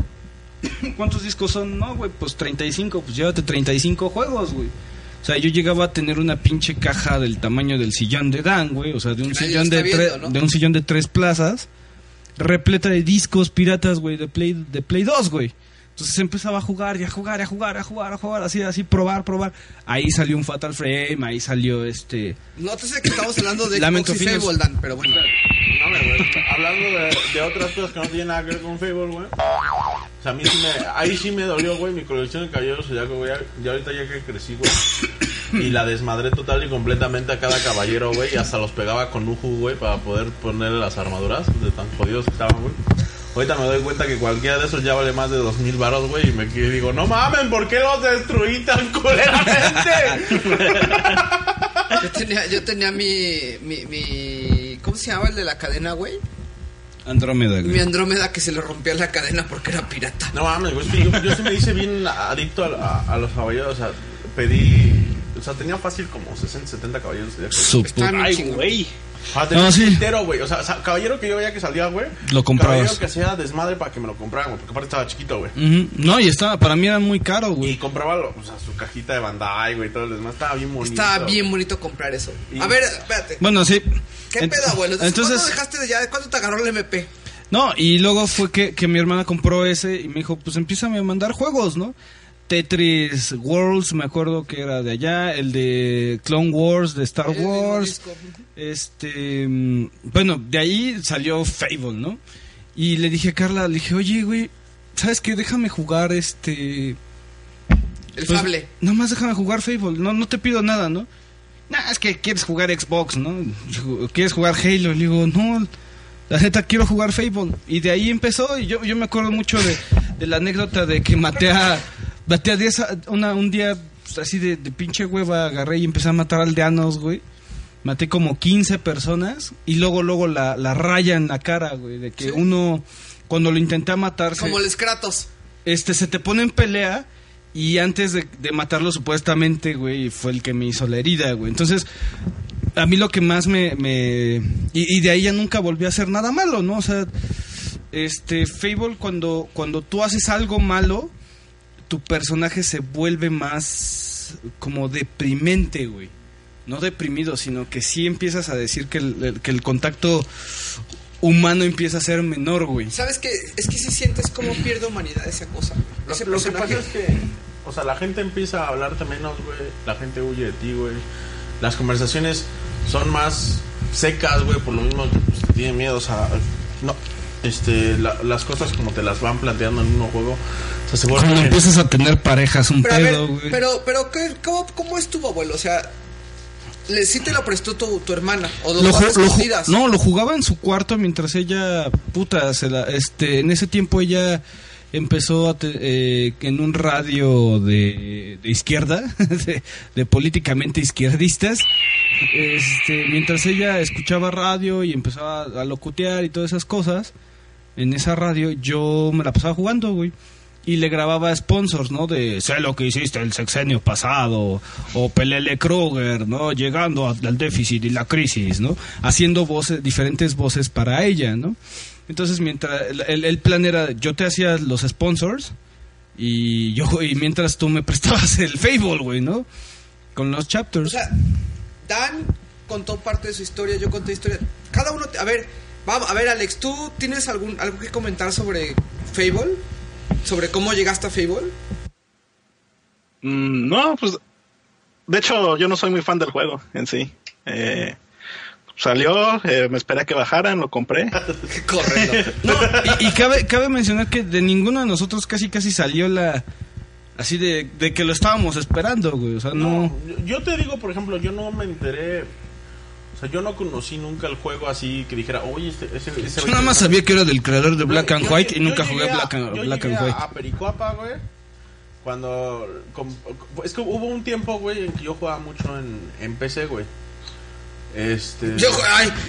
Speaker 4: ¿cuántos discos son? No, güey, pues 35, pues llévate 35 juegos, güey. O sea, yo llegaba a tener una pinche caja del tamaño del sillón de Dan, güey, o sea, de un
Speaker 2: Nadie
Speaker 4: sillón
Speaker 2: está
Speaker 4: de, tre-
Speaker 2: viendo, ¿no?
Speaker 4: de un sillón de tres plazas, repleta de discos piratas, güey, de Play de Play 2, güey. Entonces empezaba a jugar y a jugar, y a jugar, a jugar, a jugar, así, así, probar, probar. Ahí salió un Fatal Frame, ahí salió este
Speaker 2: No te sé que estamos hablando de Xbox
Speaker 4: Lamento
Speaker 2: y
Speaker 4: Fines.
Speaker 2: Fable, Dan, pero bueno.
Speaker 3: Espérame, güey. Hablando de, de otras cosas que no tienen nada que ver con Fable, güey. O sea, a mí sí me, ahí sí me dolió, güey, mi colección de caballeros zodiaco, güey. Ya ahorita ya que crecí, güey. Y la desmadré total y completamente a cada caballero, güey. Y hasta los pegaba con Uju, güey, para poder poner las armaduras de tan jodidos que estaban, güey. Ahorita me doy cuenta que cualquiera de esos ya vale más de dos mil baros, güey. Y me quedo y digo, no mamen, ¿por qué los destruí tan culeramente?
Speaker 2: Yo tenía, yo tenía mi, mi, mi. ¿Cómo se llamaba el de la cadena, güey?
Speaker 4: Andrómeda,
Speaker 2: Mi
Speaker 4: güey.
Speaker 2: Andrómeda que se le rompía la cadena porque era pirata.
Speaker 3: No mames, güey. es que Yo, yo sí me hice bien adicto a, a- a los caballeros. O sea, pedí. O sea, tenía fácil como 60, 70 caballeros. de
Speaker 4: Su puta-
Speaker 3: Ay,
Speaker 4: chingón.
Speaker 3: güey. Ah, tenía
Speaker 4: No,
Speaker 3: un
Speaker 4: sí.
Speaker 3: entero, güey. O sea, sa- caballero que yo veía que salía, güey.
Speaker 4: Lo comprabas.
Speaker 3: Caballero que hacía desmadre para que me lo compraran, güey. Porque aparte estaba chiquito, güey.
Speaker 4: Ujú. No, y estaba, para mí era muy caro, güey.
Speaker 3: Y compraba lo- o sea, su cajita de Bandai, güey. y Todo el desmadre. Estaba bien bonito.
Speaker 2: Estaba bien bonito comprar eso. A ver, espérate.
Speaker 4: Bueno, sí.
Speaker 2: ¿Qué
Speaker 4: Ent-
Speaker 2: pedo, abuelo? Entonces, ¿Cuándo
Speaker 4: Entonces,
Speaker 2: dejaste de ya? ¿Cuándo te agarró el MP?
Speaker 4: no, y luego fue que, que mi hermana compró ese y me dijo, pues empieza a mandar juegos, ¿no? Tetris Worlds, me acuerdo que era de allá, el de Clone Wars, de Star Wars, este, mm, bueno, de ahí salió Fable, ¿no? Y le dije a Carla, le dije, oye, güey, ¿sabes qué? Déjame jugar este...
Speaker 2: El
Speaker 4: Pues,
Speaker 2: Fable.
Speaker 4: Nomás déjame jugar Fable, no, no te pido nada, ¿no? Nah, es que quieres jugar Xbox, ¿no? ¿Quieres jugar Halo? Le digo, no, la neta quiero jugar Fable. Y de ahí empezó, y yo, yo me acuerdo mucho de, de la anécdota de que maté a, maté a diez a- una, un día pues, así de, de pinche hueva, agarré y empecé a matar aldeanos, güey. Maté como 15 personas y luego, luego la, la raya en la cara, güey, de que uno, cuando lo intenté matar... se-
Speaker 2: Como el Kratos.
Speaker 4: este, se te pone en pelea y antes de, de matarlo supuestamente, güey, fue el que me hizo la herida, güey. Entonces, a mí lo que más me... me- y, y de ahí ya nunca volví a hacer nada malo, ¿no? O sea, este, Fable, cuando, cuando tú haces algo malo, tu personaje se vuelve más como deprimente, güey. No deprimido, sino que sí empiezas a decir que el, el- que el contacto humano empieza a ser menor, güey.
Speaker 2: ¿Sabes qué? Es que si sientes cómo pierde humanidad esa cosa.
Speaker 3: Lo,
Speaker 2: Ese
Speaker 3: lo que
Speaker 2: personaje.
Speaker 3: pasa es que, o sea, la gente empieza a hablarte menos, güey. La gente huye de ti, güey. Las conversaciones son más secas, güey, por lo mismo que pues, te tienen miedo. O sea, no, este, la- las cosas como te las van planteando en un juego. O sea, se vuelven.
Speaker 4: Cuando empiezas a tener parejas, un
Speaker 2: Pero a
Speaker 4: pedo,
Speaker 2: ver,
Speaker 4: güey.
Speaker 2: pero, pero ¿qué- cómo, cómo es tu abuelo? O sea, le, sí te lo prestó tu, tu hermana. O lo,
Speaker 4: Lo
Speaker 2: jugaste
Speaker 4: ju- lo ju-
Speaker 2: escondidas.
Speaker 4: no, lo jugaba en su cuarto mientras ella, puta, se la- este, en ese tiempo ella empezó a te- eh, en un radio de, de izquierda, de, de políticamente izquierdistas, este, mientras ella escuchaba radio y empezaba a locutear y todas esas cosas, en esa radio yo me la pasaba jugando, güey. Y le grababa sponsors, ¿no? De sé lo que hiciste el sexenio pasado, o Pelele Kruger, ¿no? Llegando a- al déficit y la crisis, ¿no? Haciendo voces, diferentes voces para ella, ¿no? Entonces, mientras el, el- el plan era, yo te hacía los sponsors y yo y mientras tú me prestabas el Fable, güey, ¿no? Con los chapters.
Speaker 2: O sea, Dan contó parte de su historia, yo conté historia. Cada uno, te- a ver, vamos, a ver, Alex, ¿tú tienes algún algo que comentar sobre Fable? ¿Sobre cómo llegaste a Fable?
Speaker 10: Mm, no, pues. De hecho, yo no soy muy fan del juego en sí. Eh, salió, eh, me esperé a que bajaran, lo compré.
Speaker 2: Correcto.
Speaker 4: y, y cabe, cabe mencionar que de ninguno de nosotros casi casi salió la así de, de que lo estábamos esperando, güey. O sea, no.
Speaker 3: Yo- Yo te digo, por ejemplo, yo no me enteré. O sea, yo no conocí nunca el juego así que dijera, oye, este, ese, ese
Speaker 4: Yo nada más sabía que era del creador de Black and
Speaker 3: Yo- yo
Speaker 4: White y
Speaker 3: llegué-
Speaker 4: nunca
Speaker 3: yo
Speaker 4: jugué
Speaker 3: llegué a-
Speaker 4: Black and,
Speaker 3: yo
Speaker 4: Black
Speaker 3: llegué
Speaker 4: and White.
Speaker 3: A Pericuapa, güey. Cuando. com- es que hubo un tiempo, güey, en que yo jugaba mucho en, en PC, güey. Este.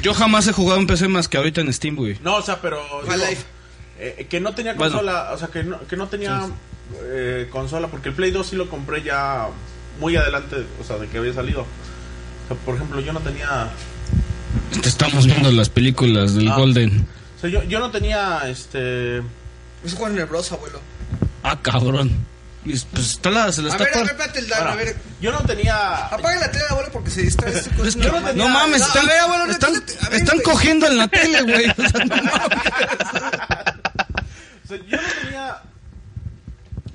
Speaker 4: Yo, jamás he jugado en PC más que ahorita en Steam, güey.
Speaker 3: No, o sea, pero. digo, eh, que no tenía
Speaker 4: Bueno.
Speaker 3: consola, o sea, que no, que no tenía eh, consola, porque el Play 2 sí lo compré ya muy adelante, o sea, de que había salido. O sea, por ejemplo, yo no tenía.
Speaker 4: Te estamos viendo las películas del
Speaker 3: Ah.
Speaker 4: Golden.
Speaker 3: O sea, yo, yo no tenía este.
Speaker 2: Es Warner Bros, abuelo.
Speaker 4: Ah, cabrón. Pues pues, está la, se
Speaker 2: A
Speaker 4: la está
Speaker 2: ver, a ver,
Speaker 4: par-
Speaker 2: espérate el Dan, a ver.
Speaker 3: Yo no tenía.
Speaker 2: Apaga la tele, abuelo, porque se distrae. este coche.
Speaker 4: No, mames,
Speaker 2: No,
Speaker 4: están,
Speaker 2: a ver, abuelo, no,
Speaker 4: están,
Speaker 2: a ver,
Speaker 4: están
Speaker 2: güey.
Speaker 4: cogiendo en la tele, güey. O sea, no mames.
Speaker 3: O sea, yo no tenía.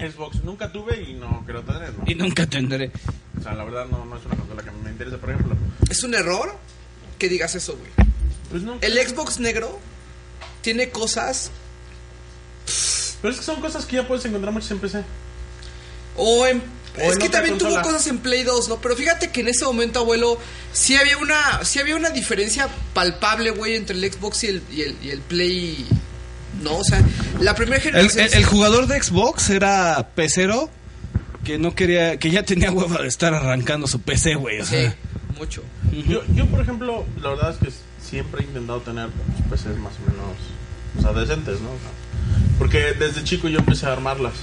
Speaker 3: Xbox nunca tuve y no quiero tener, ¿no?
Speaker 4: Y nunca tendré.
Speaker 3: O sea, la verdad no, no es una consola que me interesa, por ejemplo.
Speaker 2: Es un error que digas eso, güey.
Speaker 3: Pues
Speaker 2: El Xbox negro tiene cosas
Speaker 3: Pero es que son cosas que ya puedes encontrar muchas en PC.
Speaker 2: O en.
Speaker 3: O
Speaker 2: es
Speaker 3: en
Speaker 2: que
Speaker 3: otra
Speaker 2: también
Speaker 3: consola.
Speaker 2: tuvo cosas en Play 2, ¿no? Pero fíjate que en ese momento, abuelo, sí había una, sí había una diferencia palpable, güey, entre el Xbox y el, y el, y el Play. No, o sea, la primera
Speaker 4: El,
Speaker 2: generación.
Speaker 4: el- el jugador de Xbox era pecero que no quería, que ya tenía hueva de estar arrancando su PC, güey. O sea,
Speaker 2: Mucho.
Speaker 3: Yo, yo, por ejemplo, la verdad es que siempre he intentado tener pues, PCs más o menos, o sea, decentes, ¿no? O sea, porque desde chico yo empecé a armarlas.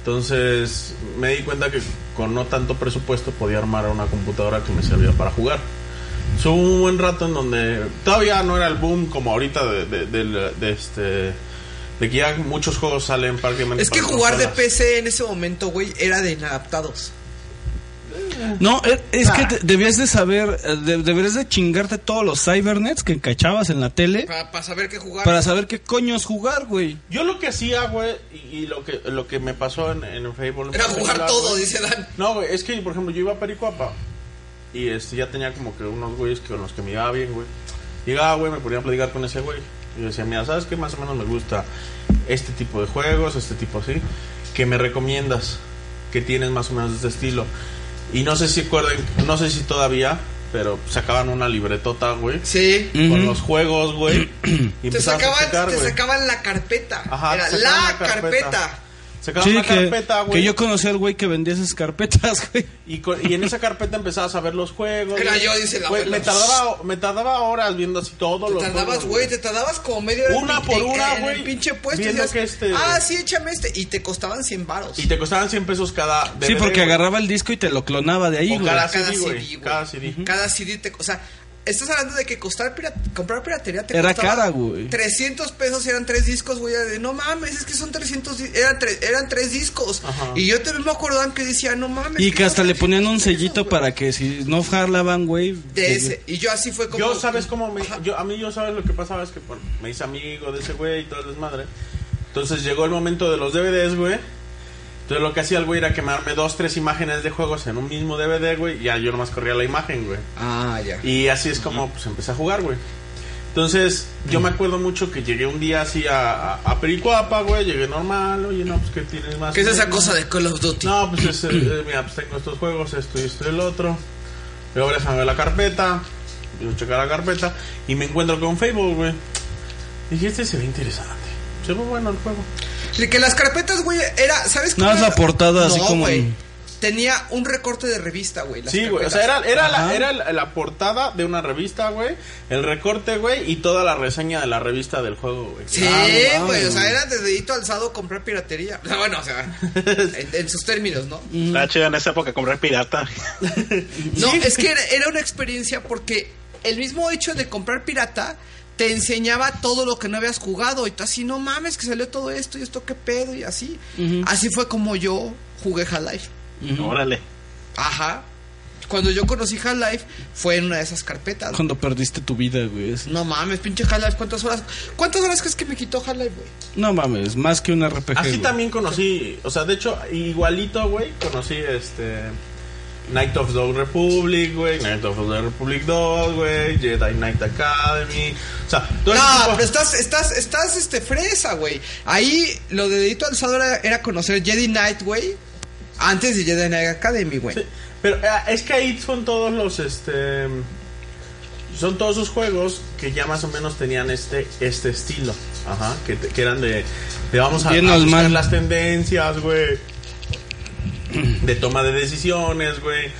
Speaker 3: Entonces me di cuenta que con no tanto presupuesto podía armar una computadora que me servía para jugar. So, Hubo un buen rato en donde todavía no era el boom como ahorita de, de- del- de este de que ya muchos juegos salen prácticamente.
Speaker 2: Es que
Speaker 3: para
Speaker 2: jugar de
Speaker 3: consolas.
Speaker 2: PC en ese momento, güey, era de inadaptados.
Speaker 4: No, es, es que te- debías de saber, eh, de- deberías de chingarte todos los cybernets que cachabas en la tele
Speaker 2: Para, para saber qué jugar.
Speaker 4: para saber qué coños jugar, güey.
Speaker 3: Yo lo que hacía, güey, y, y lo que lo que me pasó en, en el Facebook. en
Speaker 2: Era
Speaker 3: particular,
Speaker 2: jugar todo,
Speaker 3: güey.
Speaker 2: dice Dan.
Speaker 3: No, güey, es que, por ejemplo, yo iba a Pericuapa y este, ya tenía como que unos güeyes que- con los que me iba bien, güey. Llegaba, güey, me ponía a platicar con ese güey. Y yo decía, mira, ¿sabes qué? Más o menos me gusta este tipo de juegos, este tipo así. ¿Qué me recomiendas? Que tienes más o menos de este estilo. Y no sé si acuerden, no sé si todavía, pero sacaban una libretota, güey.
Speaker 2: Sí.
Speaker 3: Con los juegos, güey. y
Speaker 2: Te
Speaker 3: empezabas a
Speaker 2: sacaban,
Speaker 3: checar,
Speaker 2: te
Speaker 3: güey.
Speaker 2: sacaban la carpeta.
Speaker 3: Ajá,
Speaker 2: era
Speaker 3: te
Speaker 2: la
Speaker 3: sacaban
Speaker 2: carpeta.
Speaker 3: Sacaban
Speaker 4: Sí,
Speaker 3: una
Speaker 4: que,
Speaker 3: carpeta, güey.
Speaker 4: que yo conocí al güey que vendía esas carpetas, güey.
Speaker 3: Y, co- y en esa carpeta empezabas a ver los juegos.
Speaker 2: Era
Speaker 3: güey.
Speaker 2: yo, dice la
Speaker 3: Güey,
Speaker 2: abuela.
Speaker 3: me tardaba, me tardaba horas viendo así todos
Speaker 2: Te
Speaker 3: los
Speaker 2: tardabas,
Speaker 3: juegos,
Speaker 2: güey, te tardabas como media hora. en
Speaker 3: Una
Speaker 2: pi-
Speaker 3: por
Speaker 2: en-
Speaker 3: una,
Speaker 2: en el
Speaker 3: güey,
Speaker 2: pinche puesto. y
Speaker 3: viendo
Speaker 2: decías,
Speaker 3: que este-
Speaker 2: Ah, sí, échame este. Y te costaban 100 varos.
Speaker 3: Y te costaban 100 pesos cada DVD,
Speaker 4: Sí, porque
Speaker 3: güey.
Speaker 4: agarraba el disco y te lo clonaba de ahí,
Speaker 3: O
Speaker 4: güey.
Speaker 3: cada
Speaker 2: Cada
Speaker 3: CD,
Speaker 2: CD,
Speaker 3: Pues, güey.
Speaker 2: güey.
Speaker 3: Cada CD.
Speaker 2: Cada CD te... O sea, estás hablando de que costar pira- comprar piratería te
Speaker 4: Era
Speaker 2: costaba
Speaker 4: cara, güey.
Speaker 2: 300 pesos eran tres discos, güey. era de, No mames, es que son 300... di- Eran, tre- eran tres discos. Y yo también me acordaban que decía, no mames.
Speaker 4: Y que
Speaker 2: que
Speaker 4: hasta le ponían un sellito para que si no jalaban, güey.
Speaker 2: De ese. Y yo así fue como...
Speaker 3: Yo, ¿sabes cómo me.? Yo, a mí, yo, ¿sabes lo que pasaba? Es que bueno, me hice amigo de ese güey y todo el desmadre. Entonces llegó el momento de los DVDs, güey. Entonces lo que hacía el güey era quemarme dos, tres imágenes de juegos en un mismo DVD, güey. Y ya yo nomás corría la imagen, güey.
Speaker 2: Ah, ya.
Speaker 3: Y así es como pues empecé a jugar, güey. Entonces, yo me acuerdo mucho que llegué un día así a, a, a Pericuapa, güey. Llegué normal, oye, no, pues que tienes más.
Speaker 2: ¿Qué es esa cosa de Call of Duty?
Speaker 3: No, pues es, eh, eh, mira, pues tengo estos juegos, esto y esto y el otro. Luego déjame ver la carpeta. Yo checar la carpeta. Y me encuentro con Facebook, güey. Dije, este se ve interesante. Se ve bueno el juego.
Speaker 2: De que las carpetas, güey, era... ¿Sabes
Speaker 4: Nada
Speaker 2: cómo era?
Speaker 4: más la portada, así
Speaker 2: No,
Speaker 4: como.
Speaker 2: güey.
Speaker 4: en-
Speaker 2: Tenía un recorte de revista, güey. las
Speaker 3: Sí, güey. O
Speaker 2: carpetas.
Speaker 3: sea, era, era, la,
Speaker 2: Ajá.
Speaker 3: era la- la portada de una revista, güey. El recorte, güey. Y toda la reseña de la revista del juego, güey. Ah,
Speaker 2: Sí,
Speaker 4: Ah,
Speaker 2: güey, o sea, era de dedito alzado comprar piratería. O sea, bueno, o sea, en, en sus términos, ¿no?
Speaker 10: Estaba chido en esa época comprar pirata.
Speaker 2: No, es que era, era una experiencia porque el mismo hecho de comprar pirata te enseñaba todo lo que no habías jugado y tú así, no mames, que salió todo esto y esto qué pedo y así. Así fue como yo jugué Half-Life.
Speaker 10: Órale.
Speaker 2: Ajá. Cuando yo conocí Half-Life fue en una de esas carpetas.
Speaker 4: Cuando perdiste tu vida, güey. así.
Speaker 2: No mames, pinche Half-Life, ¿cuántas horas? ¿Cuántas horas crees que me quitó Half-Life, güey?
Speaker 4: No mames, más que un RPG.
Speaker 3: Así
Speaker 4: güey.
Speaker 3: también conocí, o sea, de hecho, igualito, güey, conocí este. Night of the Republic, güey. Night of the Republic 2, güey. Jedi Knight Academy. O sea, todo ese
Speaker 2: No,
Speaker 3: tipo-
Speaker 2: pero estás, estás, estás, este, fresa, güey. Ahí lo de dedito alzado era, era conocer Jedi Knight, güey. Antes de Jedi Knight Academy, güey.
Speaker 3: Sí, pero eh, es que ahí son todos los, este. Son todos sus juegos que ya más o menos tenían este, este estilo. Ajá, que, te- que eran de, de vamos a,
Speaker 4: Bien
Speaker 3: a buscar
Speaker 4: normal.
Speaker 3: las tendencias, güey. De toma de decisiones, güey.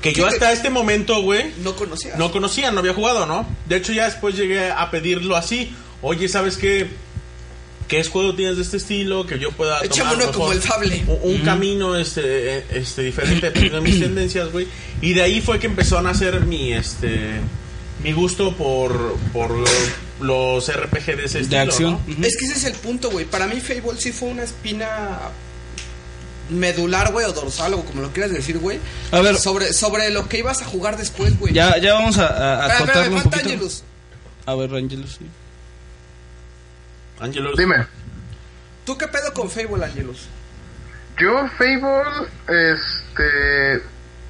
Speaker 3: Que yo
Speaker 2: ¿Qué te-
Speaker 3: hasta este momento, güey,
Speaker 2: No conocía.
Speaker 3: no conocía, no había jugado, ¿no? De hecho, ya después llegué a pedirlo así. Oye, ¿sabes qué? ¿Qué juego tienes de este estilo? Que yo pueda tomar
Speaker 2: Échame uno
Speaker 3: mejor
Speaker 2: como el Fable.
Speaker 3: Un, un camino este, eh, este, diferente dependiendo de mis tendencias, güey. Y de ahí fue que empezó a nacer mi, este, mi gusto por, por lo- los RPG de ese estilo,
Speaker 4: De acción.
Speaker 3: ¿no?
Speaker 2: Es que ese es el punto, güey. Para mí Fable sí fue una espina medular, güey, o dorsal, o como lo quieras decir, güey.
Speaker 4: A ver.
Speaker 2: Sobre, sobre lo que ibas a jugar después, güey.
Speaker 4: Ya, ya vamos a, a,
Speaker 2: Espera,
Speaker 4: a
Speaker 2: espera,
Speaker 4: contarlo
Speaker 2: me
Speaker 4: un
Speaker 2: falta
Speaker 4: poquito.
Speaker 2: Angelus.
Speaker 4: A ver, Angelus, sí.
Speaker 3: Angelus.
Speaker 5: Dime.
Speaker 2: ¿Tú qué pedo con Fable, Angelus?
Speaker 5: Yo, Fable, este.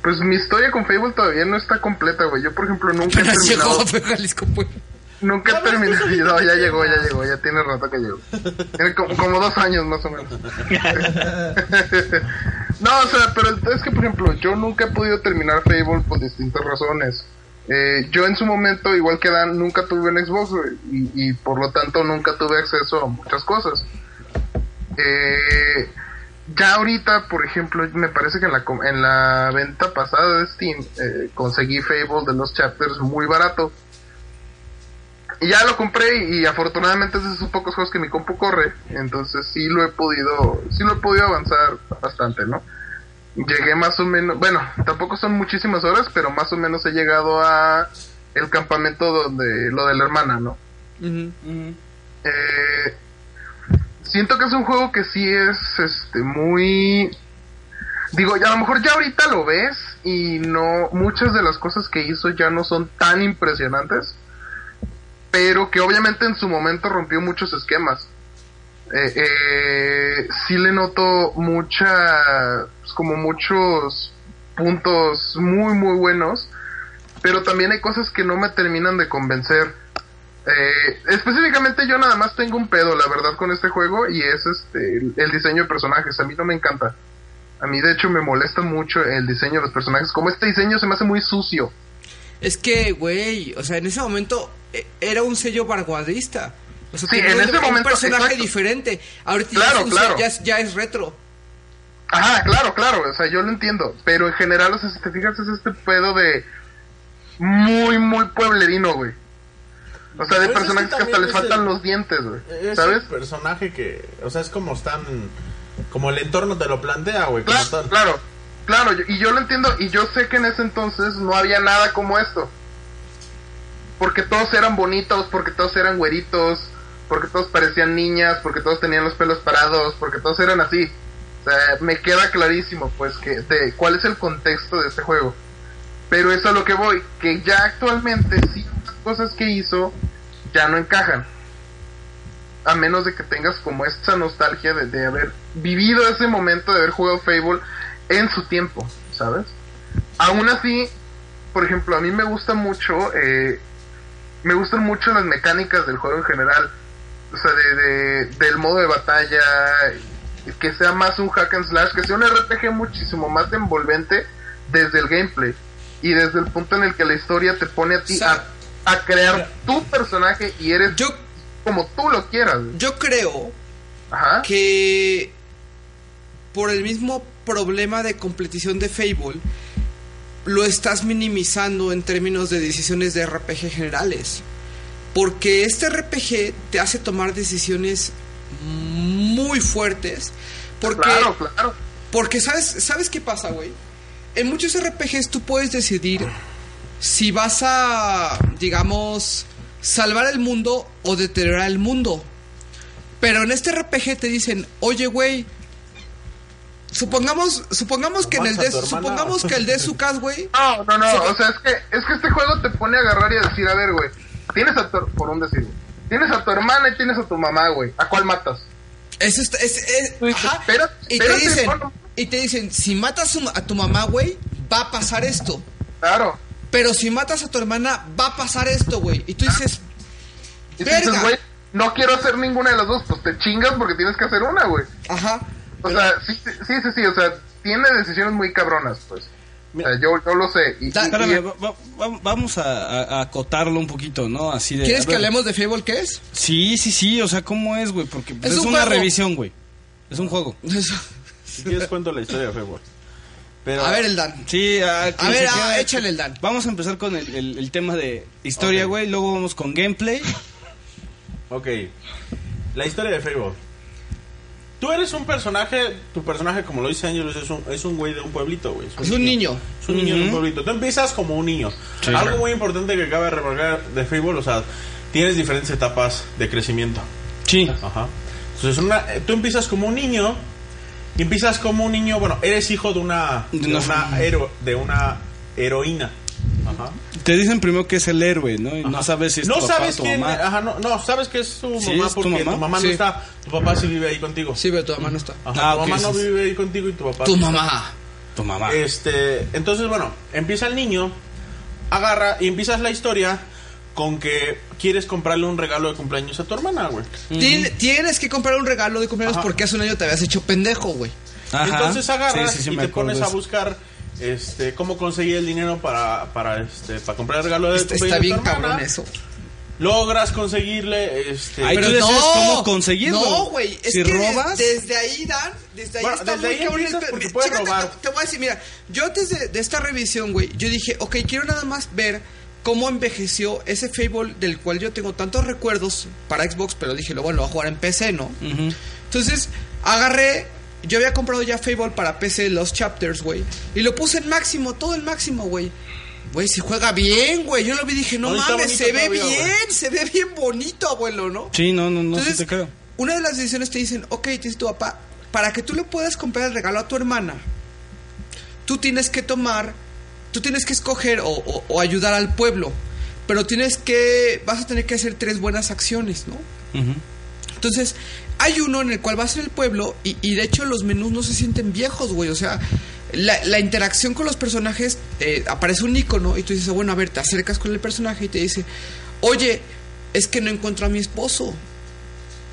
Speaker 5: Pues mi historia con Fable todavía no está completa, güey. Yo, por ejemplo, nunca he
Speaker 2: Apenas llegó
Speaker 5: terminado.
Speaker 2: a Fable Jalisco, güey.
Speaker 5: Nunca he terminado. No, ya llegó, ya llegó, ya tiene rato que llegó. Tiene como, como dos años más o menos. no, o sea, pero el- es que, por ejemplo, yo nunca he podido terminar Fable por distintas razones. Eh, yo en su momento, igual que Dan, nunca tuve un Xbox güey, y, y por lo tanto nunca tuve acceso a muchas cosas. Eh, ya ahorita, por ejemplo, me parece que en la, com- en la venta pasada de Steam eh, conseguí Fable de los chapters muy barato. Y ya lo compré y, y afortunadamente es de esos pocos juegos que mi compu corre. Entonces sí lo he podido, sí lo he podido avanzar bastante, ¿no? Llegué más o menos, bueno, tampoco son muchísimas horas, pero más o menos he llegado a el campamento donde lo de la hermana, ¿no? Eh, siento que es un juego que sí es este muy digo ya a lo mejor ya ahorita lo ves y no muchas de las cosas que hizo ya no son tan impresionantes pero que obviamente en su momento rompió muchos esquemas eh, eh, sí le noto mucha pues, como muchos puntos muy muy buenos pero también hay cosas que no me terminan de convencer eh, específicamente yo nada más tengo un pedo, la verdad, con este juego y es este, el, el diseño de personajes. A mí no me encanta. A mí de hecho me molesta mucho el diseño de los personajes. Como este diseño se me hace muy sucio.
Speaker 2: e, Es que, güey, o sea, en ese momento eh, era un sello vanguardista. O sea,
Speaker 5: Sí,
Speaker 2: tenía
Speaker 5: en
Speaker 2: un-
Speaker 5: ese
Speaker 2: un
Speaker 5: momento,
Speaker 2: personaje
Speaker 5: exacto.
Speaker 2: diferente. Ahorita ya
Speaker 5: Claro,
Speaker 2: se usa-
Speaker 5: claro.
Speaker 2: ya, es- ya es retro.
Speaker 5: Ajá, claro, claro, o sea, yo lo entiendo, pero en general, o sea, si te fijas, es este pedo de muy, muy pueblerino, güey. O sea, de
Speaker 3: Pues es que
Speaker 5: personajes que, hasta
Speaker 3: también
Speaker 5: les
Speaker 3: es
Speaker 5: faltan
Speaker 3: el-
Speaker 5: los dientes, güey.
Speaker 3: Es
Speaker 5: ¿Sabes?
Speaker 3: el personaje que, o sea, es como están, como el entorno te lo plantea, güey. como
Speaker 5: Claro, claro, claro, yo- y yo lo entiendo, y yo sé que en ese entonces no había nada como esto. Porque todos eran bonitos, porque todos eran güeritos, porque todos parecían niñas, porque todos tenían los pelos parados, porque todos eran así. O sea, me queda clarísimo, pues, que de cuál es el contexto de este juego. Pero eso es a lo que voy, que ya actualmente ciertas cosas que hizo ya no encajan. A menos de que tengas como esta nostalgia de, de haber vivido ese momento, de haber jugado Fable en su tiempo, ¿sabes? Aún así, por ejemplo, a mí me gusta mucho, eh, me gustan mucho las mecánicas del juego en general. O sea, de, de- del modo de batalla, que sea más un hack and slash, que sea un RPG muchísimo más envolvente desde el gameplay y desde el punto en el que la historia te pone a ti a, a crear tu personaje y eres como tú lo quieras.
Speaker 2: Yo creo que por el mismo problema de completición de Fable, lo estás minimizando en términos de decisiones de RPG generales. Porque este RPG te hace tomar decisiones muy fuertes. Porque,
Speaker 5: Claro,
Speaker 2: Porque sabes, ¿sabes qué pasa, güey? En muchos RPGs tú puedes decidir si vas a, digamos, salvar el mundo o deteriorar el mundo. Pero en este RPG te dicen, oye, güey, supongamos, supongamos que en el
Speaker 5: Mancha
Speaker 2: de,
Speaker 5: tu hermana.
Speaker 2: supongamos que el de su cas, güey.
Speaker 5: No, no, no,
Speaker 2: Sí.
Speaker 5: o sea, es que, es que este juego te pone a agarrar y a decir, a ver, güey, tienes a tu, por un decir, tienes a tu hermana y tienes a tu mamá, güey, ¿a cuál matas?
Speaker 2: Eso está, es, es- ajá. y te
Speaker 5: espérate,
Speaker 2: dicen,
Speaker 5: bueno.
Speaker 2: y te dicen, si matas a a tu mamá, güey, va a pasar esto.
Speaker 5: Claro.
Speaker 2: Pero si matas a tu hermana, va a pasar esto, güey. Y tú dices,
Speaker 5: Y
Speaker 2: verga.
Speaker 5: dices, güey, no quiero hacer ninguna de las dos, pues te chingas porque tienes que hacer una, güey.
Speaker 2: Ajá.
Speaker 5: O sea, sí, sí, sí, sí, o sea, tiene decisiones muy cabronas, pues. O sea, yo, yo lo sé. Y,
Speaker 2: Ah,
Speaker 5: y-
Speaker 4: Espérame,
Speaker 5: y-
Speaker 4: va- va- va- vamos a, a- a acotarlo un poquito, ¿no? Así de.
Speaker 2: ¿quieres
Speaker 4: a
Speaker 2: que
Speaker 4: ver.
Speaker 2: hablemos de Fable qué es?
Speaker 4: Sí, sí, sí, o sea, ¿cómo es, güey? Porque pues,
Speaker 2: Es
Speaker 4: es,
Speaker 2: un
Speaker 4: una
Speaker 2: juego.
Speaker 4: revisión, güey. Es un juego.
Speaker 2: Pues
Speaker 3: Si quieres cuento la historia de Fable.
Speaker 4: Pero,
Speaker 2: A ver, el Dan.
Speaker 4: Sí, a,
Speaker 2: A ver, ah, échale el Dan.
Speaker 4: Vamos a empezar con el, el- el tema de historia, güey. Luego vamos con gameplay.
Speaker 3: Ok. La historia de Fable. Tú eres un personaje, tu personaje, como lo dice Angelus, es un, es un güey de un pueblito, güey.
Speaker 2: Es un niño.
Speaker 3: Es un niño de un
Speaker 2: Ujú.
Speaker 3: pueblito. Tú empiezas como un niño.
Speaker 2: Sí.
Speaker 3: Algo muy importante que acaba de remarcar de Fable, o sea, tienes diferentes etapas de crecimiento.
Speaker 4: Sí.
Speaker 3: Ajá. Entonces, una- eh, tú empiezas como un niño, y empiezas como un niño, bueno, eres hijo de una, de
Speaker 4: una
Speaker 3: una, hero- de una heroína. Ajá.
Speaker 4: Te dicen primero que es el héroe, ¿no? Y no sabes si es
Speaker 3: no
Speaker 4: tu papá
Speaker 3: sabes
Speaker 4: o tu
Speaker 3: quién,
Speaker 4: mamá.
Speaker 3: ajá, no, no, sabes que es tu
Speaker 4: Sí,
Speaker 3: mamá
Speaker 4: es tu
Speaker 3: porque tu
Speaker 4: mamá.
Speaker 3: mamá, no
Speaker 4: Sí.
Speaker 3: está, tu papá sí vive ahí contigo.
Speaker 2: Sí, pero tu mamá no está.
Speaker 3: Ajá,
Speaker 4: Ah,
Speaker 3: tu
Speaker 4: ok,
Speaker 3: mamá no
Speaker 4: sí, sí.
Speaker 3: vive ahí contigo y tu papá.
Speaker 2: Tu
Speaker 3: no está.
Speaker 2: mamá.
Speaker 4: Tu mamá.
Speaker 3: Este, entonces bueno, empieza el niño, agarra y empiezas la historia con que quieres comprarle un regalo de cumpleaños a tu hermana, güey.
Speaker 2: Tien- Tienes que comprar un regalo de cumpleaños
Speaker 3: Ajá.
Speaker 2: porque hace un año te habías hecho pendejo, güey.
Speaker 3: Entonces agarras
Speaker 4: Sí, sí, sí,
Speaker 3: y
Speaker 4: me
Speaker 3: te
Speaker 4: acuerdo
Speaker 3: pones
Speaker 4: de
Speaker 3: a
Speaker 4: eso.
Speaker 3: buscar este cómo conseguir el dinero para para este para comprar el regalo de
Speaker 2: Está-
Speaker 3: cumpleaños
Speaker 2: está
Speaker 3: de tu
Speaker 2: bien
Speaker 3: hermana.
Speaker 2: cabrón eso.
Speaker 3: Logras conseguirle este
Speaker 4: Ahí tú
Speaker 3: Pero
Speaker 4: decides
Speaker 3: no.
Speaker 4: cómo conseguirlo.
Speaker 2: No, güey. Es
Speaker 4: Si
Speaker 2: que des-
Speaker 4: robas.
Speaker 2: desde ahí, Dan. Desde ahí
Speaker 3: Bueno,
Speaker 2: está
Speaker 3: desde
Speaker 2: muy
Speaker 3: ahí
Speaker 2: cabrón el
Speaker 3: empiezas
Speaker 2: pe-
Speaker 3: porque puedes
Speaker 2: Chécate,
Speaker 3: robar.
Speaker 2: Te, te voy a decir, mira, yo antes de, de esta revisión, güey, yo dije, ok, quiero nada más ver cómo envejeció ese Fable del cual yo tengo tantos recuerdos para Xbox, pero dije, lo bueno, lo voy a jugar en PC, ¿no? Entonces, agarré. Yo había comprado ya Fable para PC los chapters, güey. Y lo puse en máximo, todo en máximo, güey. Güey, se juega bien, güey. Yo lo vi y dije, no,
Speaker 4: No, está
Speaker 2: mames,
Speaker 4: bonito
Speaker 2: se ve
Speaker 4: todavía, güey.
Speaker 2: bien, se ve bien bonito, abuelo, ¿no?
Speaker 4: Sí, no, no, no,
Speaker 2: Entonces,
Speaker 4: sí te creo.
Speaker 2: Una de las decisiones te dicen, ok, te dice tu papá, para que tú le puedas comprar el regalo a tu hermana, tú tienes que tomar, tú tienes que escoger o, o- o ayudar al pueblo, pero tienes que, vas a tener que hacer tres buenas acciones, ¿no? Entonces, hay uno en el cual vas en el pueblo y, y de hecho los menús no se sienten viejos, güey. O sea, la, la interacción con los personajes, eh, aparece un icono y tú dices, bueno, a ver, te acercas con el personaje y te dice, oye, es que no encuentro a mi esposo.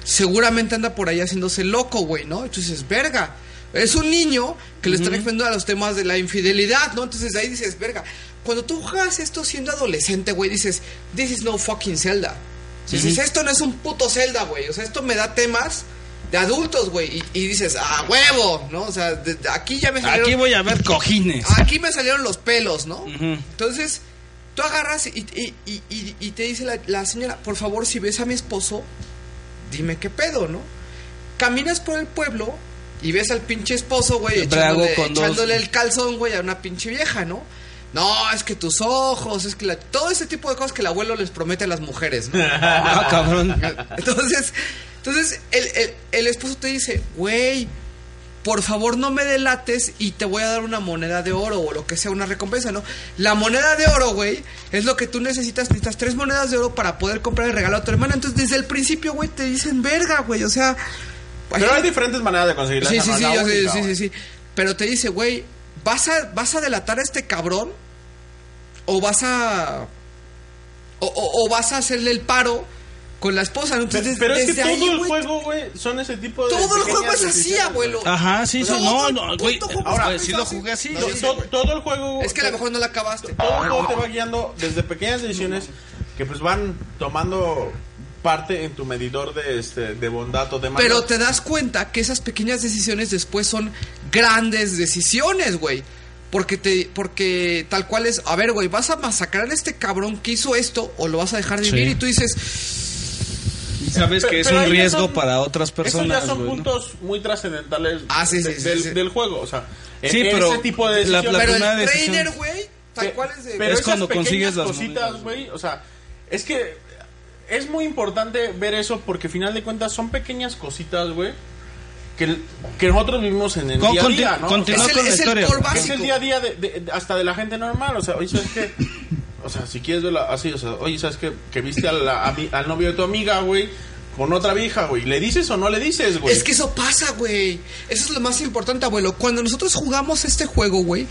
Speaker 2: Seguramente anda por ahí haciéndose loco, güey, ¿no? Y tú dices, verga. Es un niño que le está refiriendo a los temas de la infidelidad, ¿no? Entonces ahí dices, verga. Cuando tú juegas esto siendo adolescente, güey, dices, this is no fucking Zelda. Si dices, esto no es un puto Zelda, güey. O sea, esto me da temas de adultos, güey. Y, y dices, ah, huevo, ¿no? O sea, de- de- aquí ya me salieron.
Speaker 4: Aquí voy a ver cojines.
Speaker 2: Aquí me salieron los pelos, ¿no? Entonces, tú agarras y, y- y- y- y te dice la, la señora, por favor, si ves a mi esposo, dime qué pedo, ¿no? Caminas por el pueblo y ves al pinche esposo, güey,
Speaker 18: Siempre hago
Speaker 2: echándole,
Speaker 18: con dos.
Speaker 2: echándole el calzón, güey, a una pinche vieja, ¿no? No, es que tus ojos, es que la- todo ese tipo de cosas que el abuelo les promete a las mujeres, ¿no?
Speaker 4: Ah, cabrón.
Speaker 2: Entonces, entonces el, el- el esposo te dice, güey, por favor no me delates y te voy a dar una moneda de oro o lo que sea, una recompensa, ¿no? La moneda de oro, güey, es lo que tú necesitas, necesitas tres monedas de oro para poder comprar el regalo a tu hermana. Entonces, desde el principio, güey, te dicen verga, güey, o sea...
Speaker 3: Pero hay diferentes maneras de conseguirla.
Speaker 2: Sí,
Speaker 3: esa
Speaker 2: sí,
Speaker 3: no es
Speaker 2: sí,
Speaker 3: la
Speaker 2: yo sé,
Speaker 3: única,
Speaker 2: sí,
Speaker 3: güey.
Speaker 2: sí, sí. Pero te dice, güey, ¿vas a, ¿vas a delatar a este cabrón? ¿O vas a... O, o- o vas a hacerle el paro con la esposa? ¿no? Entonces,
Speaker 3: Pero es que
Speaker 2: desde
Speaker 3: todo
Speaker 2: ahí,
Speaker 3: el
Speaker 2: güey,
Speaker 3: juego, güey, son ese tipo de.
Speaker 2: Todo el
Speaker 3: pequeñas
Speaker 2: juego es así,
Speaker 3: decisiones,
Speaker 2: abuelo.
Speaker 4: Ajá, sí, sí, no, no, güey. Ahora,
Speaker 3: sí
Speaker 4: sí lo jugué así.
Speaker 3: No, to- todo el juego.
Speaker 2: Es que a lo mejor no la acabaste.
Speaker 3: Todo el juego te va guiando desde pequeñas decisiones que pues van tomando parte en tu medidor de este de bondad o de maldad.
Speaker 2: Pero te das cuenta que esas pequeñas decisiones después son grandes decisiones, güey. Porque te, porque tal cual es, a ver, güey, vas a masacrar a este cabrón que hizo esto o lo vas a dejar
Speaker 4: Sí.
Speaker 2: vivir y tú dices,
Speaker 4: Y sabes
Speaker 3: Pe-
Speaker 4: que es
Speaker 3: pero
Speaker 4: un
Speaker 3: ahí ya
Speaker 4: riesgo
Speaker 3: son-
Speaker 4: para otras
Speaker 3: Esos
Speaker 4: personas.
Speaker 3: ya son
Speaker 4: güey, ¿no?
Speaker 3: puntos muy trascendentales
Speaker 2: Ah,
Speaker 3: de-
Speaker 4: sí,
Speaker 3: del,
Speaker 4: sí.
Speaker 3: del juego. O sea,
Speaker 4: Sí,
Speaker 3: e-
Speaker 4: pero
Speaker 3: ese tipo de
Speaker 4: la-
Speaker 3: decisiones.
Speaker 4: la Pero el primera
Speaker 2: decisión- trader, güey, tal cual es de-
Speaker 3: Pero
Speaker 4: Es
Speaker 3: esas
Speaker 4: cuando
Speaker 3: pequeñas
Speaker 4: consigues las
Speaker 3: cositas, güey. O sea, es que es muy importante ver eso porque, al final de cuentas, son pequeñas cositas, güey. Que, que nosotros vivimos en el
Speaker 4: Con-
Speaker 3: día a
Speaker 4: conti-
Speaker 3: día, ¿no?
Speaker 4: continúa Es el- con la es el historia, core güey.
Speaker 3: Es el
Speaker 4: básico.
Speaker 3: día a día de- de- de- hasta de la gente normal. O sea, oye, ¿sabes qué? O sea, si quieres verla así, o sea, oye, ¿sabes qué? Que viste a la- a mi- al novio de tu amiga, güey, con otra vieja, güey. ¿Le dices o no le dices, güey?
Speaker 2: Es que eso pasa, güey. Eso es lo más importante, abuelo. Cuando nosotros jugamos este juego, güey,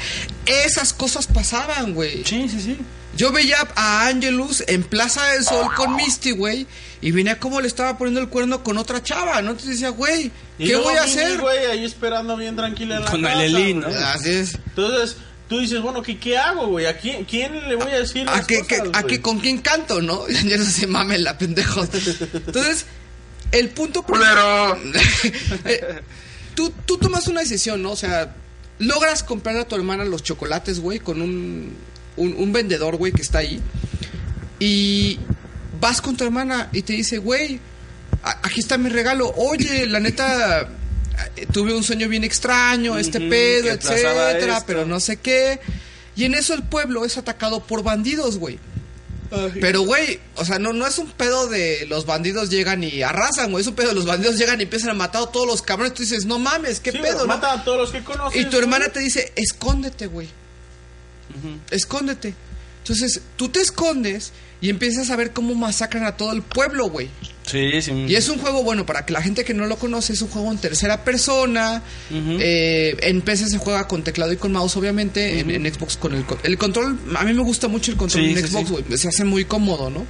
Speaker 2: esas cosas pasaban, güey.
Speaker 4: Sí, sí, sí.
Speaker 2: Yo veía a Angelus en Plaza del Sol con Misty, güey, y venía como le estaba poniendo el cuerno con otra chava, ¿no? Entonces decía, güey,
Speaker 3: Y
Speaker 2: ¿qué
Speaker 3: yo,
Speaker 2: voy a
Speaker 3: Mimi,
Speaker 2: hacer? Ah,
Speaker 3: güey, ahí esperando bien tranquila en la
Speaker 2: Con
Speaker 3: casa,
Speaker 2: Alelí,
Speaker 3: güey.
Speaker 2: ¿no? Así es.
Speaker 3: Entonces, tú dices, bueno, ¿qué, qué hago, güey? ¿A quién, quién le voy a decir
Speaker 2: ¿A
Speaker 3: las
Speaker 2: que,
Speaker 3: cosas,
Speaker 2: a
Speaker 3: güey?
Speaker 2: que con quién canto, ¿no? Y Angelus se mame la pendejo. Entonces, el punto
Speaker 19: Culero.
Speaker 2: Eh, tú, tú tomas una decisión, ¿no? O sea, logras comprar a tu hermana los chocolates, güey, con un, un, un vendedor, güey, que está ahí. Y vas con tu hermana y te dice, güey, a- aquí está mi regalo. Oye, la neta, eh, tuve un sueño bien extraño, este
Speaker 18: Ujú, que
Speaker 2: pedo,
Speaker 18: aplazaba
Speaker 2: etcétera,
Speaker 18: esto.
Speaker 2: pero no sé qué. Y en eso el pueblo es atacado por bandidos, güey. Pero, güey, o sea, no, no es un pedo de los bandidos llegan y arrasan, güey. Es un pedo de los bandidos llegan y empiezan a matar a todos los cabrones. Tú dices, no mames, qué
Speaker 3: Sí, güey,
Speaker 2: pedo, ¿no?
Speaker 3: Mata a todos los que conoces.
Speaker 2: Y tu hermana
Speaker 3: güey.
Speaker 2: te dice, escóndete, güey. Escóndete. Entonces, tú te escondes y empiezas a ver cómo masacran a todo el pueblo, güey.
Speaker 4: Sí, sí.
Speaker 2: Y es un juego, bueno, para que la gente que no lo conoce, es un juego en tercera persona. Eh, en PC se juega con teclado y con mouse, obviamente. en, en Xbox con el, con- el control. A mí me gusta mucho el control
Speaker 4: Sí,
Speaker 2: en
Speaker 4: sí,
Speaker 2: Xbox,
Speaker 4: sí.
Speaker 2: güey. Se hace muy cómodo, ¿no?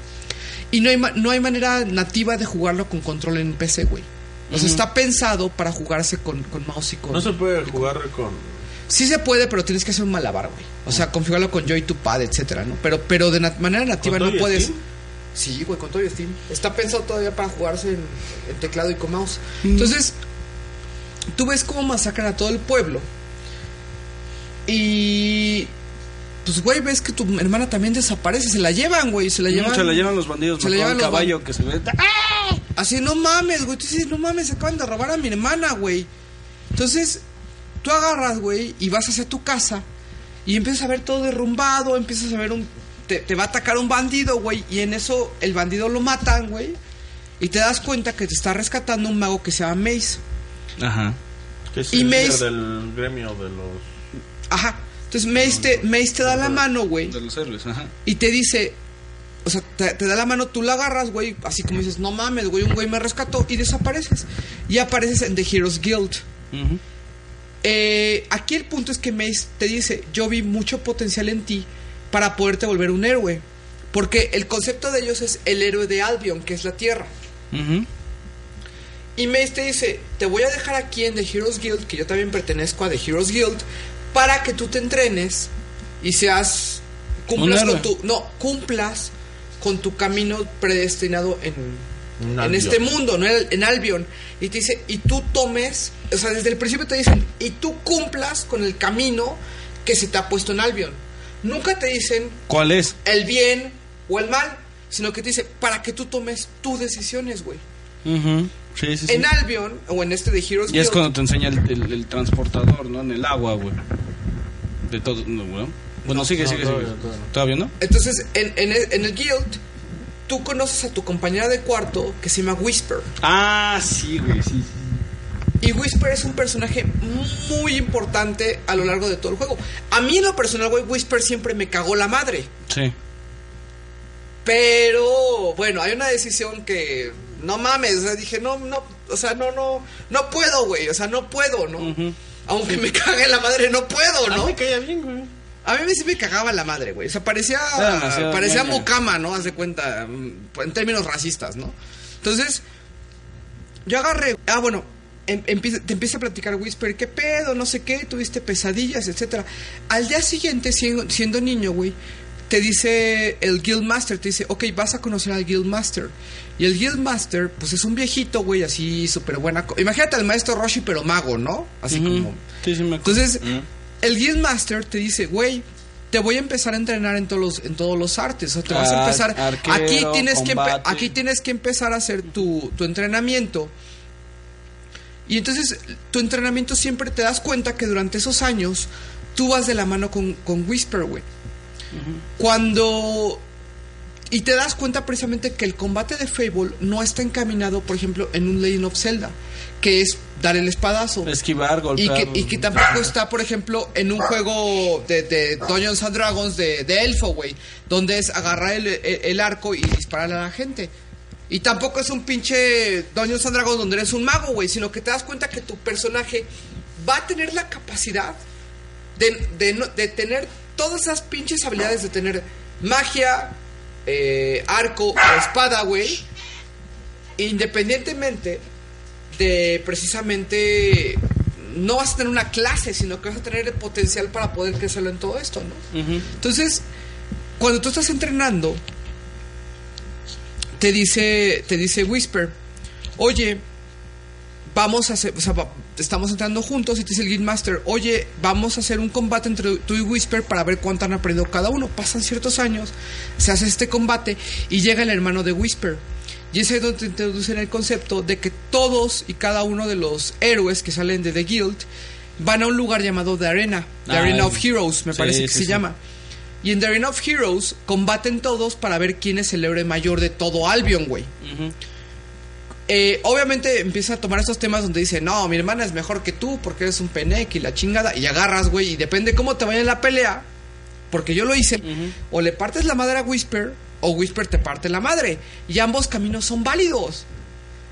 Speaker 2: Y no hay, ma- no hay manera nativa de jugarlo con control en PC, güey. O sea,
Speaker 3: Ujú.
Speaker 2: está pensado para jugarse con, con mouse y con.
Speaker 3: No se puede jugar con...
Speaker 2: Sí se puede, pero tienes que hacer un malabar, güey. O
Speaker 4: Ah.
Speaker 2: sea, configurarlo con Joy to Pad, etcétera, ¿no? Pero, pero de nat- manera nativa
Speaker 18: todo
Speaker 2: no
Speaker 18: y
Speaker 2: puedes.
Speaker 18: Steam?
Speaker 2: Sí, güey, con todo y Steam. Está pensado todavía para jugarse en, en teclado y con mouse.
Speaker 4: Mm.
Speaker 2: Entonces, tú ves cómo masacran a todo el pueblo. Y. Pues, güey, ves que tu hermana también desaparece. Se la llevan, güey. Se la llevan.
Speaker 4: Se la llevan los bandidos.
Speaker 2: Se la
Speaker 4: mató
Speaker 2: llevan
Speaker 4: al
Speaker 2: los
Speaker 4: caballo que se ve.
Speaker 2: Así, no mames, güey. Tú dices, no mames, se acaban de robar a mi hermana, güey. Entonces, tú agarras, güey, y vas hacia tu casa. Y empiezas a ver todo derrumbado. Empiezas a ver un. Te, te va a atacar un bandido, güey. Y en eso, el bandido lo matan, güey. Y te das cuenta que te está rescatando un mago que se llama Mace.
Speaker 4: Ajá.
Speaker 3: Que es
Speaker 2: Y
Speaker 3: el
Speaker 2: me
Speaker 3: líder
Speaker 2: hice-
Speaker 3: del gremio de los...
Speaker 2: Ajá. Entonces, Mace te, Mace te da la mano, güey.
Speaker 4: De los héroes, ajá.
Speaker 2: Y te dice. O sea, te, te da la mano, tú la agarras, güey. Así como dices, no mames, güey, un güey me rescató. Y desapareces. Y apareces en The Heroes Guild. Eh, aquí el punto es que Mace te dice, yo vi mucho potencial en ti para poderte volver un héroe. Porque el concepto de ellos es el héroe de Albion, que es la Tierra. Y Mace te dice, te voy a dejar aquí en The Heroes Guild, que yo también pertenezco a The Heroes Guild, para que tú te entrenes y seas...
Speaker 18: Un
Speaker 2: Cumplas
Speaker 18: héroe.
Speaker 2: con tu... No, cumplas con tu camino predestinado en,
Speaker 3: En
Speaker 2: en
Speaker 3: Albion.
Speaker 2: este mundo, ¿no? en, en Albion. Y te dice, y tú tomes, o sea, desde el principio te dicen, y tú cumplas con el camino que se te ha puesto en Albion. Nunca te dicen
Speaker 4: ¿Cuál es?
Speaker 2: el bien o el mal, sino que te dice, para que tú tomes tus decisiones, güey.
Speaker 4: Ujú. Sí, sí, sí.
Speaker 2: En Albion, o en este de Heroes
Speaker 4: Y es
Speaker 2: Guild,
Speaker 4: cuando te enseña el, el- el transportador, ¿no? En el agua, güey. De todo, no, güey. Bueno, sigue,
Speaker 2: no,
Speaker 4: sigue,
Speaker 2: todavía,
Speaker 4: sigue.
Speaker 2: todavía
Speaker 4: Todavía no.
Speaker 2: Entonces, en, en el, en el guild, tú conoces a tu compañera de cuarto que se llama Whisper.
Speaker 4: Ah, sí, güey, sí.
Speaker 2: Y Whisper es un personaje muy importante a lo largo de todo el juego. A mí en lo personal, güey, Whisper siempre me cagó la madre.
Speaker 4: Sí.
Speaker 2: Pero, bueno, hay una decisión que... No mames, o sea, dije, no, no, o sea, no, no, no puedo, güey, o sea, no puedo, ¿no? Aunque me cague la madre, no puedo, ¿no?
Speaker 3: Ah, me caía bien, güey.
Speaker 2: A mí sí me cagaba la madre, güey. O sea, parecía,
Speaker 3: Era demasiado
Speaker 2: parecía
Speaker 3: ñoña.
Speaker 2: mucama, ¿no? Haz de cuenta, mm, en términos racistas, ¿no? Entonces, yo agarré. Ah, bueno, em- empieza- te empieza a platicar Whisper, ¿qué pedo? No sé qué, tuviste pesadillas, etcétera. Al día siguiente, siendo, siendo niño, güey, te dice el Guildmaster, te dice, ok, vas a conocer al Guildmaster. Y el Guildmaster, pues es un viejito, güey, así súper buena. co- Imagínate al maestro Roshi, pero mago, ¿no? Así como. Entonces,
Speaker 4: Mm.
Speaker 2: el Guildmaster te dice, güey, te voy a empezar a entrenar en todos los, en todos los artes. O sea, te vas a
Speaker 4: Ar-
Speaker 2: empezar.
Speaker 4: Ah, arquero,
Speaker 2: aquí, tienes que empe-
Speaker 4: combate.
Speaker 2: aquí tienes que empezar a hacer tu, tu entrenamiento. Y entonces, tu entrenamiento siempre te das cuenta que durante esos años tú vas de la mano con, con Whisper, güey. Cuando. Y te das cuenta precisamente que el combate de Fable no está encaminado, por ejemplo, en un Legend of Zelda, que es dar el espadazo.
Speaker 4: Esquivar,
Speaker 2: Y
Speaker 4: golpear.
Speaker 2: que, y que tampoco está, por ejemplo, en un juego de, de Dungeons and Dragons de, de Elfo, güey, donde es agarrar el, el- el arco y disparar a la gente. Y tampoco es un pinche Dungeons and Dragons donde eres un mago, güey, sino que te das cuenta que tu personaje va a tener la capacidad de, de no- de tener todas esas pinches habilidades de tener magia, eh, arco o espada, güey, independientemente de precisamente no vas a tener una clase, sino que vas a tener el potencial para poder crecerlo en todo esto, ¿no? Entonces, cuando tú estás entrenando, te dice, te dice Whisper, oye, vamos a hacer, o sea, va- estamos entrando juntos y te dice el Guildmaster, oye, vamos a hacer un combate entre tú y Whisper para ver cuánto han aprendido cada uno. Pasan ciertos años, se hace este combate y llega el hermano de Whisper. Y ese es donde te introducen el concepto de que todos y cada uno de los héroes que salen de The Guild van a un lugar llamado The Arena, The
Speaker 4: Ah,
Speaker 2: Arena
Speaker 4: el-
Speaker 2: of Heroes, me
Speaker 4: sí,
Speaker 2: parece que
Speaker 4: sí,
Speaker 2: se
Speaker 4: sí.
Speaker 2: llama. Y en The Arena of Heroes combaten todos para ver quién es el héroe mayor de todo Albion, güey. Eh, obviamente empieza a tomar estos temas donde dice, no, mi hermana es mejor que tú porque eres un penec y la chingada. Y agarras, güey, y depende cómo te vaya en la pelea, porque yo lo hice, o le partes la madre a Whisper, o Whisper te parte la madre. Y ambos caminos son válidos.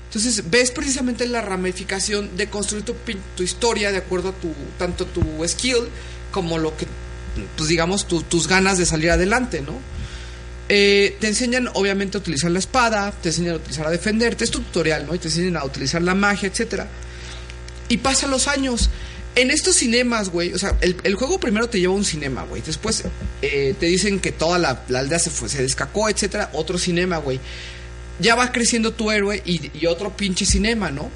Speaker 2: Entonces ves precisamente la ramificación de construir tu, pin- tu historia de acuerdo a tu, tanto tu skill como lo que, pues digamos, tu- tus ganas de salir adelante, ¿no? Eh, te enseñan obviamente a utilizar la espada, te enseñan a utilizar a defenderte, es tu tutorial, ¿no? Y te enseñan a utilizar la magia, etcétera. Y pasan los años. En estos cinemas, güey, o sea, el, el juego primero te lleva a un cinema, güey. Después eh, te dicen que toda la, la aldea se, fue, se descacó, etcétera. Otro cinema, güey. Ya va creciendo tu héroe y, y otro pinche cinema, ¿no?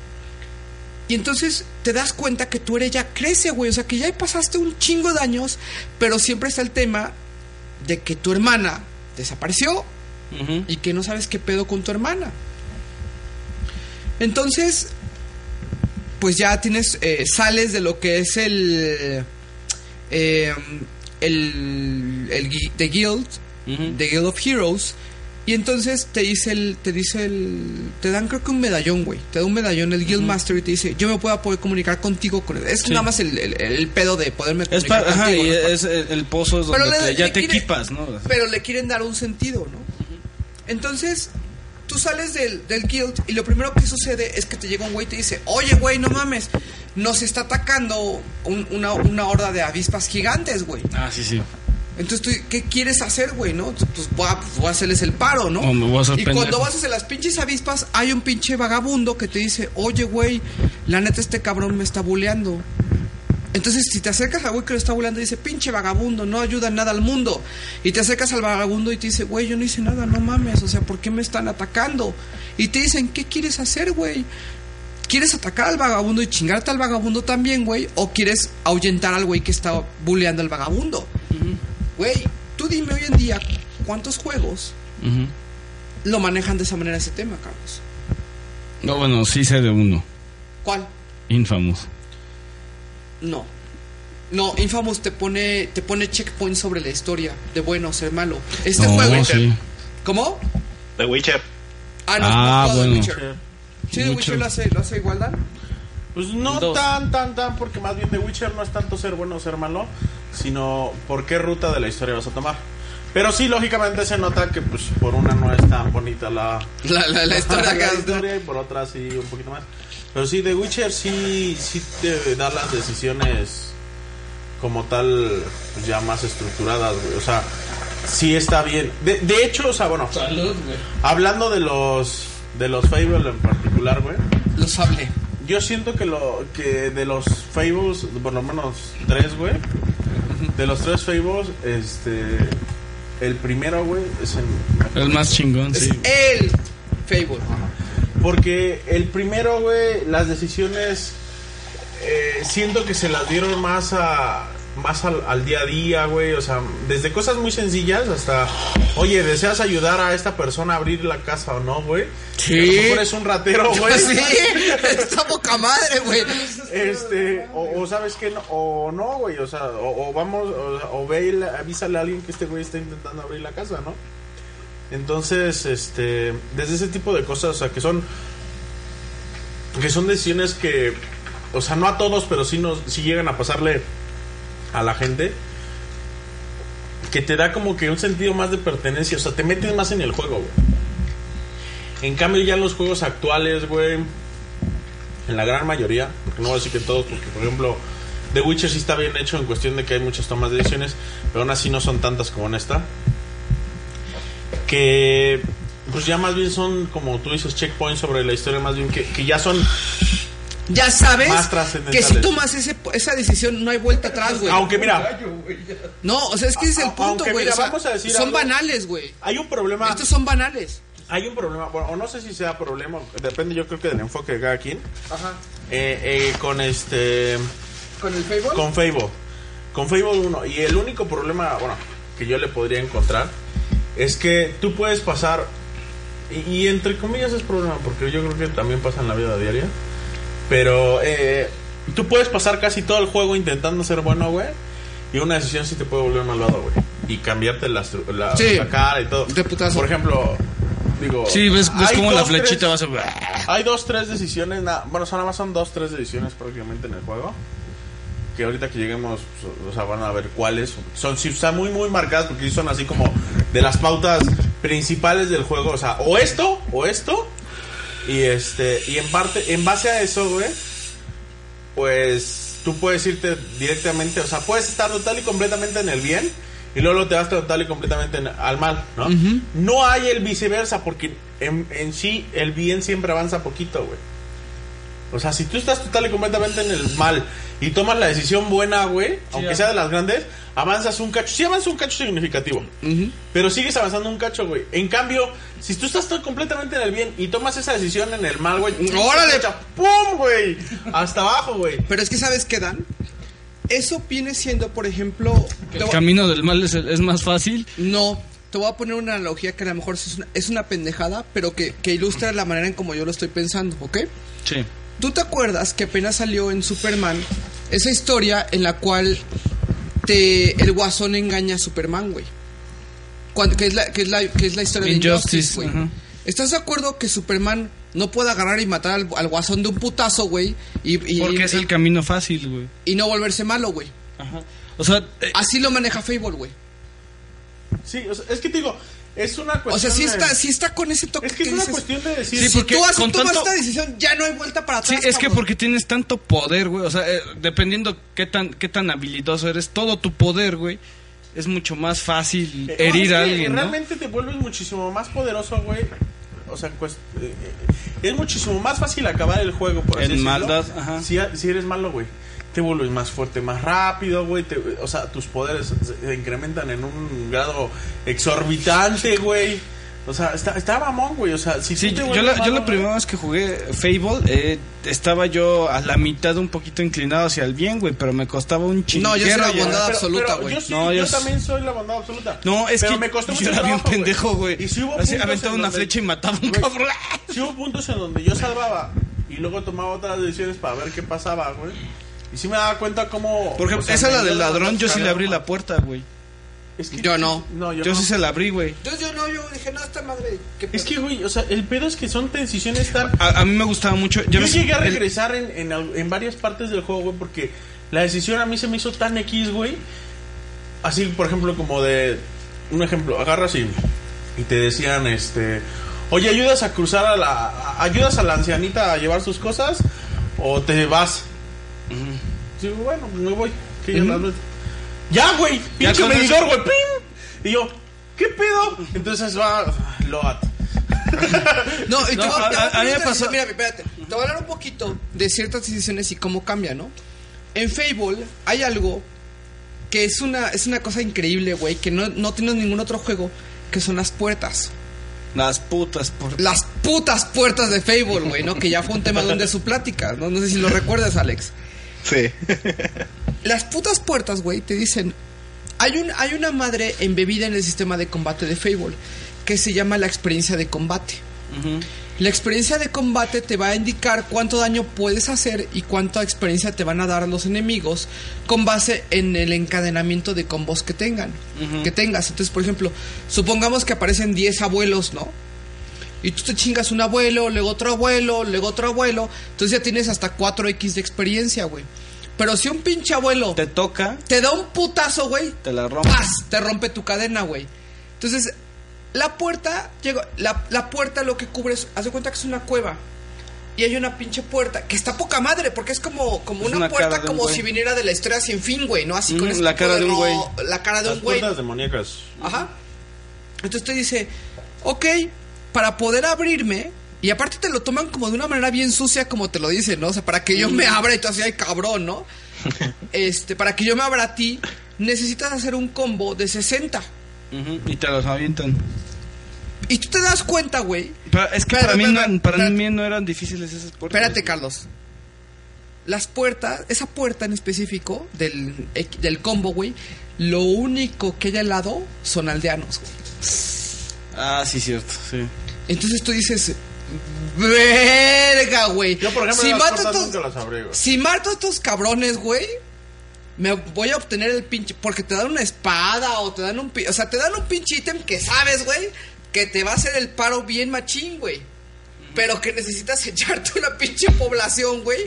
Speaker 2: Y entonces te das cuenta que tu héroe ya crece, güey. O sea, que ya pasaste un chingo de años, pero siempre está el tema de que tu hermana desapareció y que no sabes qué pedo con tu hermana. Entonces, pues ya tienes, eh, sales de lo que es el, eh, el, el gui- The Guild, The Guild of Heroes, y entonces te dice el, te dice el, te dan creo que un medallón, güey, te da un medallón el Guild Master y te dice, yo me puedo poder comunicar contigo con él. Es
Speaker 4: Sí.
Speaker 2: nada más el, el- el pedo de poderme
Speaker 4: Es
Speaker 2: comunicar
Speaker 4: para, ajá,
Speaker 2: contigo,
Speaker 4: y
Speaker 2: ¿no?
Speaker 4: es el el pozo es
Speaker 2: Pero
Speaker 4: donde
Speaker 2: le-
Speaker 4: te- ya
Speaker 2: le
Speaker 4: te
Speaker 2: quiere-
Speaker 4: equipas, ¿no?
Speaker 2: pero le quieren dar un sentido, ¿no? Entonces, tú sales del, del guild y lo primero que sucede es que te llega un güey y te dice, oye, güey, no mames, nos está atacando un- una, una horda de avispas gigantes, güey.
Speaker 4: Ah, sí, sí.
Speaker 2: Entonces, ¿tú, ¿qué quieres hacer, güey, no? Pues voy, a, pues, voy a hacerles el paro, ¿no?
Speaker 4: O me voy a hacer
Speaker 2: y
Speaker 4: pendejo.
Speaker 2: cuando vas hacia las pinches avispas, hay un pinche vagabundo que te dice, oye, güey, la neta este cabrón me está buleando. Entonces, si te acercas al güey que lo está volando y dice, pinche vagabundo, no ayuda en nada al mundo. Y te acercas al vagabundo y te dice, güey, yo no hice nada, no mames, o sea, ¿por qué me están atacando? Y te dicen, ¿qué quieres hacer, güey? ¿Quieres atacar al vagabundo y chingarte al vagabundo también, güey? ¿O quieres ahuyentar al güey que está bulleando al vagabundo? Güey, tú dime hoy en día cuántos juegos lo manejan de esa manera ese tema, Carlos.
Speaker 4: No, bueno, sí sé de uno.
Speaker 2: ¿Cuál?
Speaker 4: Infamous.
Speaker 2: No. No, Infamous te pone, te pone checkpoint sobre la historia, de bueno o ser malo. Este
Speaker 4: No,
Speaker 2: juego.
Speaker 4: sí.
Speaker 2: ¿Cómo?
Speaker 10: The Witcher.
Speaker 2: Ah, no,
Speaker 4: Ah,
Speaker 2: no, no,
Speaker 4: bueno.
Speaker 2: The Witcher. Sí, The
Speaker 4: Mucho.
Speaker 2: Witcher lo hace, lo hace igual, Dan.
Speaker 3: Pues no
Speaker 2: Dos.
Speaker 3: tan, tan, tan, porque más bien The Witcher no es tanto ser bueno o ser malo, sino por qué ruta de la historia vas a tomar. Pero sí, lógicamente se nota que pues por una no es tan bonita la,
Speaker 2: La- la- la historia que-
Speaker 3: historia y por otra sí un poquito más. Pero sí, The Witcher sí, sí te da las decisiones como tal pues, ya más estructuradas, güey. O sea, sí está bien. De, de hecho, o sea, bueno, hablando de los de los Fable en particular, güey.
Speaker 2: Los Fable.
Speaker 3: Yo siento que lo que de los Fables, por lo menos tres, güey. De los tres Fables, este el primero, güey, es el
Speaker 4: El más chingón, sí.
Speaker 2: El Fable.
Speaker 3: Porque el primero, güey, las decisiones eh, siento que se las dieron más a más al, al día a día, güey, o sea, desde cosas muy sencillas hasta, oye, ¿deseas ayudar a esta persona a abrir la casa o no, güey?
Speaker 2: Sí.
Speaker 3: A lo mejor es un ratero, güey.
Speaker 2: Sí, está poca madre, güey.
Speaker 3: Este, o, o sabes que no, o no, güey, o sea, o, o vamos, o, o ve y le- avísale a alguien que este güey está intentando abrir la casa, ¿no? Entonces, este, desde ese tipo de cosas, o sea, que son, que son decisiones que, o sea, no a todos, pero sí nos, sí llegan a pasarle a la gente, que te da como que un sentido más de pertenencia, o sea, te metes más en el juego, güey. En cambio ya los juegos actuales, güey, en la gran mayoría, porque no voy a decir que en todos, porque por ejemplo, The Witcher sí está bien hecho en cuestión de que hay muchas tomas de decisiones, pero aún así no son tantas como en esta. Que pues ya más bien son, como tú dices, checkpoints sobre la historia, más bien que, que ya son...
Speaker 2: Ya sabes
Speaker 3: Más
Speaker 2: que
Speaker 3: trascendentales.
Speaker 2: si tomas ese, esa decisión no hay vuelta atrás, güey.
Speaker 3: Aunque mira,
Speaker 2: No, o sea, es que ese es el
Speaker 3: Aunque
Speaker 2: punto,
Speaker 3: mira,
Speaker 2: güey. o sea,
Speaker 3: vamos a decir
Speaker 2: son
Speaker 3: algo. Ah.
Speaker 2: banales, güey.
Speaker 3: hay un problema...
Speaker 2: Estos son banales.
Speaker 3: Hay un problema, bueno, o no sé si sea problema, depende yo creo que del enfoque de cada quien,
Speaker 2: Ajá.
Speaker 3: eh, eh, con este...
Speaker 2: ¿Con el Fable?
Speaker 3: Con Facebook. Con Facebook uno. Y el único problema, bueno, que yo le podría encontrar es que tú puedes pasar. Y, y entre comillas es problema, porque yo creo que también pasa en la vida diaria. Pero eh, tú puedes pasar casi todo el juego intentando ser bueno, güey. Y una decisión sí te puede volver malvado, güey. Y cambiarte la, estru- la,
Speaker 2: Sí.
Speaker 3: la cara y todo. Por ejemplo, digo.
Speaker 4: Sí, ves, ves
Speaker 3: hay
Speaker 4: como la
Speaker 3: dos, tres-
Speaker 4: flechita vas a...
Speaker 3: hay dos, tres decisiones. na- bueno, son nada más son dos, tres decisiones prácticamente en el juego. Que ahorita que lleguemos, pues, o sea, van a ver cuáles. Son, sí, están muy, muy marcadas porque sí son así como de las pautas principales del juego. O sea, o esto, o esto. Y este, y en parte, en base a eso, güey, pues tú puedes irte directamente, o sea, puedes estar total y completamente en el bien. Y luego te vas total y completamente en- al mal, ¿no? No hay el viceversa, porque en, en sí el bien siempre avanza poquito, güey. O sea, si tú estás total y completamente en el mal y tomas la decisión buena, güey, aunque sea de las grandes, avanzas un cacho. Sí avanza un cacho significativo, pero sigues avanzando un cacho, güey. En cambio, si tú estás todo completamente en el bien y tomas esa decisión en el mal, güey,
Speaker 2: ¡Órale!
Speaker 3: ¡Pum, güey! Hasta abajo, güey.
Speaker 2: Pero es que, ¿sabes qué, Dan? Eso viene siendo, por ejemplo. te
Speaker 4: El
Speaker 2: voy-
Speaker 4: camino del mal es, el- es más fácil.
Speaker 2: No, te voy a poner una analogía que a lo mejor es una, es una pendejada, pero que, que ilustra la manera en como yo lo estoy pensando, ¿ok?
Speaker 4: Sí.
Speaker 2: ¿Tú te acuerdas que apenas salió en Superman esa historia en la cual te, el guasón engaña a Superman, güey? Cuando- que, es la, que, es la, que es la historia de Injustice,
Speaker 4: Injustice,
Speaker 2: güey.
Speaker 4: ajá.
Speaker 2: ¿Estás de acuerdo que Superman no puede agarrar y matar al, al guasón de un putazo, güey? Y, y-
Speaker 4: Porque es el camino fácil, güey.
Speaker 2: y no volverse malo, güey.
Speaker 4: O sea, eh,
Speaker 2: Así lo maneja Fable, güey.
Speaker 3: Sí, o sea, es que te digo, es una cuestión.
Speaker 2: O sea, sí
Speaker 3: de-
Speaker 2: está, sí está con ese toque
Speaker 3: Pues Es que es una
Speaker 2: dices,
Speaker 3: cuestión de decir.
Speaker 4: Sí,
Speaker 2: si
Speaker 4: porque
Speaker 2: tú has
Speaker 4: con
Speaker 2: tomado
Speaker 4: tanto-
Speaker 2: esta decisión, ya no hay vuelta para
Speaker 4: sí,
Speaker 2: atrás.
Speaker 4: es que
Speaker 2: cabrón.
Speaker 4: porque tienes tanto poder, güey. O sea, eh, dependiendo qué tan, qué tan habilidoso eres, todo tu poder, güey, es mucho más fácil
Speaker 3: Eh, no,
Speaker 4: pues, herir
Speaker 3: es
Speaker 4: a
Speaker 3: que
Speaker 4: alguien, ¿no?
Speaker 3: Realmente te vuelves muchísimo más poderoso, güey. O sea, pues, eh, eh, es muchísimo más fácil acabar el juego, por así
Speaker 4: En
Speaker 3: decirlo,
Speaker 4: maldad, ajá.
Speaker 3: Si, si eres malo, güey. te vuelves más fuerte, más rápido, güey. te- O sea, tus poderes se, se incrementan en un grado exorbitante, güey. O sea, está, está mamón, güey. O sea, si
Speaker 11: Sí,
Speaker 3: tú te
Speaker 11: yo,
Speaker 3: vuelves
Speaker 11: la, yo
Speaker 3: malo,
Speaker 11: la primera vez que jugué Fable, eh, estaba yo a la mitad un poquito inclinado hacia el bien, güey, pero me costaba un chingo.
Speaker 2: No, yo soy la bondad
Speaker 11: llegar.
Speaker 2: absoluta,
Speaker 11: Pero-
Speaker 2: güey.
Speaker 11: pero no, yo,
Speaker 3: yo también soy la bondad absoluta.
Speaker 11: No, es
Speaker 3: Pero
Speaker 11: que
Speaker 3: me costó
Speaker 11: yo
Speaker 3: mucho
Speaker 11: era bien
Speaker 3: trabajo,
Speaker 11: pendejo, güey.
Speaker 3: Y si hubo
Speaker 11: Así,
Speaker 3: puntos
Speaker 11: aventaba
Speaker 3: en
Speaker 11: una
Speaker 3: donde-
Speaker 11: flecha y mataba un
Speaker 3: Güey,
Speaker 11: cabrón.
Speaker 3: Sí hubo puntos en donde yo salvaba y luego tomaba otras decisiones para ver qué pasaba, güey. Y sí me daba cuenta cómo...
Speaker 11: Por ejemplo,
Speaker 3: o sea,
Speaker 11: esa
Speaker 3: me
Speaker 11: la del
Speaker 3: dio
Speaker 11: ladrón, yo sí le
Speaker 3: cara.
Speaker 11: abrí la puerta, güey.
Speaker 3: Es que-
Speaker 2: Yo no.
Speaker 3: No, yo,
Speaker 11: Yo
Speaker 3: no.
Speaker 11: sí se la abrí, güey.
Speaker 2: Entonces yo no, yo dije, no, esta madre. ¿qué
Speaker 3: Es que, güey, o sea, el pedo es que son transiciones tan...
Speaker 11: A, a mí me gustaba mucho.
Speaker 3: Yo,
Speaker 11: no sé-
Speaker 3: llegué a
Speaker 11: el-
Speaker 3: regresar en, en al- en varias partes del juego, güey, porque la decisión a mí se me hizo tan X, güey. Así, por ejemplo, como de. Un ejemplo, agarras y, y te decían, este. Oye, ¿ayudas a cruzar a la. a- ¿Ayudas a la ancianita a llevar sus cosas? ¿O te vas? Digo, bueno, pues, me voy. que ya
Speaker 11: Ujú.
Speaker 3: las meto. Ya, güey,
Speaker 11: Ya
Speaker 3: pinche
Speaker 11: con eso-
Speaker 3: medidor, güey, ¡pim! Y yo, ¿qué pedo? Entonces va. Loat.
Speaker 2: No, y
Speaker 11: No,
Speaker 2: te voy
Speaker 11: a-
Speaker 2: te
Speaker 11: a-
Speaker 2: voy
Speaker 11: a mí me
Speaker 2: decir,
Speaker 11: pasó-
Speaker 2: Mira, espérate. Te voy a hablar un poquito de ciertas decisiones y cómo cambia, ¿no? En Fable hay algo que es una, es una cosa increíble, güey, que no, no tienes ningún otro juego, que son las puertas.
Speaker 11: Las putas, por...
Speaker 2: Las putas puertas de Fable, güey, ¿no? Que ya fue un tema donde su plática, ¿no? No sé si lo recuerdas, Alex.
Speaker 10: Sí.
Speaker 2: Las putas puertas, güey, te dicen... Hay, un, hay una madre embebida en el sistema de combate de Fable que se llama la experiencia de combate.
Speaker 11: Ujú.
Speaker 2: La experiencia de combate te va a indicar cuánto daño puedes hacer y cuánta experiencia te van a dar los enemigos con base en el encadenamiento de combos que tengan, que tengas. Entonces, por ejemplo, supongamos que aparecen 10 abuelos, ¿no? Y tú te chingas un abuelo, luego otro abuelo, luego otro abuelo, entonces ya tienes hasta 4x de experiencia, güey. Pero si un pinche abuelo
Speaker 11: Te toca,
Speaker 2: te da un putazo, güey,
Speaker 11: te la rompo.
Speaker 2: ¡Paz! Te rompe tu cadena, güey. Entonces, la puerta, llegó, la, la puerta lo que cubre es, haz de cuenta que es una cueva. Y hay una pinche puerta, que está poca madre, porque es como, como
Speaker 11: Es
Speaker 2: una,
Speaker 11: una cara
Speaker 2: puerta
Speaker 11: de un
Speaker 2: como
Speaker 11: güey.
Speaker 2: si viniera de la historia sin fin, güey, ¿no? Así con
Speaker 11: Ujú,
Speaker 2: ese
Speaker 11: la
Speaker 2: tipo
Speaker 11: cara de un
Speaker 2: ro-
Speaker 11: güey.
Speaker 2: La cara de
Speaker 15: Las
Speaker 2: un güey.
Speaker 15: puertas demoníacas.
Speaker 2: Ajá. Entonces te dice, ok, para poder abrirme, y aparte te lo toman como de una manera bien sucia, como te lo dicen, ¿no? O sea, para que yo me abra y tú así, ay, cabrón, ¿no? Este, para que yo me abra a ti, necesitas hacer un combo de 60.
Speaker 11: Ujú, Y te los avientan.
Speaker 2: Y tú te das cuenta, güey.
Speaker 11: Pero es que
Speaker 2: Espera,
Speaker 11: para, mí,
Speaker 2: espera,
Speaker 11: no,
Speaker 2: espera.
Speaker 11: para mí no eran difíciles esas puertas.
Speaker 2: Espérate, Carlos. Las puertas, esa puerta en específico del, del combo, güey, lo único que hay al lado son aldeanos, güey.
Speaker 11: Ah, sí, cierto, sí.
Speaker 2: Entonces tú dices, verga, güey.
Speaker 3: Yo, por ejemplo,
Speaker 2: si
Speaker 3: las
Speaker 2: mato, a
Speaker 3: puertas
Speaker 2: estos-
Speaker 3: nunca las abrí, güey.
Speaker 2: si mato a estos cabrones, güey, me voy a obtener el pinche. Porque te dan una espada o te dan un. pi- O sea, te dan un pinche ítem que sabes, güey, que te va a hacer el paro bien machín, güey. Pero que necesitas echarte una pinche población, güey.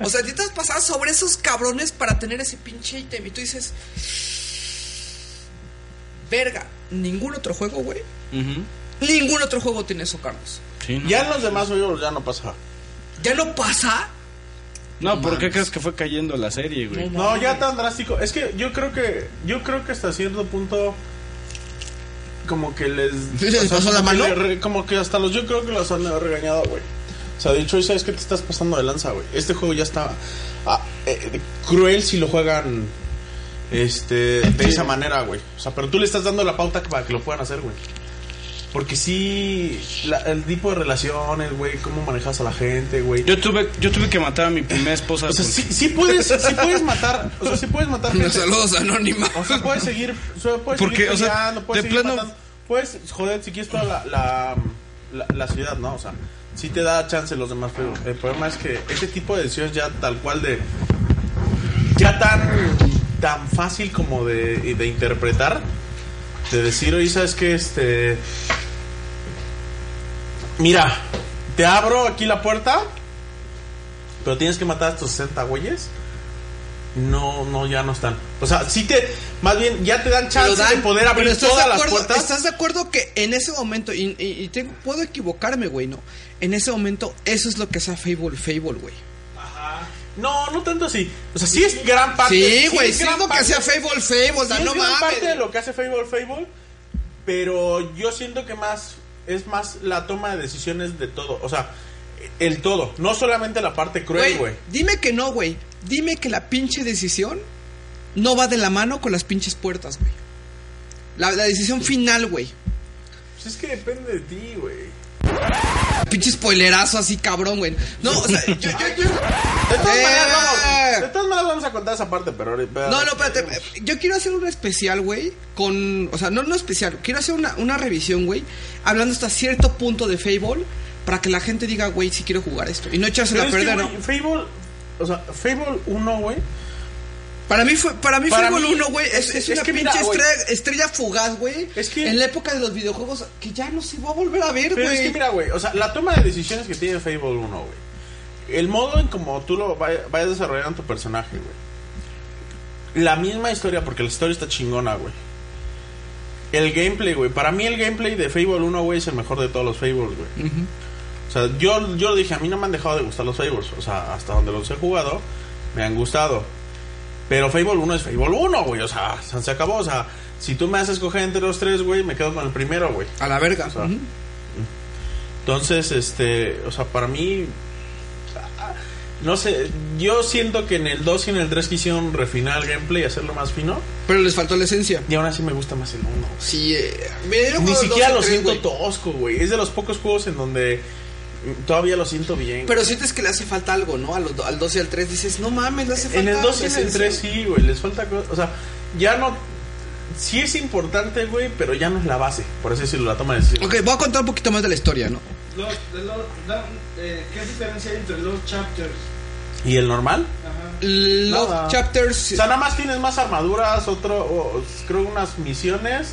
Speaker 2: O sea, necesitas pasar sobre esos cabrones para tener ese pinche ítem. Y tú dices. Verga, ningún otro juego, güey. Ningún otro juego tiene eso, Carlos.
Speaker 3: Ya en los demás juegos ya no pasa.
Speaker 2: ¿Ya no pasa?
Speaker 11: No, ¿por qué crees que fue cayendo la serie, güey?
Speaker 3: No, ya tan drástico. Es que yo creo que yo creo que hasta cierto punto como que les
Speaker 2: ¿Sí se les pasó la
Speaker 3: como que
Speaker 2: mano?
Speaker 3: le re- como que hasta los yo creo que los han de haber regañado, güey. O sea, dicho eso, es que te estás pasando de lanza, güey. Este juego ya está ah, eh, cruel si lo juegan este de esa manera, güey. O sea, pero tú le estás dando la pauta para que lo puedan hacer, güey. Porque sí, la- el tipo de relaciones, güey, cómo manejas a la gente, güey.
Speaker 11: Yo tuve, yo tuve que matar a mi primera esposa.
Speaker 3: O sea,
Speaker 11: por-
Speaker 3: sí, sí puedes, sí puedes matar, o sea, sí puedes matar gente.
Speaker 2: Saludos, Anónima.
Speaker 3: O sea, puedes seguir, o sea, puedes
Speaker 11: Porque,
Speaker 3: seguir
Speaker 11: o sea,
Speaker 3: peleando, puedes
Speaker 11: de
Speaker 3: seguir
Speaker 11: plano-
Speaker 3: matando, puedes joder si quieres toda la, la, la- la ciudad, ¿no? O sea, sí te da chance los demás, pero el problema es que este tipo de decisiones ya tal cual de, ya tan, tan fácil como de, y de interpretar, de decir, oye, ¿sabes qué? Este, mira, te abro aquí la puerta, pero tienes que matar a estos 60 güeyes. No, no, ya no están. O sea, sí te. Más bien, ya te dan chance
Speaker 2: Pero, Dan,
Speaker 3: de poder
Speaker 2: pero
Speaker 3: abrir
Speaker 2: ¿estás
Speaker 3: todas
Speaker 2: de
Speaker 3: las
Speaker 2: acuerdo-
Speaker 3: puertas.
Speaker 2: ¿Estás de acuerdo que en ese momento, y, y- y tengo- puedo equivocarme, güey, no? En ese momento, eso es lo que sea Fable, Fable, güey.
Speaker 3: No, no tanto así. O sea, sí es gran parte.
Speaker 2: Sí, güey,
Speaker 3: es
Speaker 2: sí
Speaker 3: gran
Speaker 2: es lo que
Speaker 3: parte-
Speaker 2: sea Fable, Fable,
Speaker 3: sí
Speaker 2: Dan,
Speaker 3: es
Speaker 2: no
Speaker 3: gran
Speaker 2: mames.
Speaker 3: parte de lo que hace Fable Fable. Pero yo siento que más. Es más la toma de decisiones de todo. O sea, el todo, no solamente la parte cruel, güey.
Speaker 2: Dime que no, güey. Dime que la pinche decisión no va de la mano con las pinches puertas, güey. La, la decisión final, güey.
Speaker 3: Pues es que depende de ti, güey.
Speaker 2: Pinche spoilerazo así, cabrón, güey. No, o sea, yo, yo, yo...
Speaker 3: De todas,
Speaker 2: Eh,
Speaker 3: maneras, vamos, de todas maneras vamos a contar esa parte, pero ahorita... eh,
Speaker 2: No, no, espérate. Yo quiero hacer un especial, güey, con... O sea, no, no especial. Quiero hacer una, una revisión, güey, hablando hasta cierto punto de Fable para que la gente diga, güey, si quiero jugar esto. Y no echarse la
Speaker 3: Pero es que,
Speaker 2: perder, ¿no?
Speaker 3: güey, Fable, o sea, Fable 1, güey.
Speaker 2: Para mí, fue, para mí
Speaker 3: Para
Speaker 2: Fable
Speaker 3: mí-
Speaker 2: 1, güey, es,
Speaker 3: es-
Speaker 2: es
Speaker 3: es
Speaker 2: una
Speaker 3: que mira,
Speaker 2: pinche
Speaker 3: güey.
Speaker 2: estrella, estrella fugaz, güey.
Speaker 3: Es que-
Speaker 2: En la época de los videojuegos que ya no se va a volver a ver,
Speaker 3: Pero
Speaker 2: güey.
Speaker 3: es que mira, güey, o sea, la toma de decisiones que tiene Fable 1, güey. El modo en como tú lo vay- vayas desarrollando tu personaje, güey. La misma historia, porque la historia está chingona, güey. El gameplay, güey. Para mí el gameplay de Fable 1, güey, es el mejor de todos los Fables, güey. O sea, yo, yo dije, a mí no me han dejado de gustar los Fables. O sea, hasta donde los he jugado, me han gustado. Pero Fable 1 es Fable 1, güey. O sea, se se acabó. O sea, si tú me haces coger entre los tres, güey, me quedo con el primero, güey.
Speaker 2: A la verga.
Speaker 3: O sea, Entonces, este, o sea, para mí, ah, no sé, yo siento que en el 2 y en el 3 quisieron refinar el gameplay y hacerlo más fino.
Speaker 2: Pero les faltó la esencia.
Speaker 3: Y ahora sí me gusta más el 1.
Speaker 2: Sí, eh,
Speaker 3: Ni siquiera lo siento tosco, güey. Es de los pocos juegos en donde mm, todavía lo siento bien.
Speaker 2: Pero sientes que le hace falta algo, ¿no? A los do- Al, 12 y al 3 dices, no mames, le hace falta
Speaker 3: En el 2 y
Speaker 2: la
Speaker 3: en el
Speaker 2: esencia.
Speaker 3: 3 sí, güey, les falta co- O sea, ya no... Sí es importante, güey, pero ya no es la base, por así decirlo, la toma de decisiones.
Speaker 2: Ok, voy a contar un poquito más de la historia, ¿no?
Speaker 4: Los, los- da- eh, ¿Qué diferencia hay entre los chapters?
Speaker 3: ¿Y el normal?
Speaker 2: Los
Speaker 3: Nada.
Speaker 2: chapters...
Speaker 3: O sea, nada más tienes más armaduras, otro, o- o- creo unas misiones,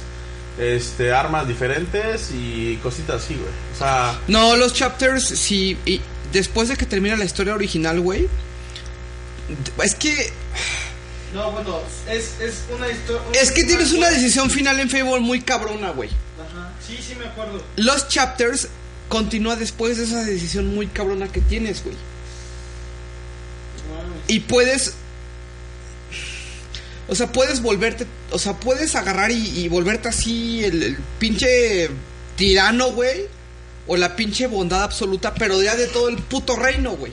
Speaker 3: este, armas diferentes y cositas así, güey. O sea,
Speaker 2: No, los chapters, sí. Y después de que termina la historia original, güey. Es que.
Speaker 4: No, bueno, es, es una historia.
Speaker 2: Es que tienes una decisión final en Fable muy cabrona, güey.
Speaker 4: Ajá. Sí, sí, me acuerdo.
Speaker 2: Los chapters continúa después de esa decisión muy cabrona que tienes, güey. Y puedes. O sea, puedes volverte. O sea, puedes agarrar y, y volverte así el, el pinche tirano, güey. O la pinche bondad absoluta, pero ya de todo el puto reino, güey.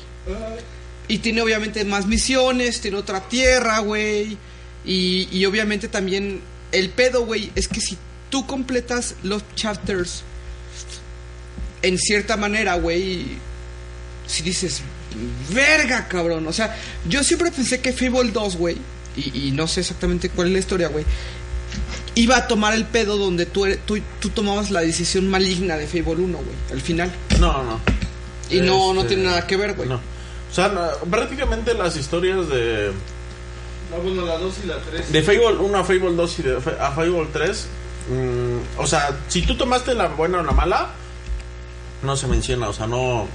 Speaker 2: Y tiene obviamente más misiones, tiene otra tierra, güey. Y, y obviamente también el pedo, güey, es que si tú completas los chapters en cierta manera, güey, si dices, verga, cabrón. O sea, yo siempre pensé que Fable 2, güey, y, y no sé exactamente cuál es la historia, güey, iba a tomar el pedo donde tú, er- tú, tú tomabas la decisión maligna de Fable 1, güey, al final.
Speaker 3: no, no.
Speaker 2: Y no, no
Speaker 3: Este,
Speaker 2: tiene nada que ver, güey.
Speaker 3: No. O sea, no- prácticamente las historias de,
Speaker 4: No, bueno, la 2 y la 3.
Speaker 3: de Fable 1 a Fable 2 y de Fa- a Fable 3, mm, o sea, si tú tomaste la buena o la mala, no se menciona, o sea, no,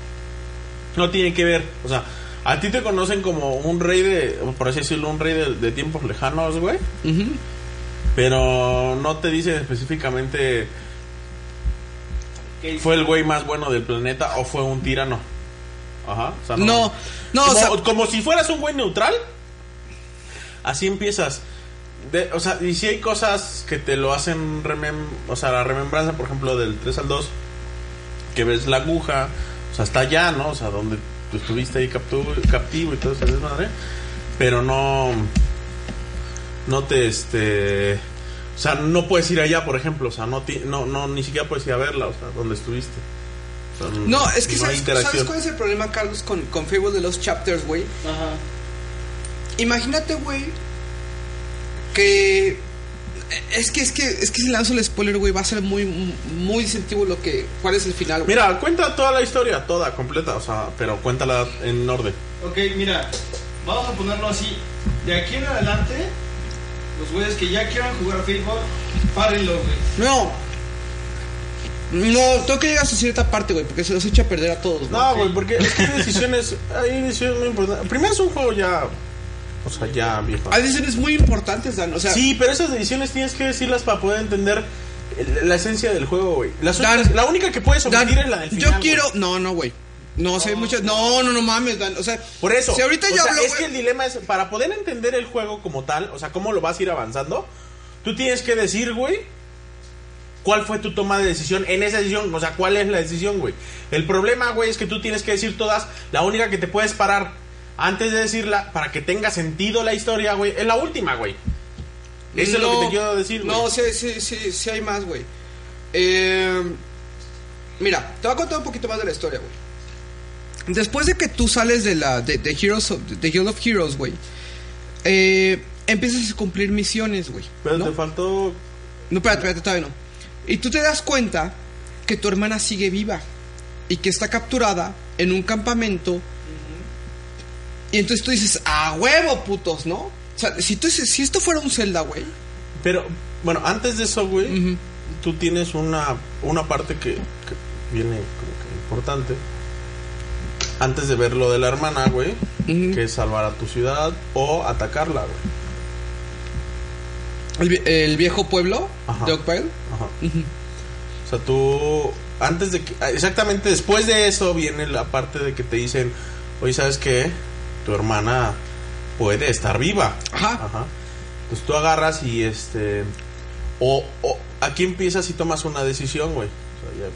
Speaker 3: no tiene que ver, o sea, a ti te conocen como un rey de, por así decirlo, un rey de, de tiempos lejanos, güey. Pero no te dicen específicamente fue el güey más bueno del planeta o fue un tirano. Ajá. o sea,
Speaker 2: No, no,
Speaker 3: como,
Speaker 2: o sea-
Speaker 3: como si fueras un güey neutral. Así empiezas. De- o sea, y si hay cosas que te lo hacen remem- o sea, la remembranza, por ejemplo, del 3 al 2, que ves la aguja, o sea, está allá, ¿no? O sea, donde tú estuviste ahí captu- captivo y todo ese desmadre, pero no no te este o sea, no puedes ir allá, por ejemplo, o sea, no ti- no no ni siquiera puedes ir a verla, o sea, donde estuviste. O sea,
Speaker 2: No, es que
Speaker 3: no hay
Speaker 2: ¿sabes, ¿sabes
Speaker 3: interacción.
Speaker 2: cuál es el problema, Carlos, con, con Fable de los chapters, güey?
Speaker 4: Ajá.
Speaker 2: Imagínate, güey, que... eh, Es que, es que, es que si lanzo el spoiler, güey, va a ser muy, muy sentido lo que... ¿Cuál es el final, güey?
Speaker 3: Mira, cuenta toda la historia, toda completa, o sea, pero cuéntala en orden.
Speaker 4: Ok, mira, vamos a ponerlo así. De aquí en adelante, los güeyes que ya quieran jugar fútbol, párenlo, güey.
Speaker 2: No. No, tengo que llegar a cierta parte, güey, porque se los echa a perder a todos, güey.
Speaker 3: No, güey, porque es que hay decisiones, hay decisiones muy importantes. Primero es un juego ya o sea, ya viejo.
Speaker 2: Hay decisiones muy importantes, Dan, o sea...
Speaker 3: sí, pero esas decisiones tienes que decirlas para poder entender el- la esencia del juego, güey. Las únicas- la única que puedes
Speaker 2: Dan,
Speaker 3: omitir es la del final.
Speaker 2: yo
Speaker 3: güey.
Speaker 2: quiero... No, no, güey. No, sé, muchas... No, no, no mames, Dan, o sea...
Speaker 3: Por eso.
Speaker 2: Si ahorita
Speaker 3: o
Speaker 2: yo
Speaker 3: sea,
Speaker 2: hablo,
Speaker 3: es
Speaker 2: güey-
Speaker 3: que el dilema es para poder entender el juego como tal, o sea, cómo lo vas a ir avanzando, tú tienes que decir, güey, ¿Cuál fue tu toma de decisión en esa decisión? O sea, ¿cuál es la decisión, güey? El problema, güey, es que tú tienes que decir todas. La única que te puedes parar antes de decirla para que tenga sentido la historia, güey, es la última, güey. Eso es lo que te quiero decir, güey.
Speaker 2: No, sí, sí, sí, sí hay más, güey. Eh, mira, te voy a contar un poquito más de la historia, güey. Después de que tú sales de la de, de Heroes of, de Guild of Heroes, güey, eh, empiezas a cumplir misiones, güey.
Speaker 3: Pero
Speaker 2: ¿no?
Speaker 3: te faltó.
Speaker 2: No, espérate, espérate, todavía no. Y tú te das cuenta que tu hermana sigue viva y que está capturada en un campamento. Y entonces tú dices, a huevo, putos, ¿no? O sea, si, tú, dices, si esto fuera un Zelda, güey.
Speaker 3: Pero, bueno, antes de eso, güey, tú tienes una, una parte que, que viene como que importante. Antes de ver lo de la hermana, güey, que es salvar a tu ciudad o atacarla, güey.
Speaker 2: El, vie- el viejo pueblo
Speaker 3: Ajá.
Speaker 2: de Oakville.
Speaker 3: Ajá. O sea, tú. Antes de que. ah, Exactamente después de eso viene la parte de que te dicen: Oye, ¿sabes qué? Tu hermana puede estar viva.
Speaker 2: Ajá.
Speaker 3: Entonces Pues tú agarras y este. O, o- aquí empiezas y tomas una decisión, güey. O, sea, ya-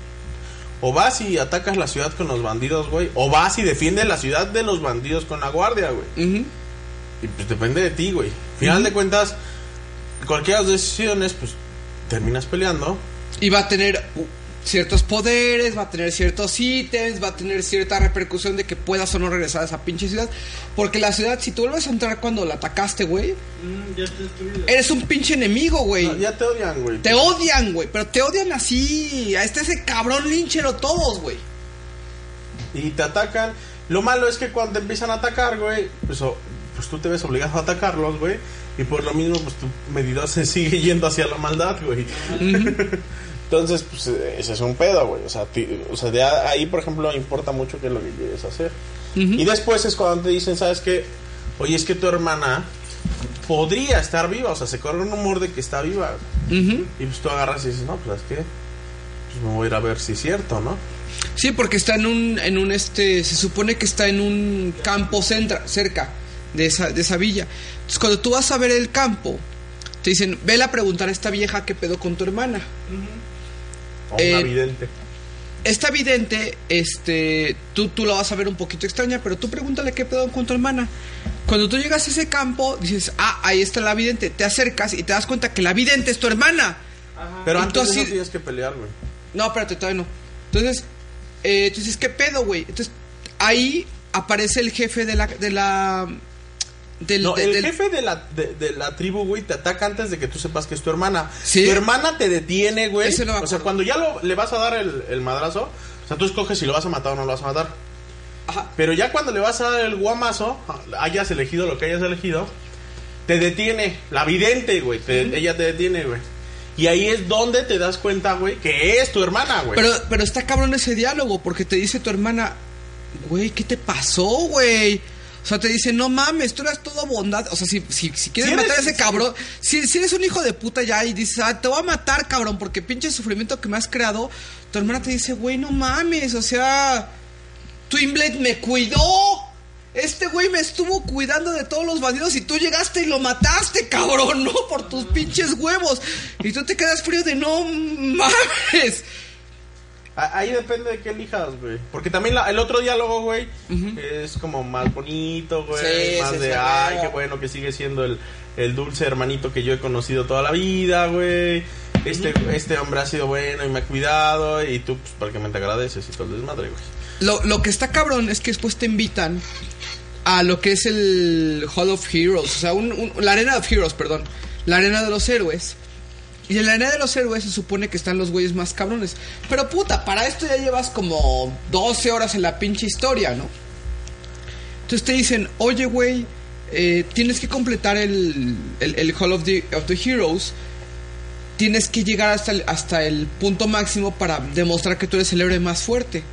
Speaker 3: o vas y atacas la ciudad con los bandidos, güey. O vas y defiendes la ciudad de los bandidos con la guardia, güey. Y pues depende de ti, güey. Final de cuentas, cualquiera de las decisiones, pues terminas peleando.
Speaker 2: Y va a tener uh, ciertos poderes, va a tener ciertos ítems, va a tener cierta repercusión de que puedas o no regresar a esa pinche ciudad. Porque la ciudad, si tú vuelves a entrar cuando la atacaste, güey,
Speaker 14: Mm, Ya te destruido.
Speaker 2: eres un pinche enemigo, güey.
Speaker 3: ya te odian, güey.
Speaker 2: Te odian, güey, pero te odian así. A este ese cabrón linchero todos, güey.
Speaker 3: Y te atacan. Lo malo es que cuando te empiezan a atacar, güey, pues, o- pues tú te ves obligado a atacarlos, güey. Y por lo mismo, pues tu medidor se sigue yendo hacia la maldad, güey. Entonces, pues ese es un pedo, güey. O sea, ti- o sea, de a- ahí, por ejemplo, importa mucho qué es lo que quieres hacer. Y después es cuando te dicen, ¿sabes qué? Oye, es que tu hermana podría estar viva. O sea, se corre un rumor de que está viva. Y pues tú agarras y dices, no, pues ¿sabes qué? Pues me voy a ir a ver si es cierto, ¿no?
Speaker 2: Sí, porque está en un, en un este, se supone que está en un campo centra, cerca de esa, de esa villa. Entonces cuando tú vas a ver el campo, te dicen, vela a preguntar a esta vieja qué pedo con tu hermana.
Speaker 3: O una
Speaker 2: Eh,
Speaker 3: vidente.
Speaker 2: Esta vidente, este, tú, tú la vas a ver un poquito extraña, pero tú pregúntale qué pedo con tu hermana. Cuando tú llegas a ese campo, dices, ah, ahí está la vidente, te acercas y te das cuenta que la vidente es tu hermana.
Speaker 3: Pero
Speaker 2: Y tú
Speaker 3: antes de
Speaker 2: así-
Speaker 3: eso tienes que pelear, güey.
Speaker 2: No, espérate, todavía no. Entonces, eh, tú dices, ¿qué pedo, güey? Entonces, ahí aparece el jefe de la... De la del,
Speaker 3: No,
Speaker 2: de-
Speaker 3: el
Speaker 2: del-
Speaker 3: jefe de la, de, de la tribu, güey, te ataca antes de que tú sepas que es tu hermana.
Speaker 2: Sí.
Speaker 3: Tu hermana te detiene, güey.
Speaker 2: Ese no me
Speaker 3: o sea,
Speaker 2: acuerdo.
Speaker 3: cuando ya lo- le vas a dar el, el madrazo, o sea, tú escoges si lo vas a matar o no lo vas a matar. Pero ya cuando le vas a dar el guamazo, hayas elegido lo que hayas elegido, te detiene. La vidente, güey. te- Ella te detiene, güey. Y ahí es donde te das cuenta, güey, que es tu hermana, güey.
Speaker 2: Pero, pero está cabrón ese diálogo, porque te dice tu hermana, güey, ¿qué te pasó, güey? O sea, te dice, no mames, tú eras todo bondad. O sea, si, si, si quieres
Speaker 17: Si eres-
Speaker 2: matar a ese cabrón, si, si eres un hijo de puta ya y dices, ah, te voy a matar, cabrón, porque pinche sufrimiento que me has creado, tu hermana te dice, güey, no mames, o sea, Twinblade me cuidó. Este güey me estuvo cuidando de todos los bandidos y tú llegaste y lo mataste, cabrón, ¿no? Por tus pinches huevos. Y tú te quedas frío de no mames.
Speaker 3: A- Ahí depende de qué elijas, güey. Porque también la- el otro diálogo, güey, es como más bonito, güey.
Speaker 15: Sí,
Speaker 3: más
Speaker 15: sí,
Speaker 3: de,
Speaker 15: sí,
Speaker 3: ay,
Speaker 15: claro.
Speaker 3: qué bueno que sigue siendo el, el dulce hermanito que yo he conocido toda la vida, güey. Este, este hombre ha sido bueno y me ha cuidado. Y tú, pues, prácticamente agradeces y todo el desmadre, güey.
Speaker 2: Lo, lo que está cabrón es que después te invitan a lo que es el Hall of Heroes, o sea, un- un- la Arena of Heroes, perdón, la Arena de los Héroes. Y en la Arena de los Héroes se supone que están los güeyes más cabrones. Pero puta, para esto ya llevas como 12 horas en la pinche historia, ¿no? Entonces te dicen, oye, güey, eh, tienes que completar el, el- el Hall of the, of the Heroes. Tienes que llegar hasta el, hasta el punto máximo para demostrar que tú eres el héroe más fuerte.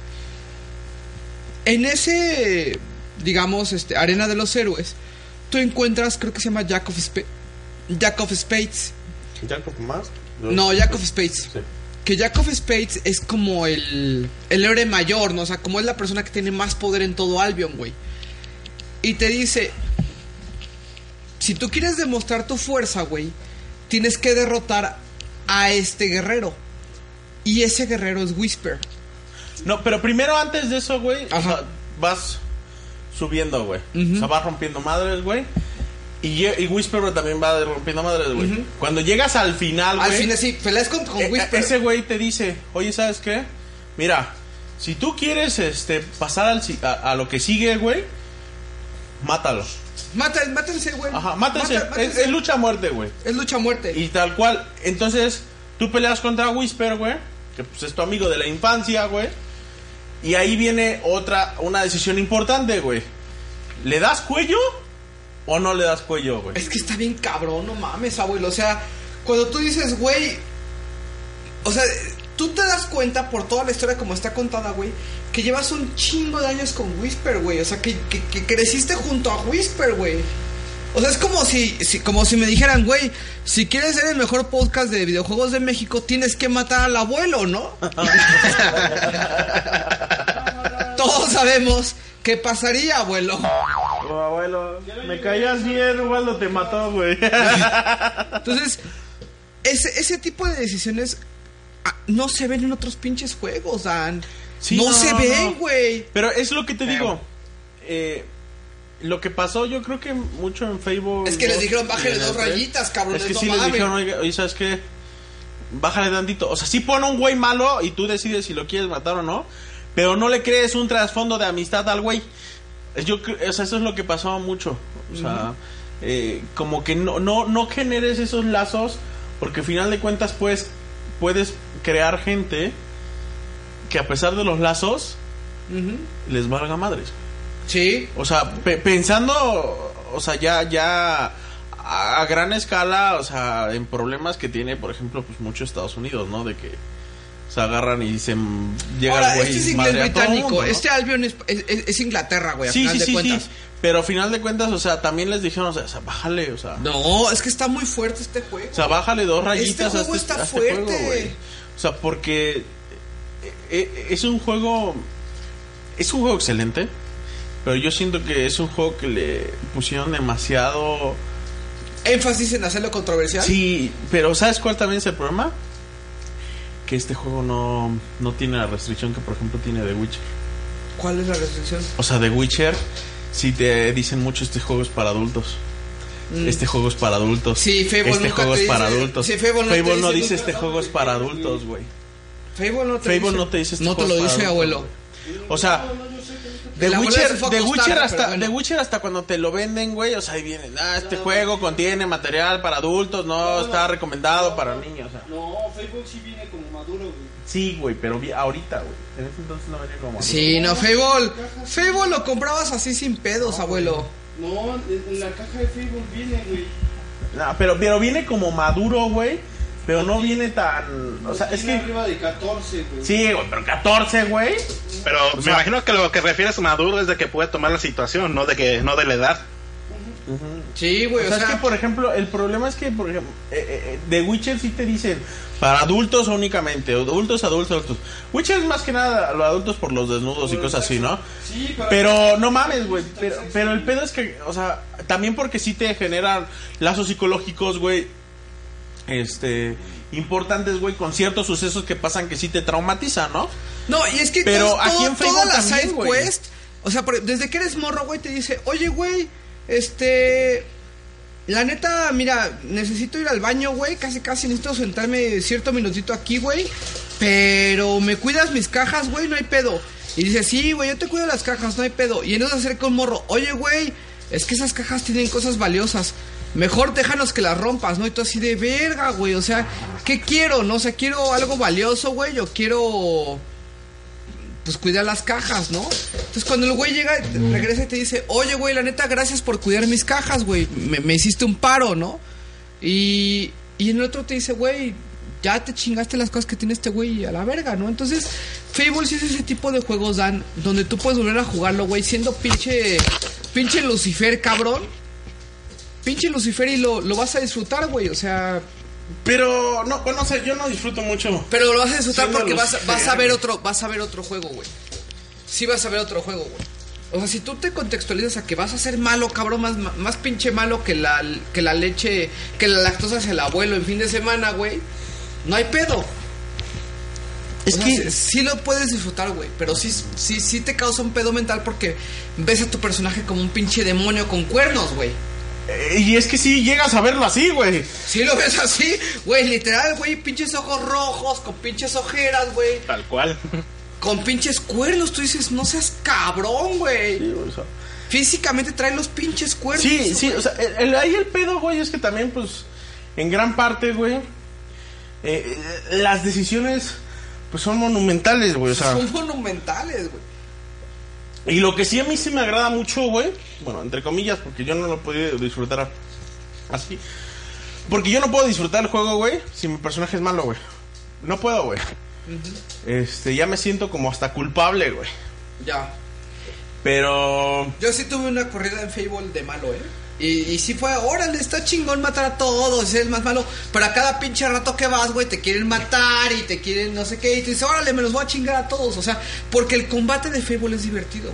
Speaker 2: En ese, digamos, este, Arena de los Héroes, tú encuentras, creo que se llama Jack of, Spa- Jack of Spades.
Speaker 3: ¿Jacob más?
Speaker 2: No, Jack of Spades. Que Jack of Spades es como el, el héroe mayor, ¿no? O sea, como es la persona que tiene más poder en todo Albion, güey. Y te dice, si tú quieres demostrar tu fuerza, güey, tienes que derrotar a este guerrero. Y ese guerrero es Whisper.
Speaker 3: No, pero primero antes de eso, güey, o sea, vas subiendo, güey. O sea, vas rompiendo madres, güey. Y, ye- y Whisper también va de- rompiendo madres, güey.
Speaker 2: Ujú.
Speaker 3: Cuando llegas al final, güey.
Speaker 2: Al final sí, peleas con, con
Speaker 3: e-
Speaker 2: Whisper.
Speaker 3: ese güey te dice, oye, ¿sabes qué? Mira, si tú quieres este, pasar al, si- a, a lo que sigue, güey, mátalo.
Speaker 2: Mata, mátense, güey.
Speaker 3: Ajá, mátense.
Speaker 2: Mata-
Speaker 3: Es, es lucha a muerte, güey.
Speaker 2: Es lucha a muerte.
Speaker 3: Y tal cual. Entonces, tú peleas contra Whisper, güey. Que pues, es tu amigo de la infancia, güey. Y ahí viene otra, una decisión importante, güey. ¿Le das cuello o no le das cuello, güey?
Speaker 2: Es que está bien cabrón, no mames, abuelo. O sea, cuando tú dices, güey. O sea, tú te das cuenta por toda la historia como está contada, güey, que llevas un chingo de años con Whisper, güey. O sea, que, que- que creciste junto a Whisper, güey. O sea, es como si, si- como si me dijeran, güey, si quieres ser el mejor podcast de videojuegos de México, tienes que matar al abuelo, ¿no? Todos sabemos qué pasaría, abuelo.
Speaker 20: Oh, abuelo, me caías bien, Waldo te mató, güey.
Speaker 2: Entonces, ese, ese tipo de decisiones ah, no se ven en otros pinches juegos, Dan.
Speaker 3: Sí,
Speaker 2: no,
Speaker 3: no,
Speaker 2: se
Speaker 3: no,
Speaker 2: ven,
Speaker 3: no.
Speaker 2: güey.
Speaker 3: Pero es lo que te digo. Eh, lo que pasó, yo creo que mucho en Facebook.
Speaker 2: Es que les dijeron, "Bájale dos rayitas,
Speaker 3: rayitas,
Speaker 2: cabrones,
Speaker 3: Es que
Speaker 2: no
Speaker 3: sí les
Speaker 2: mamen".
Speaker 3: dijeron, oye, oye, ¿sabes qué? Bájale tantito. O sea, sí pone un güey malo y tú decides si lo quieres matar o no. Pero no le crees un trasfondo de amistad al güey. Yo, cre- o sea, eso es lo que pasó mucho. O sea,
Speaker 20: Ujú.
Speaker 3: eh, como que no, no, no generes esos lazos. Porque al final de cuentas, pues, puedes crear gente que a pesar de los lazos, les valga madres.
Speaker 2: Sí.
Speaker 3: O sea, pe- pensando, o sea, ya, ya a, a gran escala, o sea, en problemas que tiene, por ejemplo, pues mucho Estados Unidos, ¿no? De que se agarran y se m- llega
Speaker 2: Ahora,
Speaker 3: el güey
Speaker 2: este
Speaker 3: y
Speaker 2: es inglés
Speaker 3: madre a todo
Speaker 2: británico.
Speaker 3: mundo, ¿no?
Speaker 2: Este Albion es, es- es- es Inglaterra, güey.
Speaker 3: sí,
Speaker 2: a final
Speaker 3: sí,
Speaker 2: de
Speaker 3: sí,
Speaker 2: cuentas.
Speaker 3: sí. Pero a final de cuentas, o sea, también les dijeron, o sea, o sea, bájale, o sea.
Speaker 2: No, es que está muy fuerte este juego.
Speaker 3: O sea, bájale dos rayitas
Speaker 2: Este juego
Speaker 3: a
Speaker 2: está
Speaker 3: a
Speaker 2: fuerte.
Speaker 3: juego, güey. o sea, porque eh, eh, es un juego. Es un juego excelente. Pero yo siento que es un juego que le pusieron demasiado.
Speaker 2: Énfasis en hacerlo controversial.
Speaker 3: Sí, pero ¿sabes cuál también es el problema? Que este juego no, no tiene la restricción que, por ejemplo, tiene The Witcher.
Speaker 2: ¿Cuál es la restricción?
Speaker 3: O sea, The Witcher, si te dicen mucho, este juego es para adultos.
Speaker 2: Mm.
Speaker 3: Este juego es para adultos.
Speaker 2: Sí, Fable
Speaker 3: Este
Speaker 2: nunca
Speaker 3: juego
Speaker 2: te
Speaker 3: es para
Speaker 2: dice-
Speaker 3: adultos.
Speaker 2: Sí, Fable no te dice
Speaker 3: no
Speaker 2: nunca-
Speaker 3: dice este juego es para adultos, güey.
Speaker 2: Fable no te
Speaker 3: Fable
Speaker 2: dice.
Speaker 3: no te dice este
Speaker 2: No te
Speaker 3: juego
Speaker 2: lo
Speaker 3: es
Speaker 2: dice,
Speaker 3: para
Speaker 2: abuelo.
Speaker 3: O sea, The
Speaker 2: El abuelo se
Speaker 3: Witcher,
Speaker 2: fue a
Speaker 3: The
Speaker 2: acostar,
Speaker 3: Witcher
Speaker 2: pero
Speaker 3: hasta,
Speaker 2: bueno.
Speaker 3: The Witcher hasta cuando te lo venden, güey, o sea, ahí viene, ah, este juego contiene material para adultos, no, está recomendado para niños. o sea.
Speaker 4: No, Facebook sí viene como maduro, güey.
Speaker 3: Sí, güey, pero vi- ahorita, güey. En ese entonces no venía como.
Speaker 2: Sí, no, Fable. Fable lo comprabas así sin pedos, abuelo.
Speaker 4: No, en en la caja de Facebook viene, güey.
Speaker 3: No, pero, pero viene como maduro, güey. Pero no viene tan. O sea, es
Speaker 4: Tiene
Speaker 3: que.
Speaker 4: arriba de 14, güey.
Speaker 3: Sí, güey, pero 14, güey.
Speaker 10: Pero me imagino que lo que refieres maduro es de que puede tomar la situación, no de que no de la edad.
Speaker 2: Sí,
Speaker 3: O sea, es que, por ejemplo, el problema es que, por ejemplo, eh, eh, eh, de Witcher sí te dicen para adultos únicamente, adultos, adultos, adultos. Witcher es más que nada los adultos por los desnudos y cosas así, ¿no?
Speaker 4: Sí, para-
Speaker 3: Pero no mames, güey. Pero, pero el pedo es que, o sea, también porque sí te generan lazos psicológicos, güey. Este, importantes, güey, con ciertos sucesos que pasan que sí te traumatizan, ¿no?
Speaker 2: No, y es que
Speaker 3: Pero
Speaker 2: todo-
Speaker 3: aquí en
Speaker 2: todo- todas
Speaker 3: Facebook
Speaker 2: las
Speaker 3: también,
Speaker 2: side
Speaker 3: güey.
Speaker 2: quest, o sea, por- desde que eres morro, güey, te dice, oye, güey, este, la neta, mira, necesito ir al baño, güey, casi casi necesito sentarme cierto minutito aquí, güey, pero me cuidas mis cajas, güey, no hay pedo. Y dice, sí, güey, yo te cuido las cajas, no hay pedo. Y entonces acerca un morro, oye, güey, es que esas cajas tienen cosas valiosas. Mejor déjanos que las rompas, ¿no? Y tú así de verga, güey. O sea, ¿qué quiero? No o sea, quiero algo valioso, güey. Yo quiero pues cuida las cajas, ¿no? Entonces cuando el güey llega, te- regresa y te dice, oye, güey, la neta, gracias por cuidar mis cajas, güey, me, me hiciste un paro, ¿no? Y, y el otro te dice, güey, ya te chingaste las cosas que tiene este güey a la verga, ¿no? Entonces, Fable sí es ese tipo de juegos, Dan, donde tú puedes volver a jugarlo, güey, siendo pinche, pinche Lucifer, cabrón. Pinche Lucifer y lo, lo vas a disfrutar, güey, o sea...
Speaker 3: Pero, no, bueno, o sea, yo no disfruto mucho.
Speaker 2: Pero lo vas a disfrutar
Speaker 3: Siendo
Speaker 2: porque vas, a-
Speaker 3: Lucifer.
Speaker 2: vas a ver otro, vas a ver otro juego, güey. Sí vas a ver otro juego, güey. O sea, si tú te contextualizas a que vas a ser malo, cabrón, más, más pinche malo que la, que la leche, que la lactosa es el abuelo en fin de semana, güey, no hay pedo. Es que sí, sí lo puedes disfrutar, güey, pero sí, sí, sí te causa un pedo mental porque ves a tu personaje como un pinche demonio con cuernos, güey.
Speaker 3: Eh, y es que sí llegas a verlo así, güey.
Speaker 2: Sí lo ves así, güey, literal, güey, pinches ojos rojos, con pinches ojeras, güey.
Speaker 10: Tal cual.
Speaker 2: Con pinches cuernos, tú dices, no seas cabrón, güey. Sí, o sea. Físicamente trae los pinches cuernos.
Speaker 3: Sí, güey. sí, o sea, el, el- ahí el pedo, güey, es que también, pues, en gran parte, güey, eh, las decisiones, pues, son monumentales, güey. O sea,
Speaker 2: Son monumentales, güey.
Speaker 3: Y lo que sí a mí sí me agrada mucho, güey. Bueno, entre comillas, porque yo no lo podía disfrutar a- así. Porque yo no puedo disfrutar el juego, güey, si mi personaje es malo, güey. No puedo, güey. Este, ya me siento como hasta culpable, güey.
Speaker 2: Ya.
Speaker 3: Pero.
Speaker 2: Yo sí tuve una corrida en Fable de malo, ¿eh? Y, y sí fue, órale, está chingón matar a todos, es el más malo. Pero a cada pinche rato que vas, güey, te quieren matar y te quieren no sé qué. Y te dices, órale, me los voy a chingar a todos. O sea, porque el combate de Fable es divertido.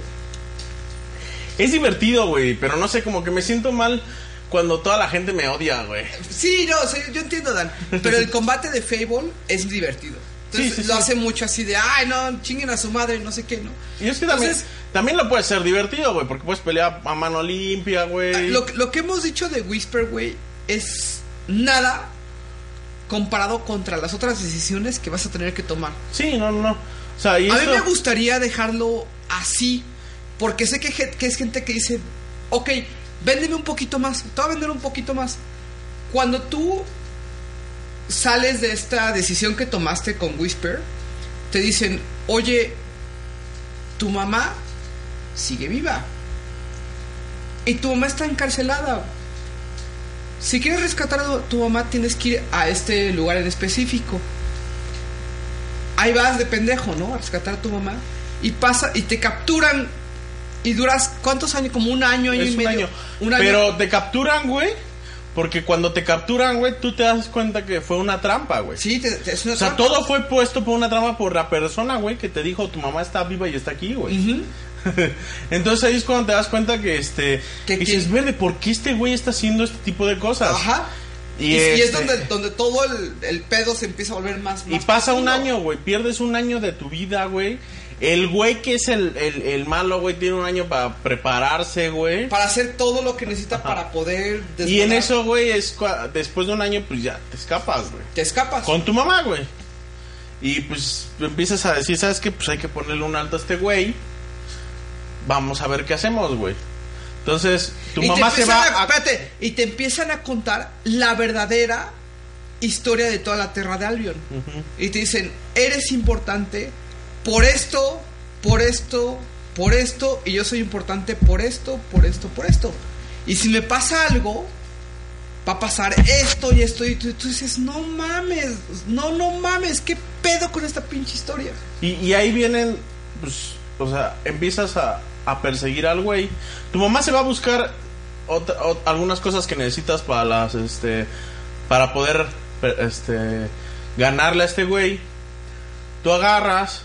Speaker 3: Es divertido, güey, pero no sé, como que me siento mal cuando toda la gente me odia, güey.
Speaker 2: Sí, no, sí, yo entiendo, Dan. Pero el combate de Fable es divertido. Entonces lo hace mucho así de, ay, no, chinguen a su madre, no sé qué, ¿no? Ah,
Speaker 3: Y es que también, también lo puede ser divertido, güey, porque puedes pelear a mano limpia, güey.
Speaker 2: Ah, Lo, lo que hemos dicho de Whisper, güey, es nada comparado contra las otras decisiones que vas a tener que tomar.
Speaker 3: Sí, no, no.
Speaker 2: a mí
Speaker 3: esto-
Speaker 2: me gustaría dejarlo así, porque sé que, gen- que es gente que dice, ok, véndeme un poquito más, te voy a vender un poquito más. Cuando tú sales de esta decisión que tomaste con Whisper, te dicen, oye, tu mamá sigue viva. Y tu mamá está encarcelada. Si quieres rescatar a tu mamá, tienes que ir a este lugar en específico. Ahí vas de pendejo, ¿no? A rescatar a tu mamá. Y pasa, y te capturan. Y duras, ¿cuántos años? Como un año, año
Speaker 3: Es
Speaker 2: y
Speaker 3: un
Speaker 2: medio.
Speaker 3: año.
Speaker 2: Un año.
Speaker 3: Pero te capturan, güey. Porque cuando te capturan, güey, tú te das cuenta que fue una trampa, güey.
Speaker 2: Sí, es una
Speaker 3: O sea,
Speaker 2: trampa.
Speaker 3: todo fue puesto por una trampa por la persona, güey, que te dijo tu mamá está viva y está aquí, güey. Entonces ahí es cuando te das cuenta que este. Que dices, verde, ¿por qué este güey está haciendo este tipo de cosas?
Speaker 2: Ajá.
Speaker 3: Y,
Speaker 2: Y, y es
Speaker 3: este,
Speaker 2: donde, donde todo el, el pedo se empieza a volver más.
Speaker 3: y
Speaker 2: más
Speaker 3: pasa un
Speaker 2: profundo.
Speaker 3: año, güey. Pierdes un año de tu vida, güey. El güey que es el, el- el malo, güey, tiene un año para prepararse, güey.
Speaker 2: Para hacer todo lo que necesita para poder.
Speaker 3: Y en
Speaker 2: desbloquear.
Speaker 3: eso, güey, es cua- después de un año, pues ya te escapas, güey.
Speaker 2: Te escapas.
Speaker 3: Con tu mamá, güey. Y pues empiezas a decir, ¿sabes qué? Pues hay que ponerle un alto a este güey. Vamos a ver qué hacemos, güey. Entonces, tu
Speaker 2: Y te
Speaker 3: mamá se
Speaker 2: empiezan
Speaker 3: va
Speaker 2: a- espérate, y te empiezan a contar la verdadera historia de toda la Tierra de Albion. Y te dicen, eres importante por esto, por esto, por esto, y yo soy importante por esto, por esto, por esto. Y si me pasa algo, va a pasar esto y esto, y tú, tú dices, no mames, no, no mames, ¿qué pedo con esta pinche historia?
Speaker 3: Y, y ahí vienen, pues, o sea, empiezas a, a perseguir al güey. Tu mamá se va a buscar otra- o- algunas cosas que necesitas para las, este, para poder, per- este, ganarle a este güey. Tú agarras,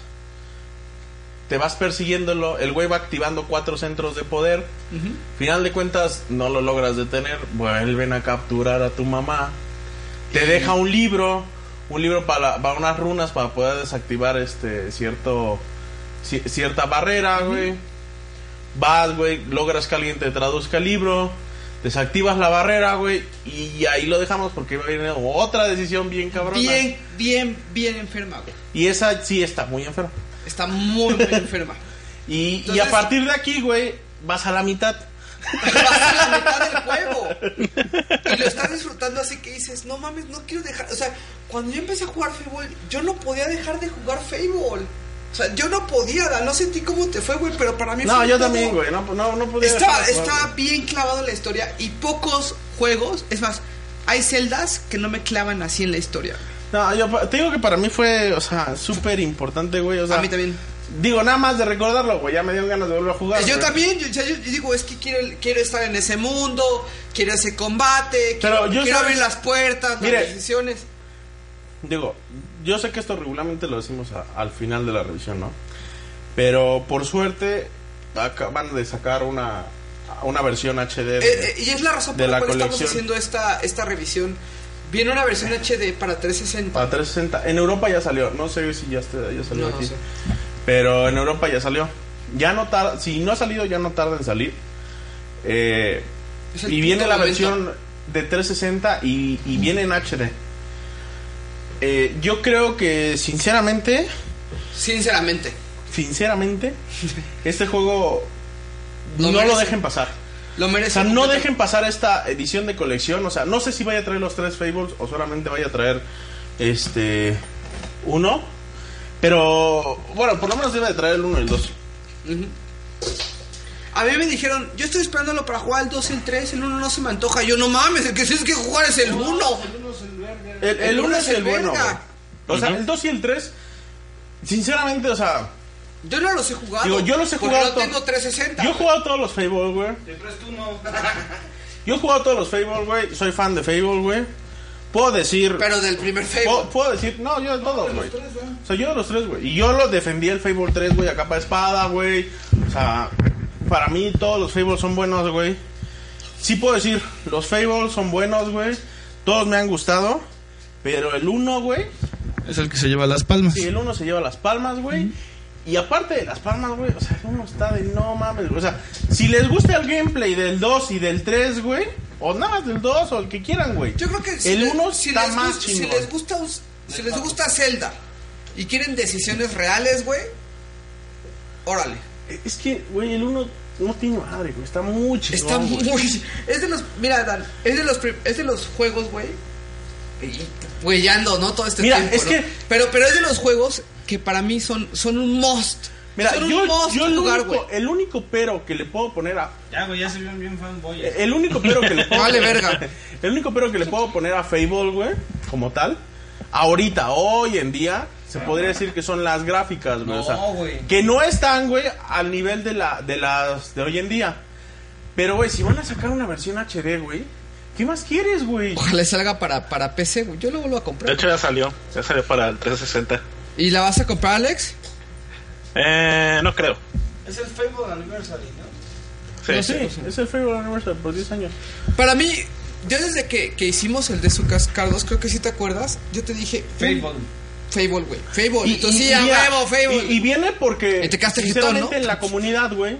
Speaker 3: te vas persiguiéndolo, el güey va activando cuatro centros de poder. Final de cuentas, no lo logras detener, vuelven a capturar a tu mamá. Te deja un libro, un libro para, para unas runas para poder desactivar este cierto ci- cierta barrera, güey. Vas, güey, logras que alguien te traduzca el libro, desactivas la barrera, güey, y ahí lo dejamos porque viene otra decisión bien cabrona.
Speaker 2: Bien, bien, bien enferma, güey.
Speaker 3: Y esa sí está muy enferma.
Speaker 2: Está muy, muy enferma.
Speaker 3: Y, y
Speaker 2: Entonces-
Speaker 3: a partir de aquí, güey, vas a la mitad.
Speaker 2: y lo estás disfrutando así que dices, no mames, no quiero dejar, o sea, cuando yo empecé a jugar Fable, yo no podía dejar de jugar Fable. O sea, yo no podía, Dan, no sentí cómo te fue, güey, pero para mí
Speaker 3: No,
Speaker 2: fue
Speaker 3: yo
Speaker 2: un pedo.
Speaker 3: también, güey, no, pues, no, no podía
Speaker 2: Estaba,
Speaker 3: dejar de jugar,
Speaker 2: estaba bien clavado en la historia y pocos juegos, es más, hay celdas que no me clavan así en la historia.
Speaker 3: No, yo pa- te digo que para mí fue, o sea, súper importante, güey. O sea, a mí
Speaker 2: también.
Speaker 3: Digo, nada más de recordarlo, güey. Ya me dio ganas de volver a jugar.
Speaker 2: yo
Speaker 3: güey.
Speaker 2: también, yo, o sea, yo digo, es que quiero, quiero estar en ese mundo, quiero ese combate,
Speaker 3: Pero
Speaker 2: quiero,
Speaker 3: yo
Speaker 2: quiero
Speaker 3: sabes-
Speaker 2: abrir las puertas,
Speaker 3: Mire.
Speaker 2: las decisiones.
Speaker 3: Digo, yo sé que esto regularmente lo decimos a- al final de la revisión, ¿no? Pero por suerte acaban de sacar una, una versión HD de,
Speaker 2: Eh, eh, y es la razón
Speaker 3: de
Speaker 2: por la,
Speaker 3: la
Speaker 2: cual estamos
Speaker 3: colección.
Speaker 2: haciendo esta, esta revisión Viene una versión HD para 360.
Speaker 3: Para 360. En Europa ya salió. No sé si ya, está- ya salió
Speaker 2: No, no
Speaker 3: aquí.
Speaker 2: sé.
Speaker 3: Pero en Europa ya salió. Ya no tarda. Si no ha salido, ya no tarda en salir. Eh,
Speaker 2: Es el
Speaker 3: y viene
Speaker 2: puto
Speaker 3: la
Speaker 2: momento.
Speaker 3: versión de 360 y, y viene en HD. Eh, yo creo que, sinceramente.
Speaker 2: Sinceramente.
Speaker 3: Sinceramente, este juego
Speaker 2: Lo
Speaker 3: no lo
Speaker 2: merece.
Speaker 3: dejen pasar.
Speaker 2: Lo merece.
Speaker 3: O sea, no dejen pasar esta edición de colección. O sea, no sé si vaya a traer los tres Fables o solamente vaya a traer este uno. Pero bueno, por lo menos debe de traer el uno y el dos.
Speaker 2: Ujú. A mí me dijeron, yo estoy esperándolo para jugar el 2, el 3, el 1 no se me antoja. Yo no mames, el que tienes que jugar es el 1.
Speaker 3: El, el uno es el bueno.
Speaker 2: verga.
Speaker 3: güey. O sea, el dos y el tres, sinceramente, o sea,
Speaker 2: Yo no los he jugado.
Speaker 3: Digo, yo los he
Speaker 2: porque
Speaker 3: jugado
Speaker 2: no
Speaker 3: to-
Speaker 2: tengo 360.
Speaker 3: yo he jugado todos los Fables, güey. Yo he jugado todos los Fable, güey. Soy fan de Fable, güey. Puedo decir.
Speaker 2: Pero del primer Fable.
Speaker 3: Puedo, puedo decir. No, yo de todos, güey. O sea, yo de los tres, ¿eh? güey. Y yo lo defendí el Fable 3, güey, a capa de espada, güey. O sea, para mí todos los Fables son buenos, güey. Sí puedo decir, los Fables son buenos, güey. Todos me han gustado. Pero el uno, güey.
Speaker 21: Es el que se lleva las palmas.
Speaker 3: Sí, el uno se lleva las palmas, güey. Y aparte de las palmas, güey, o sea, el uno está de no mames, güey. O sea, si les gusta el gameplay del 2 y del 3, güey, o nada más del 2 o el que quieran, güey.
Speaker 2: Yo creo que si
Speaker 3: el
Speaker 2: le-
Speaker 3: 1
Speaker 2: si
Speaker 3: está
Speaker 2: les
Speaker 3: más
Speaker 2: gusta-
Speaker 3: chingón.
Speaker 2: Si les gusta, us- si les gusta Zelda y quieren decisiones reales, güey, órale.
Speaker 3: Es que, güey, el 1 no tiene madre, güey, está muy chingón.
Speaker 2: Está
Speaker 3: güey.
Speaker 2: muy. Es de los. Mira, Dan, es de los, prim- es de los juegos, güey. y- Güey, ya ando, ¿no? Todo este
Speaker 3: Mira,
Speaker 2: tiempo,
Speaker 3: es
Speaker 2: ¿no?
Speaker 3: que-
Speaker 2: Pero, pero es de los juegos que para mí son, son un must.
Speaker 3: Mira,
Speaker 2: son
Speaker 3: yo,
Speaker 2: un must
Speaker 3: yo el,
Speaker 2: jugar, güey.
Speaker 3: único, el único pero que le puedo poner a
Speaker 22: Ya, güey, ya se vieron bien fanboy.
Speaker 3: El único pero que le puedo
Speaker 22: Vale, verga.
Speaker 3: El único pero que le puedo poner a Fable, güey, como tal, ahorita, hoy en día, se podría decir que son las gráficas, güey. o sea, que no están, güey, al nivel de la, de las de hoy en día. Pero, güey, si van a sacar una versión HD, güey, ¿qué más quieres, güey?
Speaker 2: Ojalá salga para, para PC, güey. Yo lo vuelvo a comprar.
Speaker 10: De hecho, ya salió. Ya salió para el 360.
Speaker 2: ¿Y la vas a comprar, Alex?
Speaker 10: Eh, no creo.
Speaker 22: Es el Facebook Anniversary, ¿no?
Speaker 10: Sí.
Speaker 3: No, sí, es el Fable Anniversary por 10 años.
Speaker 2: Para mí, yo desde que, que hicimos el de su Carlos, creo que sí te acuerdas, yo te dije.
Speaker 22: Fable.
Speaker 2: Fable, güey. Fable.
Speaker 3: Y-
Speaker 2: Entonces,
Speaker 3: y-
Speaker 2: sí,
Speaker 3: y
Speaker 2: a
Speaker 3: mira,
Speaker 2: huevo, Fable.
Speaker 3: Y, y viene porque,
Speaker 2: Y te quedaste jetón,
Speaker 3: sinceramente,
Speaker 2: ¿no?
Speaker 3: en la comunidad, güey,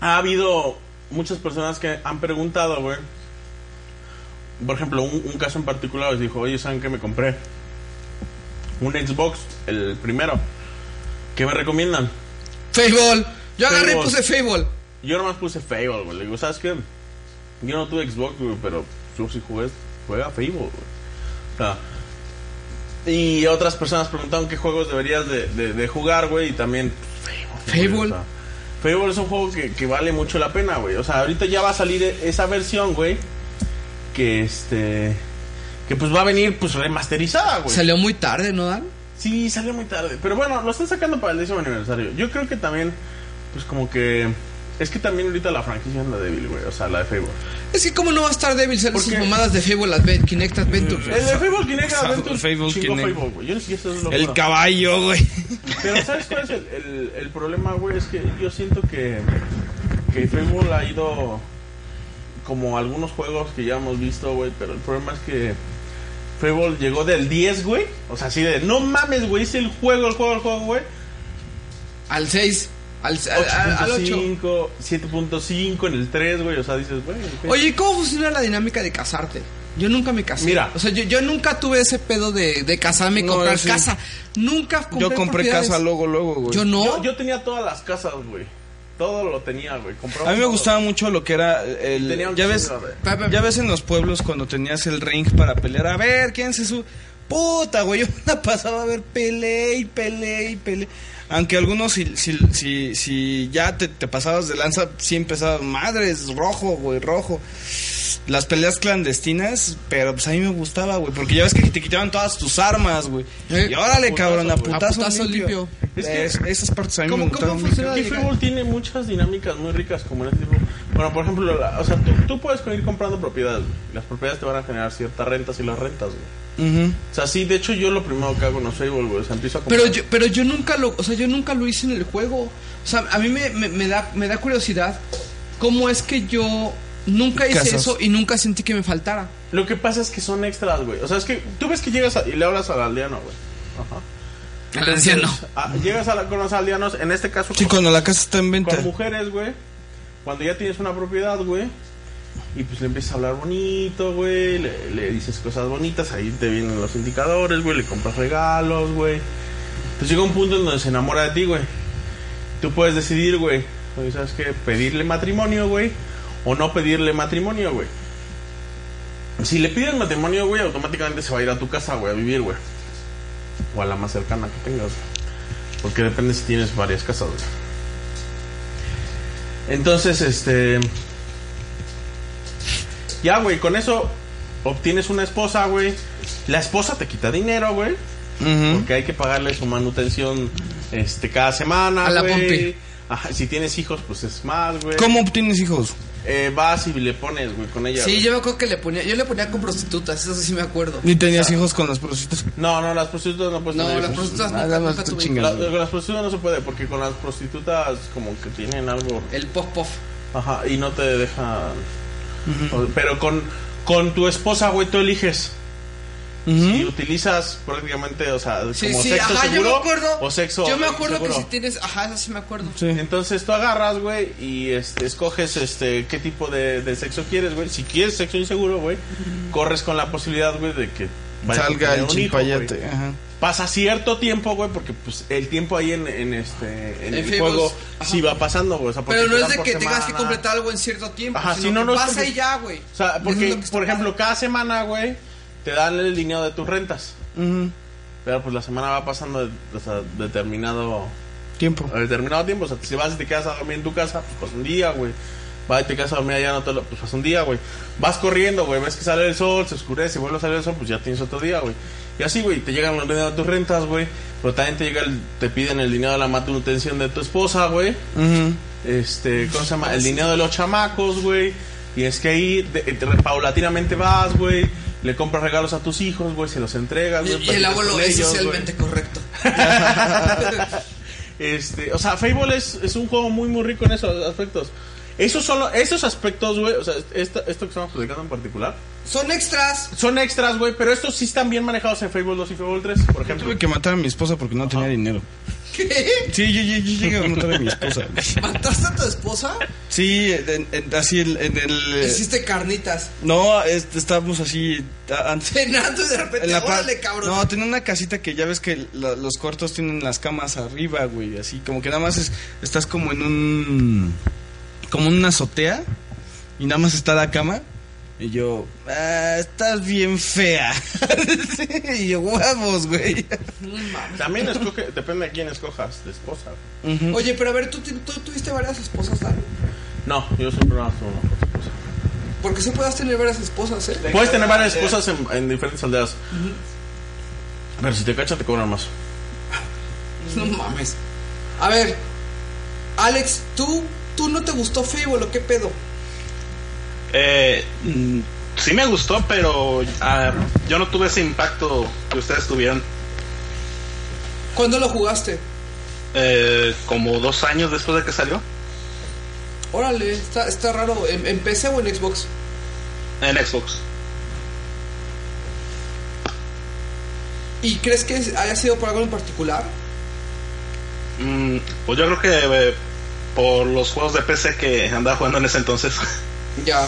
Speaker 3: ha habido muchas personas que han preguntado, güey. Por ejemplo, un, un caso en particular les dijo, oye, ¿saben qué me compré? Un Xbox, el primero. ¿Qué me recomiendan?
Speaker 2: Fable. Yo agarré y puse Fable.
Speaker 3: Yo nomás puse Fable, güey. Le digo, ¿sabes qué? Yo no tuve Xbox, güey, pero yo sí jugué, juega Fable, güey. O sea, y otras personas preguntaron qué juegos deberías de, de- de jugar, güey, y también pues, Fable. güey, o sea, Fable es un juego que, que vale mucho la pena, güey. O sea, ahorita ya va a salir e- esa versión, güey, que este... Que pues va a venir pues remasterizada, güey.
Speaker 2: Salió muy tarde, ¿no, Dan?
Speaker 3: Sí, salió muy tarde. Pero bueno, lo están sacando para el décimo aniversario. Yo creo que también, pues como que. Es que también ahorita la franquicia anda débil, güey. O sea, la de Facebook.
Speaker 2: Es que cómo no va a estar débil ser sus mamadas de Fable Advent, Kinect Adventure.
Speaker 3: El de Facebook Kinect
Speaker 2: Exacto,
Speaker 3: Adventure
Speaker 2: Facebook
Speaker 3: chingó
Speaker 2: Kinect.
Speaker 3: Facebook, güey. Yo ni siquiera sé eso es
Speaker 2: El
Speaker 3: locura.
Speaker 2: caballo, güey.
Speaker 3: Pero ¿sabes cuál es el, el- el problema, güey? Es que yo siento que, que Facebook ha ido como algunos juegos que ya hemos visto, güey. Pero el problema es que Facebook llegó del 10, güey. O sea, así de, no mames, güey. Es el juego, el juego, el juego, güey.
Speaker 2: Al 6. Al, al- al 8.
Speaker 3: 8.5, 7.5 en el 3, güey. O sea, dices, güey. güey.
Speaker 2: Oye, ¿y ¿cómo funciona la dinámica de casarte? Yo nunca me casé.
Speaker 3: Mira.
Speaker 2: O sea, yo, yo nunca tuve ese pedo de, de casarme y
Speaker 3: No,
Speaker 2: comprar
Speaker 3: sí.
Speaker 2: casa. Nunca compré propiedades.
Speaker 3: luego,
Speaker 2: güey. Yo no.
Speaker 3: Yo, tenía todas las casas, güey. Todo lo tenía, güey. Compraba
Speaker 4: A mí me
Speaker 3: todo.
Speaker 4: gustaba mucho lo que era el...
Speaker 3: Tenía un
Speaker 4: ya, ves,
Speaker 3: chingo, güey.
Speaker 4: ya ves en los pueblos cuando tenías el ring para pelear. A ver, ¿quién se sube? Puta, güey, yo me la pasaba a ver pelea y pelea y pelea. Aunque algunos, si, si, si, si ya te, te pasabas de lanza, sí empezabas, madres, rojo, güey, rojo. Las peleas clandestinas, pero pues a mí me gustaba, güey, porque ya ves que te quitaban todas tus armas, güey.
Speaker 3: Eh,
Speaker 4: Y órale, cabrón, a putazo, limpio.
Speaker 3: Es que-
Speaker 4: Es- esas partes a mí me
Speaker 3: ¿Cómo,
Speaker 4: gustaban.
Speaker 3: cómo
Speaker 4: mucho.
Speaker 3: funciona? Y Fable tiene muchas dinámicas muy ricas, como en este tipo. Bueno, por ejemplo, la- o sea, tú, tú puedes ir comprando propiedades. güey. Las propiedades te van a generar ciertas rentas y las rentas, güey.
Speaker 4: Ujú.
Speaker 3: O sea, sí, de hecho, yo lo primero que hago en los Fable, güey. O sea, empiezo a comprar.
Speaker 2: Pero yo, pero yo nunca lo, o sea, yo nunca lo hice en el juego. O sea, a mí me, me- me da, me da curiosidad cómo es que yo Nunca hice
Speaker 3: Casos.
Speaker 2: eso y nunca sentí que me faltara.
Speaker 3: Lo que pasa es que son extras, güey. O sea, es que tú ves que llegas a- y le hablas al aldeano, güey. Ajá.
Speaker 2: Al anciano.
Speaker 3: Ah, llegas a la- con los aldeanos, en este caso
Speaker 4: Sí, cuando la casa está en venta.
Speaker 3: con mujeres, güey. Cuando ya tienes una propiedad, güey. Y pues le empiezas a hablar bonito, güey. Le, le dices cosas bonitas. Ahí te vienen los indicadores, güey. Le compras regalos, güey. Entonces llega un punto en donde se enamora de ti, güey. Tú puedes decidir, güey. oye, ¿Sabes qué? Pedirle matrimonio, güey. O no pedirle matrimonio, güey. Si le pides matrimonio, güey, automáticamente se va a ir a tu casa, güey, a vivir, güey. O a la más cercana que tengas. güey. Porque depende si tienes varias casas, güey. Entonces, este. Ya, güey, con eso obtienes una esposa, güey. La esposa te quita dinero, güey. Porque hay que pagarle su manutención este, cada semana.
Speaker 23: A la
Speaker 3: güey.
Speaker 23: pompi.
Speaker 3: Ajá, si tienes hijos, pues es más, güey.
Speaker 4: ¿Cómo obtienes hijos?
Speaker 3: Eh, vas y le pones, güey, con ella.
Speaker 2: Sí,
Speaker 3: güey.
Speaker 2: yo me acuerdo que le ponía, yo le ponía con prostitutas, eso sí me acuerdo.
Speaker 4: Ni tenías hijos con las prostitutas.
Speaker 3: No, no, las prostitutas no puedes
Speaker 2: No,
Speaker 3: tener
Speaker 2: las
Speaker 3: hijos.
Speaker 2: prostitutas nunca- Nada más nunca tú tuve chingas,
Speaker 3: La-
Speaker 2: güey.
Speaker 3: Con las prostitutas no se puede, porque con las prostitutas como que tienen algo...
Speaker 2: El pop-pop.
Speaker 3: Ajá, y no te dejan... O- Pero con, con tu esposa, güey, tú eliges. Si utilizas prácticamente, o sea,
Speaker 2: Sí,
Speaker 3: como
Speaker 2: sí,
Speaker 3: sexo
Speaker 2: ajá, yo
Speaker 3: seguro
Speaker 2: me acuerdo.
Speaker 3: o sexo
Speaker 2: Yo me acuerdo
Speaker 3: seguro.
Speaker 2: que si tienes, ajá, eso sí me acuerdo.
Speaker 3: Entonces tú agarras, güey, y este, escoges este, qué tipo de, de sexo quieres, güey. Si quieres sexo inseguro, güey, corres con la posibilidad, güey, de que vayas a
Speaker 4: Salga
Speaker 3: tener
Speaker 4: el
Speaker 3: un hijo, güey.
Speaker 4: chimpayate. Ajá.
Speaker 3: Pasa cierto tiempo, güey, porque pues el tiempo ahí en, en este en
Speaker 2: En
Speaker 3: el
Speaker 2: Facebook,
Speaker 3: juego
Speaker 2: ajá.
Speaker 3: sí va pasando, güey. O sea, porque
Speaker 2: Pero no es
Speaker 3: te dan
Speaker 2: de
Speaker 3: por
Speaker 2: que tengas que
Speaker 3: semana.
Speaker 2: completar algo en cierto tiempo.
Speaker 3: Ajá,
Speaker 2: sino
Speaker 3: si no,
Speaker 2: que
Speaker 3: no es
Speaker 2: pasa
Speaker 3: como-
Speaker 2: y ya, güey.
Speaker 3: O sea, porque, por ejemplo, cada semana, güey, te dan el dinero de tus rentas. Pero pues la semana va pasando de, o sea, determinado
Speaker 4: Tiempo.
Speaker 3: a determinado tiempo. O sea, si vas y te quedas a dormir en tu casa, pues pasa un día, güey. Vas y te quedas a dormir allá, no te lo, pues pasa un día, güey. Vas corriendo, güey, ves que sale el sol, se oscurece, vuelve a salir el sol, pues ya tienes otro día, güey. Y así, güey, te llegan los dinero de tus rentas, güey. Pero también te llega el- te piden el dinero de la manutención de tu esposa, güey. Este, ¿cómo se llama? El dinero de los chamacos, güey. Y es que ahí de- de- paulatinamente vas, güey. Le compras regalos a tus hijos, güey, se los entregas,
Speaker 2: Y,
Speaker 3: güey.
Speaker 2: y el
Speaker 3: platicas
Speaker 2: abuelo
Speaker 3: con
Speaker 2: es
Speaker 3: ellos, güey.
Speaker 2: socialmente correcto.
Speaker 3: Este, o sea, Fable es, es un juego muy muy rico en esos aspectos. Esos solo, estos aspectos, güey, o sea, esto, esto que estamos platicando en particular.
Speaker 2: Son extras.
Speaker 3: Son extras, güey, pero estos sí están bien manejados en Fable 2 y Fable 3, por ejemplo.
Speaker 4: Tuve que matar a mi esposa porque no tenía dinero.
Speaker 2: ¿Qué?
Speaker 4: Sí, yo, yo- yo llegué a matar a mi esposa.
Speaker 2: ¿Mataste a tu esposa?
Speaker 3: Eh.
Speaker 4: Sí, en- en- así en, en el... eh,
Speaker 2: Hiciste carnitas.
Speaker 4: No, este, estábamos así... a- antes-
Speaker 2: Cenando y de repente,
Speaker 4: en la pa-
Speaker 2: órale, cabrón.
Speaker 4: No, tenía una casita que ya ves que la- los cuartos tienen las camas arriba, güey. Así como que nada más es- estás como en un. Como en una azotea. Y nada más está la cama. Y yo, "Ah, estás bien fea. y yo, huevos, güey.
Speaker 3: También escoge, depende de quién escojas de esposa.
Speaker 2: Oye, pero a ver, ¿tú, ti- tú tuviste varias esposas, Dan?
Speaker 3: No, yo siempre no hago una cosa.
Speaker 2: Porque sí puedes tener varias esposas, ¿eh?
Speaker 3: Puedes tener varias esposas en, en diferentes aldeas. Pero si te cachan te cobran más.
Speaker 2: No mames. A ver, Alex, ¿tú, tú no te gustó Fable o qué pedo?
Speaker 10: Eh, mm, sí me gustó, pero ah, yo no tuve ese impacto que ustedes tuvieron.
Speaker 2: ¿Cuándo lo jugaste?
Speaker 10: Eh, como dos años después de que salió
Speaker 2: Órale, está, está raro. ¿En, en PC o en Xbox?
Speaker 10: en Xbox.
Speaker 2: ¿Y crees que es- haya sido por algo en particular?
Speaker 10: Mm, pues yo creo que eh, por los juegos de PC que andaba jugando en ese entonces.
Speaker 2: Ya.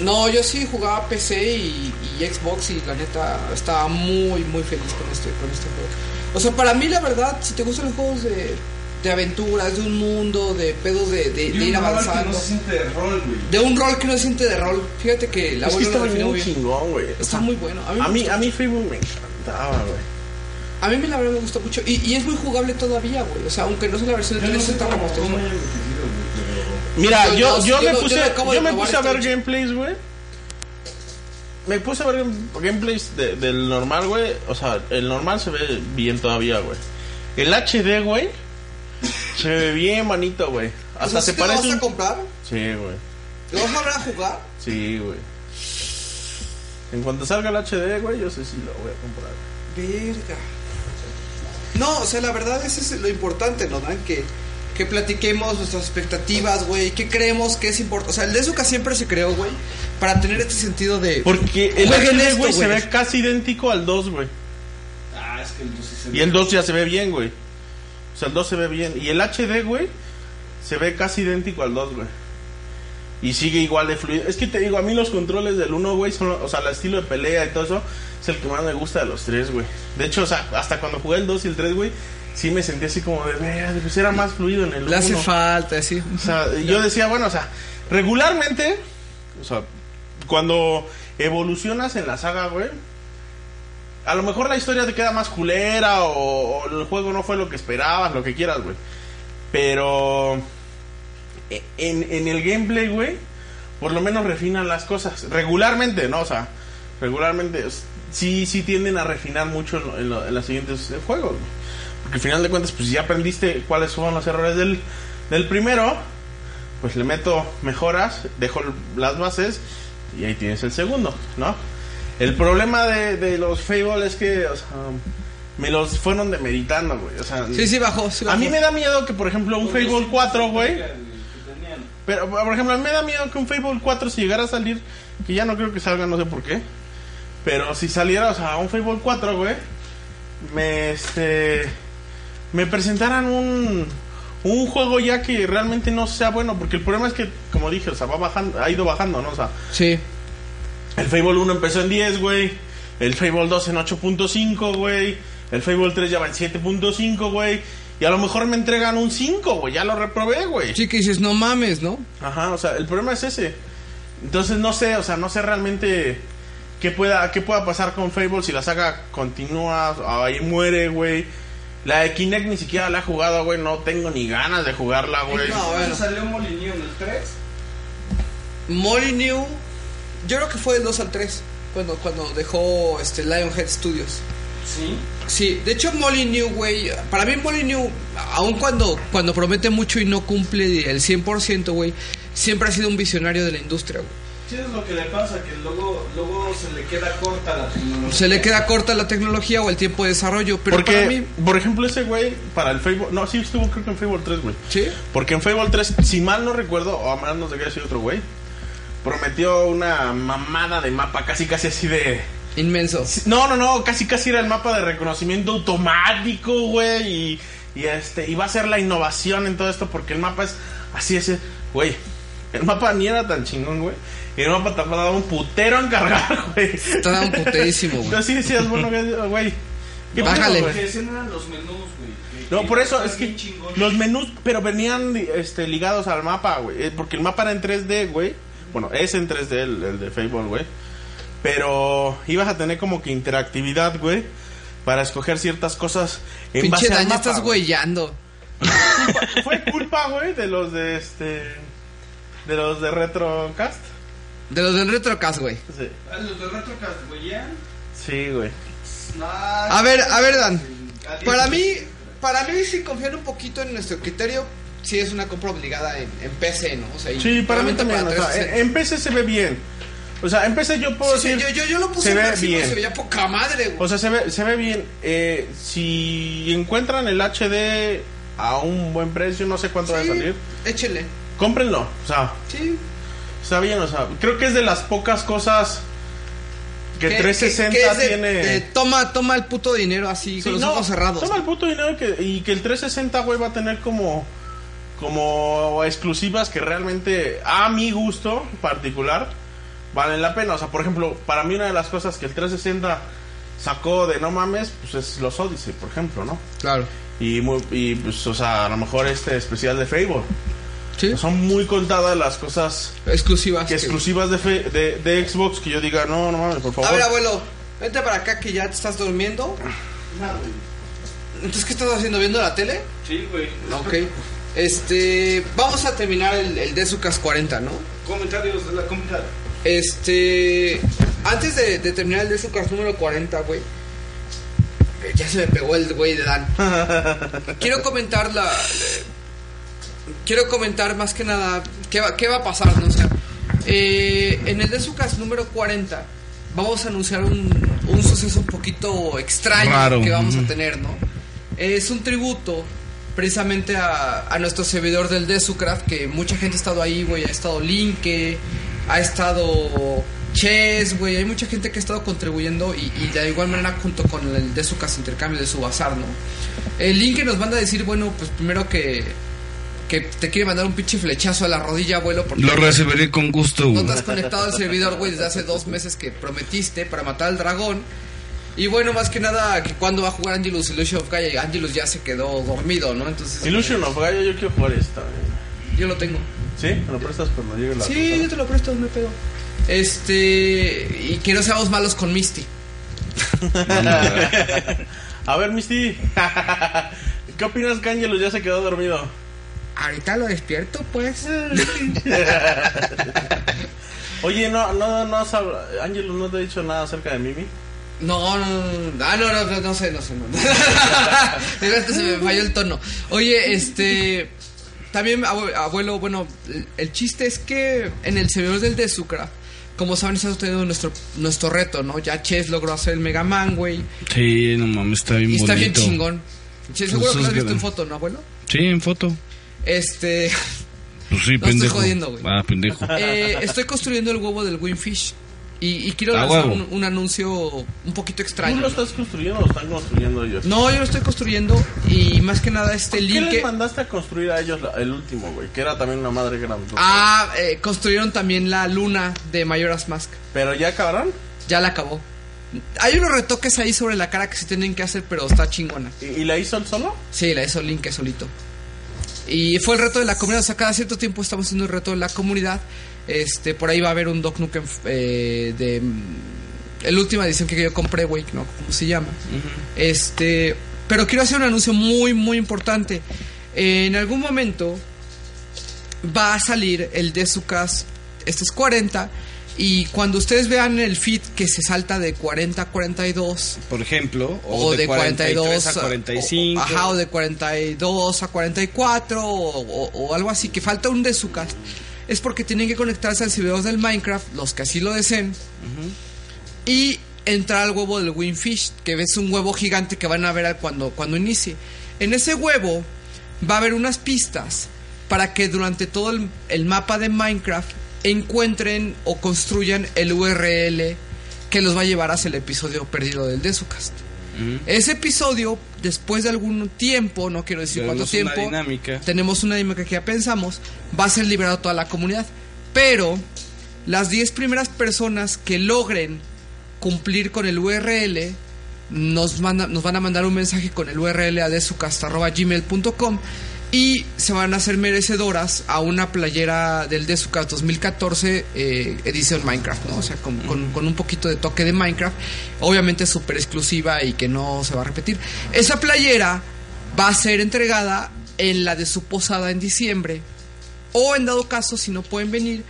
Speaker 2: No, yo sí jugaba PC y, y Xbox y la neta estaba muy, muy feliz con este, con este juego. O sea, para mí la verdad, si te gustan los juegos de, de aventuras, de un mundo, de pedos de, de- de ir avanzando. De un rol que no se siente de rol. Fíjate que la
Speaker 3: es que
Speaker 2: abuela
Speaker 3: está
Speaker 2: lo definió
Speaker 3: bien
Speaker 2: bien.
Speaker 3: chingón, güey. O
Speaker 2: Está
Speaker 3: sea,
Speaker 2: muy bueno. A mí,
Speaker 3: A
Speaker 2: me
Speaker 3: mí,
Speaker 2: gustó.
Speaker 3: a mí Fable me encantaba, güey.
Speaker 2: A mí me la verdad me gustó mucho. Y, y es muy jugable todavía, güey. O sea, aunque no sea la versión de 360 como ustedes juegan.
Speaker 3: Mira,
Speaker 2: Yo- yo- yo
Speaker 3: yo, yo,
Speaker 2: lo-
Speaker 3: me
Speaker 2: yo
Speaker 3: puse,
Speaker 2: lo
Speaker 3: yo
Speaker 2: acabo de
Speaker 3: me
Speaker 2: probar
Speaker 3: puse a
Speaker 2: esta
Speaker 3: ver
Speaker 2: noche.
Speaker 3: gameplays, güey. Me puse a ver game- gameplays de- del normal, güey. O sea, el normal se ve bien todavía, güey. El HD, güey, se ve bien manito, güey. Hasta
Speaker 2: O sea,
Speaker 3: se
Speaker 2: ¿sí te lo
Speaker 3: parece.
Speaker 2: vas a
Speaker 3: un-
Speaker 2: comprar?
Speaker 3: Sí, güey.
Speaker 2: ¿Lo vas a volver a jugar?
Speaker 3: Sí, güey. En cuanto salga el HD, güey, yo sé si lo voy a comprar.
Speaker 2: Verga. No, o sea, la verdad ese es lo importante, ¿no, Dan? Que, que platiquemos nuestras expectativas, güey, qué creemos que es importante. O sea, el de Zuka siempre se creó, güey, para tener este sentido de.
Speaker 3: Porque el
Speaker 2: Jueguen
Speaker 3: HD,
Speaker 2: esto,
Speaker 3: güey, se
Speaker 2: güey.
Speaker 3: ve casi idéntico al 2, güey.
Speaker 4: Ah, es que el 2 sí se
Speaker 3: Y el 2 ya se ve bien, güey. O sea, el 2 se ve bien. Y el HD, güey, se ve casi idéntico al 2, güey. Y sigue igual de fluido. Es que te digo, a mí los controles del 1, güey, son, o sea, el estilo de pelea y todo eso, es el que más me gusta de los 3, güey. De hecho, o sea, hasta cuando jugué el 2 y el 3, güey, sí me sentí así como de, "Verga, pues era más fluido en el 1.
Speaker 2: Le hace falta, sí.
Speaker 3: O sea, yo decía, bueno, o sea, regularmente, o sea, cuando evolucionas en la saga, güey, a lo mejor la historia te queda más culera o, o el juego no fue lo que esperabas, lo que quieras, güey. Pero e- en, en el gameplay, güey, por lo menos refinan las cosas. Regularmente, ¿no? O sea, regularmente es- sí, sí tienden a refinar mucho en, lo- en lo- en los siguientes eh, juegos, güey. Porque al final de cuentas, pues ya aprendiste cuáles fueron los errores del, del primero, pues le meto mejoras, dejo l- las bases y ahí tienes el segundo, ¿no? El problema de, de los Fable es que, o sea, me los fueron demeritando, güey. O sea,
Speaker 2: Sí, sí, bajó. sí
Speaker 3: a
Speaker 2: bajó.
Speaker 3: mí me da miedo que, por ejemplo, un Fable 4, güey. Pero, por ejemplo, a mí me da miedo que un Fable 4, si llegara a salir, que ya no creo que salga, no sé por qué. Pero si saliera, o sea, un Fable 4, güey, me, este, me presentaran un, un juego ya que realmente no sea bueno. Porque el problema es que, como dije, o sea, va bajando, ha ido bajando, ¿no? O sea,
Speaker 2: Sí.
Speaker 3: el Fable 1 empezó en 10, güey. El Fable 2 en 8.5, güey. El Fable 3 ya va en 7.5, güey. Y a lo mejor me entregan un 5, güey. Ya lo reprobé, güey.
Speaker 2: Sí, que dices, no mames, ¿no?
Speaker 3: Ajá, o sea, el problema es ese. Entonces no sé, o sea, no sé realmente qué pueda, qué pueda pasar con Fable si la saga continúa, ahí muere, güey. La de Kinect ni siquiera la he jugado, güey. No tengo ni ganas de jugarla, güey.
Speaker 4: No, salió Molinillo en el 3.
Speaker 2: Molyneux, yo creo que fue del 2 al 3, cuando, cuando dejó este, Lionhead Studios.
Speaker 4: Sí.
Speaker 2: Sí, de hecho Molyneux, güey, para mí Molyneux, aun cuando, cuando promete mucho y no cumple el 100%, güey, siempre ha sido un visionario de la industria, güey.
Speaker 4: ¿Qué es lo que le pasa? Que luego, luego se le queda corta la tecnología.
Speaker 2: Se le queda corta la tecnología o el tiempo de desarrollo, pero
Speaker 3: Porque,
Speaker 2: para mí...
Speaker 3: por ejemplo, ese güey, para el Fable. No, sí estuvo, creo que en Fable 3, güey.
Speaker 2: Sí.
Speaker 3: Porque en Fable 3, si mal no recuerdo, o a mal no sé qué decir otro güey, prometió una mamada de mapa, casi casi así de.
Speaker 2: Inmenso.
Speaker 3: No, no, no, casi casi era el mapa de reconocimiento automático, güey. Y, y este, iba a ser la innovación en todo esto, porque el mapa es así, así. Güey, el mapa ni era tan chingón, güey. Y el mapa tardaba un putero en cargar, güey.
Speaker 2: Tardaba un puterísimo, güey.
Speaker 3: Entonces sí decías, bueno, güey. ¿qué pedo,
Speaker 4: Lo
Speaker 3: güey?
Speaker 4: que decían eran los menús, güey.
Speaker 3: No, por eso es
Speaker 4: estaban
Speaker 3: que
Speaker 4: bien chingones.
Speaker 3: los menús, pero venían este, ligados al mapa, güey. eh, Porque el mapa era en 3D, güey. Bueno, es en 3D el, el de Fable, güey. Pero ibas a tener como que interactividad, güey. Para escoger ciertas cosas en
Speaker 2: Pinche
Speaker 3: base al
Speaker 2: daño,
Speaker 3: mapa.
Speaker 2: estás güeyando.
Speaker 3: Fue culpa, güey, de los de este... De los de Retrocast.
Speaker 2: De los del retrocast, güey.
Speaker 3: Sí,
Speaker 4: Ah, Los de Retrocast, güey, ya.
Speaker 3: sí güey.
Speaker 2: A ver, a ver, Dan. Para mí, para mí si confiar un poquito en nuestro criterio, sí es una compra obligada en, en PC, ¿no? O sea, y
Speaker 3: Sí, para mí
Speaker 2: obviamente
Speaker 3: también. o sea,
Speaker 2: 360.
Speaker 3: en, en PC se ve bien. O sea, en PC yo puedo
Speaker 2: Sí,
Speaker 3: decir...
Speaker 2: yo, yo, yo lo puse
Speaker 3: se
Speaker 2: en
Speaker 3: ve
Speaker 2: máximo,
Speaker 3: bien.
Speaker 2: se veía poca madre, güey.
Speaker 3: O sea, se ve, se ve bien. Eh, si encuentran el HD a un buen precio, no sé cuánto va a
Speaker 2: Sí.
Speaker 3: salir,
Speaker 2: Échele.
Speaker 3: cómprenlo. O sea,
Speaker 2: Sí.
Speaker 3: está bien. O sea, creo que es de las pocas cosas que
Speaker 2: ¿Qué-
Speaker 3: 360
Speaker 2: qué- qué es de-
Speaker 3: tiene.
Speaker 2: de toma, toma el puto dinero así,
Speaker 3: Sí,
Speaker 2: con los
Speaker 3: no,
Speaker 2: ojos cerrados.
Speaker 3: Toma el puto dinero que, y que el 360, güey, va a tener como. Como exclusivas que realmente, a mi gusto particular, valen la pena. O sea, por ejemplo, para mí una de las cosas que el 360 sacó de no mames, pues es los Odyssey, por ejemplo, ¿no?
Speaker 2: Claro.
Speaker 3: Y, muy- y pues, o sea, a lo mejor este especial de Fable. Son muy contadas las cosas
Speaker 2: exclusivas
Speaker 3: que exclusivas de, Fe- de, de Xbox que yo diga, no, no mames, por favor.
Speaker 2: A ver, abuelo, vente para acá que ya te estás durmiendo. Entonces, ¿qué estás haciendo? ¿Viendo la tele?
Speaker 4: Sí, güey.
Speaker 2: Ok. Este, vamos a terminar el, el de Sucas 40, ¿no?
Speaker 4: Comentarios de la comunidad.
Speaker 2: Este, antes de, de terminar el de Sucas número 40, güey. eh, Ya se me pegó el güey de Dan. Quiero comentar la. eh, Quiero comentar más que nada qué va, qué va a pasar, ¿no? O sea, eh, en el de Sucas número 40 vamos a anunciar un, un suceso un poquito extraño
Speaker 24: Raro.
Speaker 2: que vamos a
Speaker 24: Ujú.
Speaker 2: tener, ¿no? Es un tributo precisamente a, a nuestro servidor del Desucraft, que mucha gente ha estado ahí, güey. Ha estado Linke, ha estado Chess, güey. Hay mucha gente que ha estado contribuyendo y, y de igual manera junto con el Desucas Intercambio de su bazar, ¿no? El Linke nos manda a decir, bueno, pues primero que. Que te quiere mandar un pinche flechazo a la rodilla, abuelo. Porque
Speaker 4: Lo recibiré con gusto.
Speaker 2: no te has conectado al servidor, güey, desde hace dos meses que prometiste para matar al dragón. Y bueno, más que nada, que cuando va a jugar Angelus Illusion of Gaia, Angelus ya se quedó dormido, ¿no? Entonces.
Speaker 3: Illusion of Gaia, yo quiero jugar esta. eh.
Speaker 2: Yo lo tengo.
Speaker 3: ¿Sí? ¿Me lo prestas cuando llegue la
Speaker 2: Sí, yo te lo presto, no hay pedo. Este. Y que no seamos malos con Misty.
Speaker 3: A ver, Misty. ¿Qué opinas que Angelus ya se quedó dormido?
Speaker 2: Ahorita lo despierto, pues.
Speaker 3: Oye, no, no, no has hablado. Angelus no te ha dicho nada acerca de Mimi.
Speaker 2: No, no, no, no. Ah, no, no, no, no sé, no sé. No. De repente se me falló el tono. Oye, este. También, abue- abuelo, bueno, el- el chiste es que en el servidor del de Sucra, como saben, estamos teniendo nuestro, nuestro reto, ¿no? Ya Chess logró hacer el Mega Man, güey.
Speaker 4: Sí, no mames, está bien
Speaker 2: Y está bien
Speaker 4: bonito.
Speaker 2: chingón. Che, seguro
Speaker 4: Pues
Speaker 2: que lo has
Speaker 4: es
Speaker 2: visto
Speaker 4: gran-
Speaker 2: en foto, ¿no, abuelo?
Speaker 4: Sí, en foto.
Speaker 2: Este.
Speaker 4: Pues sí,
Speaker 2: No estoy
Speaker 4: pendejo.
Speaker 2: jodiendo, güey.
Speaker 4: Ah, pendejo.
Speaker 2: eh, estoy construyendo el huevo del Winfish. Y, y quiero
Speaker 4: Ah,
Speaker 2: lanzar
Speaker 4: huevo.
Speaker 2: un, un anuncio un poquito extraño.
Speaker 3: ¿Tú lo estás construyendo o lo están construyendo ellos?
Speaker 2: No, yo lo estoy construyendo y más que nada este
Speaker 3: ¿Qué
Speaker 2: link.
Speaker 3: les
Speaker 2: que-
Speaker 3: mandaste a construir a ellos la- el último, güey? Que era también una madre grande.
Speaker 2: Ah, eh, construyeron también la luna de Mayoras Mask.
Speaker 3: ¿Pero ya acabaron?
Speaker 2: Ya la acabó. Hay unos retoques ahí sobre la cara que se tienen que hacer, pero está chingona.
Speaker 3: ¿Y, la hizo él solo?
Speaker 2: Sí, la hizo Link solito. Y fue el reto de la comunidad. O sea, cada cierto tiempo estamos haciendo el reto de la comunidad. Este, por ahí va a haber un Doc Nukem eh, de. mm, La última edición que yo compré, güey, no, ¿cómo se llama? Este, pero quiero hacer un anuncio muy, muy importante. En algún momento va a salir el de su cas este es 40. Y cuando ustedes vean el feed que se salta de 40 a 42,
Speaker 4: Por ejemplo,
Speaker 2: o, de, 42
Speaker 4: a 45.
Speaker 2: o- ajá, o de 42 a 44 o, o- o algo así, que falta un de su casa. Es porque tienen que conectarse al servidor del Minecraft, los que así lo deseen, y entrar al huevo del Winfish, que es un huevo gigante que van a ver al- cuando, cuando inicie. En ese huevo va a haber unas pistas para que durante todo el, el mapa de Minecraft encuentren o construyan el URL que los va a llevar hacia el episodio perdido del Desucast. Ese episodio, después de algún tiempo, no quiero decir cuánto
Speaker 4: Tenemos una
Speaker 2: tiempo,
Speaker 4: dinámica.
Speaker 2: tenemos una dinámica que ya pensamos, va a ser liberado a toda la comunidad. Pero las 10 primeras personas que logren cumplir con el URL, nos, manda- nos van a mandar un mensaje con el URL a desucast.gmail.com y se van a hacer merecedoras a una playera del Desucast 2014 eh, edición Minecraft, ¿no? O sea, con, con- con un poquito de toque de Minecraft. Obviamente súper exclusiva y que no se va a repetir. Esa playera va a ser entregada en la de su posada en diciembre. O en dado caso, si no pueden venir,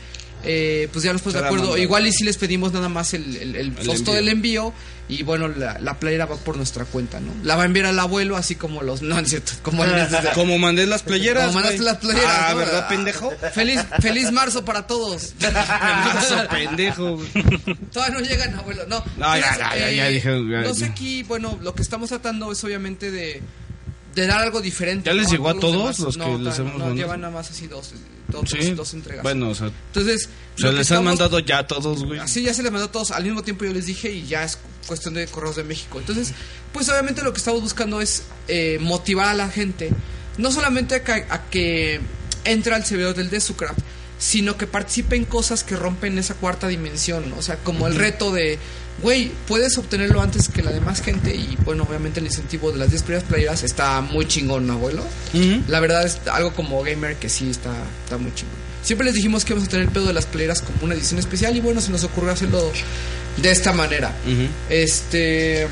Speaker 2: eh, pues ya nos ponemos
Speaker 4: Se
Speaker 2: de
Speaker 4: la
Speaker 2: acuerdo.
Speaker 4: mandamos.
Speaker 2: Igual y si les pedimos nada más el, el- el costo
Speaker 4: envío.
Speaker 2: del envío. Y bueno, la, la playera va por nuestra cuenta, ¿no? La va a enviar al abuelo, así como los. No, no es cierto. Como,
Speaker 4: Como mandé las playeras,
Speaker 2: Como mandaste
Speaker 4: güey.
Speaker 2: las playeras.
Speaker 4: Ah,
Speaker 2: ¿no?
Speaker 4: ¿verdad, pendejo?
Speaker 2: Feliz, feliz marzo para todos. Ah.
Speaker 4: Marzo, pendejo. güey.
Speaker 2: Pues Todavía no llegan, abuelo. No,
Speaker 4: No, ya,
Speaker 2: Entonces,
Speaker 4: ya, ya, ya
Speaker 2: eh,
Speaker 4: dije, ya,
Speaker 2: No sé
Speaker 4: ya.
Speaker 2: aquí, bueno, lo que estamos tratando es obviamente de, de dar algo diferente.
Speaker 4: ¿Ya les
Speaker 2: ¿no?
Speaker 4: llegó a
Speaker 2: los
Speaker 4: todos los
Speaker 2: demás.
Speaker 4: que
Speaker 2: No,
Speaker 4: les
Speaker 2: todavía
Speaker 4: hemos
Speaker 2: no, no,
Speaker 4: mandado?
Speaker 2: llevan nada más así dos, dos,
Speaker 4: Sí.
Speaker 2: dos entregas.
Speaker 4: Bueno, o sea,
Speaker 2: Entonces,
Speaker 4: o sea,
Speaker 2: lo que
Speaker 4: les han
Speaker 2: estamos-
Speaker 4: mandado ya a todos, güey.
Speaker 2: Así ya se les mandó a todos al mismo tiempo yo les dije y ya es cuestión de correos de México. Entonces, pues obviamente lo que estamos buscando es eh, motivar a la gente, no solamente a que, a que entre al servidor del Desucraft, sino que participe en cosas que rompen esa cuarta dimensión, ¿no? o sea, como el reto de, güey, puedes obtenerlo antes que la demás gente y bueno, obviamente el incentivo de las 10 primeras playeras está muy chingón, ¿no, abuelo. La verdad es algo como gamer que sí está, está muy chingón. Siempre les dijimos que íbamos a tener el pedo de las playeras como una edición especial y bueno, se nos ocurrió hacerlo de esta manera. Este.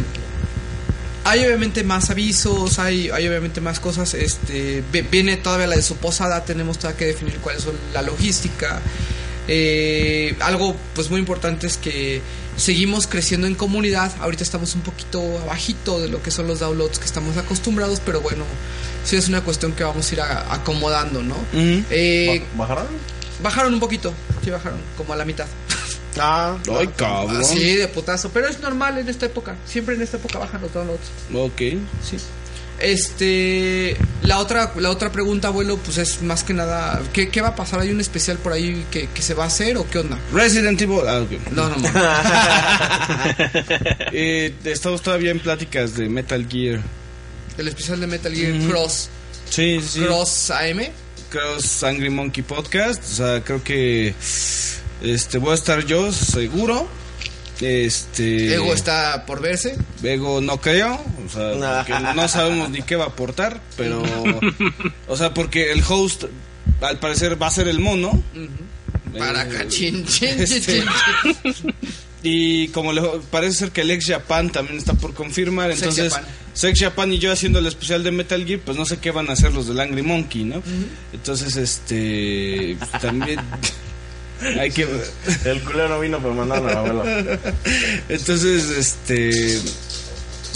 Speaker 2: Hay obviamente más avisos, hay, hay obviamente más cosas. Este, ve- viene todavía la de su posada, tenemos todavía que definir cuál es la logística. Eh, algo pues muy importante es que seguimos creciendo en comunidad. Ahorita estamos un poquito abajito de lo que son los downloads que estamos acostumbrados, pero bueno, sí es una cuestión que vamos a ir a- acomodando, ¿no? Eh,
Speaker 3: ¿Bajaron?
Speaker 2: Bajaron un poquito, sí bajaron, como a la mitad.
Speaker 3: Ah,
Speaker 4: Ay, cabrón.
Speaker 2: Sí, de putazo. Pero es normal en esta época. Siempre en esta época bajan los downloads.
Speaker 4: Ok.
Speaker 2: Sí. Este, la otra, la otra pregunta, abuelo, pues es más que nada, ¿qué, qué va a pasar? ¿Hay un especial por ahí que, que se va a hacer o qué onda?
Speaker 4: Resident Evil. ah, ok.
Speaker 2: No, no, no.
Speaker 4: Eh, estamos todavía en pláticas de Metal Gear.
Speaker 2: El especial de Metal Gear
Speaker 4: Ujú.
Speaker 2: Cross,
Speaker 4: Sí, sí.
Speaker 2: Cross AM.
Speaker 4: Cross Angry Monkey Podcast. O sea, creo que este voy a estar yo seguro. Este
Speaker 2: Ego está por verse.
Speaker 4: Ego no creo, o sea, porque no sabemos ni qué va a aportar, pero o sea, porque el host al parecer va a ser el mono.
Speaker 2: Para
Speaker 4: Eh,
Speaker 2: acá, chin, chin, chin,
Speaker 4: este,
Speaker 2: chin.
Speaker 4: Y como le- parece ser que el ex Japan también está por confirmar,
Speaker 2: Sex
Speaker 4: entonces
Speaker 2: Japan.
Speaker 4: Sex Japan y yo haciendo el especial de Metal Gear, pues no sé qué van a hacer los del Angry Monkey, ¿no? Entonces, este también hay que
Speaker 3: El culero vino para mandar a la abuela.
Speaker 4: Entonces, este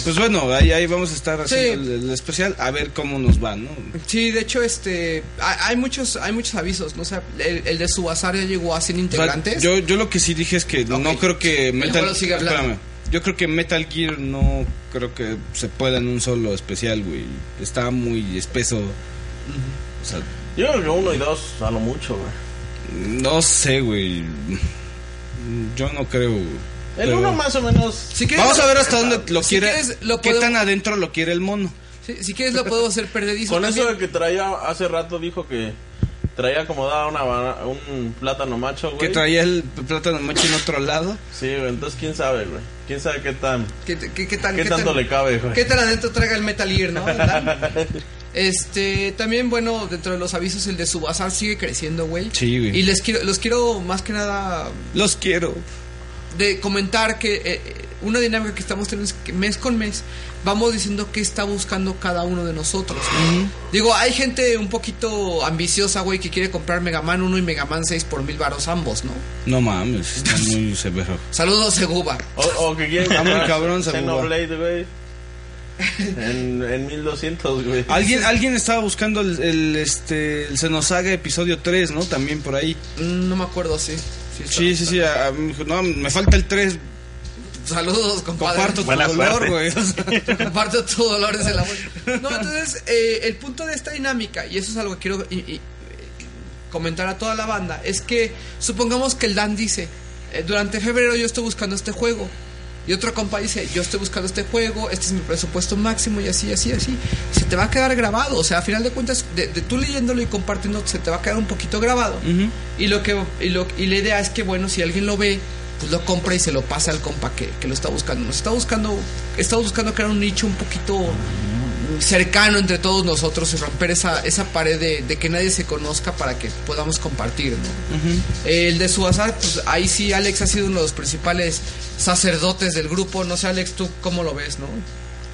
Speaker 4: pues bueno, ahí, ahí vamos a estar
Speaker 2: Sí.
Speaker 4: haciendo el, el especial a ver cómo nos va, ¿no?
Speaker 2: Sí, de hecho, este, ha- hay muchos, hay muchos avisos, no sé, el, el de Subasar ya llegó a 100
Speaker 4: O sea,
Speaker 2: integrantes.
Speaker 4: yo, yo lo que sí dije es que no creo que Metal
Speaker 2: abuelo sigue hablando.
Speaker 4: yo creo que Metal Gear no creo que se pueda en un solo especial, güey. Está muy espeso. O sea,
Speaker 3: Yo creo que uno y dos a lo mucho, güey.
Speaker 4: no sé, güey. Yo no creo. güey.
Speaker 3: El
Speaker 4: Pero-
Speaker 3: uno más o menos.
Speaker 4: Vamos a ver hasta dónde lo
Speaker 2: Si
Speaker 4: quiere.
Speaker 2: quieres, lo
Speaker 4: qué
Speaker 2: podemos-
Speaker 4: tan adentro lo quiere el mono.
Speaker 2: Si, si quieres lo puedo hacer perdedizo.
Speaker 3: Con
Speaker 2: también.
Speaker 3: eso de que traía hace rato dijo que traía acomodada una bana- un plátano macho, güey.
Speaker 4: Que traía el plátano macho en otro lado.
Speaker 3: Sí, güey, entonces quién sabe, güey. Quién sabe qué tan
Speaker 2: ¿Qué, qué- qué tan,
Speaker 3: qué
Speaker 2: tan-
Speaker 3: tanto le cabe, güey.
Speaker 2: ¿Qué tan adentro traiga el Metal Gear, no? ¿Verdad? Este, también, bueno, dentro de los avisos, el de Subasar sigue creciendo, güey.
Speaker 4: Sí, güey.
Speaker 2: Y les quiero, los quiero más que nada mm,
Speaker 4: Los quiero.
Speaker 2: de comentar que eh, eh, una dinámica que estamos teniendo es que mes con mes vamos diciendo qué está buscando cada uno de nosotros. ¿no? Digo, hay gente un poquito ambiciosa, güey, que quiere comprar Mega Man 1 y Mega Man 6 por mil varos ambos, ¿no?
Speaker 4: No mames, está muy severo.
Speaker 2: Saludos, Seguba.
Speaker 3: O, o que quieren
Speaker 4: Está muy
Speaker 3: comprar
Speaker 4: cabrón,
Speaker 3: Xenoblade, güey. En, en 1200, güey.
Speaker 4: Alguien, alguien estaba buscando el, el, este el Xenosaga episodio 3, ¿no? También por ahí.
Speaker 2: Mm, No me acuerdo, sí. Sí,
Speaker 4: sí, sí, sí, a- a- me dijo, no, me falta el 3.
Speaker 2: Saludos, compadre.
Speaker 4: Comparto tu dolor, güey. o sea.
Speaker 2: Comparto tu dolor desde la No, entonces, eh, el punto de esta dinámica, y eso es algo que quiero y- y- comentar a toda la banda, es que supongamos que el Dan dice, eh, durante febrero yo estoy buscando este juego. Y otro compa dice, yo estoy buscando este juego, este es mi presupuesto máximo y así, así, así. Se te va a quedar grabado, o sea, a final de cuentas, de, de tú leyéndolo y compartiendo, se te va a quedar un poquito grabado. Y lo que y lo- y la idea es que bueno, si alguien lo ve, pues lo compra y se lo pasa al compa que, que lo está buscando. Nos está buscando, estamos buscando crear un nicho un poquito cercano entre todos nosotros y romper esa, esa pared de, de que nadie se conozca para que podamos compartir, ¿no? El de Suazar, pues ahí sí Alex ha sido uno de los principales sacerdotes del grupo. No sé, Alex, tú cómo lo ves, ¿no?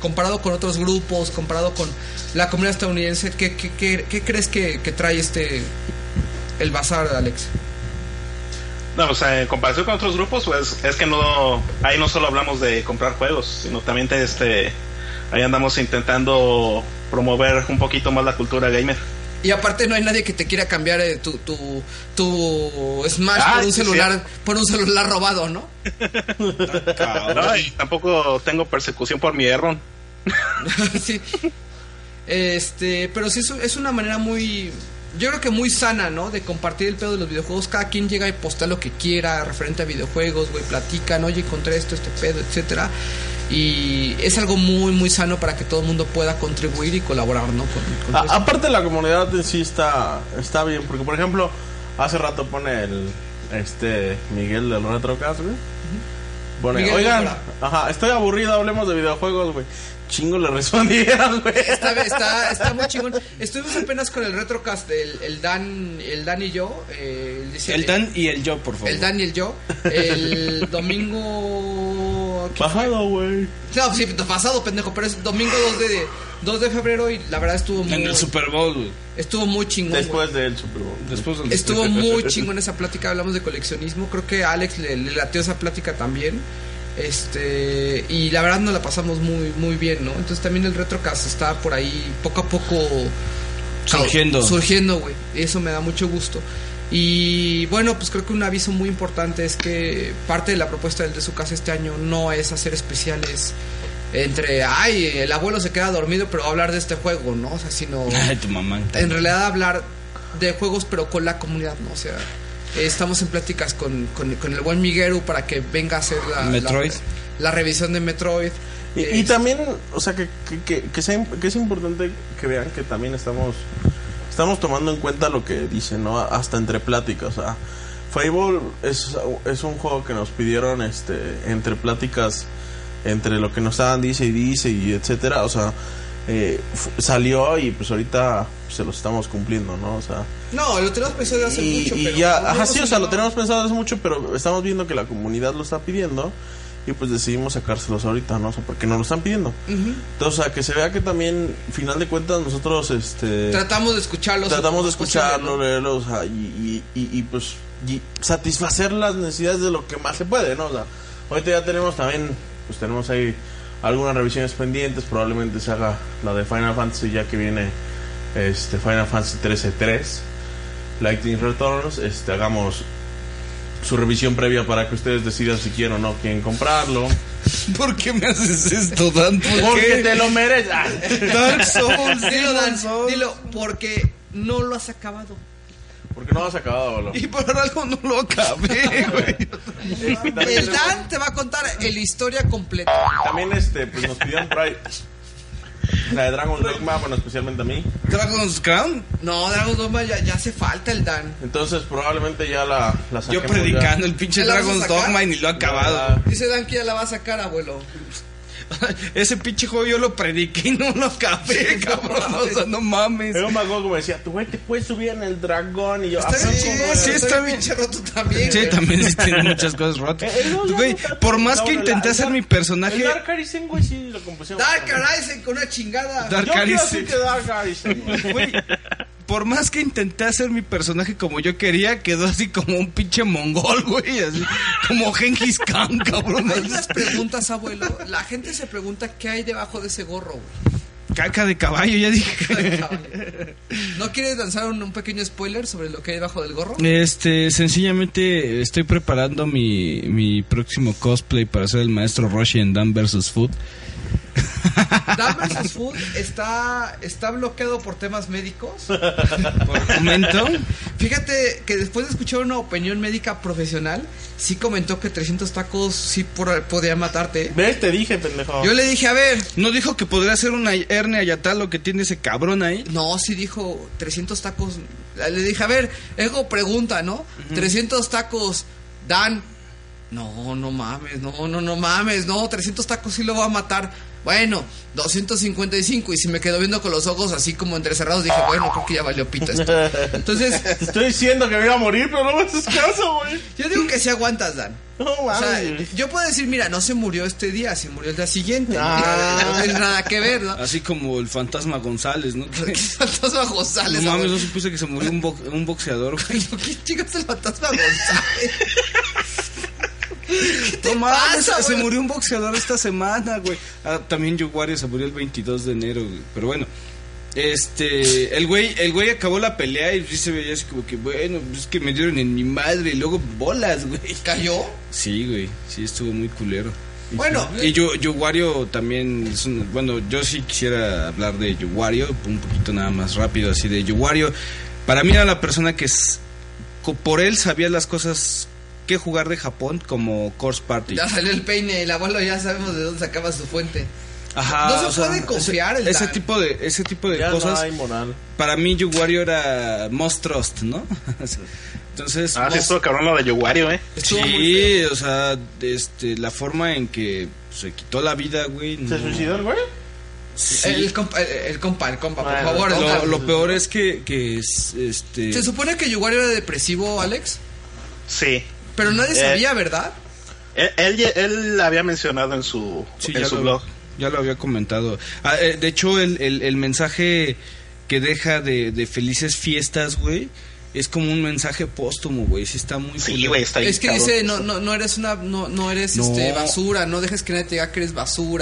Speaker 2: Comparado con otros grupos, comparado con la comunidad estadounidense, ¿qué, qué- qué- qué crees que, que trae este el bazar, Alex?
Speaker 10: No, o sea, en comparación con otros grupos, pues es que no, ahí no solo hablamos de comprar juegos, sino también de este, ahí andamos intentando promover un poquito más la cultura gamer.
Speaker 2: Y aparte no hay nadie que te quiera cambiar eh, tu, tu, tu Smash
Speaker 10: Ah,
Speaker 2: por un
Speaker 10: sí,
Speaker 2: celular
Speaker 10: cierto.
Speaker 2: por un celular robado, ¿no?
Speaker 10: No, y tampoco tengo persecución por mi Erron.
Speaker 2: sí. Este, pero sí es, es una manera muy yo creo que muy sana, ¿no? De compartir el pedo de los videojuegos. Cada quien llega y postea lo que quiera referente a videojuegos, güey, platican, oye, encontré esto, este pedo, etcétera. Y es algo muy, muy sano para que todo el mundo pueda contribuir y colaborar, ¿no? Con,
Speaker 10: Ah,
Speaker 2: con todo este
Speaker 3: A-
Speaker 2: esto.
Speaker 3: Ah, aparte la comunidad en sí está, está bien, porque por ejemplo, hace rato pone el este Miguel del Retrocast, güey. Pone,
Speaker 2: Miguel
Speaker 3: oigan,
Speaker 2: Lora.
Speaker 3: ajá, estoy aburrido, hablemos de videojuegos, güey. Chingo le respondieron, güey.
Speaker 2: Está, está, está muy chingón. Estuvimos apenas con el retrocast del el Dan, el Dan y yo. eh, dice-
Speaker 4: El Dan y el yo, por favor.
Speaker 2: el Dan y el yo. El domingo. ¿qué fue?
Speaker 3: Bajado, güey.
Speaker 2: No, sí, pasado, pendejo. Pero es domingo 2 de, 2 de febrero y la verdad estuvo
Speaker 4: En
Speaker 2: muy,
Speaker 4: el Super Bowl, güey.
Speaker 2: estuvo muy chingón. güey.
Speaker 3: Después del Super Bowl.
Speaker 4: Después del-
Speaker 2: Estuvo muy chingón esa plática, hablamos de coleccionismo, creo que a Alex le, le latió esa plática también. Este, y la verdad nos la pasamos muy muy bien, ¿no? Entonces también el retrocast está por ahí poco a poco
Speaker 4: Surgiendo.
Speaker 2: Surgiendo, güey. Eso me da mucho gusto. Y bueno, pues creo que un aviso muy importante es que parte de la propuesta del de su casa este año no es hacer especiales entre, ay, el abuelo se queda dormido, pero va a hablar de este juego, ¿no? O sea, sino.
Speaker 4: Ay, tu mamá.
Speaker 2: En realidad, hablar de juegos, pero con la comunidad, ¿no? O sea, eh, estamos en pláticas con, con- con el buen Miguero para que venga a hacer la. la-
Speaker 4: Metroid.
Speaker 2: La, revisión de Metroid.
Speaker 3: Y,
Speaker 2: Eh,
Speaker 3: y también, o sea, que, que, que- que sea imp- que es importante que vean que también estamos, estamos tomando en cuenta lo que dicen, ¿no? Hasta entre pláticas. O sea, Fable es, es un juego que nos pidieron este, entre pláticas, entre lo que nos estaban dice y dice y etcétera. O sea, eh, fu- salió y pues ahorita se los estamos cumpliendo, ¿no? O sea,
Speaker 2: No, lo tenemos pensado hace
Speaker 3: y,
Speaker 2: mucho,
Speaker 3: y
Speaker 2: pero.
Speaker 3: ya,
Speaker 2: no
Speaker 3: ajá,
Speaker 2: hemos
Speaker 3: sí, o sea, lo tenemos pensado hace mucho, pero estamos viendo que la comunidad lo está pidiendo y pues decidimos sacárselos ahorita, ¿no? O sea, porque nos lo están pidiendo.
Speaker 2: Ujú.
Speaker 3: Entonces, o sea, que se vea que también, final de cuentas, nosotros, este...
Speaker 2: Tratamos de escucharlos.
Speaker 3: Tratamos de
Speaker 2: lo posible, ¿no?
Speaker 3: escucharlos, leerlos, o sea, y, y, y- y, pues y satisfacer las necesidades de lo que más se puede, ¿no? O sea, ahorita ya tenemos también, pues tenemos ahí algunas revisiones pendientes, probablemente se haga la de Final Fantasy ya que viene este Final Fantasy 13.3, Lightning Returns, este, hagamos su revisión previa para que ustedes decidan si quieren o no quieren comprarlo.
Speaker 4: ¿Por qué me haces esto, Dan? ¿Por
Speaker 3: Porque
Speaker 4: qué?
Speaker 3: te lo mereces.
Speaker 4: Dark Souls,
Speaker 2: dilo,
Speaker 4: Dark
Speaker 2: Dan, dilo, porque no lo has acabado.
Speaker 3: Porque no has acabado, boludo.
Speaker 4: Y por algo no lo acabé, güey.
Speaker 2: El Dan te va a contar la historia completa.
Speaker 3: También este, pues nos pidieron por ahí la de Dragon Dogma, bueno, especialmente a mí.
Speaker 4: ¿Dragon's Crown?
Speaker 2: No, Dragon Dogma ya, ya hace falta el Dan.
Speaker 3: Entonces probablemente ya la, la
Speaker 4: Yo
Speaker 3: saquemos
Speaker 4: predicando
Speaker 3: ya.
Speaker 4: el pinche
Speaker 2: ¿Ya la vas a
Speaker 4: Dragon's
Speaker 2: sacar?
Speaker 4: Dogma y ni lo he acabado.
Speaker 2: Dice Dan que ya la va a sacar, abuelo.
Speaker 4: Ese pinche juego yo lo prediqué y no lo acabé, cabrón. O sea, no mames.
Speaker 3: Pero me acuerdo que me decía, tu güey te puedes subir en el dragón y yo... "Ah,
Speaker 4: Está bien chido, sí, está bien.
Speaker 2: Pinche roto también.
Speaker 4: Sí,
Speaker 2: güey.
Speaker 4: también sí tiene muchas cosas rotas.
Speaker 3: Eh,
Speaker 4: Güey, por más que intenté hacer mi personaje,
Speaker 3: El Dark Arisen, güey, sí lo compusieron.
Speaker 2: Dark Arisen con una chingada.
Speaker 4: Dark
Speaker 3: Yo quiero
Speaker 4: Arisen.
Speaker 3: decir que Dark Arisen, güey.
Speaker 4: por más que intenté hacer mi personaje como yo quería, quedó así como un pinche mongol, güey. Así, como Genghis Khan, cabrón.
Speaker 2: Hay unas preguntas, abuelo. La gente se pregunta qué hay debajo de ese gorro, güey.
Speaker 4: Caca de caballo, ya dije.
Speaker 2: ¿No quieres lanzar un, un pequeño spoiler sobre lo que hay debajo del gorro?
Speaker 4: Este, sencillamente estoy preparando mi, mi próximo cosplay para ser el maestro Roshi en Dan vs. Food.
Speaker 2: Dan vs. Food está, está bloqueado por temas médicos.
Speaker 4: Por momento.
Speaker 2: Fíjate que después de escuchar una opinión médica profesional, sí comentó que 300 tacos sí por- podía matarte.
Speaker 3: ¿Ves? Te dije, pendejo.
Speaker 2: Yo le dije, a ver.
Speaker 4: No dijo que podría ser una hernia yatal lo que tiene ese cabrón ahí.
Speaker 2: No, sí dijo 300 tacos. Ah, Le dije, a ver, Ego pregunta, ¿no? 300 tacos dan. No, no mames, no, no, no mames, no, 300 tacos sí lo va a matar. Bueno, 255 y si me quedó viendo con los ojos así como entrecerrados dije, bueno, creo que ya valió pita esto. Entonces,
Speaker 3: Te estoy diciendo que me iba a morir, pero no me haces caso, güey.
Speaker 2: yo digo que sí aguantas, Dan.
Speaker 3: No,
Speaker 2: O sea,
Speaker 3: mames.
Speaker 2: yo puedo decir, mira, no se murió este día, se murió el día siguiente. ¿no?
Speaker 3: Ah.
Speaker 2: No tiene nada que ver, ¿no?
Speaker 4: Así como el fantasma González, ¿no?
Speaker 2: Fantasma González.
Speaker 4: no mames,
Speaker 2: abuelo.
Speaker 4: no supuse que se murió un, bo- un boxeador. güey.
Speaker 2: ¿Qué chicas el fantasma González?
Speaker 4: No mames,
Speaker 2: pasa,
Speaker 4: se
Speaker 2: güey?
Speaker 4: murió un boxeador esta semana, güey. Ah, también Yuguario se murió el 22 de enero, güey. Pero bueno, este, el güey, el güey acabó la pelea y sí se veía así como que, bueno, es que me dieron en mi madre y luego bolas, güey.
Speaker 2: ¿Cayó?
Speaker 4: Sí, güey, sí estuvo muy culero. Y-
Speaker 2: Bueno.
Speaker 4: y yo, Yuguario también es un- bueno, yo sí quisiera hablar de Yuguario, un poquito nada más rápido así de Yuguario. Para mí era la persona que es- co- por él sabía las cosas que jugar de Japón como course party.
Speaker 2: Ya salió el peine, el abuelo ya sabemos de dónde sacaba su fuente.
Speaker 4: Ajá,
Speaker 2: No se
Speaker 4: o sea,
Speaker 2: puede confiar el
Speaker 4: ese, ese
Speaker 2: Dan.
Speaker 4: tipo de ese tipo de
Speaker 3: Ya
Speaker 4: Pues, cosas.
Speaker 3: no hay moral.
Speaker 4: Para mí Yuguario era most trust, ¿no? Entonces,
Speaker 10: Ah, sí,
Speaker 4: most-
Speaker 10: estuvo cabrón lo de Yowario, eh.
Speaker 2: Estuvo muy
Speaker 4: Sí, o sea, este, la forma en que se quitó la vida, güey.
Speaker 3: ¿Se
Speaker 4: no-
Speaker 3: suicidó el güey?
Speaker 4: Sí.
Speaker 2: El, compa, el, el compa, el compa,
Speaker 3: Bueno,
Speaker 2: por favor. Dan.
Speaker 4: Lo, lo peor es que, que es, este...
Speaker 2: Se supone que Yuguario era depresivo, Alex,
Speaker 10: Sí.
Speaker 2: pero nadie
Speaker 10: Eh.
Speaker 2: sabía, ¿verdad?
Speaker 10: Él, él, él había mencionado en su,
Speaker 4: Sí,
Speaker 10: en
Speaker 4: ya
Speaker 10: su
Speaker 4: lo-
Speaker 10: blog.
Speaker 4: Ya lo había comentado. Ah, eh, de hecho, el, el- el mensaje que deja de, de felices fiestas, güey, es como un mensaje póstumo, güey. Sí está muy...
Speaker 10: Sí,
Speaker 4: culero.
Speaker 10: güey, está ahí.
Speaker 2: Es que
Speaker 10: cabrón.
Speaker 2: dice, no, no, no eres una, no, no eres
Speaker 4: No.
Speaker 2: este basura, no dejes que nadie te diga que eres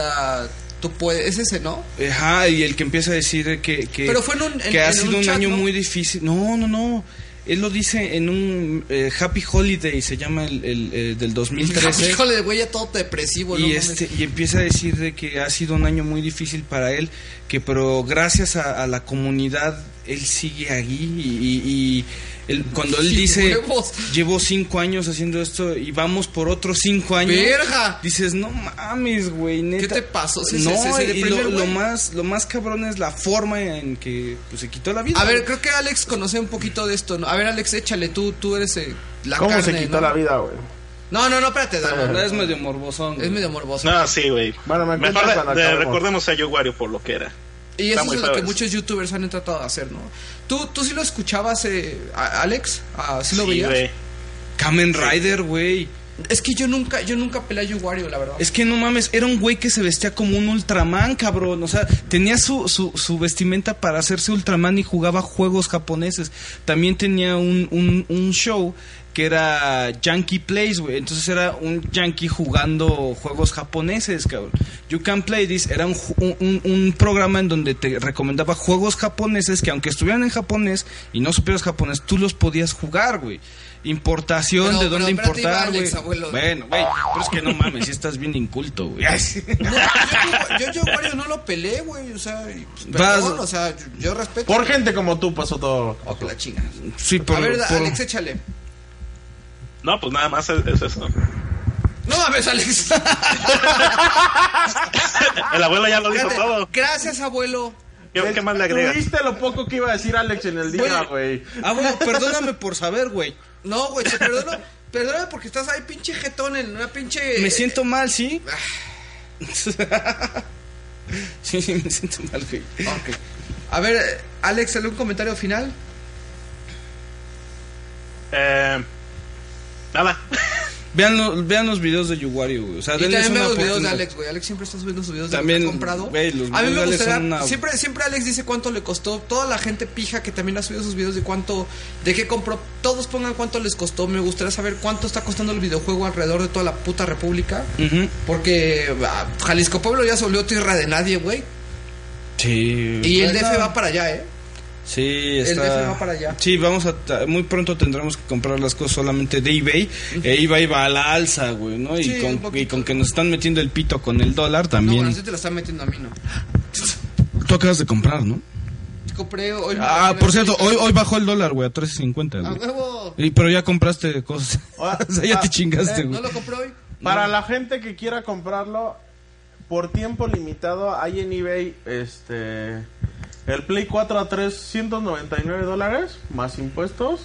Speaker 2: basura, tú puedes, es ese, ¿no?
Speaker 4: Ajá, y el que empieza a decir que, que,
Speaker 2: Pero fue en un- en-
Speaker 4: que ha
Speaker 2: en
Speaker 4: sido
Speaker 2: un
Speaker 4: un
Speaker 2: chat,
Speaker 4: año
Speaker 2: ¿no?
Speaker 4: muy difícil. No, no, no. Él lo dice en un eh, Happy Holiday, se llama el, el, eh, del 2013.
Speaker 2: Híjole, güey, ya todo depresivo, no
Speaker 4: Y,
Speaker 2: mames.
Speaker 4: este, y empieza a decir de que ha sido un año muy difícil para él, que pero gracias a, a la comunidad él sigue allí y, y- y él- cuando él
Speaker 2: Sí,
Speaker 4: dice
Speaker 2: huevos.
Speaker 4: llevo cinco años haciendo esto y vamos por otros cinco años,
Speaker 2: Verga.
Speaker 4: dices no mames, güey, neta.
Speaker 2: ¿Qué te pasó? Sí,
Speaker 4: no,
Speaker 2: sí, sí, sí,
Speaker 4: y
Speaker 2: deprime,
Speaker 4: lo, lo
Speaker 2: güey.
Speaker 4: más lo más cabrón es la forma en que pues, se quitó la vida.
Speaker 2: A ver, creo que Alex conoce un poquito de esto. ¿no? A ver, Alex, échale, tú, tú eres eh, la
Speaker 3: ¿Cómo
Speaker 2: carne,
Speaker 3: se
Speaker 2: ¿no?
Speaker 3: quitó la vida, güey?
Speaker 2: No, no, no, espérate, Dan.
Speaker 4: es medio morbosón.
Speaker 2: Es medio morboso.
Speaker 10: No, sí, güey.
Speaker 3: Bueno, me
Speaker 10: Mejor
Speaker 3: cuentas
Speaker 10: de-
Speaker 3: cuando
Speaker 10: de-
Speaker 3: acabemos.
Speaker 10: recordemos a Yowario por lo que era.
Speaker 2: Y
Speaker 10: Está
Speaker 2: eso
Speaker 10: muy
Speaker 2: es lo
Speaker 10: feo
Speaker 2: que
Speaker 10: eso.
Speaker 2: muchos youtubers han tratado de hacer, ¿no? ¿Tú, tú sí lo escuchabas, eh, a- Alex? Ah, ¿Sí lo
Speaker 4: Sí,
Speaker 2: veías?
Speaker 4: güey. Kamen Rider, güey.
Speaker 2: Es que yo nunca, yo nunca peleé a Yuwario, la verdad.
Speaker 4: Es que no mames, era un güey que se vestía como un Ultraman, cabrón. O sea, tenía su, su, su vestimenta para hacerse Ultraman y jugaba juegos japoneses. También tenía un, un, un show que era Yankee Plays, güey. Entonces era un Yankee jugando juegos japoneses, cabrón. You Can Play This era un, ju- un- un- un programa en donde te recomendaba juegos japoneses que aunque estuvieran en japonés y no supieras japonés, tú los podías jugar, güey. Importación,
Speaker 2: Pero-
Speaker 4: de dónde
Speaker 2: pero espérate,
Speaker 4: importar,
Speaker 2: iba Alex,
Speaker 4: güey.
Speaker 2: abuelo.
Speaker 4: Bueno, güey, pero es que no mames, si estás bien inculto, güey.
Speaker 2: Yo Yuwario no lo peleé, güey. O sea, y, pues,
Speaker 4: Vas-
Speaker 2: perdón, o sea, yo, yo respeto.
Speaker 3: Por gente como tú pasó todo.
Speaker 2: la chinga.
Speaker 4: Sí,
Speaker 2: a ver, Alex, échale.
Speaker 10: No, pues nada más es, es eso.
Speaker 2: No mames, Alex.
Speaker 10: El abuelo ya lo dijo
Speaker 2: Espérate,
Speaker 10: todo.
Speaker 2: Gracias, abuelo.
Speaker 10: ¿Qué, qué más le agregas?
Speaker 3: ¿Viste lo poco que iba a decir Alex en el día, güey?
Speaker 4: Abuelo, ah, perdóname por saber, güey.
Speaker 2: No, güey, te perdono. Perdóname porque estás ahí pinche jetón en una pinche...
Speaker 4: Me siento mal, ¿sí?
Speaker 2: eh, ah.
Speaker 4: sí, sí, me siento mal, güey.
Speaker 2: Ok. A ver, eh, Alex, ¿algún comentario final?
Speaker 10: Eh, nada.
Speaker 4: Vean, lo- vean los videos de Yuwario, güey. O sea,
Speaker 2: Y
Speaker 4: denles
Speaker 2: también veo
Speaker 4: una
Speaker 2: los videos de
Speaker 4: oportunidad.
Speaker 2: Alex, güey. Alex siempre está subiendo sus videos
Speaker 4: También,
Speaker 2: de lo que ha comprado.
Speaker 4: güey, los
Speaker 2: a mí
Speaker 4: videos de
Speaker 2: me
Speaker 4: Alex
Speaker 2: gustaría.
Speaker 4: son una-
Speaker 2: Siempre, siempre Alex dice cuánto le costó. Toda la gente pija que también ha subido sus videos de cuánto. de qué compró. Todos pongan cuánto les costó. Me gustaría saber cuánto está costando el videojuego alrededor de toda la puta república.
Speaker 4: Ujú.
Speaker 2: Porque ah, Jalisco Pueblo ya se volvió tierra de nadie, güey.
Speaker 4: Sí.
Speaker 2: Y el
Speaker 4: Bueno,
Speaker 2: DF va para allá, ¿eh?
Speaker 4: Sí,
Speaker 2: El
Speaker 4: está...
Speaker 2: DF va para allá.
Speaker 4: Sí, vamos a... ta- Muy pronto tendremos que comprar las cosas solamente de eBay. E eBay va a la alza, güey, ¿no? Y,
Speaker 2: Sí, un
Speaker 4: con,
Speaker 2: poquito.
Speaker 4: y con que nos están metiendo el pito con el dólar
Speaker 2: No,
Speaker 4: también.
Speaker 2: bueno, sí te lo están metiendo a mí, ¿no?
Speaker 4: Tú acabas de comprar, ¿no?
Speaker 2: Compré hoy.
Speaker 4: Ah, por cierto, hoy, hoy bajó el dólar, güey, a 3.50,
Speaker 2: ¡A
Speaker 3: Ah,
Speaker 4: güey.
Speaker 2: huevo!
Speaker 4: Y, pero ya compraste cosas. o sea, ya te chingaste,
Speaker 2: Eh,
Speaker 4: güey.
Speaker 2: no lo compré hoy.
Speaker 3: Para la gente que quiera comprarlo, por tiempo limitado hay en eBay este el Play 4 a 399 dólares más impuestos.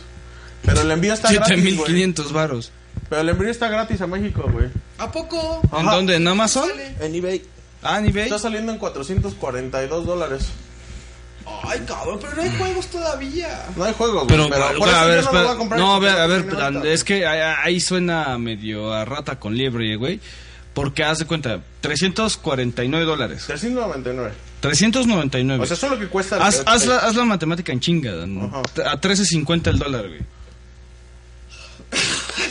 Speaker 3: Pero el envío está gratis. güey.
Speaker 4: 7500 varos.
Speaker 3: Pero el envío está gratis a México, güey.
Speaker 2: ¿A poco?
Speaker 4: ¿En
Speaker 3: Ajá.
Speaker 4: dónde? ¿En Amazon?
Speaker 3: En eBay.
Speaker 4: Ah, en eBay.
Speaker 3: Está saliendo en 442 dólares.
Speaker 2: Ay, cabrón, pero no hay juegos todavía.
Speaker 3: No hay juegos, güey,
Speaker 4: Pero,
Speaker 3: por
Speaker 4: a
Speaker 3: eso yo
Speaker 4: ver,
Speaker 3: no lo
Speaker 4: espera-
Speaker 3: voy a comprar.
Speaker 4: no, a ver, a ver,
Speaker 3: Porque no
Speaker 4: espera,
Speaker 3: está.
Speaker 4: es que ahí- ahí suena medio a rata con liebre, güey. Porque haz de cuenta, 349 dólares.
Speaker 3: 399.
Speaker 4: 399.
Speaker 3: O sea, eso es lo que cuesta. el-
Speaker 4: haz,
Speaker 3: el-
Speaker 4: haz la, haz la matemática en chinga, ¿no?
Speaker 3: Ajá.
Speaker 4: A 13.50 el dólar, güey.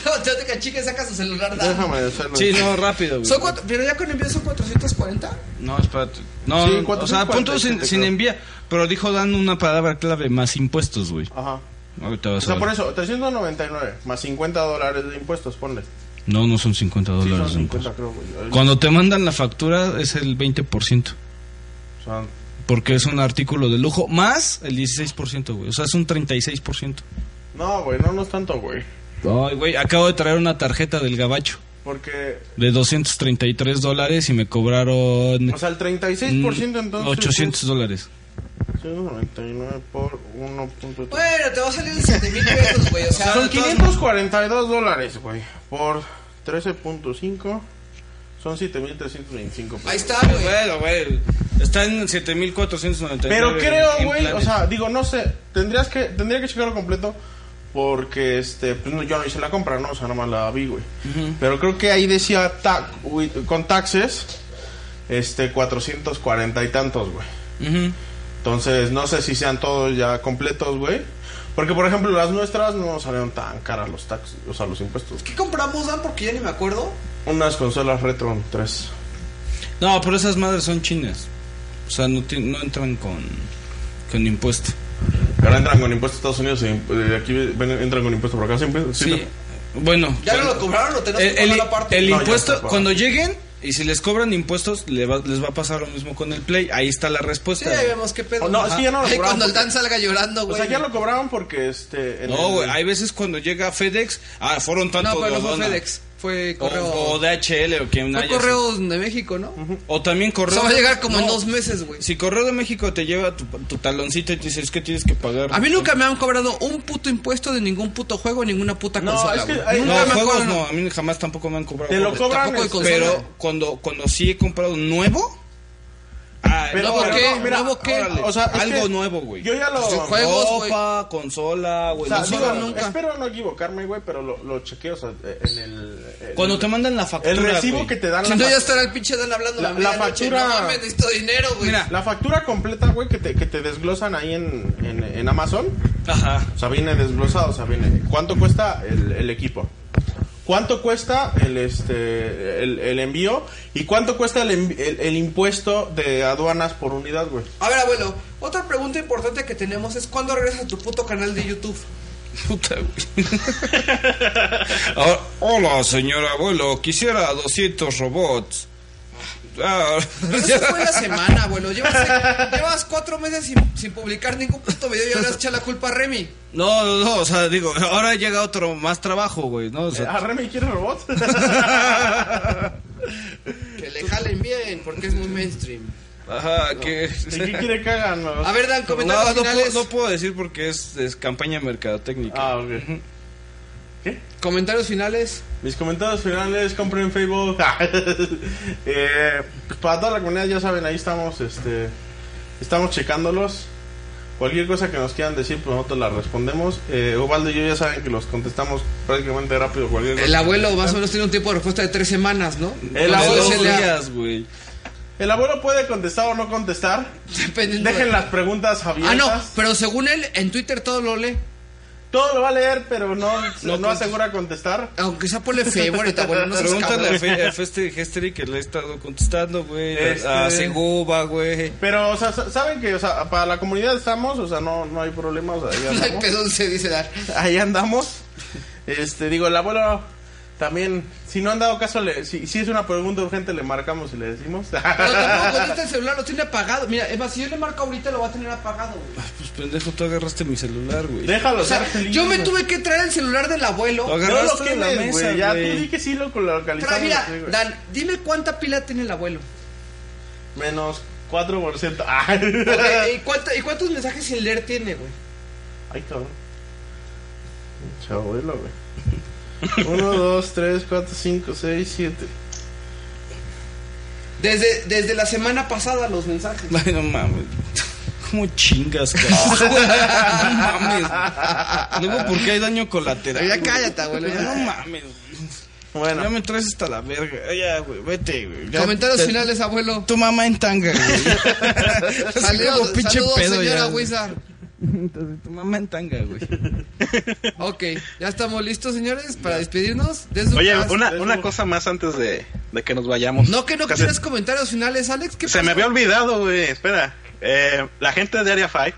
Speaker 2: No, te que chica saca su celular. Dan.
Speaker 3: Déjame hacerlo.
Speaker 4: Sí, no, rápido, güey.
Speaker 2: Son cuatro- pero ya con envío son 440.
Speaker 4: No, espérate. No,
Speaker 3: Sí,
Speaker 4: o sea,
Speaker 3: 450,
Speaker 4: punto sin,
Speaker 3: creo.
Speaker 4: sin envía. Pero dijo Dan una palabra clave, más impuestos, güey.
Speaker 3: Ajá.
Speaker 4: Ahorita vas
Speaker 3: O
Speaker 4: a
Speaker 3: sea,
Speaker 4: ver.
Speaker 3: por eso, 399 más 50 dólares de impuestos, ponle.
Speaker 4: No, no son 50
Speaker 3: Sí,
Speaker 4: dólares.
Speaker 3: son
Speaker 4: de
Speaker 3: 50,
Speaker 4: impuestos.
Speaker 3: creo, güey.
Speaker 4: Cuando te mandan la factura es el 20%,
Speaker 3: O sea,
Speaker 4: porque es un artículo de lujo, más el 16%, güey. O sea, es un 36%.
Speaker 3: no, güey, no, no es tanto, güey.
Speaker 4: Ay, güey, acabo de traer una tarjeta del gabacho
Speaker 3: Porque,
Speaker 4: de 233 dólares y me cobraron
Speaker 3: o sea, el 36%
Speaker 4: mm,
Speaker 3: entonces.
Speaker 4: 800 dólares.
Speaker 3: es 199 por 1.3.
Speaker 2: Bueno, te va a salir de 7 mil pesos, güey. O sea, de todas
Speaker 3: Son 542 dólares, güey. Por 13.5 son 7.325
Speaker 2: Ahí
Speaker 3: pesos.
Speaker 2: está, güey.
Speaker 4: Bueno, güey, está en 7499.
Speaker 3: Pero
Speaker 4: en
Speaker 3: creo, güey, o
Speaker 4: planes.
Speaker 3: sea, digo, no sé, tendrías que, tendría que checarlo completo porque, este, pues no, yo no hice la compra, no, o sea, nada más la vi, güey. Pero creo que ahí decía ta- with- con taxes, este, 440 y tantos, güey.
Speaker 4: Ujú.
Speaker 3: Entonces, no sé si sean todos ya completos, güey. Porque, por ejemplo, las nuestras no salieron tan caras los taxes, o sea, los impuestos.
Speaker 2: ¿Qué compramos, Dan? Porque ya ni me acuerdo.
Speaker 3: Unas consolas Retro 3.
Speaker 4: No, pero esas madres son chinas. O sea, no, ti- no entran con, con impuesto.
Speaker 3: Ahora entran con impuestos a Estados Unidos y eh, aquí ven- entran con impuestos por acá siempre.
Speaker 4: Sí. Bueno,
Speaker 2: ¿Ya no lo cobraron o tenemos que
Speaker 4: el, el-
Speaker 2: pagar aparte?
Speaker 4: el
Speaker 2: No, ya
Speaker 4: impuesto,
Speaker 2: está pagado.
Speaker 4: cuando lleguen y si les cobran impuestos, le va- les va a pasar lo mismo con el Play. Ahí está la
Speaker 2: Sí,
Speaker 4: respuesta.
Speaker 2: ahí vemos qué pedo.
Speaker 4: Oh, no, es que ya no lo
Speaker 2: Ay,
Speaker 4: cobraban
Speaker 2: cuando el
Speaker 4: porque-
Speaker 2: Dan salga llorando,
Speaker 4: O
Speaker 2: güey.
Speaker 4: sea, ya
Speaker 3: lo cobraban porque este.
Speaker 4: No, güey, hay veces cuando llega FedEx, ah, fueron tantos.
Speaker 2: No, pero no fue
Speaker 4: dona.
Speaker 2: FedEx, fue
Speaker 4: O-
Speaker 2: correo-
Speaker 4: O, DHL o quien
Speaker 2: Fue
Speaker 4: haya sido.
Speaker 2: correos de México, ¿no?
Speaker 4: O también
Speaker 2: O
Speaker 4: correo.
Speaker 2: sea, va a llegar como en
Speaker 4: No,
Speaker 2: dos meses, güey.
Speaker 4: Si Correo de México te lleva tu, tu taloncito y te dice, es que tienes que pagar.
Speaker 2: A mí nunca me han cobrado un puto impuesto de ningún puto juego, ninguna puta consola. güey.
Speaker 4: no,
Speaker 2: nunca me han
Speaker 4: juegos
Speaker 2: cobrado-
Speaker 4: no, a mí jamás tampoco me han cobrado.
Speaker 2: Te lo
Speaker 4: juegos.
Speaker 2: cobran,
Speaker 4: Tampoco de
Speaker 2: este,
Speaker 4: consola.
Speaker 2: pero
Speaker 4: Pero cuando, cuando sí he comprado nuevo. ah,
Speaker 3: Pero-
Speaker 4: ¿nuevo
Speaker 3: pero
Speaker 4: qué?
Speaker 3: no, mira,
Speaker 4: ¿Nuevo qué?
Speaker 3: órale. O sea, es
Speaker 4: algo
Speaker 3: que
Speaker 4: nuevo, güey.
Speaker 3: yo ya lo-
Speaker 4: Pues,
Speaker 3: Juegos, güey.
Speaker 4: Ropa, consola, güey.
Speaker 3: O sea,
Speaker 4: no
Speaker 3: digo,
Speaker 4: solo-
Speaker 3: Espero no equivocarme, güey, pero lo, lo chequeo. o sea, eh, en el, el-
Speaker 4: Cuando te mandan la factura.
Speaker 3: El recibo
Speaker 4: güey.
Speaker 3: que te dan
Speaker 2: Si
Speaker 3: Ah, la
Speaker 2: no, ya
Speaker 3: fac-
Speaker 2: estará el pinche Dan hablando.
Speaker 3: La,
Speaker 2: a
Speaker 3: la
Speaker 2: medianoche,
Speaker 3: factura.
Speaker 2: No mames, necesito dinero, güey.
Speaker 3: Mira, la factura completa, güey, que te, que te desglosan ahí en, en, en Amazon.
Speaker 4: Ajá.
Speaker 3: O sea, viene desglosado, o sea, viene. ¿Cuánto cuesta el, el equipo? ¿Cuánto cuesta el, este, el, el envío? ¿Y cuánto cuesta el, envi- el, el impuesto de aduanas por unidad, güey?
Speaker 2: A ver, abuelo, otra pregunta importante que tenemos es: ¿cuándo regresas a tu puto canal de YouTube?
Speaker 4: Puta, güey.
Speaker 3: Ah,
Speaker 4: Ahora, hola, señor abuelo. Quisiera 200 robots. Ah,
Speaker 2: Pero eso fue la semana, abuelo. Llevas, llevas cuatro meses sin, sin publicar ningún puto video y ahora echa la culpa a Remy.
Speaker 4: No, no, no, o sea, digo, ahora llega otro más trabajo, güey, ¿no? O sea,
Speaker 3: ¿A Ah, Remy quiere robots?
Speaker 2: Que le jalen bien, porque es muy mainstream.
Speaker 4: ajá, que...
Speaker 3: ¿De qué quiere que hagan? no?
Speaker 2: A ver, Dan, comentarios
Speaker 4: no, no
Speaker 2: finales.
Speaker 4: puedo, no puedo decir porque es, es campaña mercadotécnica.
Speaker 3: Ah, ok.
Speaker 2: Comentarios finales.
Speaker 3: Mis comentarios finales, compren Facebook. Eh, pues para toda la comunidad, ya saben, ahí estamos, este, estamos checándolos. Cualquier cosa que nos quieran decir, pues nosotros la respondemos. Eh, Ubaldo y yo ya saben que los contestamos prácticamente rápido. Cualquier cosa
Speaker 2: El abuelo
Speaker 3: que
Speaker 2: más o
Speaker 3: quieran.
Speaker 2: menos tiene un tiempo de respuesta de tres semanas, ¿no?
Speaker 3: El abuelo,
Speaker 2: Entonces, él ya-
Speaker 4: güey.
Speaker 3: El abuelo puede contestar o no contestar. Dejen las preguntas
Speaker 2: Ah,
Speaker 3: abiertas.
Speaker 2: no, pero según él, en Twitter todo lo lee.
Speaker 3: Todo lo va a leer, pero no, no, asegura contestar.
Speaker 2: Aunque sea ponle fe, bueno, está bueno, no seas
Speaker 4: Pregúntale a,
Speaker 2: cabrón.
Speaker 4: Fe, a Feste Gesteri que le he estado contestando, güey.
Speaker 3: Este-
Speaker 4: A Seguba, güey.
Speaker 3: Pero, o sea, sa- saben que, o sea, para la comunidad estamos, o sea, no, no hay problema, o sea, ahí
Speaker 2: No hay
Speaker 3: andamos.
Speaker 2: pedo, se dice dar.
Speaker 3: Ahí andamos. Este, digo, el abuelo también, si no han dado caso, le, si, si es una pregunta urgente, le marcamos y le decimos.
Speaker 2: Pero tampoco contesta el celular, lo tiene apagado. Mira, es más, si yo le marco ahorita, lo va a tener apagado. güey.
Speaker 4: Pues pendejo, tú agarraste mi celular, güey.
Speaker 3: Déjalo
Speaker 2: O sea,
Speaker 3: ser feliz,
Speaker 2: yo me
Speaker 3: güey.
Speaker 2: tuve que traer el celular del abuelo.
Speaker 4: Lo
Speaker 3: No lo
Speaker 4: agarraste de la
Speaker 3: quemes,
Speaker 4: mesa,
Speaker 3: güey. Ya tú
Speaker 4: güey.
Speaker 3: di que sí lo localizamos.
Speaker 2: Tra- mira,
Speaker 3: sí, güey.
Speaker 2: Dan, dime cuánta pila tiene el abuelo.
Speaker 3: Menos 4%. Ah.
Speaker 2: Ok, ¿y, cuánto- y cuántos mensajes sin leer tiene, güey?
Speaker 3: Ay, cabrón. Pinche abuelo, güey. 1, 2, 3, 4, 5, 6, 7.
Speaker 2: Desde, desde la semana pasada los mensajes.
Speaker 4: Ay, no mames. ¿Cómo chingas, cabrón? no mames. Luego, porque hay daño colateral?
Speaker 2: Ya
Speaker 4: güey?
Speaker 2: cállate, abuelo, ya.
Speaker 4: No mames.
Speaker 3: Bueno.
Speaker 4: Ya me traes hasta la verga. Ay, Ya, güey, vete, güey. Ya
Speaker 2: Comentarios
Speaker 4: te-
Speaker 2: finales, abuelo.
Speaker 4: Tu mamá en tanga, güey.
Speaker 2: Saludos,
Speaker 4: como pinche
Speaker 2: saludos,
Speaker 4: pedo
Speaker 2: señora
Speaker 4: ya.
Speaker 2: Wizard.
Speaker 4: tu mamá en tanga, güey.
Speaker 2: Ok, ya estamos listos, señores, para despedirnos. Desde
Speaker 10: Oye,
Speaker 2: Ucas.
Speaker 10: una, una cosa más antes de, de que nos vayamos.
Speaker 2: No, que no
Speaker 10: Casi-
Speaker 2: quieres comentarios finales, Alex. ¿Qué
Speaker 10: Se
Speaker 2: pasa?
Speaker 10: me había olvidado, güey. Espera. Eh, la gente de Area 5,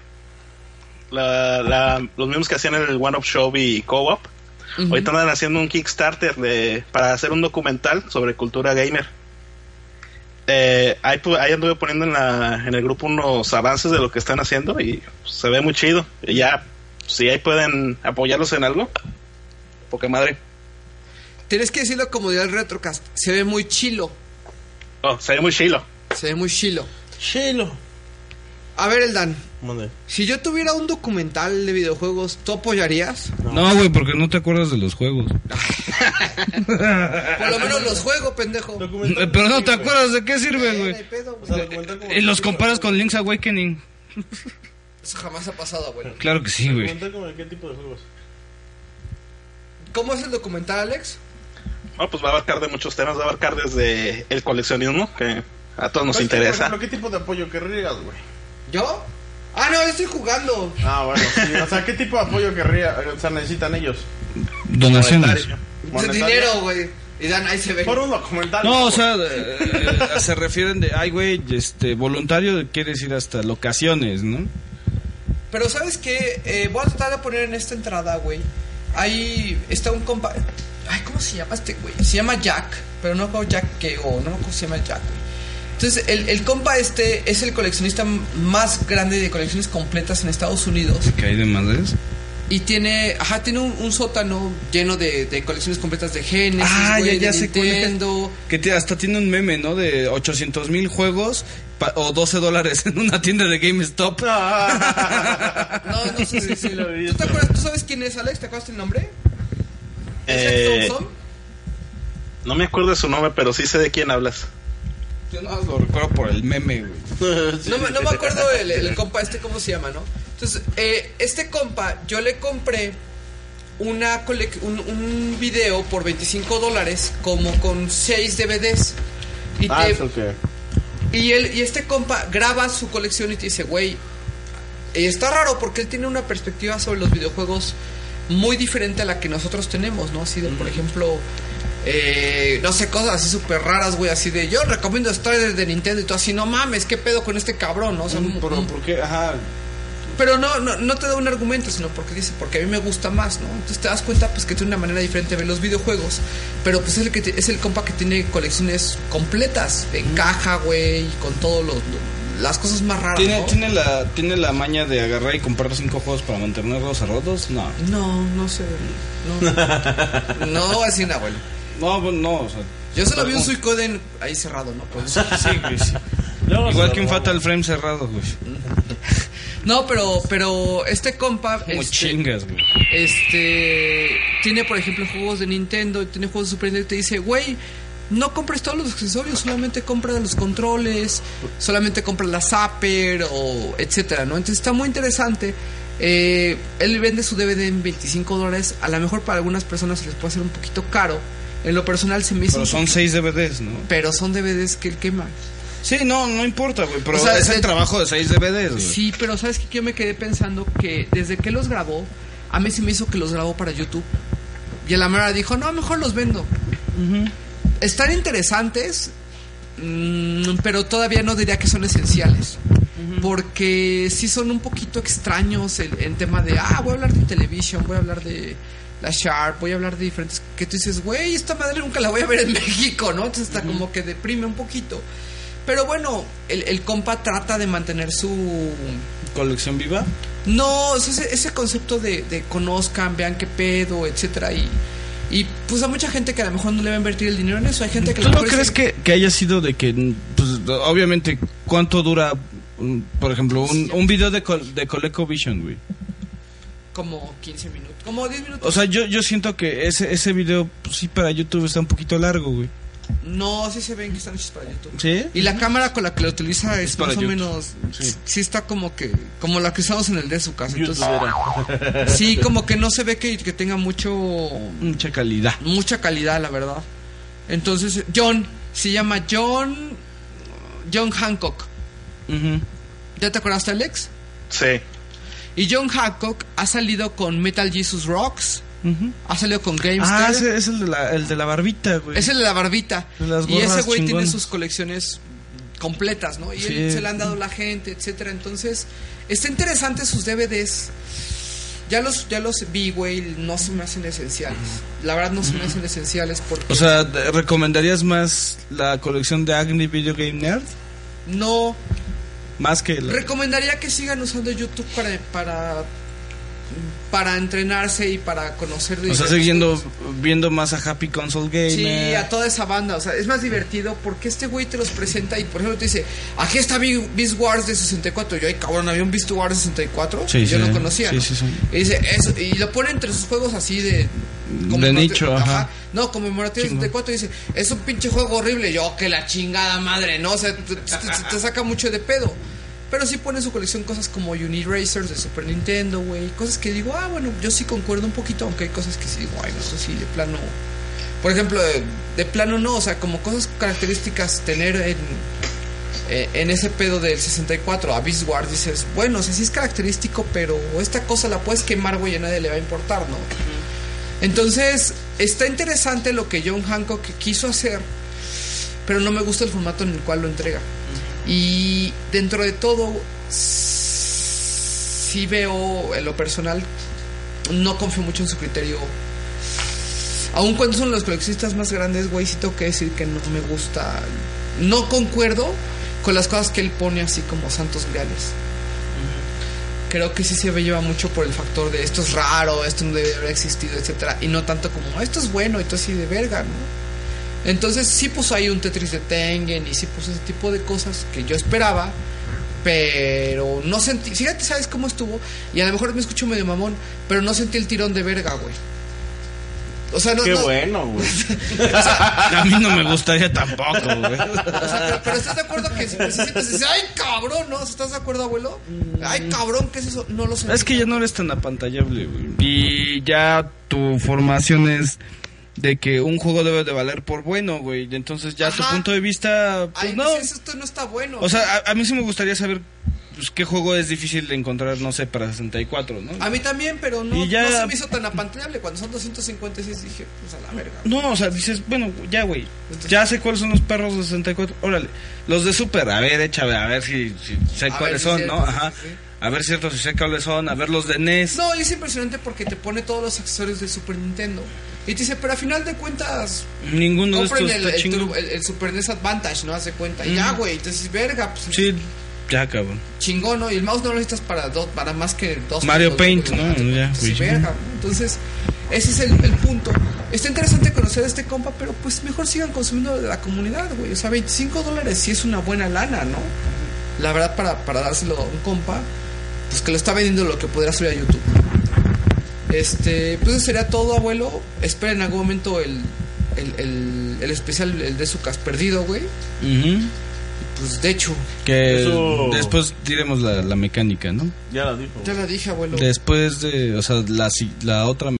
Speaker 10: la- la- los mismos que hacían el One Up Show y Co-op,
Speaker 2: Ujú.
Speaker 10: ahorita andan haciendo un Kickstarter de, para hacer un documental sobre cultura gamer. Eh, ahí, pu- ahí anduve poniendo en, la- en el grupo unos avances de lo que están haciendo y se ve muy chido. Y ya, si ahí pueden apoyarlos en algo, porque madre.
Speaker 2: Tienes que decirlo como diría el Retrocast. Se ve muy chilo.
Speaker 10: Oh, se ve muy chilo.
Speaker 2: Se ve muy chilo.
Speaker 3: Chilo.
Speaker 2: A ver, el Dan.
Speaker 3: Mande.
Speaker 2: Si yo tuviera un documental de videojuegos, ¿tú apoyarías?
Speaker 6: No, güey, porque no te acuerdas de los juegos.
Speaker 2: Por lo menos los juego, pendejo.
Speaker 6: Pero no te acuerdas de qué sirve,
Speaker 2: No hay
Speaker 6: güey.
Speaker 2: pedo, güey.
Speaker 6: Y los comparas con Link's Awakening.
Speaker 2: Eso jamás ha pasado, abuelo.
Speaker 6: Claro que sí, güey.
Speaker 3: Pregunté como de qué tipo de juegos.
Speaker 2: ¿Cómo es el documental, Alex?
Speaker 10: No, pues va a abarcar de muchos temas, va a abarcar desde el coleccionismo, que a todos nos
Speaker 3: Pues,
Speaker 10: interesa.
Speaker 3: Por ejemplo, ¿qué tipo de apoyo querrías, güey?
Speaker 2: ¿Yo? Ah, no, yo estoy jugando.
Speaker 3: Ah, bueno, sí. O sea, ¿qué tipo de apoyo querría? O sea, necesitan ellos.
Speaker 6: Donaciones.
Speaker 2: Es
Speaker 3: Monetario.
Speaker 2: dinero, güey. Y Dan, ahí se ve.
Speaker 3: Por un documental.
Speaker 4: No, o
Speaker 3: güey.
Speaker 4: sea, eh, eh, se refieren de, ay, güey, este, voluntario quiere decir hasta locaciones, ¿no?
Speaker 2: Pero ¿sabes qué? Eh, voy a tratar de poner en esta entrada, güey. Ahí está un compa... Ay, ¿cómo se llama este güey? Se llama Jack, pero no como Jack que o no me acuerdo cómo se llama Jack, güey. Entonces, el, el compa este es el coleccionista más grande de colecciones completas en Estados Unidos.
Speaker 4: ¿Que hay de madres?
Speaker 2: Y tiene, ajá, tiene un, un sótano lleno de, de colecciones completas de Genesis,
Speaker 4: Ah,
Speaker 2: güey,
Speaker 4: ya, ya
Speaker 2: de
Speaker 4: sé cuál es.
Speaker 2: Nintendo.
Speaker 4: Que te- hasta tiene un meme, ¿no? De 800 mil juegos pa- o 12 dólares en una tienda de
Speaker 3: Ah,
Speaker 4: GameStop.
Speaker 2: No, no sé si lo ¿Tú te acuerdas? ¿Tú sabes quién es Alex? ¿Te acuerdas del nombre?
Speaker 10: Eh,
Speaker 2: Thompson?
Speaker 10: no me acuerdo de su nombre, pero sí sé de quién hablas.
Speaker 4: Yo no lo recuerdo por el meme, güey.
Speaker 2: No, me- no me acuerdo el, el compa este cómo se llama, ¿no? Entonces, eh, este compa, yo le compré una colec- un, un video por 25 dólares, como con 6 DVDs. Y,
Speaker 3: Ah,
Speaker 2: te-
Speaker 3: es el que.
Speaker 2: y, él, y este compa graba su colección y te dice, güey, eh, está raro porque él tiene una perspectiva sobre los videojuegos muy diferente a la que nosotros tenemos, ¿no? Así de, por ejemplo, eh, no sé, cosas así súper raras, güey, así de, yo recomiendo Strider de Nintendo y todo así, no mames, ¿qué pedo con este cabrón, no? O sea,
Speaker 3: Pero,
Speaker 2: mm.
Speaker 3: ¿por qué? Ajá.
Speaker 2: Pero no, no, no te da un argumento, sino porque dice, porque a mí me gusta más, ¿no? Entonces te das cuenta pues que tiene una manera diferente de ver los videojuegos, pero pues es el, que te- es el compa que tiene colecciones completas, de caja, güey, y con todos los... Las cosas más raras,
Speaker 4: ¿Tiene,
Speaker 2: ¿no?
Speaker 4: tiene, la, ¿Tiene la maña de agarrar y comprar cinco juegos para mantenerlos a rodos? No.
Speaker 2: No, no sé. No, no así nada, güey.
Speaker 4: No, pues, no, o sea.
Speaker 2: Yo solo vi un Suicoden ahí cerrado, ¿no? Pues,
Speaker 4: Sí, güey, sí. Igual que un Fatal Frame cerrado, güey.
Speaker 2: No, pero, pero este compa...
Speaker 4: Como
Speaker 2: este,
Speaker 4: chingas, güey.
Speaker 2: este tiene por ejemplo juegos de Nintendo, tiene juegos de Super Nintendo y te dice, güey, no compres todos los accesorios, solamente compra los controles, solamente compra la Zapper o etcétera, ¿no? Entonces está muy interesante. Eh, él vende su DVD en 25 dólares, a lo mejor para algunas personas se les puede hacer un poquito caro. En lo personal se me hizo
Speaker 4: Pero
Speaker 2: un
Speaker 4: son
Speaker 2: poquito-
Speaker 4: seis DVDs, ¿no?
Speaker 2: pero son DVDs que él quema.
Speaker 4: Sí, no, no importa, güey. Pero
Speaker 2: O sea,
Speaker 4: es
Speaker 2: de-
Speaker 4: el trabajo de seis DVDs, güey.
Speaker 2: Sí, pero sabes que yo me quedé pensando que desde que los grabó, a mí se me hizo que los grabó para YouTube. Y la mera dijo, no, mejor los vendo. Están interesantes, mm, pero todavía no diría que son esenciales. Porque sí son un poquito extraños en, en tema de, ah, voy a hablar de televisión, voy a hablar de la Sharp, voy a hablar de diferentes... Que tú dices, güey, esta madre nunca la voy a ver en México, ¿no? Entonces está como que deprime un poquito. Pero bueno, el, el compa trata de mantener su...
Speaker 4: ¿Colección viva?
Speaker 2: No, o sea, ese, ese concepto de, de conozcan, vean qué pedo, etcétera. Y, y pues a mucha gente que a lo mejor no le va a invertir el dinero en eso. Hay gente que a
Speaker 4: ¿Tú
Speaker 2: lo
Speaker 4: no
Speaker 2: mejor
Speaker 4: crees
Speaker 2: dice,
Speaker 4: que, que haya sido de que, pues, obviamente, cuánto dura, mm, por ejemplo, un, un video de, Col- de ColecoVision, güey?
Speaker 2: Como 15 minutos, como 10 minutos.
Speaker 4: O sea, yo, yo siento que ese, ese video, pues, sí, para YouTube está un poquito largo, güey.
Speaker 2: No, sí se ven que están hechos para YouTube.
Speaker 4: ¿Sí?
Speaker 2: Y la cámara con la que lo utiliza es,
Speaker 4: para
Speaker 2: más o
Speaker 4: YouTube.
Speaker 2: menos. Sí. está como que. Como la que usamos en el de su casa. Entonces,
Speaker 4: YouTubera.
Speaker 2: sí, como que no se ve que, que tenga mucho.
Speaker 4: Mucha calidad.
Speaker 2: Mucha calidad, la verdad. Entonces, John. Se llama John. John Hancock. ¿Ya te acordaste, Alex?
Speaker 10: Sí.
Speaker 2: Y John Hancock ha salido con Metal Jesus Rocks. Ha salido con GameStar.
Speaker 4: Ah, ese es el de la, el de la barbita, güey.
Speaker 2: Es el de la barbita.
Speaker 4: De las
Speaker 2: y ese
Speaker 4: gorras
Speaker 2: güey tiene
Speaker 4: chingonas.
Speaker 2: sus colecciones completas, ¿no? Y
Speaker 4: Sí.
Speaker 2: él se la han dado la gente, etcétera. Entonces, está interesante sus DVDs. Ya los, ya los vi, güey, no se me hacen esenciales. La verdad no se me hacen esenciales porque
Speaker 4: O sea, ¿te- ¿recomendarías más la colección de Agni Video Game Nerd?
Speaker 2: no
Speaker 4: Más que la...
Speaker 2: recomendaría que sigan usando YouTube para para para entrenarse y para conocer
Speaker 4: O sea,
Speaker 2: diferentes
Speaker 4: siguiendo viendo más a Happy Console
Speaker 2: Sí,
Speaker 4: Gamer.
Speaker 2: a toda esa banda. O sea, es más divertido porque este güey te los presenta y, por ejemplo, te dice: Aquí está Bi- Beast Wars de 64. Yo, ay, cabrón, había un Beast Wars de 64.
Speaker 4: Sí,
Speaker 2: yo
Speaker 4: sí.
Speaker 2: no conocía.
Speaker 4: Sí,
Speaker 2: ¿no?
Speaker 4: sí, sí.
Speaker 2: Y, dice, "Eso", y lo pone entre sus juegos así de.
Speaker 4: de
Speaker 2: conmemorati-
Speaker 4: nicho, ajá.
Speaker 2: No, conmemorativo de
Speaker 4: Chingón.
Speaker 2: 64. Dice: Es un pinche juego horrible. Yo, que la chingada madre, ¿no? O sea, te, te- te- te saca mucho de pedo. Pero sí pone en su colección cosas como Uniracers de Super Nintendo, güey. Cosas que digo, ah, bueno, yo sí concuerdo un poquito, aunque hay cosas que sí digo, ay, no, eso sí, de plano. Por ejemplo, de, de plano no, o sea, como cosas características tener en, eh, en ese pedo del 64 a Beast Wars, dices, bueno, o sea, sí es característico, pero esta cosa la puedes quemar, güey, y a nadie le va a importar, ¿no? Entonces, está interesante lo que John Hancock quiso hacer, pero no me gusta el formato en el cual lo entrega. Y dentro de todo, s- sí veo en lo personal, no confío mucho en su criterio. Aun cuando son los coleccionistas más grandes, güey, sí tengo que decir que no me gusta. No concuerdo con las cosas que él pone así como santos griales. Creo que sí se ve lleva mucho por el factor de esto es raro, esto no debe haber existido, etcétera, y no tanto como "Ah, esto es bueno, esto así de verga, ¿no? Entonces sí puso ahí un Tetris de Tengen y sí puso ese tipo de cosas que yo esperaba, pero no sentí, fíjate, ¿sabes cómo estuvo? Y a lo mejor me escucho medio mamón, pero no sentí el tirón de verga, güey. O sea, no,
Speaker 3: Qué
Speaker 2: no-
Speaker 3: bueno, güey.
Speaker 25: A mí no me gustaría tampoco, güey.
Speaker 2: O sea, pero, pero estás de acuerdo que si te sientes dices, ay cabrón, ¿no? ¿Estás de acuerdo, abuelo? Ay cabrón, ¿qué es eso? No lo sé.
Speaker 4: Mm. Es que ya no eres tan apantallable, güey. Y ya tu formación es de que un juego debe de valer por bueno, güey. Y Entonces ya tu punto de vista, pues
Speaker 2: Ay,
Speaker 4: no.
Speaker 2: dices, esto no está bueno.
Speaker 4: O sea, a, a mí sí me gustaría saber pues, qué juego es difícil de encontrar, no sé, para 64, ¿no?
Speaker 2: a mí también, pero no,
Speaker 4: Y ya-
Speaker 2: no se me hizo tan apantallable. Cuando son 256 dije, pues a la verga.
Speaker 4: No, o sea, dices, bueno, ya, güey. Ya sé cuáles son los perros de 64. Órale. Los de Super, a ver, échame, a ver si, si sé
Speaker 2: A ver
Speaker 4: cuáles
Speaker 2: si
Speaker 4: son,
Speaker 2: es
Speaker 4: ¿no?
Speaker 2: cierto, sí,
Speaker 4: Ajá.
Speaker 2: sí, sí.
Speaker 4: A ver cierto, si sé cuáles son. A ver los de E NES.
Speaker 2: No, y es impresionante porque te pone todos los accesorios de Super Nintendo. Y te dice, pero a final de cuentas,
Speaker 4: Ninguno de estos
Speaker 2: compren el,
Speaker 4: está
Speaker 2: el,
Speaker 4: chingón.
Speaker 2: turbo- el- el Super NES Advantage, ¿no? Hace cuenta.
Speaker 4: Mm.
Speaker 2: Y ya, güey, entonces, verga, pues
Speaker 4: Sí, ya, cabrón.
Speaker 2: chingón, ¿no? Y el mouse no lo necesitas para, dos, para más que dos.
Speaker 4: Mario
Speaker 2: juegos,
Speaker 4: Paint,
Speaker 2: güey.
Speaker 4: ¿no? Ya, pues,
Speaker 2: Sí,
Speaker 4: güey.
Speaker 2: verga, ¿no? Entonces, ese es el, el punto. Está interesante conocer a este compa, pero pues mejor sigan consumiendo de la comunidad, güey. O sea, 25 dólares sí es una buena lana, ¿no? La verdad, para, para dárselo a un compa, pues que lo está vendiendo lo que podría subir a YouTube. Este, pues eso sería todo, abuelo. Esperen en algún momento el, el, el, el especial, el de Sucas perdido, güey.
Speaker 4: Ujú.
Speaker 2: Pues de hecho,
Speaker 4: Que
Speaker 2: Eso-
Speaker 4: después diremos la, la mecánica, ¿no?
Speaker 3: Ya la dijo.
Speaker 2: ya la dije, abuelo.
Speaker 4: Después de, o sea, la, si- la otra